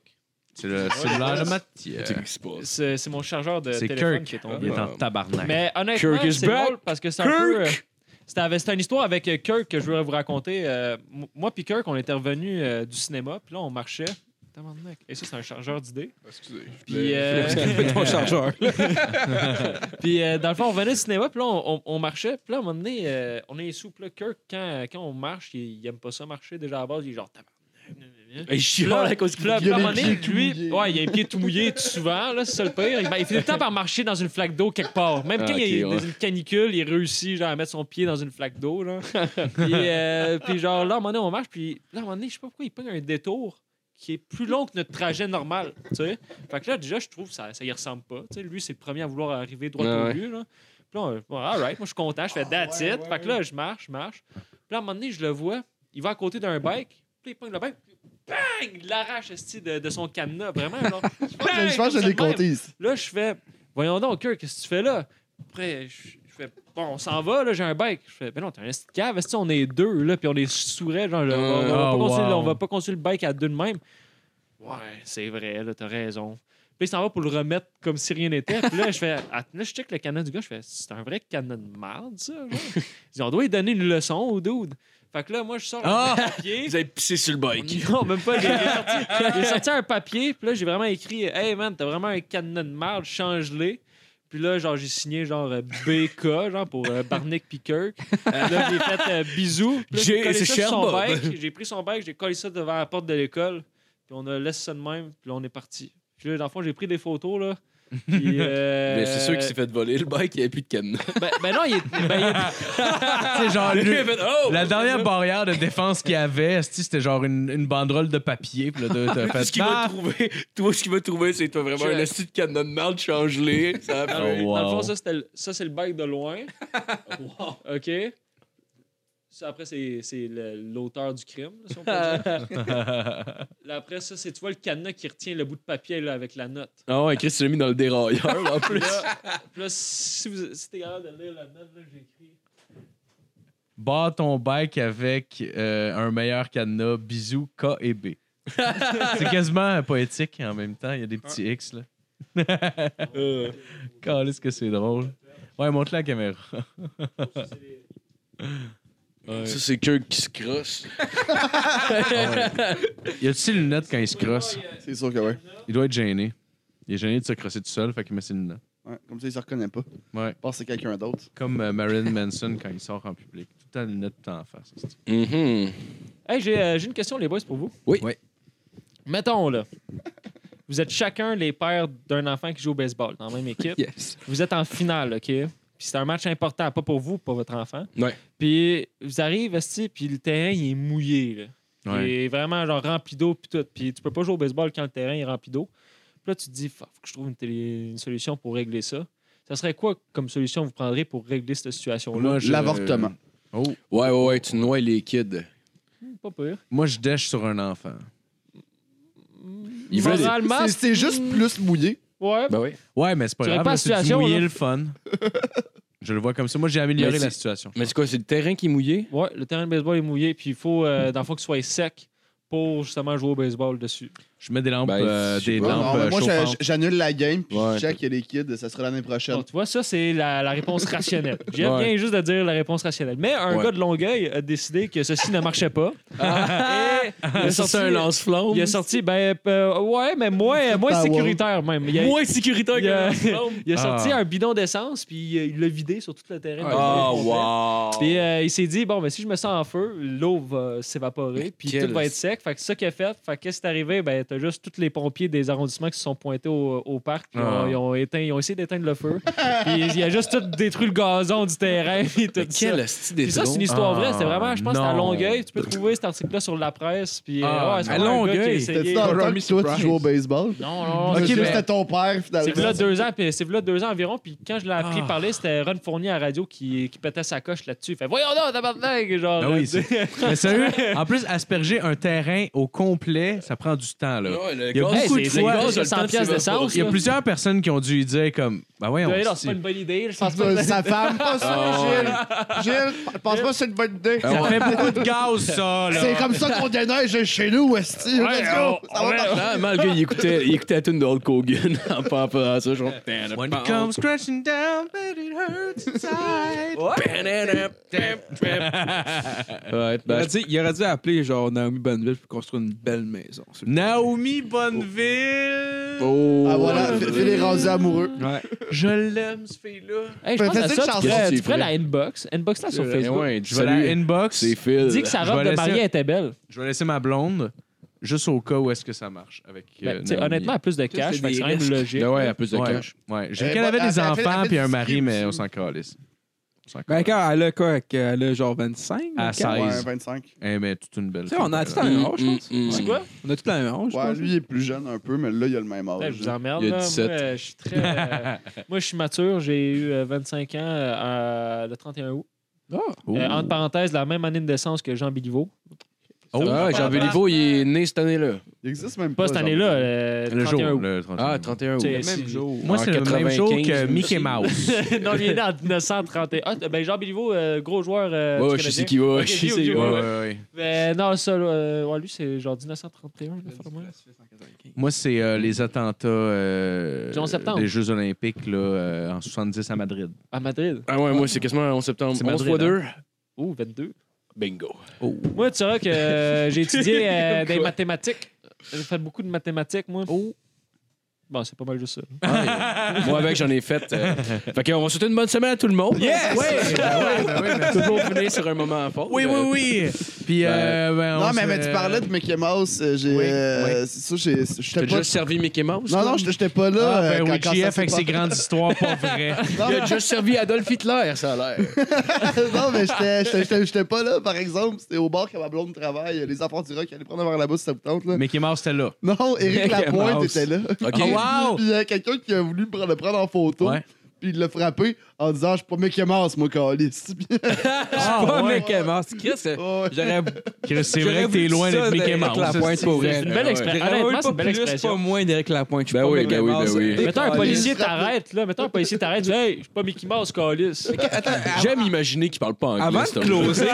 Speaker 5: C'est le cellulaire de Mathieu.
Speaker 3: C'est ce qui se passe.
Speaker 7: C'est c'est mon chargeur de
Speaker 5: C'est
Speaker 7: téléphone
Speaker 5: Kirk.
Speaker 7: qui est
Speaker 5: Il
Speaker 7: tombé.
Speaker 5: est en tabarnak.
Speaker 7: Mais honnêtement,
Speaker 3: Kirk is
Speaker 7: c'est
Speaker 3: back.
Speaker 7: drôle parce que c'est un peu. euh, C'était avec- c'était une histoire avec euh, Kirk que je voulais vous raconter. Euh, m- moi puis Kirk, on était revenus euh, du cinéma, puis là, on marchait. Tabarnak. Et ça, c'est un chargeur d'idées.
Speaker 4: Excusez.
Speaker 7: Puis, euh,
Speaker 4: Parce qu'elle fait ton chargeur.
Speaker 7: Puis euh, dans le fond, on venait du cinéma, puis là, on, on- on marchait. Puis là, à un moment donné, euh, on est sous. Puis là, Kirk, quand, quand on marche, il, il aime pas ça marcher déjà à la base. Il est genre, tabarnak.
Speaker 3: Il
Speaker 7: Puis
Speaker 3: chiale
Speaker 7: là,
Speaker 3: à cause qu'il
Speaker 7: puis là,
Speaker 8: Il a
Speaker 7: à un
Speaker 8: les
Speaker 7: moment donné,
Speaker 8: pieds tout
Speaker 7: lui,
Speaker 8: mouillés.
Speaker 7: ouais, il a les pieds tout mouillés tout souvent, là, c'est ça le pire. Ben, Il, il finit le temps par marcher dans une flaque d'eau quelque part. Même
Speaker 3: Ah,
Speaker 7: quand il est
Speaker 3: ok,
Speaker 7: dans
Speaker 3: ouais.
Speaker 7: une canicule, il réussit genre, à mettre son pied dans une flaque d'eau. Là. puis, euh, puis genre, là, à un moment donné, on marche, puis là, à un moment donné, je sais pas pourquoi il prend un détour qui est plus long que notre trajet normal. Tu sais? Fait que là, déjà, je trouve que ça, ça y ressemble pas. Tu sais, lui, c'est le premier à vouloir arriver droit
Speaker 3: Ah
Speaker 7: au
Speaker 3: ouais.
Speaker 7: but. Là. Puis Puis là, on- all right, moi, je suis content, je fais that's it. fait que là, je marche, je marche. Puis là, à un moment donné, je le vois, il va à côté d'un bike, puis là, il pogne le bike, puis bang, il l'arrache esti, de, de son cadenas, vraiment. Là, Bang!
Speaker 6: Je pense que je
Speaker 7: Comme ça
Speaker 6: l'ai
Speaker 7: de même.
Speaker 6: compté ici.
Speaker 7: Là, je fais, voyons donc, Kirk, qu'est-ce que tu fais là? Après, je je fais, bon, on s'en va, là, j'ai un bike. Je fais, ben non, t'as un esti de cave, esti, on est deux, là, puis on est sourds, genre, là, on, on va
Speaker 5: Ah,
Speaker 7: pas continuer-
Speaker 5: wow.
Speaker 7: on va pas continuer le bike à deux de même. Ouais, c'est vrai, là, t'as raison. Puis il s'en va pour le remettre comme si rien n'était. Puis là, je fais, att- là, je check le cadenas du gars, je fais, c'est un vrai cadenas de merde, ça, genre. Ils ont doit lui donner une leçon au dude. Fait que là, moi, je sors
Speaker 5: Ah!
Speaker 7: un papier.
Speaker 3: Vous avez pissé sur le bike.
Speaker 7: Non, même pas. J'ai j'ai sorti, j'ai sorti un papier, puis là, j'ai vraiment écrit Hey man, t'as vraiment un cadenas de merde, change-les. Puis là, genre, j'ai signé genre euh, BK, genre pour euh, Barnick puis Kirk. là, j'ai fait euh, bisous. Puis là,
Speaker 3: J'ai-
Speaker 7: j'ai collé
Speaker 3: c'est
Speaker 7: ça sur
Speaker 3: cher,
Speaker 7: son
Speaker 3: Bob.
Speaker 7: bec. J'ai pris son bec, j'ai collé ça devant la porte de l'école. Puis on a laissé ça de même, puis là, on est parti. Puis là, dans le fond, j'ai pris des photos, là. Puis, euh,
Speaker 3: Mais c'est sûr qu'il s'est fait voler le bike, il n'y avait plus de cadenas.
Speaker 7: Ben, ben non, il est. ben, il est-
Speaker 5: C'est genre
Speaker 3: Lui, il
Speaker 5: lui-
Speaker 3: a fait, oh!
Speaker 5: La dernière barrière de défense qu'il y avait, esti, c'était genre une, une banderole de papier. Puis là, t'as- t'as
Speaker 3: Tout
Speaker 5: fait
Speaker 3: ce qu'il va
Speaker 5: Ah!
Speaker 3: trouver, toi, ce qu'il va trouver, c'est toi vraiment
Speaker 7: Je-
Speaker 3: un esti de cadenas de merde changelé. Ça a fait-
Speaker 5: Oh, wow.
Speaker 7: Ah, Dans le fond, ça, c'était le- ça, c'est le bac de loin. OK? Ça, après, c'est c'est le- l'auteur du crime, là, si on peut dire. Là, après, ça, c'est, tu vois, le cadenas qui retient le bout de papier là, avec la note.
Speaker 3: Ah ouais, Chris, tu l'as mis dans le dérailleur, en
Speaker 7: Puis
Speaker 3: plus.
Speaker 7: Là, puis là, si, vous, si t'es capable de lire la note, là, j'ai écrit...
Speaker 5: Barre ton bike avec euh, un meilleur cadenas. Bisous, K et B. c'est quasiment poétique en même temps. Il y a des petits X, là. Calisse que c'est drôle. Ouais, montre la caméra.
Speaker 3: Ça, c'est Kirk qui se crosse.
Speaker 5: Y a-tu ses lunettes quand il se crosse?
Speaker 6: C'est sûr que oui.
Speaker 5: Il doit être gêné. Il est gêné de se crosser tout seul, fait qu'il met ses lunettes.
Speaker 6: Ouais, comme ça, il se reconnaît pas.
Speaker 5: Ouais.
Speaker 6: Je pense que c'est quelqu'un d'autre.
Speaker 5: Comme euh, Marilyn Manson quand il sort en public. Tout le temps lunettes, tout le temps en face. esti.
Speaker 3: Mhm.
Speaker 7: Hey, j'ai euh, j'ai une question, les boys, pour vous.
Speaker 3: Oui.
Speaker 5: Ouais.
Speaker 7: Mettons, là, vous êtes chacun les pères d'un enfant qui joue au baseball dans la même équipe.
Speaker 4: Yes.
Speaker 7: Vous êtes en finale, OK? Puis c'est un match important, pas pour vous, pas votre enfant.
Speaker 3: Ouais.
Speaker 7: Puis vous arrivez, esti, puis le terrain, il est mouillé, là.
Speaker 5: Ouais.
Speaker 7: Il est vraiment genre rempli d'eau puis tout. Puis tu peux pas jouer au baseball quand le terrain est rempli d'eau. Puis là, tu te dis, Fuck, faut que je trouve une, télé- une solution pour régler ça. Ça serait quoi comme solution vous prendrez pour régler cette situation-là?
Speaker 5: Moi, je-
Speaker 6: L'avortement.
Speaker 5: Oh.
Speaker 3: Ouais, ouais, ouais, tu noies les kids.
Speaker 7: Pas pire.
Speaker 5: Moi, je dèche sur un enfant.
Speaker 3: Il veut des-
Speaker 7: Moralement,
Speaker 6: C'est- C'est juste plus mouillé.
Speaker 7: Ouais,
Speaker 3: Ben oui.
Speaker 5: Ouais, mais c'est pas
Speaker 7: Tu
Speaker 5: grave. là,
Speaker 7: répares la
Speaker 5: C'est du
Speaker 7: situation,
Speaker 5: mouiller
Speaker 7: là.
Speaker 5: le fun. je le vois comme ça. Moi, j'ai amélioré
Speaker 3: Mais
Speaker 5: la
Speaker 3: c'est-
Speaker 5: situation.
Speaker 3: Mais c'est quoi, c'est le terrain qui est mouillé?
Speaker 7: ouais, le terrain de baseball est mouillé, puis il faut, euh, dans le fond, qu'il soit sec pour justement jouer au baseball dessus.
Speaker 5: Je mets des lampes,
Speaker 3: Ben,
Speaker 5: euh,
Speaker 3: je sais
Speaker 5: des
Speaker 3: pas.
Speaker 5: lampes
Speaker 6: Non, mais
Speaker 5: euh,
Speaker 6: moi, j'a-
Speaker 5: chauffantes.
Speaker 6: j'annule la game, puis
Speaker 3: Ouais.
Speaker 6: je check il y a les kids, ça sera l'année prochaine.
Speaker 7: Bon, tu vois, ça, c'est la, la réponse rationnelle. J'aime
Speaker 3: Ouais.
Speaker 7: bien juste de dire la réponse rationnelle. Mais un
Speaker 3: Ouais.
Speaker 7: gars de Longueuil a décidé que ceci ne marchait pas.
Speaker 3: Ah.
Speaker 7: Et il a sorti-
Speaker 3: lance-flamme.
Speaker 7: Il a sorti, ben, euh, ouais, mais moins, moins
Speaker 6: Power.
Speaker 7: sécuritaire même. Il a,
Speaker 3: Moins sécuritaire
Speaker 7: il a-
Speaker 3: que lance
Speaker 7: il a sorti
Speaker 5: Ah.
Speaker 7: un bidon d'essence, puis euh, il l'a vidé sur tout le terrain.
Speaker 3: Oh, Ah, wow.
Speaker 7: Puis euh, il s'est dit, bon, ben, si je me sens en feu, l'eau va s'évaporer, puis
Speaker 3: quel-
Speaker 7: tout va être sec. Fait que c'est ça qu'il a fait. Fait que qu'est-ce qui est arrivé? Ben, t'as juste tous les pompiers des arrondissements qui se sont pointés au, au parc, puis
Speaker 5: Ah.
Speaker 7: ont- ils, ont éteint, ils ont essayé d'éteindre le feu. puis il a juste tout détruit le gazon du terrain, puis tout
Speaker 3: Mais
Speaker 7: ça.
Speaker 3: quel style des
Speaker 7: Puis ça, c'est une histoire
Speaker 5: Ah,
Speaker 7: vraie. C'était vraiment, je pense, c'était à
Speaker 5: non.
Speaker 7: Longueuil. Tu peux trouver cet article-là sur la presse. Puis, euh,
Speaker 5: Ah,
Speaker 7: ouais, c'est
Speaker 5: à
Speaker 7: vraiment un gars qui a
Speaker 5: Longueuil.
Speaker 7: essayé-
Speaker 6: T'as-tu dans le temps que toi,
Speaker 4: surprise.
Speaker 6: tu joues au baseball?
Speaker 7: Non, non, non,
Speaker 5: Ok,
Speaker 6: Juste
Speaker 5: mais-
Speaker 6: c'était ton père, finalement.
Speaker 7: C'est là deux ans, puis c'est là deux ans environ, puis quand je l'ai appris
Speaker 5: Ah.
Speaker 7: parler, c'était Ron Fournier à la radio qui, qui pétait sa coche là-dessus. Il Fait voyons donc, tabarnak, genre.
Speaker 5: Ah oui,
Speaker 7: euh,
Speaker 5: Mais sérieux, en plus, asperger un terrain au complet, ça prend du temps. là.
Speaker 3: Il
Speaker 5: Il y a beaucoup de fois-
Speaker 7: pièces
Speaker 5: Il y a plusieurs personnes qui ont dû lui dire comme, ben ouais, on
Speaker 7: Ouais, non,
Speaker 5: se-
Speaker 7: c'est pas une bonne idée. Je pense pas.
Speaker 6: Euh, Sa femme,
Speaker 5: Ah,
Speaker 6: pas ça, Gilles. Gilles, pense pas que c'est une bonne idée.
Speaker 5: Ça
Speaker 3: Ah
Speaker 5: fait beaucoup de gaz, ça. Là.
Speaker 6: C'est comme ça qu'on déneige chez nous, Esti. Let's go. Ça va marcher.
Speaker 3: Clairement, le gars, il Ah, écoutait, il écoutait la tune de Hulk Hogan en pensant à ça. Genre,
Speaker 5: When it comes crashing down, but it hurts inside.
Speaker 3: ouais,
Speaker 4: Il,
Speaker 3: ben,
Speaker 4: aurait dû, il aurait dû appeler genre Naomi Bonneville pour construire une belle maison. s'il vous plaît.
Speaker 5: Naomi Bonneville.
Speaker 3: oh,
Speaker 6: Ah voilà, Phil est rendu amoureux.
Speaker 4: Ouais.
Speaker 5: Je l'aime, ce fille-là.
Speaker 7: Hey, je pense
Speaker 6: Mais
Speaker 7: à
Speaker 6: faites
Speaker 7: ça,
Speaker 6: une
Speaker 7: tu
Speaker 6: chanson,
Speaker 7: ferais,
Speaker 3: c'est
Speaker 7: tu ferais
Speaker 3: vrai.
Speaker 7: la inbox. Inbox là sur Facebook.
Speaker 3: Eh Ouais,
Speaker 5: Je vais la
Speaker 3: salut,
Speaker 5: inbox.
Speaker 3: c'est Phil.
Speaker 7: Dis que
Speaker 5: Je
Speaker 7: sa
Speaker 5: vais
Speaker 7: robe de
Speaker 5: laisser-
Speaker 7: mariée était belle.
Speaker 5: Je vais laisser ma blonde juste au cas où est-ce que ça marche avec.
Speaker 7: Ben,
Speaker 5: euh,
Speaker 7: tu sais,
Speaker 5: Naomi.
Speaker 7: honnêtement, elle a plus de cash,
Speaker 4: c'est
Speaker 7: fait que
Speaker 4: des
Speaker 7: c'est quand même
Speaker 4: risques.
Speaker 7: logique.
Speaker 3: Ben ouais, à plus de
Speaker 5: Ouais,
Speaker 3: cash.
Speaker 5: Ouais. J'ai
Speaker 6: Euh,
Speaker 5: vu qu'elle
Speaker 6: bah,
Speaker 5: avait
Speaker 6: elle
Speaker 5: des
Speaker 6: fait- elle fait-
Speaker 5: enfants
Speaker 6: elle fait
Speaker 5: puis un
Speaker 6: du
Speaker 5: mari,
Speaker 6: ski
Speaker 5: mais
Speaker 6: aussi.
Speaker 5: on s'en calisse.
Speaker 4: Ben, quand elle a quoi qu'elle a genre 25
Speaker 5: À
Speaker 4: quand-
Speaker 5: 16.
Speaker 6: Ouais, 25.
Speaker 5: Eh ben, toute une belle.
Speaker 4: Tu sais, on a tout
Speaker 5: couple,
Speaker 4: le
Speaker 5: là. Ah,
Speaker 4: même âge, je pense.
Speaker 3: Mm, mm.
Speaker 7: C'est quoi?
Speaker 4: On a tout le même âge. je
Speaker 6: Ouais,
Speaker 4: pense.
Speaker 6: lui, il est plus jeune un peu, mais là, il a le même
Speaker 7: Hey,
Speaker 6: âge.
Speaker 7: Ben, je vous emmerde.
Speaker 3: Il y a
Speaker 7: là.
Speaker 3: 17.
Speaker 7: Moi, euh, je suis très. euh, moi, je suis mature. J'ai eu euh, 25 ans euh, euh, le 31 août.
Speaker 4: Ah!
Speaker 5: Oh.
Speaker 7: Euh, entre parenthèses, la même année de naissance que Jean Béliveau.
Speaker 5: Oh.
Speaker 3: Ah, Jean Béliveau, il est né cette année-là.
Speaker 6: Il existe même pas.
Speaker 7: Pas cette
Speaker 6: genre.
Speaker 7: année-là, euh,
Speaker 5: Le
Speaker 7: 31
Speaker 5: jour.
Speaker 7: août.
Speaker 5: Le 31.
Speaker 3: Ah, 31 août.
Speaker 7: Tu sais,
Speaker 4: Le même
Speaker 7: si-
Speaker 4: jour.
Speaker 5: Moi, c'est
Speaker 3: En
Speaker 5: le même jour
Speaker 3: 95,
Speaker 5: que Mickey
Speaker 3: je
Speaker 5: Mouse.
Speaker 7: non, il est né en 1931. Ah, ben Jean Béliveau, euh, gros joueur. euh,
Speaker 3: Ouais,
Speaker 7: du
Speaker 3: ouais, je
Speaker 7: Canadien.
Speaker 3: sais qui va. je
Speaker 7: Ok,
Speaker 3: sais
Speaker 7: ok,
Speaker 3: qui
Speaker 7: ok,
Speaker 5: Ouais,
Speaker 3: va.
Speaker 5: ouais, ouais.
Speaker 7: Ben, non, ça, là, euh, ouais, lui, c'est genre 1931. je vais faire le moins.
Speaker 5: Moi, c'est euh, les attentats euh,
Speaker 7: Du 11 septembre.
Speaker 5: des Jeux Olympiques là, euh, en 70 à Madrid.
Speaker 7: À Madrid.
Speaker 3: Ah ouais, moi, c'est quasiment le 11 septembre.
Speaker 5: C'est
Speaker 3: 11
Speaker 5: Madrid,
Speaker 3: fois 2,
Speaker 5: hein.
Speaker 7: Oh, 22.
Speaker 3: bingo.
Speaker 7: Moi, tu sauras que euh, j'ai étudié euh, des mathématiques. J'ai fait beaucoup de mathématiques, moi. Oh. Bon, c'est pas mal juste ça.
Speaker 3: Ah, ouais. Moi, avec, j'en ai fait. euh, Fait qu'on va souhaiter une bonne semaine à tout le monde. Yes! Toujours finir sur un moment fort. Euh,
Speaker 5: oui. Puis, euh, ben,
Speaker 6: Non,
Speaker 5: on
Speaker 6: mais,
Speaker 5: se-
Speaker 6: mais tu parlais de Mickey Mouse. euh, J'ai.
Speaker 5: Oui,
Speaker 6: euh, c'est ça, j'ai-
Speaker 3: T'as
Speaker 6: j'étais pas.
Speaker 3: déjà servi Mickey Mouse?
Speaker 6: Non,
Speaker 3: toi?
Speaker 6: non, j'étais j'étais pas là.
Speaker 5: Ah,
Speaker 6: euh,
Speaker 5: ben
Speaker 6: quand-
Speaker 5: oui,
Speaker 6: quand ça
Speaker 5: JF
Speaker 6: s'est
Speaker 5: avec
Speaker 6: passé.
Speaker 5: ses grandes histoires, pas vraies.
Speaker 6: Non,
Speaker 3: Il
Speaker 6: mais-
Speaker 3: a déjà servi Adolf Hitler, ça a l'air.
Speaker 6: non, mais j'étais- j'étais- j'étais j'étais pas là, par exemple. C'était au bar que ma blonde travaille. Les enfants du rock, allaient prendre un verre là-bas si ça vous tente. Là.
Speaker 5: Mickey Mouse, c'était là.
Speaker 6: Non, Éric
Speaker 3: Mickey
Speaker 6: Lapointe
Speaker 3: Mouse.
Speaker 6: était là.
Speaker 3: OK.
Speaker 5: Oh, wow!
Speaker 6: Puis il y a quelqu'un qui a voulu prendre- le prendre en photo.
Speaker 5: Ouais.
Speaker 6: Puis il l'a frappé en disant Je suis pas Mickey Mouse, moi, Calis.
Speaker 4: Pas
Speaker 5: ouais.
Speaker 4: Mickey Mouse. Qu'est-ce que-
Speaker 6: Ouais.
Speaker 4: J'aurais
Speaker 5: Chris, C'est vrai que t'es loin d'être Mickey Mouse.
Speaker 4: la pointe pour elle.
Speaker 7: une belle expression.
Speaker 4: J'aurais
Speaker 7: Honnêtement,
Speaker 4: eu
Speaker 7: c'est
Speaker 4: pas
Speaker 7: une belle
Speaker 4: plus,
Speaker 7: expression.
Speaker 4: pas moins d'Éric Lapointe. Je suis
Speaker 3: Ben
Speaker 4: pas
Speaker 3: oui,
Speaker 4: Mickey
Speaker 3: ben oui, ben
Speaker 4: Mouse.
Speaker 3: oui.
Speaker 7: Mettons un
Speaker 6: Calice,
Speaker 7: policier
Speaker 6: rappelez-
Speaker 7: t'arrête, là. Mettons un policier t'arrête. dis, Hey, je suis pas Mickey Mouse, Calis.
Speaker 3: J'aime imaginer qu'il parle pas anglais.
Speaker 4: Avant
Speaker 3: cet
Speaker 4: de
Speaker 3: homme-là.
Speaker 4: closer,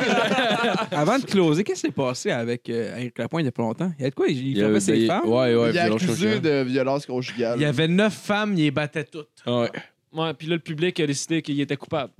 Speaker 4: avant de closer, qu'est-ce qui s'est passé avec euh, Éric Lapointe il y a pas longtemps? Il y a de quoi? Il,
Speaker 3: avait-
Speaker 4: frappait ses femmes?
Speaker 3: Ouais, ouais,
Speaker 6: il est
Speaker 3: violence
Speaker 6: accusé
Speaker 3: conjugale.
Speaker 6: de violence conjugale.
Speaker 5: Il y avait neuf femmes, il les battait toutes.
Speaker 3: Ouais.
Speaker 7: Ouais, puis là, le public a décidé qu'il était coupable.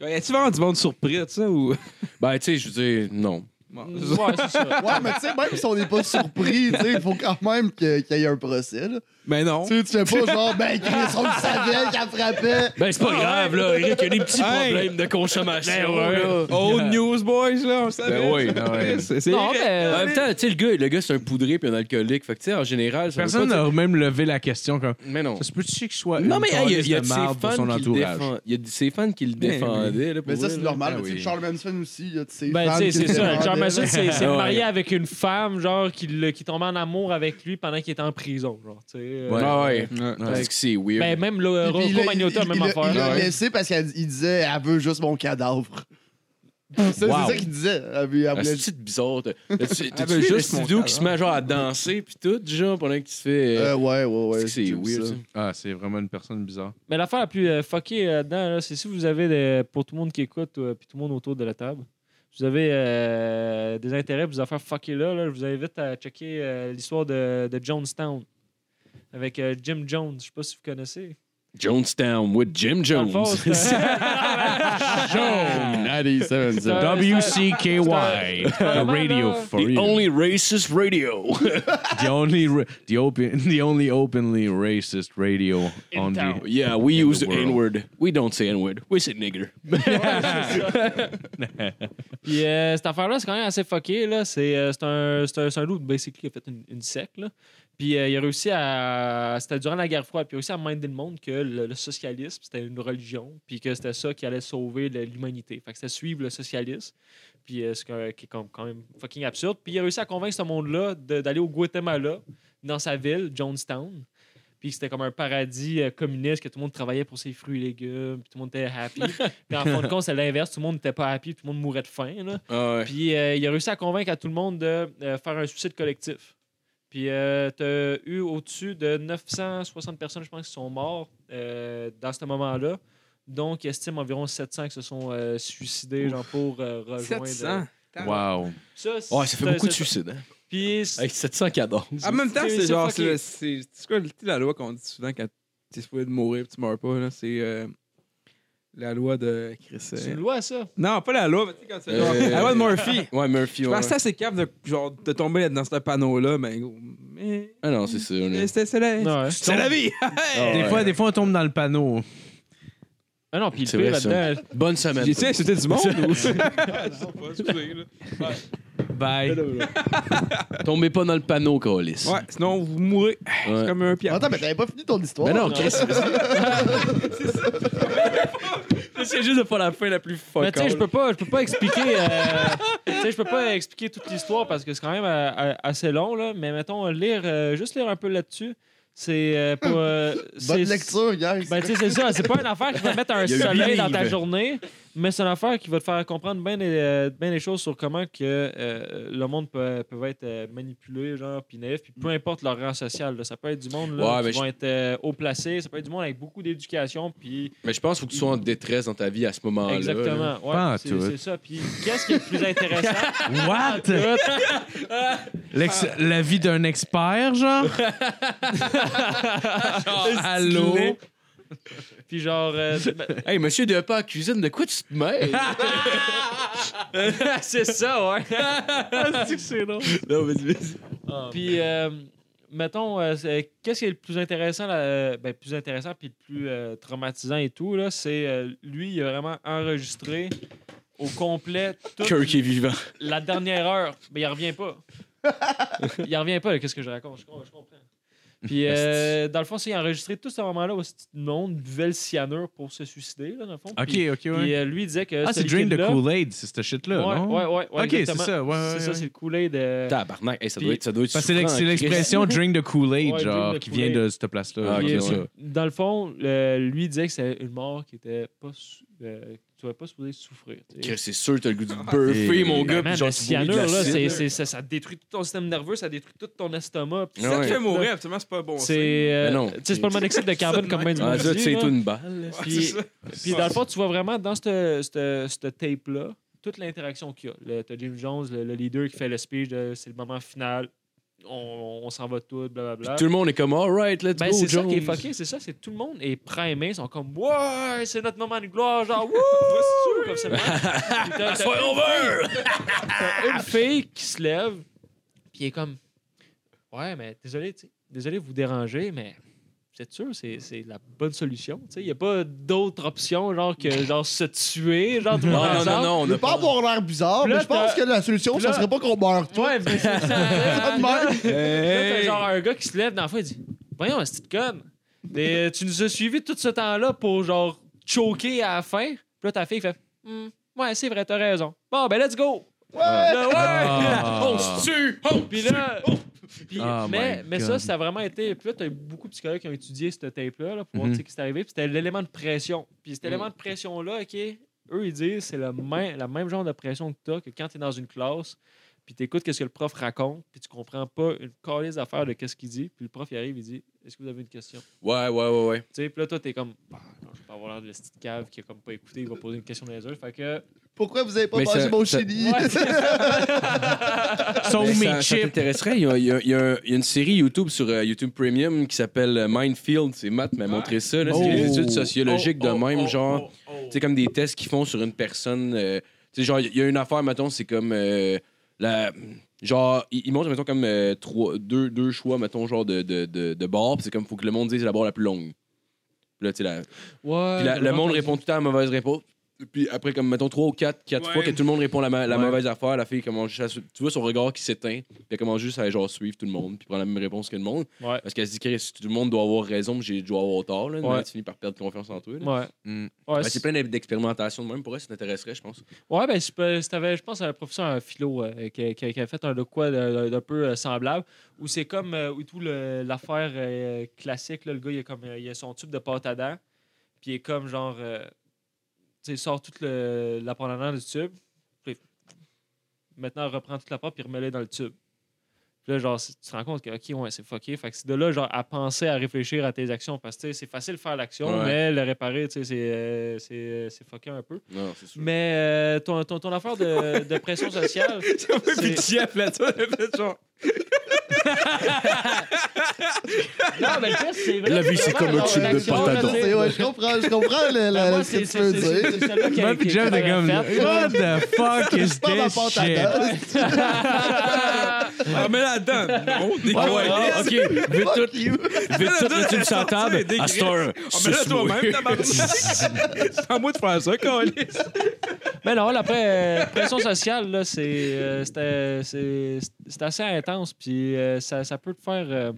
Speaker 4: Genre, Y a-tu vraiment du monde surpris de ça? Ou...
Speaker 3: Ben, tu sais, je veux dire, non.
Speaker 4: Bon.
Speaker 7: Ouais, c'est ça.
Speaker 6: Ouais, mais tu sais, même si on n'est pas surpris, tu sais, il faut quand même que- qu'il y ait un procès. là.
Speaker 4: Mais Ben non.
Speaker 6: Tu sais, tu fais pas genre, ben, Chris, on le savait qu'elle frappait.
Speaker 3: Ben, c'est pas
Speaker 7: Ah,
Speaker 3: grave, là. Eric, il y a des petits
Speaker 4: Hey!
Speaker 3: problèmes de consommation.
Speaker 7: Eh Ben,
Speaker 3: là.
Speaker 4: Old news, boys, là, on le savait.
Speaker 3: Ben oui.
Speaker 4: Ah ouais, c'est c'est
Speaker 7: Non,
Speaker 4: vrai.
Speaker 3: En
Speaker 7: mais.
Speaker 3: même temps, tu sais, le gars, le gars c'est un poudré puis un alcoolique. Fait que, tu sais, en général, ça veut
Speaker 5: Personne
Speaker 3: pas dire-
Speaker 5: n'a même levé la question. Comme,
Speaker 3: Mais non.
Speaker 5: ça se peut-tu que je sois
Speaker 3: Non, mais hey, il y a-
Speaker 5: calice
Speaker 3: il y a
Speaker 5: de
Speaker 3: de ses
Speaker 5: marde pour
Speaker 3: fans
Speaker 5: son
Speaker 3: qui le
Speaker 5: entourage?
Speaker 3: défendent. Il y a de ses fans qui le
Speaker 4: Ben oui.
Speaker 3: défendaient. là, pour
Speaker 6: Mais ça,
Speaker 3: vrai,
Speaker 6: c'est
Speaker 3: là.
Speaker 6: normal.
Speaker 3: Ah
Speaker 6: tu sais,
Speaker 3: oui.
Speaker 6: Charles Manson aussi, il y a de ses
Speaker 7: Ben,
Speaker 6: fans
Speaker 7: tu sais,
Speaker 6: qui
Speaker 7: c'est
Speaker 6: se
Speaker 7: ça.
Speaker 6: demandaient,
Speaker 7: Charles Manson,
Speaker 6: là.
Speaker 7: c'est c'est
Speaker 3: Ouais.
Speaker 7: marié avec une femme, genre, qui, le- qui tombait en amour avec lui pendant qu'il était en prison, genre, tu sais. euh,
Speaker 3: Ouais, Ah ouais.
Speaker 4: Ouais.
Speaker 3: Parce que c'est weird.
Speaker 7: Ben, même le
Speaker 6: Puis il
Speaker 7: Rocco
Speaker 6: l'a-
Speaker 7: Magnotta,
Speaker 6: il-
Speaker 7: même
Speaker 6: il l'a- Il
Speaker 7: affaire.
Speaker 6: l'a
Speaker 7: Ouais.
Speaker 6: laissé parce qu'elle il disait, elle veut juste mon cadavre. Ça, C'est
Speaker 5: Wow.
Speaker 6: ça qu'il disait. Elle veut- elle
Speaker 3: Ah,
Speaker 6: voulait
Speaker 3: c'est petite bizarre. t'as- T'as-tu
Speaker 4: Ah,
Speaker 3: t'as-tu
Speaker 4: ben,
Speaker 3: vu le
Speaker 4: juste mon
Speaker 3: studio qui se
Speaker 4: talent.
Speaker 3: met genre à danser puis tout, genre, pendant qu'il se fait.
Speaker 6: Euh, ouais, ouais, ouais.
Speaker 3: c'est
Speaker 6: j'aime
Speaker 3: weird,
Speaker 6: ça.
Speaker 3: ça.
Speaker 5: Ah, c'est vraiment une personne bizarre.
Speaker 7: Mais l'affaire la plus euh, fuckée euh, là-dedans, là, c'est si vous avez, des- pour tout le monde qui écoute, euh, puis tout le monde autour de la table, si vous avez euh, des intérêts pour des affaires fuckées là, là, je vous invite à checker euh, l'histoire de, de Jonestown avec euh, Jim Jones. Je sais pas si vous connaissez.
Speaker 3: Jonestown with Jim
Speaker 7: Dans le
Speaker 3: Jones.
Speaker 7: fond, c'est un- C'est un-
Speaker 5: WCKY, the radio for
Speaker 3: The
Speaker 5: you.
Speaker 3: only racist radio.
Speaker 5: The only, ra- the, open, the only openly racist radio
Speaker 7: In
Speaker 5: on
Speaker 7: town.
Speaker 5: the... Oh,
Speaker 3: Yeah, we
Speaker 5: In
Speaker 3: use
Speaker 5: the
Speaker 3: the,
Speaker 5: world.
Speaker 3: N word. We don't say N word. We say nigger.
Speaker 7: Puis euh, cette affaire-là, c'est quand même assez fucké. Là. C'est, euh, c'est un, c'est, un, c'est un loup, basically, qui a fait une, une sec. Là. Puis euh, il a réussi à. C'était durant la guerre froide. Puis il a réussi à minder le monde que le, le socialisme, c'était une religion. Puis que c'était ça qui allait sauver le- l'humanité. Fait que c'était suivre le socialisme. Puis euh, c'est quand- qui est comme- quand même fucking absurde. Puis il a réussi à convaincre ce monde-là de- d'aller au Guatemala, dans sa ville, Jonestown. Puis c'était comme un paradis euh, communiste que tout le monde travaillait pour ses fruits et légumes. Puis tout le monde était happy. puis en fin de compte, c'est l'inverse. Tout le monde n'était pas happy. Tout le monde mourait de faim. Là.
Speaker 3: Ah
Speaker 7: Puis euh, il a réussi à convaincre à tout le monde de euh, faire un suicide collectif. Puis euh, t'as eu au-dessus de 960 personnes, je pense, qui sont mortes euh, dans ce moment-là. Donc, estime environ 700 qui se sont euh, suicidés genre, pour euh, rejoindre. euh,
Speaker 4: 700.
Speaker 5: Wow.
Speaker 7: Ça,
Speaker 3: Ouais, ça fait beaucoup de
Speaker 7: c'est-
Speaker 3: suicides. Hein?
Speaker 7: Puis, c'est-
Speaker 3: Avec 714.
Speaker 4: En même temps,
Speaker 7: C'est-
Speaker 4: c'est
Speaker 7: c'est
Speaker 4: genre,
Speaker 7: fucké.
Speaker 4: c'est c'est- c'est quoi tu sais, la loi qu'on dit souvent quand t'es supposé de mourir et tu meurs pas, là, c'est euh, la loi de Chris. euh,
Speaker 7: c'est une loi, ça.
Speaker 4: Non, pas la loi, mais tu sais, quand c'est genre,
Speaker 3: Euh,
Speaker 4: la loi de Murphy.
Speaker 3: Ouais, Murphy.
Speaker 4: Je
Speaker 3: Ouais.
Speaker 4: pense que c'est assez capable de, genre, de tomber dans ce panneau-là, mais gros, mais-
Speaker 3: Ah non, c'est ça. là.
Speaker 4: mais c'est c'est la,
Speaker 7: Non,
Speaker 4: c'est la vie!
Speaker 3: Ah,
Speaker 5: Des
Speaker 3: ouais.
Speaker 5: fois, des fois, on tombe dans le panneau.
Speaker 7: ah non, puis le
Speaker 3: C'est
Speaker 7: pire
Speaker 3: vrai, ça.
Speaker 7: là-dedans.
Speaker 3: Bonne semaine.
Speaker 4: J'ai-tu insulté du monde? ou- Je sais pas, excusez, là.
Speaker 5: Bye.
Speaker 3: Tombez pas dans le panneau, Colis.
Speaker 4: Ouais, sinon vous mourrez. C'est comme un piège.
Speaker 3: Ben
Speaker 6: Attends, mais t'avais pas fini ton histoire.
Speaker 3: Mais non, Chris.
Speaker 4: Je
Speaker 3: C'est juste de faire la fin la plus fuck
Speaker 7: Mais tu sais, je
Speaker 3: all.
Speaker 7: peux pas, je peux pas expliquer. euh, tu sais, je peux pas expliquer toute l'histoire parce que c'est quand même euh, euh, assez long là. Mais mettons lire, euh, juste lire un peu là-dessus. C'est euh, pour. euh, c'est-
Speaker 8: Bonne lecture, guys.
Speaker 7: Ben, tu sais, c'est ça. C'est pas une affaire qui va te mettre un
Speaker 5: Il y a huit
Speaker 7: soleil dans ta
Speaker 5: livres.
Speaker 7: journée, mais c'est une affaire qui va te faire comprendre bien des, euh, bien des choses sur comment que euh, le monde peut, peut être euh, manipulé, genre, puis naïf, puis peu importe leur rang social. là. Ça peut être du monde là,
Speaker 3: Mm. Ouais,
Speaker 7: qui
Speaker 3: mais
Speaker 7: vont être euh, haut placés, ça peut être du monde avec beaucoup d'éducation, puis
Speaker 3: Mais je pense qu'il faut que tu sois en détresse dans ta vie à ce moment-là. Ah, là.
Speaker 7: exactement. Ouais,
Speaker 5: Pas en
Speaker 7: c'est-
Speaker 5: tout.
Speaker 7: c'est ça. Puis qu'est-ce qui est le plus intéressant?
Speaker 5: What? L'ex- La vie d'un expert, genre?
Speaker 7: Ah,
Speaker 5: Allô?
Speaker 7: euh, puis genre, euh, ben,
Speaker 3: Hey, monsieur de pas en cuisine, de quoi tu te mêles?
Speaker 7: c'est ça, ouais. c'est drôle.
Speaker 3: non, mais
Speaker 7: Puis, euh, mettons, euh, c'est- qu'est-ce qui est le plus intéressant, là, euh, ben, plus intéressant puis le plus euh, traumatisant et tout, là, c'est euh, lui, il a vraiment enregistré au complet toute
Speaker 3: Kirk est vivant.
Speaker 7: la dernière heure. Mais il revient pas. il revient pas, là, qu'est-ce que je raconte? Je, com- je comprends. Puis, euh, dans le fond, c'est enregistré tout ce moment-là où ce monde buvait le cyanure pour se suicider, là, dans le fond.
Speaker 5: Ok,
Speaker 7: Puis,
Speaker 5: ok,
Speaker 7: puis,
Speaker 5: ouais.
Speaker 7: euh, lui disait que.
Speaker 5: Ah,
Speaker 7: ce
Speaker 5: c'est Drink the
Speaker 7: liquide-là-
Speaker 5: Kool-Aid, c'est cette shit-là,
Speaker 7: Ouais,
Speaker 5: non?
Speaker 7: ouais, ouais, ouais,
Speaker 5: Ok, c'est
Speaker 7: exactement.
Speaker 5: ça, ouais, ouais,
Speaker 7: C'est ça,
Speaker 5: ouais.
Speaker 7: c'est le Kool-Aid. euh,
Speaker 3: Tabarnak, hey, ça, doit
Speaker 7: Puis-
Speaker 3: être, ça doit être
Speaker 5: Parce que
Speaker 3: souffrant,
Speaker 5: c'est l'ex- c'est
Speaker 3: Christ.
Speaker 5: l'expression drink the Kool-Aid,
Speaker 7: Ouais,
Speaker 5: genre,
Speaker 7: drink the
Speaker 5: qui vient de cette place-là.
Speaker 3: Ah,
Speaker 5: ok,
Speaker 7: Puis,
Speaker 3: ouais.
Speaker 7: euh, Dans le fond, le- lui disait que c'était une mort qui était pas. sou- euh, que tu ne pas supposé souffrir. tu sais.
Speaker 3: Christ, C'est sûr, t'as le goût
Speaker 7: Ah,
Speaker 3: du burfé,
Speaker 5: Et-
Speaker 3: mon gars.
Speaker 7: Man,
Speaker 3: Puis genre,
Speaker 7: le
Speaker 3: tu bois de
Speaker 7: cyanure,
Speaker 3: la
Speaker 7: là, c'est-
Speaker 3: cidre.
Speaker 7: c'est- ça, ça détruit tout ton système nerveux, ça détruit tout ton estomac. puis
Speaker 3: Ouais,
Speaker 4: Ça
Speaker 7: ça-
Speaker 4: te fait
Speaker 3: ouais.
Speaker 4: mourir, absolument, c'est pas bon.
Speaker 7: C'est euh,
Speaker 3: Mais non.
Speaker 7: tu sais, c'est pas le monoxyde de carbone comme même du
Speaker 3: Ah,
Speaker 7: monde
Speaker 3: ça, tu
Speaker 7: dit,
Speaker 3: sais,
Speaker 7: là.
Speaker 3: tout une balle. là.
Speaker 7: Puis-
Speaker 4: Puis,
Speaker 7: Puis dans le fond, tu vois vraiment dans cette, cette, cette tape-là, toute l'interaction qu'il y a. Le- T'as Jim Jones, le, le leader, qui fait le speech de c'est le moment final, on, on s'en va tout,
Speaker 3: Puis
Speaker 7: blablabla.
Speaker 3: tout le monde est comme, alright, let's
Speaker 7: Ben,
Speaker 3: go,
Speaker 7: c'est ça
Speaker 3: Jones.
Speaker 7: qui est fucké, c'est ça, c'est que tout le monde est primé, ils sont comme Ouais, c'est notre moment de gloire, genre Wouh! comme ça. Puis t'as- t'as
Speaker 3: Soyons verts!
Speaker 7: une- une fille qui se lève, puis elle est comme Ouais, mais désolé, tu sais, désolé de vous déranger, mais c'est sûr, c'est c'est la bonne solution. tu sais. Il n'y a pas d'autre option, genre, que genre, se tuer, genre, tout le monde
Speaker 3: Non, non, non, non,
Speaker 7: ensemble.
Speaker 8: Je
Speaker 3: on a
Speaker 8: veux pas
Speaker 3: pas.
Speaker 8: avoir l'air bizarre,
Speaker 7: Puis là,
Speaker 8: mais je pense
Speaker 7: t'as-
Speaker 8: que la solution,
Speaker 7: puis
Speaker 8: ça
Speaker 7: là-
Speaker 8: serait pas qu'on meurt.
Speaker 7: Ouais, mais c'est ça. Là, là, t'as
Speaker 4: Hey!
Speaker 7: genre un gars qui se lève dans le fond, il dit Voyons, petite conne, t'es- tu nous as suivis tout ce temps-là pour genre choquer à la fin. Puis là, ta fille fait Hmm, Ouais, c'est vrai, t'as raison. Bon, ben, let's go. Là, ouais!
Speaker 5: Ah.
Speaker 7: On se tue! Oh, puis là. Puis,
Speaker 5: Oh
Speaker 7: mais,
Speaker 5: my
Speaker 7: mais
Speaker 5: God.
Speaker 7: ça, ça a vraiment été. Puis là, t'as eu beaucoup de psychologues qui ont étudié cette tape-là là, pour voir
Speaker 5: Mhm.
Speaker 7: tu sais, ce qui c'est arrivé. Puis c'était l'élément de pression. Puis cet élément de pression-là, OK, eux, ils disent c'est le même, la même genre de pression que t'as que quand t'es dans une classe, puis t'écoutes qu'est-ce que le prof raconte, puis tu comprends pas une calisse affaire de qu'est-ce qu'il dit. Puis le prof, il arrive, il dit Est-ce que vous avez une question?
Speaker 3: Ouais, ouais, ouais, ouais.
Speaker 7: Tu sais, puis là, toi, t'es comme Bah, non, je vais pas avoir l'air de la petite cave qui a comme pas écouté, il va poser une question dans les yeux. Fait que.
Speaker 8: Pourquoi vous avez pas
Speaker 3: Mais
Speaker 8: mangé
Speaker 3: ça-
Speaker 8: mon
Speaker 3: ça-
Speaker 8: chili?
Speaker 7: Ouais, c'est ça.
Speaker 5: So
Speaker 3: Mais
Speaker 5: me
Speaker 3: Ben, ça, ça
Speaker 5: chip.
Speaker 3: t'intéresserait? Il y a, il y a- il y a un- il y a une série YouTube sur euh, YouTube Premium qui s'appelle euh, Mindfield. C'est Matt m'a montré ça. là. C'est
Speaker 5: Oh.
Speaker 3: des études sociologiques
Speaker 4: Oh,
Speaker 3: de
Speaker 4: oh,
Speaker 3: même,
Speaker 4: oh,
Speaker 3: genre.
Speaker 4: oh, oh.
Speaker 3: Tu sais, comme des tests qu'ils font sur une personne. euh, tu sais, genre, il y a une affaire, mettons, c'est comme. euh, la, genre, ils ils montrent, mettons, comme euh, trois, deux, deux choix, mettons, genre de, de, de, de barres. Puis c'est comme, faut que le monde dise la barre la plus longue. Puis là, tu sais, la-
Speaker 7: Ouais,
Speaker 3: puis la- le
Speaker 7: vraiment,
Speaker 3: monde
Speaker 7: t'as-
Speaker 3: répond tout le temps à la mauvaise réponse. Puis après, comme, mettons, trois ou quatre, quatre
Speaker 4: Ouais.
Speaker 3: fois que tout le monde répond la, ma- la
Speaker 5: Ouais.
Speaker 3: mauvaise affaire, la fille commence juste à su- Tu vois son regard qui s'éteint, puis elle commence juste à genre, suivre tout le monde, puis prendre la même réponse que le monde.
Speaker 7: Ouais.
Speaker 3: Parce qu'elle se dit que si tout le monde doit avoir raison, puis j'ai dû avoir tort. Là,
Speaker 7: Ouais.
Speaker 3: tu finis par perdre confiance en toi. là.
Speaker 7: Ouais.
Speaker 5: Mm.
Speaker 7: Ouais,
Speaker 3: Ben, c'est plein d'expérimentations de même. Pour elle, ça t'intéresserait, je pense.
Speaker 7: Ouais, ben, si pe- si t'avais- je pense à un professeur en philo euh, qui, qui- qui a fait un de quoi d'un d'un peu euh, semblable, où c'est comme euh, où tout le- l'affaire euh, classique, là, le gars, il a, comme, euh, il a son tube de pâte à dents, puis il est comme genre, euh, tu sais, il sort toute le- la pâte à dents du tube, puis maintenant, il reprend toute la pâte, puis remet-la dans le tube. Puis là, genre, c'est- tu te rends compte que, OK, ouais, c'est fucké. Fait que c'est de là, genre, à penser, à réfléchir à tes actions, parce que, tu sais, c'est facile de faire l'action,
Speaker 3: Ouais.
Speaker 7: mais le réparer, tu sais, c'est euh, c'est euh, c'est fucké un peu.
Speaker 3: Non, c'est sûr.
Speaker 7: Mais euh, ton, ton, ton affaire de, de pression sociale. c'est-
Speaker 4: Jeff, là, tu fait genre.
Speaker 7: non, mais le pire, c'est vrai.
Speaker 3: La vie, c'est
Speaker 7: vraiment
Speaker 3: comme un
Speaker 7: genre
Speaker 3: tube de
Speaker 7: l'action,
Speaker 3: patate
Speaker 7: là,
Speaker 3: dents.
Speaker 7: tu sais.
Speaker 8: C'est- ouais, je comprends, je comprends le-
Speaker 7: Ben,
Speaker 8: le-
Speaker 7: moi,
Speaker 8: ce que
Speaker 7: c'est-
Speaker 8: tu
Speaker 7: c'est-
Speaker 8: veux
Speaker 7: c'est- c'est-
Speaker 8: dire.
Speaker 7: c'est celle-là qui a-
Speaker 5: Moi, puis
Speaker 7: qui a
Speaker 5: Jeff, de
Speaker 7: été
Speaker 5: comme,
Speaker 8: euh,
Speaker 7: faite.
Speaker 5: what the fuck is
Speaker 8: Pas ma
Speaker 5: this
Speaker 8: pâte à
Speaker 5: shit?
Speaker 8: dents.
Speaker 4: Ah, mais là-dedans. Non,
Speaker 3: Ah
Speaker 4: dégueulasse.
Speaker 3: ouais, ah, ok, vite tout,
Speaker 8: Fuck you.
Speaker 3: vite tout le tube sur la table.
Speaker 4: Dégueulasse.
Speaker 3: À Star,
Speaker 4: Ah, mais là, toi-même, tabarnak. C'est à moi de faire ça, câlisse.
Speaker 7: Mais non, la pre- pression sociale, là, c'est euh, c'était- c'est- c'est assez intense. Puis euh, ça, ça peut te faire euh,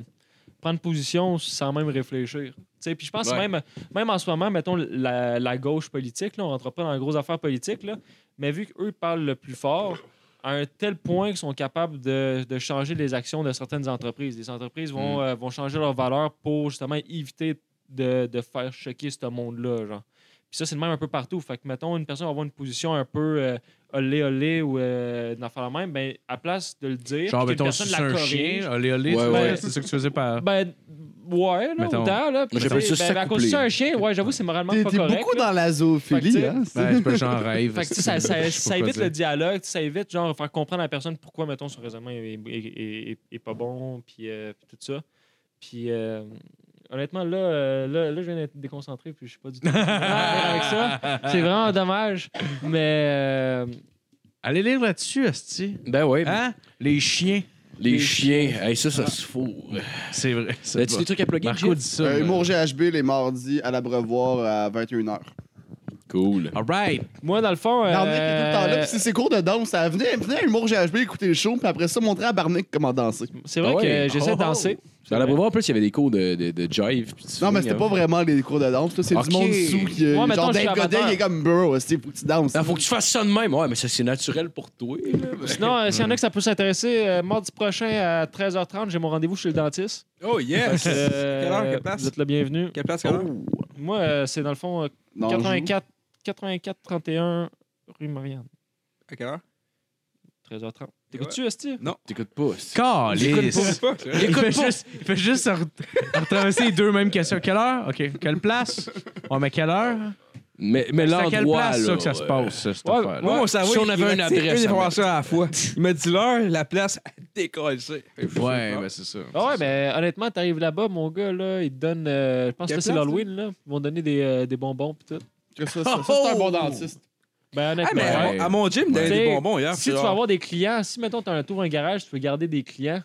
Speaker 7: prendre position sans même réfléchir. Tu sais. Puis je pense
Speaker 3: Ouais.
Speaker 7: même, même en ce moment, mettons la, la gauche politique, là, on ne rentre pas dans les grosses affaires politiques, là, mais vu qu'eux parlent le plus fort, à un tel point qu'ils sont capables de, de changer les actions de certaines entreprises. Les entreprises vont,
Speaker 5: Mm.
Speaker 7: euh, vont changer leurs valeurs pour justement éviter de, de faire choquer ce monde-là. genre. Puis ça, c'est le même un peu partout. Fait que, mettons, une personne va avoir une position un peu euh, olé olé ou euh, une affaire la même, ben, à place de le dire,
Speaker 5: Genre,
Speaker 7: puis
Speaker 5: mettons,
Speaker 7: qu'une personne
Speaker 5: c'est
Speaker 7: la
Speaker 5: un
Speaker 7: corrige,
Speaker 5: chien, olé olé,
Speaker 3: Ouais,
Speaker 5: tu-
Speaker 7: ouais.
Speaker 5: c'est ça que tu faisais par.
Speaker 7: ben, ouais, là,
Speaker 5: Mettons.
Speaker 7: autant, là.
Speaker 3: Moi, j'appelle
Speaker 7: tu sais,
Speaker 3: ça
Speaker 7: ben, ben, à cause de ça, un chien, ouais, j'avoue, c'est moralement
Speaker 8: T'es
Speaker 7: pas
Speaker 8: t'es
Speaker 7: correct.
Speaker 8: beaucoup
Speaker 7: là.
Speaker 8: dans la zoophilie,
Speaker 7: Fait que,
Speaker 8: hein?
Speaker 5: Ben, c'est pas genre rêve.
Speaker 7: Fait que, tu sais, ça, ça-
Speaker 5: Je sais
Speaker 7: ça
Speaker 5: pas quoi
Speaker 7: évite
Speaker 5: dire.
Speaker 7: le dialogue, ça évite, genre, faire comprendre à la personne pourquoi, mettons, son raisonnement est, est- est- est- est pas bon, puis euh, puis tout ça. Puis, euh, honnêtement, là, euh, là, là, je viens d'être déconcentré, puis je suis pas du tout avec ça. C'est vraiment dommage, mais... euh,
Speaker 5: Allez lire là-dessus, Asti.
Speaker 3: Ben ouais,
Speaker 5: Hein? Les chiens.
Speaker 3: les chiens. Hey, ça, ça se fout.
Speaker 5: C'est vrai. c'est
Speaker 3: As-tu
Speaker 5: pas-
Speaker 3: des trucs à plugger,
Speaker 5: Marco
Speaker 3: Marco?
Speaker 5: dit ça.
Speaker 6: Euh,
Speaker 5: là.
Speaker 6: Humour GHB les mardis à l'abreuvoir à 21h.
Speaker 3: Cool.
Speaker 5: All right.
Speaker 7: moi, dans le fond...
Speaker 6: Barnic est tout le temps là.
Speaker 7: euh,
Speaker 6: Puis si c'est cours de danse, à- venez, venez à Humour GHB écouter le show. Puis après ça, montrer à Barnic comment danser.
Speaker 7: c'est vrai
Speaker 3: Ah
Speaker 7: que
Speaker 3: ouais.
Speaker 7: j'essaie de
Speaker 6: Oh,
Speaker 7: danser.
Speaker 3: Dans la Beauvoir, en plus, il y avait des cours de, de, de jive. pis tu
Speaker 6: Non, mais
Speaker 3: sais,
Speaker 6: c'était
Speaker 3: hein.
Speaker 6: pas vraiment les cours de danse. là, C'est
Speaker 3: Ok.
Speaker 6: du monde sous qui. euh,
Speaker 7: Moi, mettons,
Speaker 6: genre,
Speaker 7: je suis
Speaker 6: Dave Godet,
Speaker 7: amateur.
Speaker 6: il est comme, bro, c'est faut que tu danses.
Speaker 3: Ah, faut que tu fasses ça de même. Ouais, mais ça, c'est naturel pour toi. là.
Speaker 7: Sinon, euh, s'il y en a que ça peut s'intéresser, euh, mardi prochain à 13h30, j'ai mon rendez-vous chez le dentiste.
Speaker 4: Oh, yes!
Speaker 7: Euh,
Speaker 4: Quelle heure, quelle
Speaker 7: Vous
Speaker 4: place?
Speaker 7: êtes le bienvenu.
Speaker 4: Quelle place, quelle heure?
Speaker 7: Moi, euh, c'est dans le fond euh,
Speaker 6: Non,
Speaker 7: 84, 84 31 rue Marianne,
Speaker 4: À quelle heure?
Speaker 7: 13h30. T'écoutes-tu, Esti?
Speaker 3: T'écoutes pas. c'est-
Speaker 5: Calice.
Speaker 4: J'écoute pas, tu vois.
Speaker 5: Il fait, juste, il fait juste re- retraverser les deux mêmes questions. Quelle heure? OK. Quelle place? On met quelle heure?
Speaker 3: Mais, mais
Speaker 5: C'est à
Speaker 3: l'endroit.
Speaker 5: quelle place,
Speaker 3: là,
Speaker 5: ça, que ça se
Speaker 3: ouais.
Speaker 5: passe, cette
Speaker 4: Ouais,
Speaker 5: affaire-là?
Speaker 4: moi, mon cerveau,
Speaker 3: Si on
Speaker 4: il
Speaker 3: avait
Speaker 4: m'a
Speaker 3: une
Speaker 4: dit
Speaker 3: adresse
Speaker 4: Une
Speaker 3: à
Speaker 4: information à la fois. Il m'a dit l'heure, la place, décolle.
Speaker 5: Ouais, ben c'est ça.
Speaker 7: Ah ouais, mais honnêtement, t'arrives là-bas, mon gars, là, ils te donnent. euh, je pense que
Speaker 4: Quelle
Speaker 7: là, c'est
Speaker 4: place,
Speaker 7: l'Halloween, là. Ils vont te donner des, euh, des bonbons pis tout.
Speaker 6: Ça, ça, ça, c'est
Speaker 7: Oh!
Speaker 6: un bon dentiste.
Speaker 7: Ben,
Speaker 4: Ah,
Speaker 7: honnêtement.
Speaker 4: mais à
Speaker 5: Ouais.
Speaker 4: mon- à mon gym, il donnait des
Speaker 7: T'sais,
Speaker 4: bonbons hier.
Speaker 7: Si tu
Speaker 4: genre-
Speaker 7: vas avoir des clients, si mettons t'as un tour un garage, tu veux garder des clients,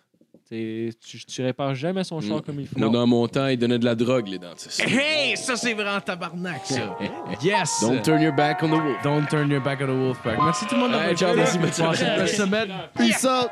Speaker 7: t'es- tu, tu répares jamais son char
Speaker 3: Mm.
Speaker 7: comme il faut.
Speaker 3: Moi, dans mon temps, ils donnaient de la drogue, les dentistes.
Speaker 5: Hey, ça, c'est vraiment tabarnak, ça. Yes!
Speaker 3: Don't turn your back on the wolf.
Speaker 5: Don't turn your back on the wolf pack. Merci tout le monde d'avoir
Speaker 3: Hey,
Speaker 5: été
Speaker 3: ciao,
Speaker 5: là.
Speaker 3: merci, merci.
Speaker 5: Passez
Speaker 7: Euh,
Speaker 5: une belle semaine.
Speaker 6: Peace out.